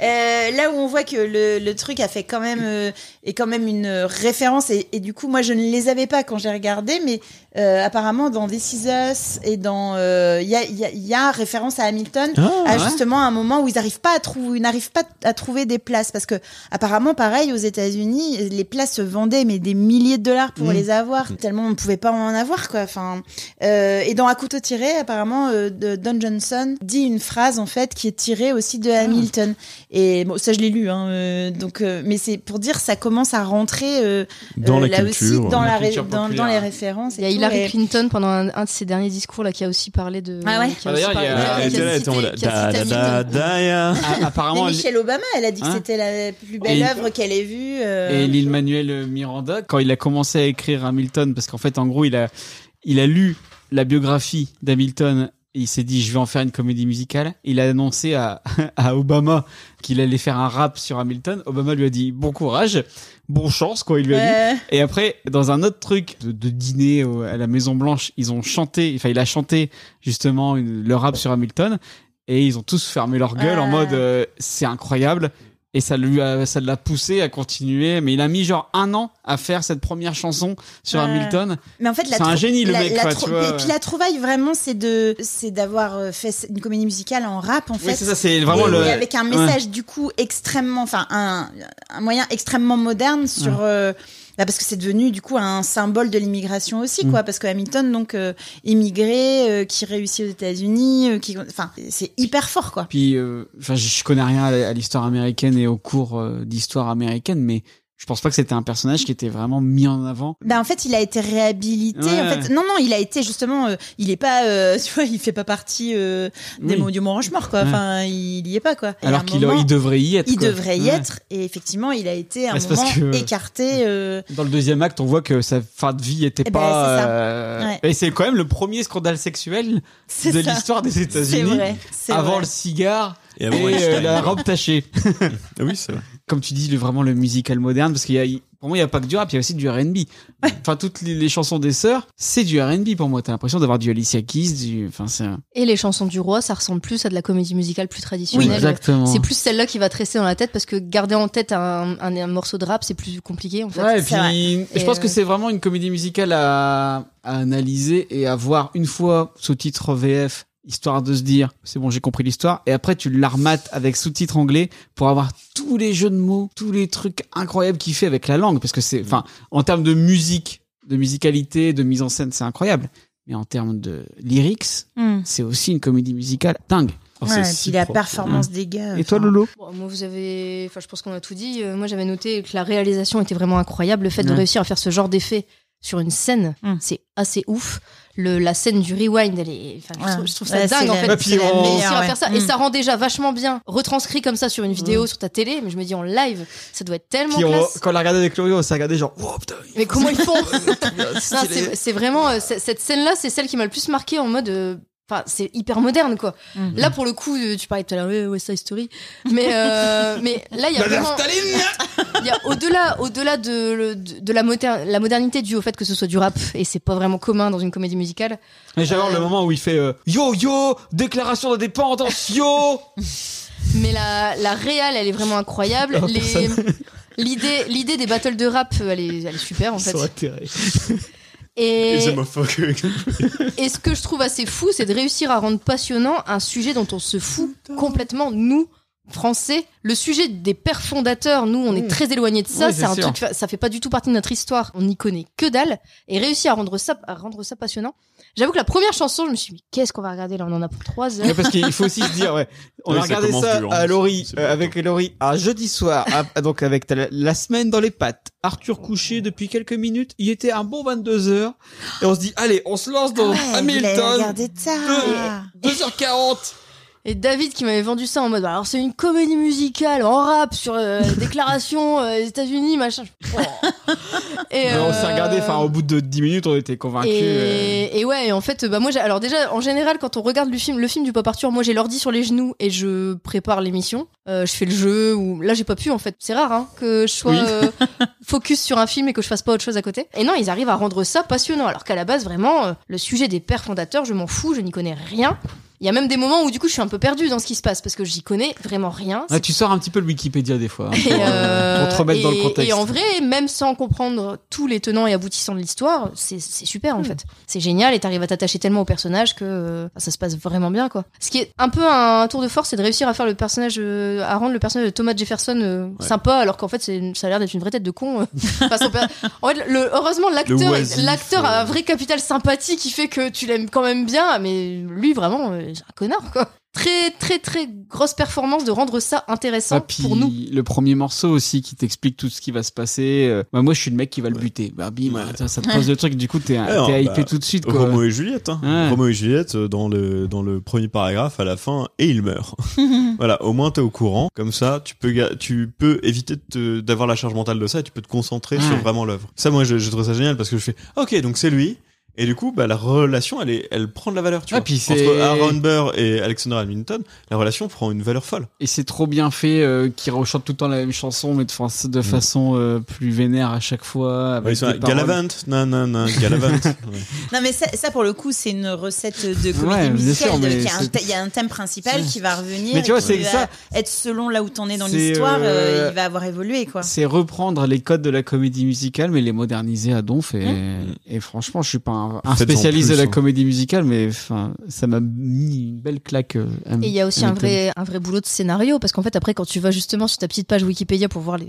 Speaker 2: euh, là où on voit que le, le truc a fait quand même, euh, est quand même une euh, référence, et, et du coup, moi, je ne les avais pas quand j'ai regardé, mais euh, apparemment, dans This Is Us et dans. euh, Il y, a, il y a- il y a référence à Hamilton,
Speaker 4: Ah,
Speaker 2: à
Speaker 4: ouais.
Speaker 2: justement un moment où ils n'arrivent pas, à trouver- ils n'arrivent pas à trouver des places, parce que, apparemment, pareil, aux États-Unis, les places se vendaient, mais des milliers de dollars pour
Speaker 4: Mm.
Speaker 2: les avoir, tellement on ne pouvait pas en avoir, quoi. Enfin. Euh, et dans À couteau tiré, apparemment, euh, de- Don Johnson dit une phrase en fait qui est tirée aussi de Hamilton. Et bon, ça je l'ai lu, hein, euh, donc euh, mais c'est pour dire ça commence à rentrer euh,
Speaker 5: Dans
Speaker 2: euh,
Speaker 5: la
Speaker 2: là
Speaker 5: culture,
Speaker 2: aussi dans,
Speaker 5: la
Speaker 2: la ré-
Speaker 5: culture
Speaker 2: dans,
Speaker 5: populaire.
Speaker 2: dans les références.
Speaker 5: Il y a
Speaker 2: et tout,
Speaker 5: Hillary
Speaker 2: et-
Speaker 5: Clinton pendant un, un de ses derniers discours là qui a aussi parlé de.
Speaker 2: Ah ouais
Speaker 5: qui a
Speaker 1: Ah,
Speaker 5: aussi
Speaker 1: d'ailleurs, il y
Speaker 5: parlé-
Speaker 1: a-
Speaker 5: Ouais,
Speaker 1: elle
Speaker 5: qui
Speaker 1: était là, elle était en
Speaker 5: cité-
Speaker 1: mode,
Speaker 5: qui a
Speaker 1: da,
Speaker 5: cité
Speaker 1: da,
Speaker 5: Hamilton.
Speaker 1: da, Ah, apparemment,
Speaker 2: Mais
Speaker 1: elle-
Speaker 2: Michelle Obama, elle a dit que
Speaker 1: Hein
Speaker 2: c'était la plus belle
Speaker 1: Et-
Speaker 2: œuvre qu'elle ait vue. euh,
Speaker 1: Et l'île Manuel Miranda, quand il a commencé à écrire Hamilton, parce qu'en fait, en gros, il a, il a lu la biographie d'Hamilton. et Il s'est dit, je vais en faire une comédie musicale. Il a annoncé à, *laughs* à Obama qu'il allait faire un rap sur Hamilton. Obama lui a dit, bon courage, bon chance, quoi, il lui a
Speaker 2: Ouais.
Speaker 1: dit. Et après, dans un autre truc de, de dîner au- à la Maison Blanche, ils ont chanté, enfin, il a chanté justement une- le rap sur Hamilton. Et ils ont tous fermé leur gueule
Speaker 2: Ah.
Speaker 1: en mode, euh, c'est incroyable. Et ça lui a, ça l'a poussé à continuer. Mais il a mis genre un an à faire cette première chanson sur
Speaker 2: Ouais.
Speaker 1: Hamilton.
Speaker 2: Mais Ah. en fait, la
Speaker 1: c'est un
Speaker 2: trou-
Speaker 1: génie le
Speaker 2: la-
Speaker 1: mec,
Speaker 2: la
Speaker 1: quoi,
Speaker 2: trou-
Speaker 1: tu vois.
Speaker 2: Et puis la trouvaille vraiment, c'est de, c'est d'avoir euh, fait une comédie musicale en rap en fait.
Speaker 1: c'est ça, c'est vraiment
Speaker 2: Et-
Speaker 1: le-
Speaker 2: et avec un
Speaker 1: ouais.
Speaker 2: message du coup extrêmement, enfin un, un moyen extrêmement moderne sur.
Speaker 1: Ouais.
Speaker 2: euh, bah, parce que c'est devenu du coup un symbole de l'immigration
Speaker 1: Mm.
Speaker 2: aussi, quoi. Parce que Hamilton, donc euh, immigré, euh, qui réussit aux États-Unis, euh, qui, enfin, c'est hyper fort, quoi.
Speaker 1: Puis, euh, enfin, je je connais rien à la- à l'histoire américaine et au cours euh, d'histoire américaine, mais je pense pas que c'était un personnage qui était vraiment mis en avant.
Speaker 2: Ben en fait, il a été réhabilité.
Speaker 1: Ouais.
Speaker 2: En fait, non, non, il a été justement. euh, il est pas, euh, *laughs* tu vois, il fait pas partie euh, des
Speaker 1: Oui.
Speaker 2: mon- du Mont Rushmore, quoi.
Speaker 1: Ouais.
Speaker 2: Enfin, il y est pas, quoi. Et à un
Speaker 1: alors qu'il
Speaker 2: moment,
Speaker 1: il devrait y être.
Speaker 2: Il
Speaker 1: quoi.
Speaker 2: devrait y
Speaker 1: Ouais.
Speaker 2: être. Et effectivement, il a été à un
Speaker 1: Mais c'est parce
Speaker 2: moment
Speaker 1: que-
Speaker 2: écarté. euh,
Speaker 1: Dans le deuxième acte, on voit que sa fin de vie était
Speaker 2: Eh ben,
Speaker 1: pas.
Speaker 2: c'est ça.
Speaker 1: euh,
Speaker 2: Ouais.
Speaker 1: Et c'est quand même le premier scandale sexuel
Speaker 2: C'est
Speaker 1: de
Speaker 2: ça.
Speaker 1: l'histoire des
Speaker 2: C'est
Speaker 1: États-Unis.
Speaker 2: vrai, c'est
Speaker 1: Avant
Speaker 2: vrai.
Speaker 1: le cigare
Speaker 6: Et
Speaker 1: et,
Speaker 6: avant Einstein.
Speaker 1: euh, la robe tachée.
Speaker 6: Ah oui, c'est vrai.
Speaker 1: comme tu dis, le- vraiment le musical moderne, parce qu'il y a, il- pour moi, il n'y a pas que du rap, il y a aussi du R&B. Enfin, toutes les, les chansons des sœurs, c'est du R&B pour moi. T'as l'impression d'avoir du Alicia Keys, du, enfin, c'est un-
Speaker 5: Et les chansons du roi, ça ressemble plus à de la comédie musicale plus traditionnelle.
Speaker 1: Oui, exactement.
Speaker 5: C'est plus celle-là qui va te rester dans la tête parce que garder en tête un, un- un morceau de rap, c'est plus compliqué en fait.
Speaker 1: Ouais, et puis, je pense que
Speaker 5: euh,
Speaker 1: c'est vraiment une comédie musicale à, à analyser et à voir une fois sous-titre VF, histoire de se dire, c'est bon, j'ai compris l'histoire. Et après, tu l'armates avec sous-titre anglais pour avoir tous les jeux de mots, tous les trucs incroyables qu'il fait avec la langue. Parce que c'est,
Speaker 2: Mm.
Speaker 1: enfin, en termes de musique, de musicalité, de mise en scène, c'est incroyable. Mais en termes de lyrics,
Speaker 2: Hmm.
Speaker 1: c'est aussi une comédie musicale dingue. Oh,
Speaker 2: Ouais,
Speaker 1: c'est
Speaker 2: et
Speaker 1: si
Speaker 2: puis la
Speaker 1: propre.
Speaker 2: performance
Speaker 1: Mmh.
Speaker 2: des gars.
Speaker 1: Et toi,
Speaker 2: enfin.
Speaker 1: Lolo
Speaker 5: Bon, moi, vous avez. Enfin, je pense qu'on a tout dit. Euh, Moi, j'avais noté que la réalisation était vraiment incroyable. Le fait de
Speaker 2: Ouais. Hum.
Speaker 5: réussir à faire ce genre d'effet sur une scène, c'est assez ouf. Le, la scène du rewind, elle est. enfin, je,
Speaker 2: Ouais.
Speaker 5: trouve, je trouve
Speaker 2: Ouais,
Speaker 5: ça
Speaker 2: c'est
Speaker 5: dingue, en
Speaker 2: la-
Speaker 5: fait.
Speaker 2: Ouais, Hum. puis
Speaker 5: C'est la
Speaker 2: on-
Speaker 5: meilleure,
Speaker 2: réussir à
Speaker 5: ouais.
Speaker 2: faire ça.
Speaker 5: Et
Speaker 2: Mm.
Speaker 5: ça rend déjà vachement bien. Retranscrit comme ça sur une vidéo,
Speaker 1: Mm.
Speaker 5: sur ta télé. Mais je me dis, en live, ça doit être tellement
Speaker 1: Puis on-
Speaker 5: classe.
Speaker 1: quand on l'a regardé avec Lolo, on s'est regardé genre, wow, putain,
Speaker 5: Mais comment ils font Non,
Speaker 1: stylé.
Speaker 5: c'est- C'est vraiment euh, c'est- cette scène-là, c'est celle qui m'a le plus marqué en mode. euh, Enfin, c'est hyper moderne, quoi.
Speaker 2: Mhm.
Speaker 5: Là, pour le coup, euh, tu parlais tout à l'heure, ouais, West Side Story, mais euh, mais là, il y a
Speaker 4: Madame
Speaker 5: vraiment, il y a au-delà, au-delà de, le- de- de la, moder- la modernité due au fait que ce soit du rap et c'est pas vraiment commun dans une comédie musicale.
Speaker 1: Et j'adore le moment où il fait euh, Yo yo, déclaration d'indépendance, *laughs* yo
Speaker 5: Mais la, la réal, elle est vraiment incroyable.
Speaker 1: Oh,
Speaker 5: Les-
Speaker 1: personne.
Speaker 5: L'idée, l'idée des battles de rap, elle est, elle est super en fait.
Speaker 1: atterrés.
Speaker 5: Et,
Speaker 3: Les homophobes.
Speaker 5: Et ce que je trouve assez fou, c'est de réussir à rendre passionnant un sujet dont on se fout complètement, nous, Français. Le sujet des pères fondateurs, nous, on est très éloignés de ça.
Speaker 2: Oui, Mmh. c'est
Speaker 5: c'est un
Speaker 2: sûr.
Speaker 5: truc, ça fait pas du tout partie de notre histoire. On n'y connaît que dalle. Et réussir à rendre ça, à rendre ça passionnant. J'avoue que la première chanson, je me suis dit, mais qu'est-ce qu'on va regarder là On en a pour trois heures.
Speaker 1: Mais parce qu'il faut aussi se dire, ouais. On
Speaker 6: Oui,
Speaker 1: a
Speaker 6: ça
Speaker 1: regardé
Speaker 6: commence
Speaker 1: ça
Speaker 6: dur, hein.
Speaker 1: à Laurie, euh, avec Laurie, à jeudi soir, à- donc avec la, la semaine dans les pattes. Arthur couché depuis quelques minutes, il était un bon 22h. Et on se dit, allez, on se lance dans
Speaker 5: Ah
Speaker 2: Ouais, vous l'avez
Speaker 1: Hamilton.
Speaker 2: regardé tard.
Speaker 1: Deux- 2h40
Speaker 5: Et David qui m'avait vendu ça en mode, bah, alors c'est une comédie musicale en rap sur euh, *laughs* déclaration euh, États-Unis, machin. Oh. Et,
Speaker 1: Mais On s'est
Speaker 5: euh,
Speaker 1: regardé, enfin, au bout de 10 minutes, on était convaincus. euh,
Speaker 5: Et, et ouais, et en fait, bah moi, j'ai- alors déjà, en général, quand on regarde le film, le film du Pop Arthur, moi j'ai l'ordi sur les genoux et je prépare l'émission. Euh, je fais le jeu ou là j'ai pas pu en fait. C'est rare hein, que je sois
Speaker 2: Oui.
Speaker 5: euh, focus sur un film et que je fasse pas autre chose à côté. Et non, ils arrivent à rendre ça passionnant. Alors qu'à la base, vraiment, euh, le sujet des pères fondateurs, je m'en fous, je n'y connais rien. Il y a même des moments où du coup je suis un peu perdue dans ce qui se passe parce que j'y connais vraiment rien.
Speaker 1: ah, tu sors un petit peu le Wikipédia des fois. hein,
Speaker 5: Et,
Speaker 1: pour, euh,
Speaker 5: euh,
Speaker 1: pour te remettre dans le
Speaker 5: et-
Speaker 1: contexte.
Speaker 5: Et en vrai, même sans comprendre tous les tenants et aboutissants de l'histoire, c'est c'est super en fait. C'est génial et t'arrives à t'attacher tellement au personnage que euh, ça se passe vraiment bien quoi. Ce qui est un peu un tour de force, c'est de réussir à faire le personnage, euh, à rendre le personnage de Thomas Jefferson euh, sympa, alors qu'en fait c'est une- ça a l'air d'être une vraie tête de con. euh.
Speaker 1: *laughs*
Speaker 5: Enfin, son per- en fait, le- heureusement
Speaker 2: Le
Speaker 5: l'acteur,
Speaker 2: oisif,
Speaker 5: l'acteur
Speaker 1: euh.
Speaker 5: a un vrai capital sympathie qui fait que tu l'aimes quand même bien, mais lui vraiment, euh, c'est un connard quoi. Très très très grosse performance de rendre ça intéressant
Speaker 1: Ah, puis
Speaker 5: pour nous.
Speaker 1: le premier morceau aussi qui t'explique tout ce qui va se passer. euh, bah, moi, je suis le mec qui va le buter. Bah, bim, ça, ça te pose le truc. Du coup, t'es
Speaker 6: Alors,
Speaker 1: t'es hypé
Speaker 6: bah,
Speaker 1: tout de suite. Quoi.
Speaker 6: Roméo et Juliette. hein.
Speaker 1: Ouais.
Speaker 6: Roméo et Juliette, euh, dans le, dans le premier paragraphe, à la fin, et
Speaker 1: *laughs*
Speaker 6: il meurt. voilà, au moins t'es au courant. Comme ça, tu peux, ga- tu peux éviter de te- d'avoir la charge mentale de ça et tu peux te concentrer sur
Speaker 1: Ouais.
Speaker 6: vraiment l'œuvre. Ça, moi, je, je trouve ça génial parce que je fais, ok, donc c'est lui. Et du coup, bah, la relation, elle, est, elle prend de la valeur. Tu
Speaker 1: Ah,
Speaker 6: vois.
Speaker 1: puis c'est-
Speaker 6: Entre Aaron Burr et Alexander Hamilton, la relation prend une valeur folle.
Speaker 1: Et c'est trop bien fait euh, qu'ils rechantent tout le temps la même chanson, mais de, fa- de façon euh, plus vénère à chaque fois.
Speaker 6: Mm. Ouais, ils
Speaker 1: Avec
Speaker 6: sont
Speaker 1: des
Speaker 6: là,
Speaker 1: paroles.
Speaker 6: Galavant, non, non, non,
Speaker 1: *laughs*
Speaker 6: Galavant. Ouais.
Speaker 2: Non, mais ça, ça, pour le coup, c'est une recette de comédie
Speaker 1: Ouais, bien
Speaker 2: musicale.
Speaker 1: sûr,
Speaker 2: de-
Speaker 1: mais
Speaker 2: qui a un
Speaker 1: c'est-
Speaker 2: thè- Il y a un thème principal
Speaker 1: Ouais.
Speaker 2: qui va revenir.
Speaker 1: Mais tu vois,
Speaker 2: et qui
Speaker 1: c'est
Speaker 2: va
Speaker 1: ça.
Speaker 2: Être selon là où t'en es dans
Speaker 1: C'est,
Speaker 2: l'histoire,
Speaker 1: euh,
Speaker 2: euh, il va avoir évolué, quoi.
Speaker 1: C'est reprendre les codes de la comédie musicale, mais les moderniser à donf. Et, et franchement, je suis pas un, un
Speaker 6: Mm. Faites-en
Speaker 1: spécialiste
Speaker 6: plus,
Speaker 1: de la
Speaker 6: hein.
Speaker 1: comédie musicale, mais enfin, ça m'a mis une belle claque. euh, à-
Speaker 5: Et il y a aussi
Speaker 1: à
Speaker 5: un
Speaker 1: l'époque.
Speaker 5: vrai, un vrai boulot de scénario, parce qu'en fait, après, quand tu vas justement sur ta petite page Wikipédia pour voir les.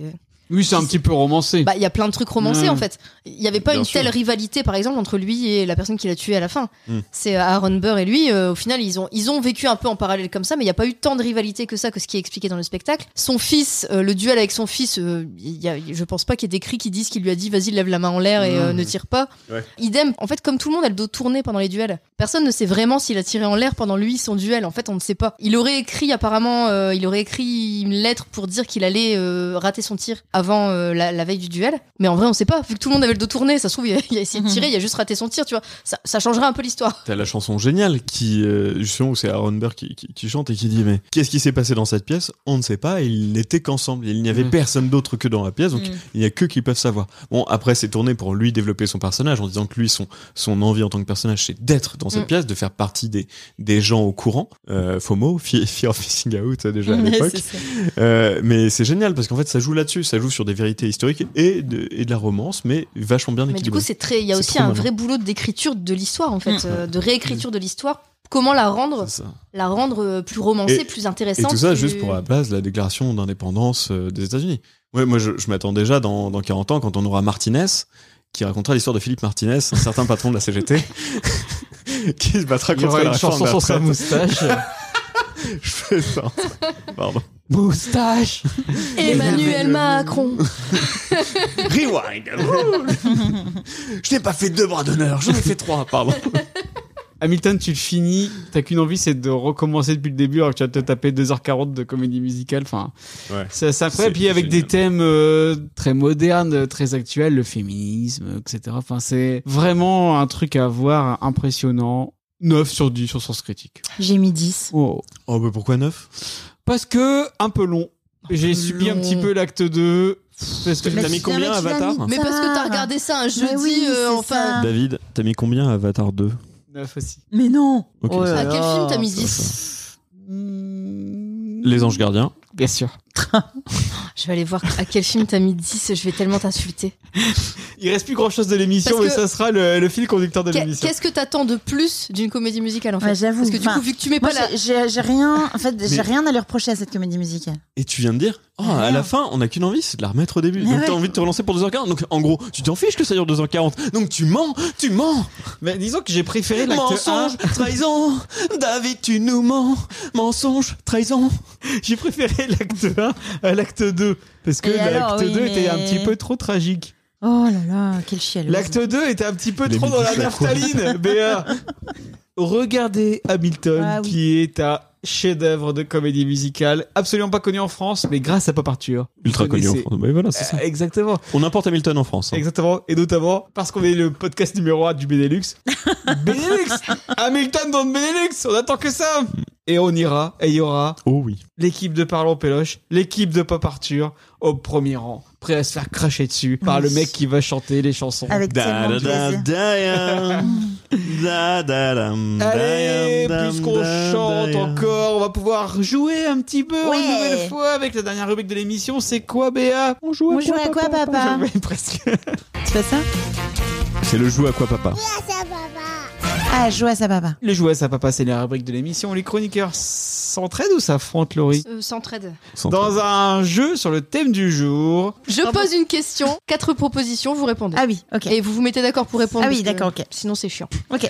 Speaker 1: Oui, c'est un petit peu romancé.
Speaker 5: Bah, il y a plein de trucs romancés,
Speaker 1: Mm.
Speaker 5: en fait. Il n'y avait pas
Speaker 1: Bien
Speaker 5: une
Speaker 1: sûr.
Speaker 5: telle rivalité, par exemple, entre lui et la personne qui l'a tué à la fin.
Speaker 1: Mm.
Speaker 5: C'est euh, Aaron Burr et lui, euh, au final, ils ont, ils ont vécu un peu en parallèle comme ça, mais il n'y a pas eu tant de rivalité que ça, que ce qui est expliqué dans le spectacle. Son fils, euh, le duel avec son fils, euh, il y a, je pense pas qu'il y ait des cris qui disent qu'il lui a dit vas-y, lève la main en l'air et euh,
Speaker 2: Mm.
Speaker 5: ne tire pas.
Speaker 2: Ouais.
Speaker 5: Idem, en fait, comme tout le monde a le dos tourné pendant les duels, personne ne sait vraiment s'il a tiré en l'air pendant lui son duel. En fait, on ne sait pas. Il aurait écrit apparemment, euh, il aurait écrit une lettre pour dire qu'il allait euh, rater son tir avant euh, la, la veille du duel. Mais en vrai, on sait pas, vu que tout le monde avait le dos tourné, ça se trouve, il a, il a essayé de tirer, il a juste raté son tir, tu vois. Ça, ça changerait un peu l'histoire.
Speaker 6: T'as la chanson géniale qui, euh, justement, où c'est Aaron Burr qui, qui- qui chante et qui dit Mais qu'est-ce qui s'est passé dans cette pièce On ne sait pas, ils n'étaient qu'ensemble. Il n'y avait
Speaker 3: Mm.
Speaker 6: personne d'autre que dans la pièce, donc
Speaker 3: Mm.
Speaker 6: il n'y a que qui peuvent savoir. Bon, après, c'est tourné pour lui développer son personnage en disant que lui, son, son envie en tant que personnage, c'est d'être dans cette
Speaker 3: Mm.
Speaker 6: pièce, de faire partie des, des gens au courant. Euh, FOMO, Fe- Fear of Missing Out, déjà à
Speaker 2: *laughs*
Speaker 3: Ouais,
Speaker 6: l'époque.
Speaker 3: c'est ça.
Speaker 6: Euh, mais c'est génial parce qu'en fait, ça joue là-dessus, ça joue sur des vérités historiques et de, et de la romance, mais vachement bien
Speaker 5: Mais du coup,
Speaker 6: équilibré.
Speaker 5: c'est très, il y a
Speaker 6: C'est
Speaker 5: aussi
Speaker 6: trop
Speaker 5: un
Speaker 6: malin.
Speaker 5: vrai boulot d'écriture de l'histoire, en fait,
Speaker 6: Mm.
Speaker 5: euh, de réécriture de l'histoire. Comment la rendre, la rendre euh, plus romancée, plus intéressante.
Speaker 6: Et tout ça
Speaker 5: plus-
Speaker 6: juste pour la base, la déclaration d'indépendance euh, des États-Unis. Ouais, moi, je, je m'attends déjà dans, dans 40 ans quand on aura Martinez qui racontera l'histoire de Philippe Martinez, un certain patron de la CGT, *laughs* qui se battra
Speaker 3: Il y aura
Speaker 6: contre la
Speaker 3: une
Speaker 6: réforme
Speaker 3: chanson
Speaker 6: des
Speaker 3: sur sa
Speaker 6: retraites.
Speaker 3: moustache.
Speaker 6: *laughs* je fais ça. Pardon.
Speaker 1: Moustache
Speaker 5: Emmanuel Macron.
Speaker 6: Rewind. Je n'ai pas fait deux bras d'honneur, j'en ai fait trois, pardon.
Speaker 1: Hamilton, tu le finis, t'as qu'une envie, c'est de recommencer depuis le début alors que tu vas te taper 2h40 de comédie musicale. Enfin,
Speaker 6: Ouais.
Speaker 1: ça c'est incroyable. Puis avec des thèmes euh, très modernes, très actuels, le féminisme, etc. Enfin, c'est vraiment un truc à voir impressionnant. 9 sur 10 sur Sens Critique.
Speaker 2: J'ai mis 10.
Speaker 1: Oh,
Speaker 6: *laughs* oh bah pourquoi 9
Speaker 1: Parce que un peu long. J'ai subi un petit peu l'acte 2. Parce que
Speaker 6: Mais T'as mis tu combien, l'as mis, tu l'as Avatar mis
Speaker 5: Mais parce que t'as regardé ça un jeudi,
Speaker 2: oui,
Speaker 5: euh,
Speaker 2: c'est
Speaker 5: enfin.
Speaker 6: David, t'as mis combien à Avatar 2
Speaker 1: 9 aussi.
Speaker 2: Mais non
Speaker 6: Ok,
Speaker 2: Oh là
Speaker 5: à Ah, quel
Speaker 2: là.
Speaker 5: film t'as mis 10
Speaker 6: Les Anges Gardiens.
Speaker 1: Hmm. Bien sûr.
Speaker 5: Je vais aller voir à quel film t'as mis 10, je vais tellement t'insulter.
Speaker 1: Il reste plus grand chose de l'émission,
Speaker 5: Parce
Speaker 1: mais
Speaker 5: que-
Speaker 1: ça sera le, le fil conducteur de
Speaker 5: Qu'est-
Speaker 1: l'émission.
Speaker 5: Qu'est-ce que t'attends de plus d'une comédie musicale en fait
Speaker 2: Ouais, j'avoue.
Speaker 5: Parce que du
Speaker 2: Enfin,
Speaker 5: coup, vu que tu mets
Speaker 2: moi,
Speaker 5: pas la.
Speaker 2: j'ai- J'ai j'ai rien, en fait, j'ai
Speaker 6: Mais-
Speaker 2: rien à lui reprocher à cette comédie musicale.
Speaker 6: Et tu viens de dire, oh, à la fin, on n'a qu'une envie, c'est de la remettre au début.
Speaker 2: Mais
Speaker 6: donc t'as
Speaker 2: ouais.
Speaker 6: envie de te relancer pour 2h40. Donc en gros, tu t'en fiches que ça dure 2h40. Donc tu mens, tu mens.
Speaker 1: Mais disons que j'ai préféré l'acte
Speaker 6: Mensonge, trahison, David, tu nous mens. Mensonge, trahison.
Speaker 1: J'ai préféré l'acte 1 à l'acte 2. Parce que
Speaker 2: Et alors,
Speaker 1: l'acte
Speaker 2: oui,
Speaker 1: 2 était un
Speaker 2: mais-
Speaker 1: petit peu trop tragique.
Speaker 2: Oh là là, quel chial.
Speaker 1: L'acte 2 était un petit peu
Speaker 6: Les
Speaker 1: trop dans la
Speaker 6: midi, c'est quoi
Speaker 1: naphtaline, Béa. Regardez Hamilton,
Speaker 2: Ah oui.
Speaker 1: qui est un chef-d'œuvre de comédie musicale, absolument pas connu en France, mais grâce à Pop Arthur.
Speaker 6: Ultra
Speaker 1: Vous
Speaker 6: connu en
Speaker 1: connaissez.
Speaker 6: France. Bah voilà, c'est ça.
Speaker 1: Euh, Exactement.
Speaker 6: On importe Hamilton en France. hein.
Speaker 1: Exactement, et notamment parce qu'on est le podcast numéro 1 du
Speaker 2: *laughs*
Speaker 1: Benelux. Benelux Hamilton dans le Benelux On attend que ça Et on ira, et il y aura
Speaker 6: Oh oui.
Speaker 1: l'équipe de Parlons Péloche, l'équipe de Pop Arthur au premier rang, prêt à se faire cracher dessus par le mec qui va chanter les chansons.
Speaker 2: Avec
Speaker 6: Da da
Speaker 2: tellement de
Speaker 6: da
Speaker 2: plaisir.
Speaker 6: da da da dam, da
Speaker 1: Allez,
Speaker 6: dam,
Speaker 1: puisqu'on
Speaker 6: da
Speaker 1: chante
Speaker 6: dam.
Speaker 1: encore, on va pouvoir jouer un petit peu
Speaker 2: Ouais.
Speaker 1: une nouvelle fois avec la dernière rubrique de l'émission. C'est quoi, Béa On joue
Speaker 2: On joue à quoi, papa
Speaker 1: J'avais presque.
Speaker 2: C'est pas ça
Speaker 6: C'est le jeu à quoi papa
Speaker 2: Ah, joue à sa papa.
Speaker 1: Le jouet, ça papa, c'est la rubrique de l'émission. Les chroniqueurs s'entraident ou s'affrontent, Laurie
Speaker 5: Euh, S'entraide.
Speaker 1: Dans un jeu sur le thème du jour.
Speaker 5: Je pose une question, quatre propositions, vous répondez.
Speaker 2: Ah oui, ok.
Speaker 5: Et vous vous mettez d'accord pour répondre.
Speaker 2: Ah oui,
Speaker 5: parce que
Speaker 2: d'accord, ok.
Speaker 5: Sinon, c'est chiant.
Speaker 2: Ok.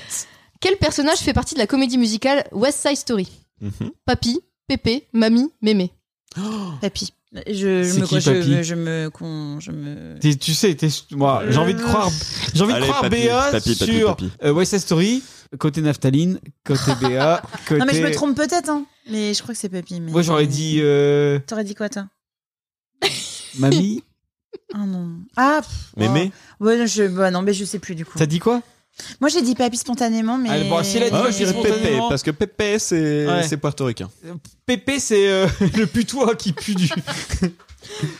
Speaker 5: Quel personnage fait partie de la comédie musicale West Side Story
Speaker 6: Mhm.
Speaker 5: Papy, Pépé, Mamie, Mémé. Oh.
Speaker 2: Papy. Je, je
Speaker 1: C'est
Speaker 2: me,
Speaker 1: qui,
Speaker 2: je,
Speaker 1: Papy
Speaker 2: me- je me, con- je me.
Speaker 1: T'es- tu sais, t'es- moi, j'ai envie de croire, j'ai envie de
Speaker 6: Euh, Allez,
Speaker 1: croire
Speaker 6: papy,
Speaker 1: Béa
Speaker 6: papy, papy,
Speaker 1: sur
Speaker 6: papy.
Speaker 1: euh, West Side Story, côté naphtaline, côté
Speaker 6: *laughs*
Speaker 1: Béa, côté.
Speaker 2: Non mais je me trompe peut-être, hein. Mais je crois que c'est Papy. Mais...
Speaker 1: Moi, j'aurais dit euh,
Speaker 2: T'aurais dit quoi, toi *laughs*
Speaker 1: Mamie.
Speaker 2: Ah non. Ah. pff,
Speaker 6: Mémé
Speaker 2: oh. Ouais, non, je, bah, non, mais je sais plus du coup.
Speaker 1: T'as dit quoi
Speaker 2: Moi, j'ai dit Papy spontanément, mais.
Speaker 1: Ah, bon, si elle a dit
Speaker 6: Ah,
Speaker 1: Papy
Speaker 6: je dirais Pépé,
Speaker 1: spontanément.
Speaker 6: parce que Pépé, c'est
Speaker 1: Ouais.
Speaker 6: c'est portoricain.
Speaker 1: Pépé, c'est euh, *laughs* le putois qui pue du. *laughs*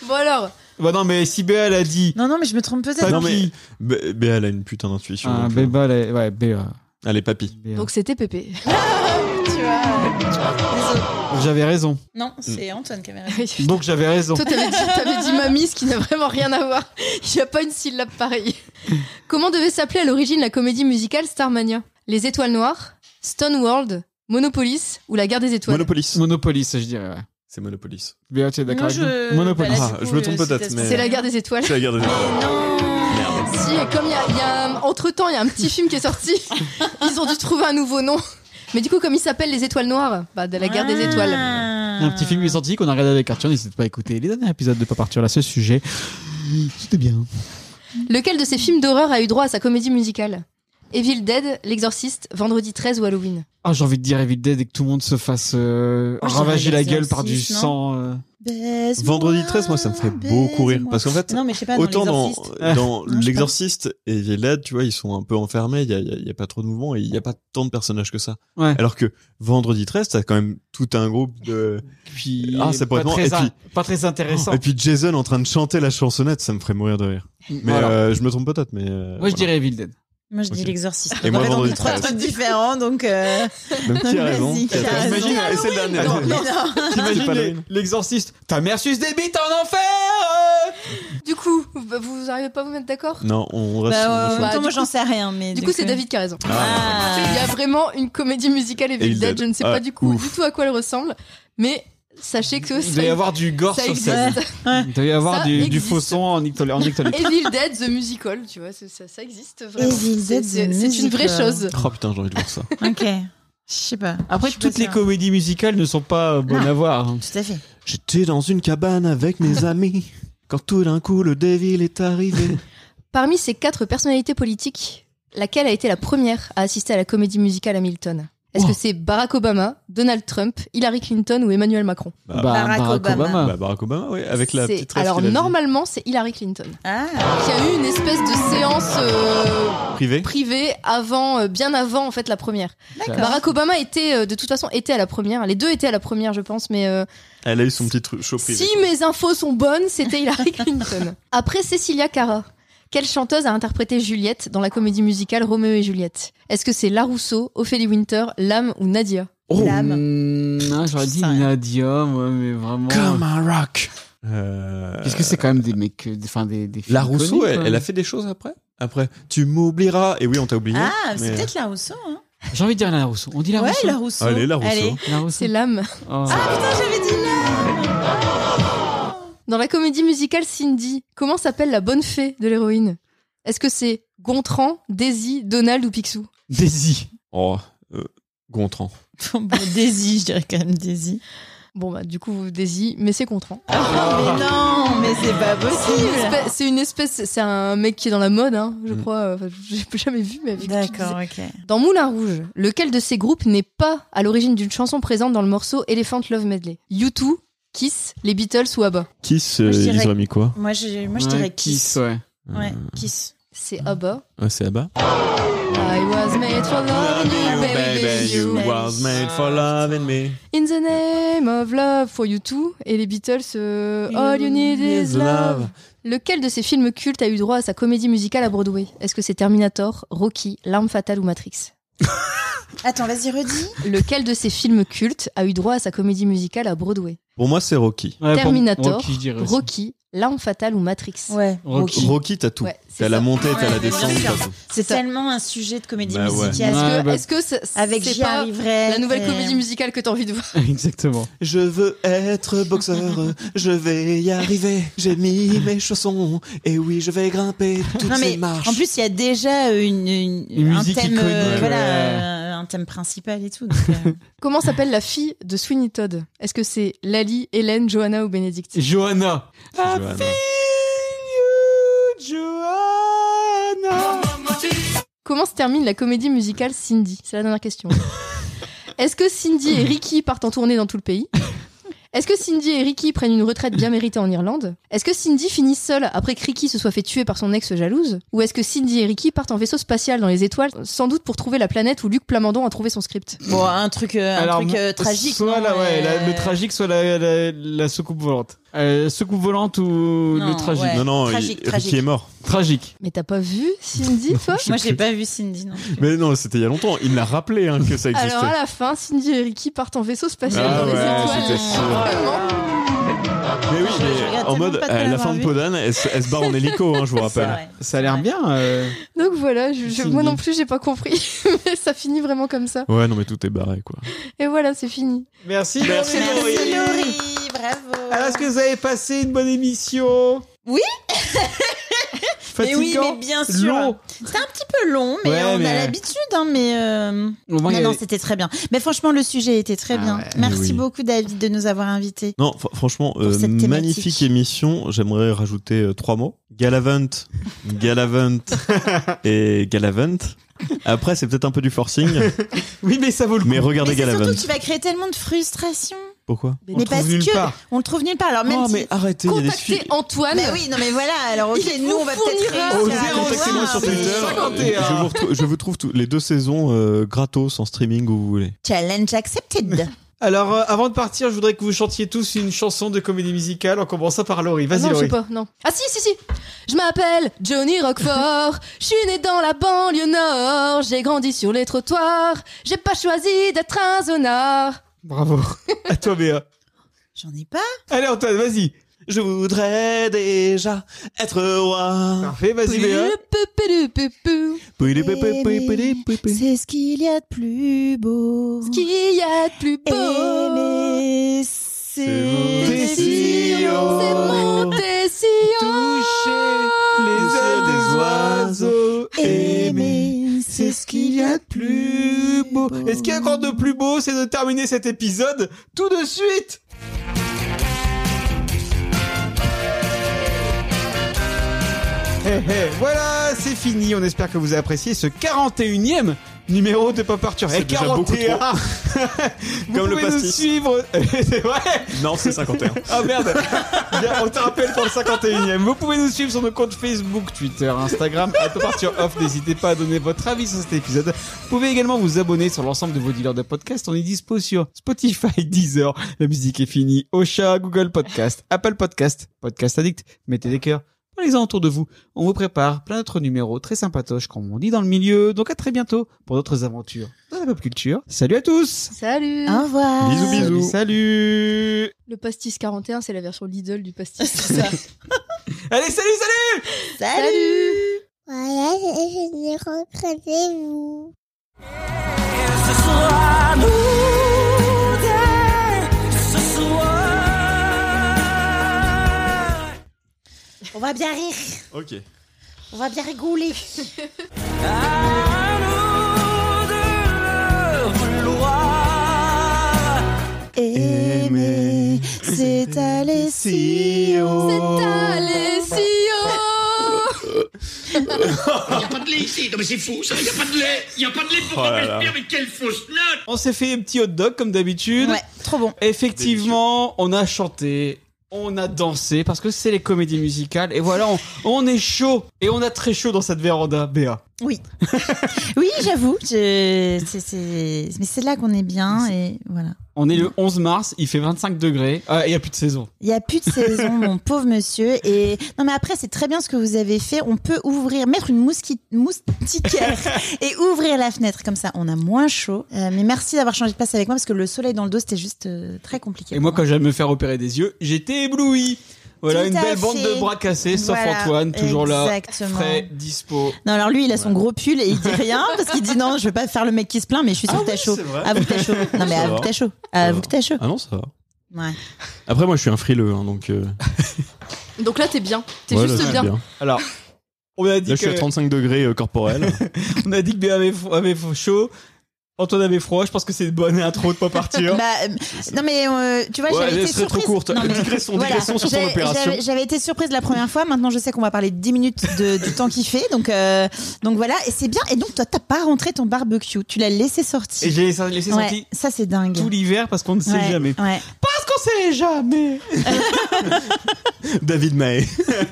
Speaker 5: Bon alors,
Speaker 1: bah non, mais si Béa l'a dit.
Speaker 2: Non, non, mais je me trompe peut-être. hein.
Speaker 1: Papy.
Speaker 6: Non, mais- Bé- Béa, Bah, elle a une putain d'intuition.
Speaker 1: Ah,
Speaker 6: donc, euh,
Speaker 1: Béba, elle est- ouais, Béa.
Speaker 6: Allez, papy.
Speaker 1: Béa.
Speaker 5: donc c'était *laughs* Pépé.
Speaker 1: J'avais
Speaker 2: *laughs*
Speaker 1: raison.
Speaker 2: euh, Non, c'est Antoine qui avait raison.
Speaker 1: Donc j'avais raison.
Speaker 5: Toi, t'avais dit, t'avais *laughs* dit mamie, ce qui n'a vraiment rien à voir. Il n'y a pas une syllabe pareille. Comment devait s'appeler à l'origine la comédie musicale Starmania Les Étoiles Noires, Stoneworld, Monopolis ou La Guerre des Étoiles
Speaker 6: Monopolis.
Speaker 1: Monopolis, je dirais. Ouais.
Speaker 6: C'est Monopolis.
Speaker 1: Béa, tu es d'accord
Speaker 2: Moi,
Speaker 1: avec
Speaker 2: je-
Speaker 1: nous Monopolis.
Speaker 2: bah, là, du
Speaker 6: Ah,
Speaker 2: coup,
Speaker 6: je me trompe
Speaker 2: euh,
Speaker 6: peut-être,
Speaker 2: c'était-
Speaker 6: mais-
Speaker 5: C'est La Guerre des Étoiles.
Speaker 6: C'est la guerre *laughs* des étoiles.
Speaker 5: Si, et comme il y a, il y a un- entre-temps, il y a un petit film qui est sorti, ils ont dû trouver un nouveau nom. Mais du coup, comme il s'appelle Les Étoiles Noires, bah, de La Guerre
Speaker 2: Ah,
Speaker 5: des Étoiles.
Speaker 1: Il y a un petit film qui est sorti qu'on a regardé avec Arthur. N'hésitez pas à écouter les derniers épisodes de Pas Partir là, ce sujet. C'était bien.
Speaker 5: Lequel de ces films d'horreur a eu droit à sa comédie musicale Evil Dead, L'Exorciste, Vendredi 13 ou Halloween.
Speaker 1: Ah, j'ai envie de dire Evil Dead et que tout le monde se fasse euh,
Speaker 5: Moi, je
Speaker 1: ravager la
Speaker 5: dirais
Speaker 1: gueule par du
Speaker 5: Exorcist,
Speaker 1: sang.
Speaker 5: non
Speaker 1: euh.
Speaker 6: Vendredi 13, moi, ça me ferait beaucoup rire. Parce qu'en fait,
Speaker 2: Non, mais je sais pas, dans
Speaker 6: autant dans, euh,
Speaker 2: L'Exorciste. Euh,
Speaker 6: dans
Speaker 2: Non, je sais
Speaker 6: l'exorciste et Evil Dead, tu vois, ils sont un peu enfermés, il y a, il y a- il y a pas trop de mouvement et il y a pas tant de personnages que ça.
Speaker 1: Ouais.
Speaker 6: Alors que vendredi 13, t'as quand même tout un groupe de...
Speaker 1: Puis,
Speaker 6: ah, ça pourrait
Speaker 1: pas,
Speaker 6: être marrant.
Speaker 1: très,
Speaker 6: Et puis,
Speaker 1: pas très *laughs* intéressant.
Speaker 6: et puis Jason en train de chanter la chansonnette, ça me ferait mourir de rire.
Speaker 1: Mm.
Speaker 6: Mais
Speaker 1: Voilà.
Speaker 6: euh, je me trompe peut-être, mais... euh,
Speaker 1: Moi, je
Speaker 6: voilà.
Speaker 1: dirais Evil Dead.
Speaker 2: Moi, je dis
Speaker 6: Ok.
Speaker 2: l'exorciste.
Speaker 6: Et moi,
Speaker 2: En fait, on
Speaker 6: vendredi
Speaker 2: dit trois
Speaker 6: 13.
Speaker 2: trucs différents, donc. Euh...
Speaker 6: Même qui a
Speaker 2: vas-y, Bah,
Speaker 6: raison,
Speaker 2: qui a
Speaker 6: qui a
Speaker 2: raison.
Speaker 6: raison.
Speaker 1: Imagine, euh, c'est le dernier.
Speaker 2: Non, mais *laughs* non.
Speaker 6: *laughs* C'est pas la
Speaker 1: T'imagines
Speaker 6: même.
Speaker 1: l'exorciste Ta mère suce des bites en enfer euh
Speaker 5: Du coup, vous- vous arrivez pas à vous mettre d'accord
Speaker 6: Non, on reste... sur-
Speaker 2: Bah,
Speaker 6: on
Speaker 2: ouais,
Speaker 6: reste-
Speaker 2: ouais,
Speaker 5: Bah,
Speaker 2: ouais. moi
Speaker 5: du
Speaker 2: j'en
Speaker 5: coup-
Speaker 2: sais rien, mais.
Speaker 5: Du coup, c'est David qui a raison.
Speaker 6: Ah.
Speaker 5: Il y a vraiment une comédie musicale Evil,
Speaker 6: Evil
Speaker 5: Dead.
Speaker 6: Dead.
Speaker 5: Je ne sais
Speaker 6: Ah,
Speaker 5: pas du coup
Speaker 6: ouf.
Speaker 5: du tout à quoi elle ressemble, mais sachez que
Speaker 1: Il
Speaker 5: ça,
Speaker 1: doit y avoir du gore
Speaker 5: ça
Speaker 1: sur
Speaker 5: existe. *laughs*
Speaker 1: scène. Il doit y avoir
Speaker 5: Ça
Speaker 1: du, du
Speaker 5: existe.
Speaker 1: faux son en ictolé.
Speaker 5: *laughs*
Speaker 1: En ictolé.
Speaker 5: Evil Dead the musical, tu vois, c'est- ça, ça existe vraiment.
Speaker 2: Evil
Speaker 5: C'est-
Speaker 2: Dead, the
Speaker 5: c'est- C'est une vraie
Speaker 2: musical.
Speaker 5: chose.
Speaker 6: Oh putain, j'ai envie de voir ça.
Speaker 2: *laughs* Ok. Je sais pas.
Speaker 1: Après,
Speaker 2: Je suis pas
Speaker 1: toutes les
Speaker 2: sûre.
Speaker 1: comédies musicales ne sont pas euh, bonnes
Speaker 2: Non.
Speaker 1: à voir.
Speaker 2: Tout à fait.
Speaker 6: *laughs* J'étais dans une cabane avec
Speaker 2: *laughs*
Speaker 6: mes amis quand tout d'un coup le Devil est arrivé.
Speaker 5: Parmi ces quatre personnalités politiques, laquelle a été la première à assister à la comédie musicale Hamilton Est-ce que c'est Barack Obama, Donald Trump, Hillary Clinton ou Emmanuel Macron
Speaker 1: Bah,
Speaker 2: Barack
Speaker 1: Barack,
Speaker 2: Obama.
Speaker 1: Obama.
Speaker 6: Bah, Barack Obama, oui, avec la
Speaker 5: C'est-
Speaker 6: petite rêve
Speaker 5: Alors
Speaker 6: qu'il a dit.
Speaker 5: normalement, c'est Hillary Clinton.
Speaker 2: Ah.
Speaker 5: Il y a eu une espèce de séance euh,
Speaker 6: Privé.
Speaker 5: privée avant, euh, bien avant en fait la première.
Speaker 2: D'accord.
Speaker 5: Barack Obama était euh, de toute façon était à la première. Les deux étaient à la première, je pense, mais euh,
Speaker 6: Elle a eu son petit truc chaud privé.
Speaker 5: si mes infos sont bonnes, c'était Hillary Clinton. Après Cecilia Cara, quelle chanteuse a interprété Juliette dans la comédie musicale Roméo et Juliette Est-ce que c'est La Rousseau, Ophélie Winter, Lame ou Nadia
Speaker 2: Lame.
Speaker 1: Mmh, non, Oh, j'aurais
Speaker 2: Je
Speaker 1: dit
Speaker 2: sais rien.
Speaker 1: Nadia, moi, mais vraiment.
Speaker 6: un rock. Euh,
Speaker 1: Parce que c'est quand même des mecs, euh, des, enfin, des, des films
Speaker 6: La Rousseau,
Speaker 1: connus,
Speaker 6: elle,
Speaker 1: quoi.
Speaker 6: elle a fait des choses après Après, tu m'oublieras. Et oui, on t'a oublié.
Speaker 2: Ah, c'est
Speaker 6: mais-
Speaker 2: peut-être la Rousseau, hein.
Speaker 1: J'ai envie de dire la Rousseau. On dit la
Speaker 2: ouais,
Speaker 1: Rousseau.
Speaker 2: la Rousseau.
Speaker 6: Allez, la Rousseau.
Speaker 1: La Rousseau.
Speaker 5: C'est Lame.
Speaker 1: Oh.
Speaker 2: Ah putain, j'avais dit là.
Speaker 5: Dans la comédie musicale Cindy, comment s'appelle la bonne fée de l'héroïne Est-ce que c'est Gontran, Daisy, Donald ou Picsou
Speaker 1: Daisy.
Speaker 6: Oh, euh, Gontran.
Speaker 2: Bon, Daisy, je dirais quand même Daisy.
Speaker 5: Bon bah du coup Daisy, mais c'est Gontran.
Speaker 2: Oh, Mais non, mais c'est pas
Speaker 5: C'est une
Speaker 2: possible.
Speaker 5: espèce- C'est une espèce, c'est un mec qui est dans la mode, hein, je
Speaker 6: Mm.
Speaker 5: crois. euh, enfin, J'ai *laughs* jamais vu, mais avec
Speaker 2: D'accord, ok.
Speaker 5: Dans Moulin Rouge, lequel de ces groupes n'est pas à l'origine d'une chanson présente dans le morceau Elephant Love Medley U2, Kiss, les Beatles ou ABBA
Speaker 6: Qui
Speaker 2: Moi, je dirais-
Speaker 6: ils auraient mis quoi
Speaker 2: Moi, je, moi, je
Speaker 1: Ouais,
Speaker 2: dirais Kiss.
Speaker 1: ouais.
Speaker 2: Ouais, Kiss.
Speaker 5: C'est ABBA.
Speaker 6: Ah, c'est là-bas.
Speaker 2: Oh,
Speaker 5: I was made for loving you, baby, you.
Speaker 6: was made for
Speaker 2: Ah,
Speaker 6: loving me.
Speaker 5: In the name of love for you two. Et les Beatles, euh, All you need is love. Lequel de ces films cultes a eu droit à sa comédie musicale à Broadway Est-ce que c'est Terminator, Rocky, L'Arme Fatale ou Matrix
Speaker 2: Attends, vas-y, redis.
Speaker 5: Lequel de ces films cultes a eu droit à sa comédie musicale à Broadway
Speaker 6: Pour moi, c'est Rocky.
Speaker 1: Ouais, pour-
Speaker 5: Terminator,
Speaker 1: Ah, Rocky, je dirais aussi.
Speaker 5: Rocky, L'arme fatale ou Matrix
Speaker 2: Ouais,
Speaker 1: Rocky.
Speaker 2: Rocky.
Speaker 6: Rocky, t'as tout.
Speaker 5: Ouais, c'est
Speaker 6: t'as la
Speaker 5: ça.
Speaker 6: montée, t'as la
Speaker 2: Ouais,
Speaker 6: descente.
Speaker 2: bien
Speaker 6: t'as
Speaker 2: sûr.
Speaker 6: tout.
Speaker 2: C'est tellement un sujet de comédie
Speaker 6: Bah ouais.
Speaker 2: musicale.
Speaker 5: Est-ce
Speaker 1: Ouais,
Speaker 5: que,
Speaker 1: bah-
Speaker 5: est-ce que c'est,
Speaker 2: Avec
Speaker 5: c'est
Speaker 2: J'y
Speaker 5: pas
Speaker 2: arriverai.
Speaker 5: la nouvelle
Speaker 2: c'est-
Speaker 5: comédie musicale que t'as envie de voir
Speaker 1: *laughs* Exactement.
Speaker 6: Je veux être boxeur, je vais y arriver. J'ai mis mes chaussons, et oui, je vais grimper toutes
Speaker 2: Non, mais en plus, il y a déjà euh, une, une-
Speaker 1: Une
Speaker 2: un
Speaker 1: musique
Speaker 2: thème, euh,
Speaker 1: iconique,
Speaker 2: voilà,
Speaker 1: ouais.
Speaker 2: euh, un thème principal et tout. donc,
Speaker 1: *laughs*
Speaker 2: euh,
Speaker 5: Comment s'appelle la fille de Sweeney Todd Est-ce que c'est Lali, Hélène, Johanna ou Bénédicte
Speaker 1: Johanna.
Speaker 6: Johanna.
Speaker 1: feel you, Johanna.
Speaker 5: Comment se termine la comédie musicale Cindy C'est la dernière question. Est-ce que Cindy et Ricky partent en tournée dans tout le pays Est-ce que Cindy et Ricky prennent une retraite bien méritée en Irlande Est-ce que Cindy finit seule après que Ricky se soit fait tuer par son ex jalouse Ou est-ce que Cindy et Ricky partent en vaisseau spatial dans les étoiles, sans doute pour trouver la planète où Luc Plamondon a trouvé son script
Speaker 2: bon, un truc, euh, un truc euh,
Speaker 1: moi,
Speaker 2: tragique.
Speaker 1: Soit
Speaker 2: non,
Speaker 1: la, ouais,
Speaker 2: euh,
Speaker 1: la- le tragique, soit la, la, la soucoupe volante. Euh, soucoupe volante ou
Speaker 2: Non,
Speaker 1: le tragique
Speaker 2: ouais.
Speaker 6: Non, non,
Speaker 2: Tragique,
Speaker 6: il-
Speaker 2: tragique.
Speaker 6: Ricky est mort.
Speaker 1: Tragique.
Speaker 5: Mais t'as pas vu Cindy,
Speaker 6: *laughs*
Speaker 5: toi
Speaker 2: Moi, j'ai pas vu Cindy, non.
Speaker 6: Mais non, c'était il y a longtemps. Il l'a rappelé hein,
Speaker 2: *laughs* Ah,
Speaker 6: que ça existait.
Speaker 5: Alors à la fin, Cindy et Ricky partent en vaisseau spatial
Speaker 6: Ah
Speaker 5: dans les
Speaker 6: ouais,
Speaker 5: étoiles.
Speaker 6: c'était sûr.
Speaker 5: Vraiment.
Speaker 6: Mais oui,
Speaker 2: Ah, Je- je
Speaker 6: mais
Speaker 2: regrette
Speaker 6: en
Speaker 2: tellement
Speaker 6: mode,
Speaker 2: pas de
Speaker 6: euh,
Speaker 2: pas
Speaker 6: la
Speaker 2: l'avoir
Speaker 6: fin de
Speaker 2: vu.
Speaker 6: Podan, elle, se- elle se barre en hélico, hein, je
Speaker 2: *laughs*
Speaker 6: vous
Speaker 2: C'est
Speaker 6: rappelle.
Speaker 2: vrai,
Speaker 1: Ça a
Speaker 2: c'est
Speaker 1: l'air
Speaker 2: vrai.
Speaker 1: bien. euh.
Speaker 5: Donc voilà, je- je- moi
Speaker 1: Cindy.
Speaker 5: non plus j'ai pas compris, *laughs* mais ça finit vraiment comme ça.
Speaker 6: Ouais, non, mais tout est barré, quoi.
Speaker 5: Et voilà, c'est fini.
Speaker 1: Merci,
Speaker 2: Merci,
Speaker 1: Laurie.
Speaker 2: Laurie, bravo.
Speaker 1: Alors, est-ce que vous avez passé une bonne émission *laughs*
Speaker 2: Oui. mais
Speaker 1: Fatigant
Speaker 2: oui, mais bien sûr.
Speaker 1: Long.
Speaker 2: C'était un petit peu long, mais
Speaker 1: Ouais,
Speaker 2: on a
Speaker 1: mais-
Speaker 2: l'habitude, hein, mais. euh,
Speaker 1: Au moins, il
Speaker 2: Non,
Speaker 1: y
Speaker 2: non,
Speaker 1: avait-
Speaker 2: c'était très bien. Mais franchement, le sujet était très
Speaker 1: Ah
Speaker 2: bien.
Speaker 1: ouais.
Speaker 2: Merci
Speaker 6: Oui.
Speaker 2: beaucoup, David, de nous avoir invités.
Speaker 6: Non, fr- franchement, euh,
Speaker 2: cette thématique.
Speaker 6: magnifique émission. J'aimerais
Speaker 2: *laughs*
Speaker 6: rajouter euh, trois mots. Galavant, Galavant et Galavant. Après, c'est peut-être un peu du forcing.
Speaker 1: oui, mais ça vaut le
Speaker 6: coup. Mais regardez
Speaker 2: Mais c'est
Speaker 6: Galavan.
Speaker 2: surtout, tu vas créer tellement de frustration.
Speaker 6: Pourquoi
Speaker 2: mais parce que on le trouve nulle part. Alors même
Speaker 6: Oh,
Speaker 2: si-
Speaker 6: mais arrêtez, il y a des filles.
Speaker 2: Antoine. Mais Bah oui, non mais voilà. Alors ok,
Speaker 4: Il
Speaker 2: nous on
Speaker 4: vous
Speaker 2: va peut-être
Speaker 4: fournira.
Speaker 2: réussir à
Speaker 4: Au zéro,
Speaker 2: avoir-
Speaker 4: textez-moi sur
Speaker 2: Ah, Mais-
Speaker 4: Twitter.
Speaker 6: Je vous, retrouve, je vous trouve tous- les deux saisons euh, gratos en streaming où vous voulez.
Speaker 2: Challenge
Speaker 1: *laughs*
Speaker 2: accepted.
Speaker 1: Alors, euh, avant de partir, je voudrais que vous chantiez tous une chanson de comédie musicale en commençant par Laurie. Vas-y,
Speaker 5: non, je
Speaker 1: Laurie.
Speaker 5: sais pas, non. Ah si, si, si Je m'appelle Johnny Roquefort, je suis né dans la banlieue nord, j'ai grandi sur les trottoirs, j'ai pas choisi d'être un zonard.
Speaker 1: Bravo. *laughs* À toi, Béa.
Speaker 2: J'en ai pas.
Speaker 1: Allez, Antoine, vas-y.
Speaker 4: Je voudrais déjà être roi.
Speaker 1: Parfait, vas-y, Béa.
Speaker 2: C'est ce qu'il y a de plus beau. Ce
Speaker 5: qu'il y a de plus
Speaker 2: beau. Aimer, c'est
Speaker 5: C'est monter si
Speaker 1: Toucher les
Speaker 4: yeux des oiseaux.
Speaker 1: Aimer, c'est ce qu'il y a de plus beau. Et ce qu'il y a encore de plus beau, c'est de terminer cet épisode tout de suite. Hé hé, voilà, c'est fini. On espère que vous avez apprécié ce 41e numéro de Pop Arthur.
Speaker 6: C'est
Speaker 1: Eh,
Speaker 6: déjà beaucoup
Speaker 1: 41
Speaker 6: trop. *laughs*
Speaker 1: Vous
Speaker 6: Comme le
Speaker 1: pouvez nous
Speaker 6: pastis.
Speaker 1: suivre. *laughs* c'est vrai
Speaker 6: Non,
Speaker 2: *laughs*
Speaker 6: c'est 51.
Speaker 1: ah merde *laughs* Bien, On te rappelle pour le 51ème. Vous pouvez nous suivre sur nos comptes Facebook, Twitter, Instagram, à Pop Arthur Off. N'hésitez pas à donner votre avis sur cet épisode. Vous pouvez également vous abonner sur l'ensemble de vos dealers de podcasts. On est dispo sur Spotify, *laughs* Deezer, La musique est finie, Ocha, Google Podcast, Apple Podcast, Podcast Addict. Mettez des cœurs. Parlez-en autour de vous. On vous prépare plein d'autres numéros très sympatoches, comme on dit dans le milieu. Donc à très bientôt pour d'autres aventures dans la pop culture. Salut à tous
Speaker 5: Salut
Speaker 2: Au revoir
Speaker 1: Salut, salut.
Speaker 5: Le pastis 41, c'est la version Lidl du pastis.
Speaker 1: Allez, salut, salut
Speaker 2: Salut
Speaker 12: Voilà, je vais rencontrer vous.
Speaker 4: Ce soir, nous deux, ce soir.
Speaker 2: On va bien rire.
Speaker 6: Ok.
Speaker 2: On va bien rigoler. Aimer, c'est aller si haut.
Speaker 6: Oh.
Speaker 2: C'est
Speaker 5: aller si haut.
Speaker 4: Il n'y a pas de lait ici, non mais c'est fou ça, il n'y a pas de lait, il n'y a pas de lait pour
Speaker 1: Oh là
Speaker 4: remplacer
Speaker 1: là.
Speaker 4: mais quelle fausse note
Speaker 1: On s'est fait des petits hot dogs comme d'habitude.
Speaker 2: Ouais, trop bon.
Speaker 1: Effectivement, on a chanté, on a dansé parce que c'est les comédies musicales. Et voilà, on, on est chaud et on a très chaud dans cette véranda, Béa.
Speaker 2: Oui. oui, j'avoue. je- c'est- c'est- Mais c'est là qu'on est bien et voilà.
Speaker 1: On est le 11 mars, il fait 25 degrés. Ah, il n'y a plus de saison.
Speaker 2: Il n'y a plus
Speaker 1: *laughs*
Speaker 2: de saison, mon pauvre monsieur. Et non, mais après, c'est très bien ce que vous avez fait. On peut ouvrir, mettre une mousqui-
Speaker 1: *laughs*
Speaker 2: moustiquaire et ouvrir la fenêtre. Comme ça, on a moins chaud. Euh, mais merci d'avoir changé de place avec moi parce que le soleil dans le dos, c'était juste euh, très compliqué.
Speaker 1: Et moi, quand j'allais me faire opérer des yeux, j'étais ébloui. Voilà,
Speaker 2: Tout
Speaker 1: une
Speaker 2: à
Speaker 1: belle bande
Speaker 2: fait.
Speaker 1: de bras cassés, sauf
Speaker 2: Voilà,
Speaker 1: Antoine, toujours
Speaker 2: exactement.
Speaker 1: là, frais, dispo.
Speaker 2: Non, alors lui, il a son gros pull et il dit rien
Speaker 1: *laughs*
Speaker 2: parce qu'il dit non, je vais pas faire le mec qui se plaint, mais je suis
Speaker 1: Ah
Speaker 2: sûr que t'as chaud. Ah.
Speaker 6: vrai.
Speaker 2: Avoue que t'as chaud. Non, mais
Speaker 6: Ça
Speaker 2: avoue
Speaker 6: va.
Speaker 2: que t'as chaud. Avoue que t'as chaud.
Speaker 6: Ah non, ça va.
Speaker 2: Ouais.
Speaker 6: Après, moi, je suis un frileux, hein, donc. euh,
Speaker 5: Donc là, t'es bien. T'es
Speaker 6: Ouais, là,
Speaker 5: juste
Speaker 6: c'est
Speaker 5: bien.
Speaker 6: bien.
Speaker 1: Alors, on a dit
Speaker 6: Là, je suis à
Speaker 1: que-
Speaker 6: 35 degrés euh, corporel.
Speaker 1: On a dit que Béa avait, fro- avait chaud, Antoine avait froid. Je pense que c'est une bonne intro de pas partir.
Speaker 2: *laughs* Bah, euh, non mais euh, tu vois
Speaker 1: Hein Ouais,
Speaker 2: j'avais
Speaker 1: elle
Speaker 2: été
Speaker 1: serait trop
Speaker 2: surprise.
Speaker 1: courte.
Speaker 2: Non, mais-
Speaker 1: Digressons, digressons sur ton
Speaker 2: J'avais-
Speaker 1: opération.
Speaker 2: j'avais- J'avais été surprise la première fois. Maintenant je sais qu'on va parler 10 minutes de, du temps qu'il fait. Donc euh, donc voilà et c'est bien. Et donc toi t'as pas rentré ton barbecue. Tu l'as laissé sortir.
Speaker 1: Et j'ai laissé- laissé
Speaker 2: Ouais,
Speaker 1: sortir
Speaker 2: Ça c'est dingue.
Speaker 1: tout l'hiver parce qu'on ne sait
Speaker 2: Ouais,
Speaker 1: jamais.
Speaker 2: ouais.
Speaker 1: Parce qu'on sait jamais.
Speaker 6: David May.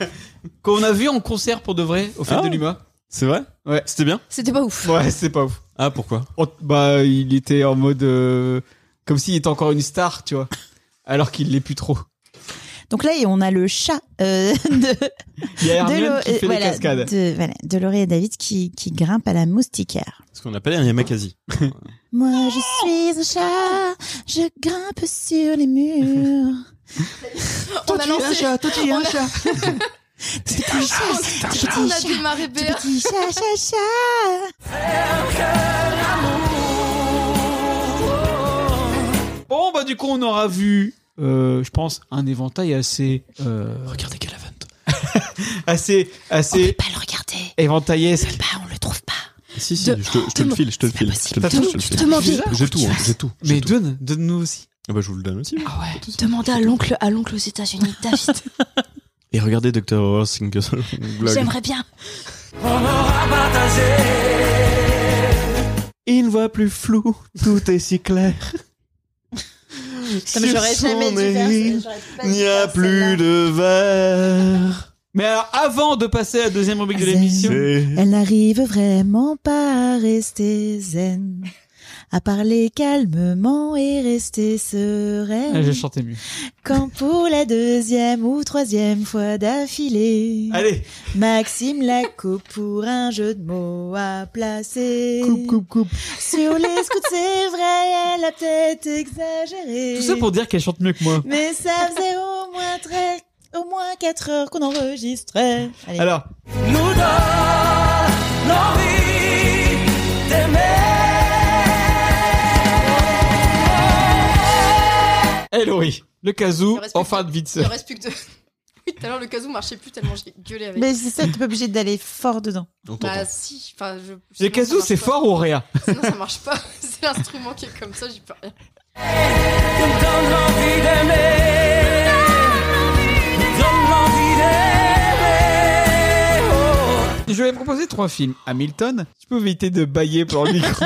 Speaker 1: *laughs* Qu'on a vu en concert pour de vrai au Fête
Speaker 6: Ah.
Speaker 1: de l'Humain.
Speaker 6: C'est vrai
Speaker 1: Ouais.
Speaker 6: C'était bien
Speaker 5: C'était pas ouf.
Speaker 1: Ouais, c'est pas ouf.
Speaker 6: Ah, pourquoi
Speaker 1: On- bah, il était en mode. euh, comme s'il était encore une star, tu vois. Alors qu'il l'est plus trop.
Speaker 2: Donc là et on a le chat euh, *laughs* de
Speaker 1: Il y a
Speaker 2: de
Speaker 1: Hermione
Speaker 2: Lo-
Speaker 1: qui fait
Speaker 2: euh,
Speaker 1: les
Speaker 2: voilà,
Speaker 1: cascades.
Speaker 2: de voilà, de Laurie et David qui qui grimpe à la moustiquaire.
Speaker 6: Ce qu'on appelle un yamakasi.
Speaker 2: Moi, je suis un chat, je grimpe sur les
Speaker 5: *laughs*
Speaker 2: murs.
Speaker 5: On a lancé. on a- *laughs*
Speaker 2: T'es un chat, t'es un petit
Speaker 5: On a
Speaker 2: chat,
Speaker 5: démarré
Speaker 2: t'es
Speaker 5: Béa.
Speaker 2: petit chat, chat, chat.
Speaker 1: Bon, bah, du coup, on aura vu. euh, je pense un éventail assez. Regardez quel event. *laughs* assez. assez. On peut
Speaker 2: pas le regarder.
Speaker 1: Éventaillesque.
Speaker 2: on le trouve pas.
Speaker 6: Si, si, je te, je te le file, je te le file. Je te le
Speaker 1: T'as
Speaker 6: file,
Speaker 1: tout,
Speaker 6: je te le
Speaker 1: tu
Speaker 6: file.
Speaker 1: te mentis.
Speaker 6: J'ai tout, hein, j'ai tout.
Speaker 1: Mais donne, donne-nous aussi.
Speaker 6: Ah bah, je vous le donne aussi.
Speaker 5: Ah ouais. Demandez à l'oncle, à l'oncle aux États-Unis, David.
Speaker 6: Et regardez Dr. Horror Sing Blog.
Speaker 5: J'aimerais bien.
Speaker 4: On aura partagé
Speaker 6: Une voix plus floue, tout est si clair.
Speaker 4: Putain, mais j'aurais jamais dû faire ça, j'aurais pas dû
Speaker 6: n'y a
Speaker 4: faire
Speaker 6: plus de verre.
Speaker 1: Mais alors, avant de passer à la deuxième rubrique de l'émission,
Speaker 2: Elle n'arrive vraiment pas à rester zen. À parler calmement et rester sereine.
Speaker 1: Ah, j'ai chanté mieux.
Speaker 2: Quand pour la deuxième ou troisième fois d'affilée,
Speaker 1: Allez.
Speaker 2: Maxime la coupe pour un jeu de mots à placer. Coupe,
Speaker 1: coupe, coupe.
Speaker 2: Sur les scouts, c'est vrai, elle a peut-être exagéré.
Speaker 1: tout ça pour dire qu'elle chante mieux que moi.
Speaker 2: Mais ça faisait au moins très, au moins 4 heures qu'on enregistrait. Allez.
Speaker 1: Alors,
Speaker 9: nous donne l'envie d'aimer.
Speaker 1: hey Eh, Laurie, le kazoo,
Speaker 5: Je respecte-
Speaker 1: en fin de vie de
Speaker 5: Il en
Speaker 1: sœur.
Speaker 5: reste plus que deux. *laughs* Oui, tout à l'heure, le casou marchait plus tellement j'ai gueulé avec.
Speaker 2: Mais c'est ça, t'es pas obligé d'aller fort dedans.
Speaker 5: Bah si, enfin je.
Speaker 1: Le
Speaker 5: sinon,
Speaker 1: kazoo,
Speaker 5: ça
Speaker 1: c'est
Speaker 5: marche pas.
Speaker 1: fort ou rien
Speaker 5: Sinon ça marche pas. *laughs* C'est l'instrument qui est comme ça, j'y peux rien.
Speaker 9: Donne l'envie d'aimer. Donne l'envie d'aimer. Oh.
Speaker 1: Je vais proposer trois films. Hamilton, tu peux éviter de bailler pour
Speaker 5: *laughs*
Speaker 1: le micro.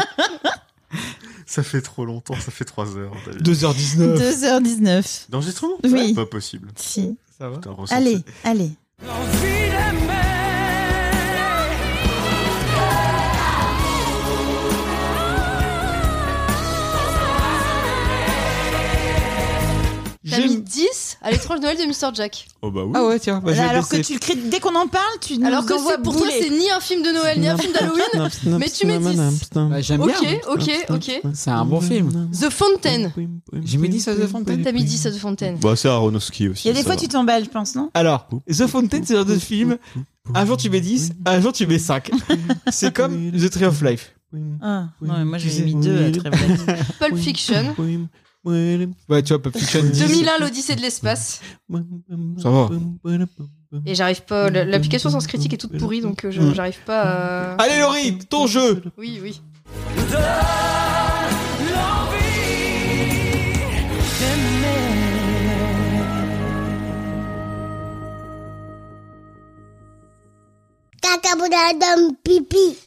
Speaker 3: Ça fait trop longtemps, ça fait 3 heures.
Speaker 2: Euh.
Speaker 1: 2h19.
Speaker 2: 2h19.
Speaker 3: D'enregistrement
Speaker 2: Oui.
Speaker 3: Pas possible.
Speaker 2: Si.
Speaker 1: Ça va
Speaker 3: Putain, ressenti.
Speaker 2: Allez, allez.
Speaker 9: L'envie d'aimer.
Speaker 5: T'as mis 10 à l'étrange Noël de Mr Jack.
Speaker 3: Oh bah oui.
Speaker 1: Ah ouais, tiens, bah, je vais
Speaker 2: Alors
Speaker 1: te
Speaker 2: que
Speaker 1: laisser.
Speaker 2: tu le cries dès qu'on en parle, tu
Speaker 5: Alors
Speaker 2: nous
Speaker 5: que
Speaker 2: envoies
Speaker 5: c'est pour toi
Speaker 2: bouler.
Speaker 5: c'est ni un film de Noël ni un film d'Halloween. Mais tu mets 10.
Speaker 1: Bah, J'aime
Speaker 5: Ok,
Speaker 1: bien. hein.
Speaker 5: ok, ok.
Speaker 1: C'est un bon film.
Speaker 5: The Fountain.
Speaker 1: J'ai mis 10 à The Fountain.
Speaker 5: T'as mis 10 à The Fountain.
Speaker 6: Bah, c'est Aronofsky
Speaker 2: Il
Speaker 6: aussi.
Speaker 2: y a des
Speaker 6: ça
Speaker 2: fois,
Speaker 6: va.
Speaker 2: tu t'emballes, je pense, non
Speaker 1: Alors, The Fountain, c'est un de film. Un jour tu mets 10, un jour tu mets 5. C'est comme The Tree of Life.
Speaker 2: ah, Non, mais moi,
Speaker 1: Tu
Speaker 2: j'ai
Speaker 1: sais.
Speaker 2: mis deux à très bien.
Speaker 5: Pulp Fiction.
Speaker 1: Ouais, tu vois, Pulp Fiction 10.
Speaker 5: 2001, l'Odyssée de l'espace.
Speaker 1: Ça va.
Speaker 5: Et j'arrive pas. l- L'application Sens Critique est toute pourrie, donc euh, je-
Speaker 1: Mm.
Speaker 5: j'arrive pas à.
Speaker 1: Allez, Laurie, ton jeu
Speaker 5: Oui, oui.
Speaker 12: Caca, boudin, dum, pipi.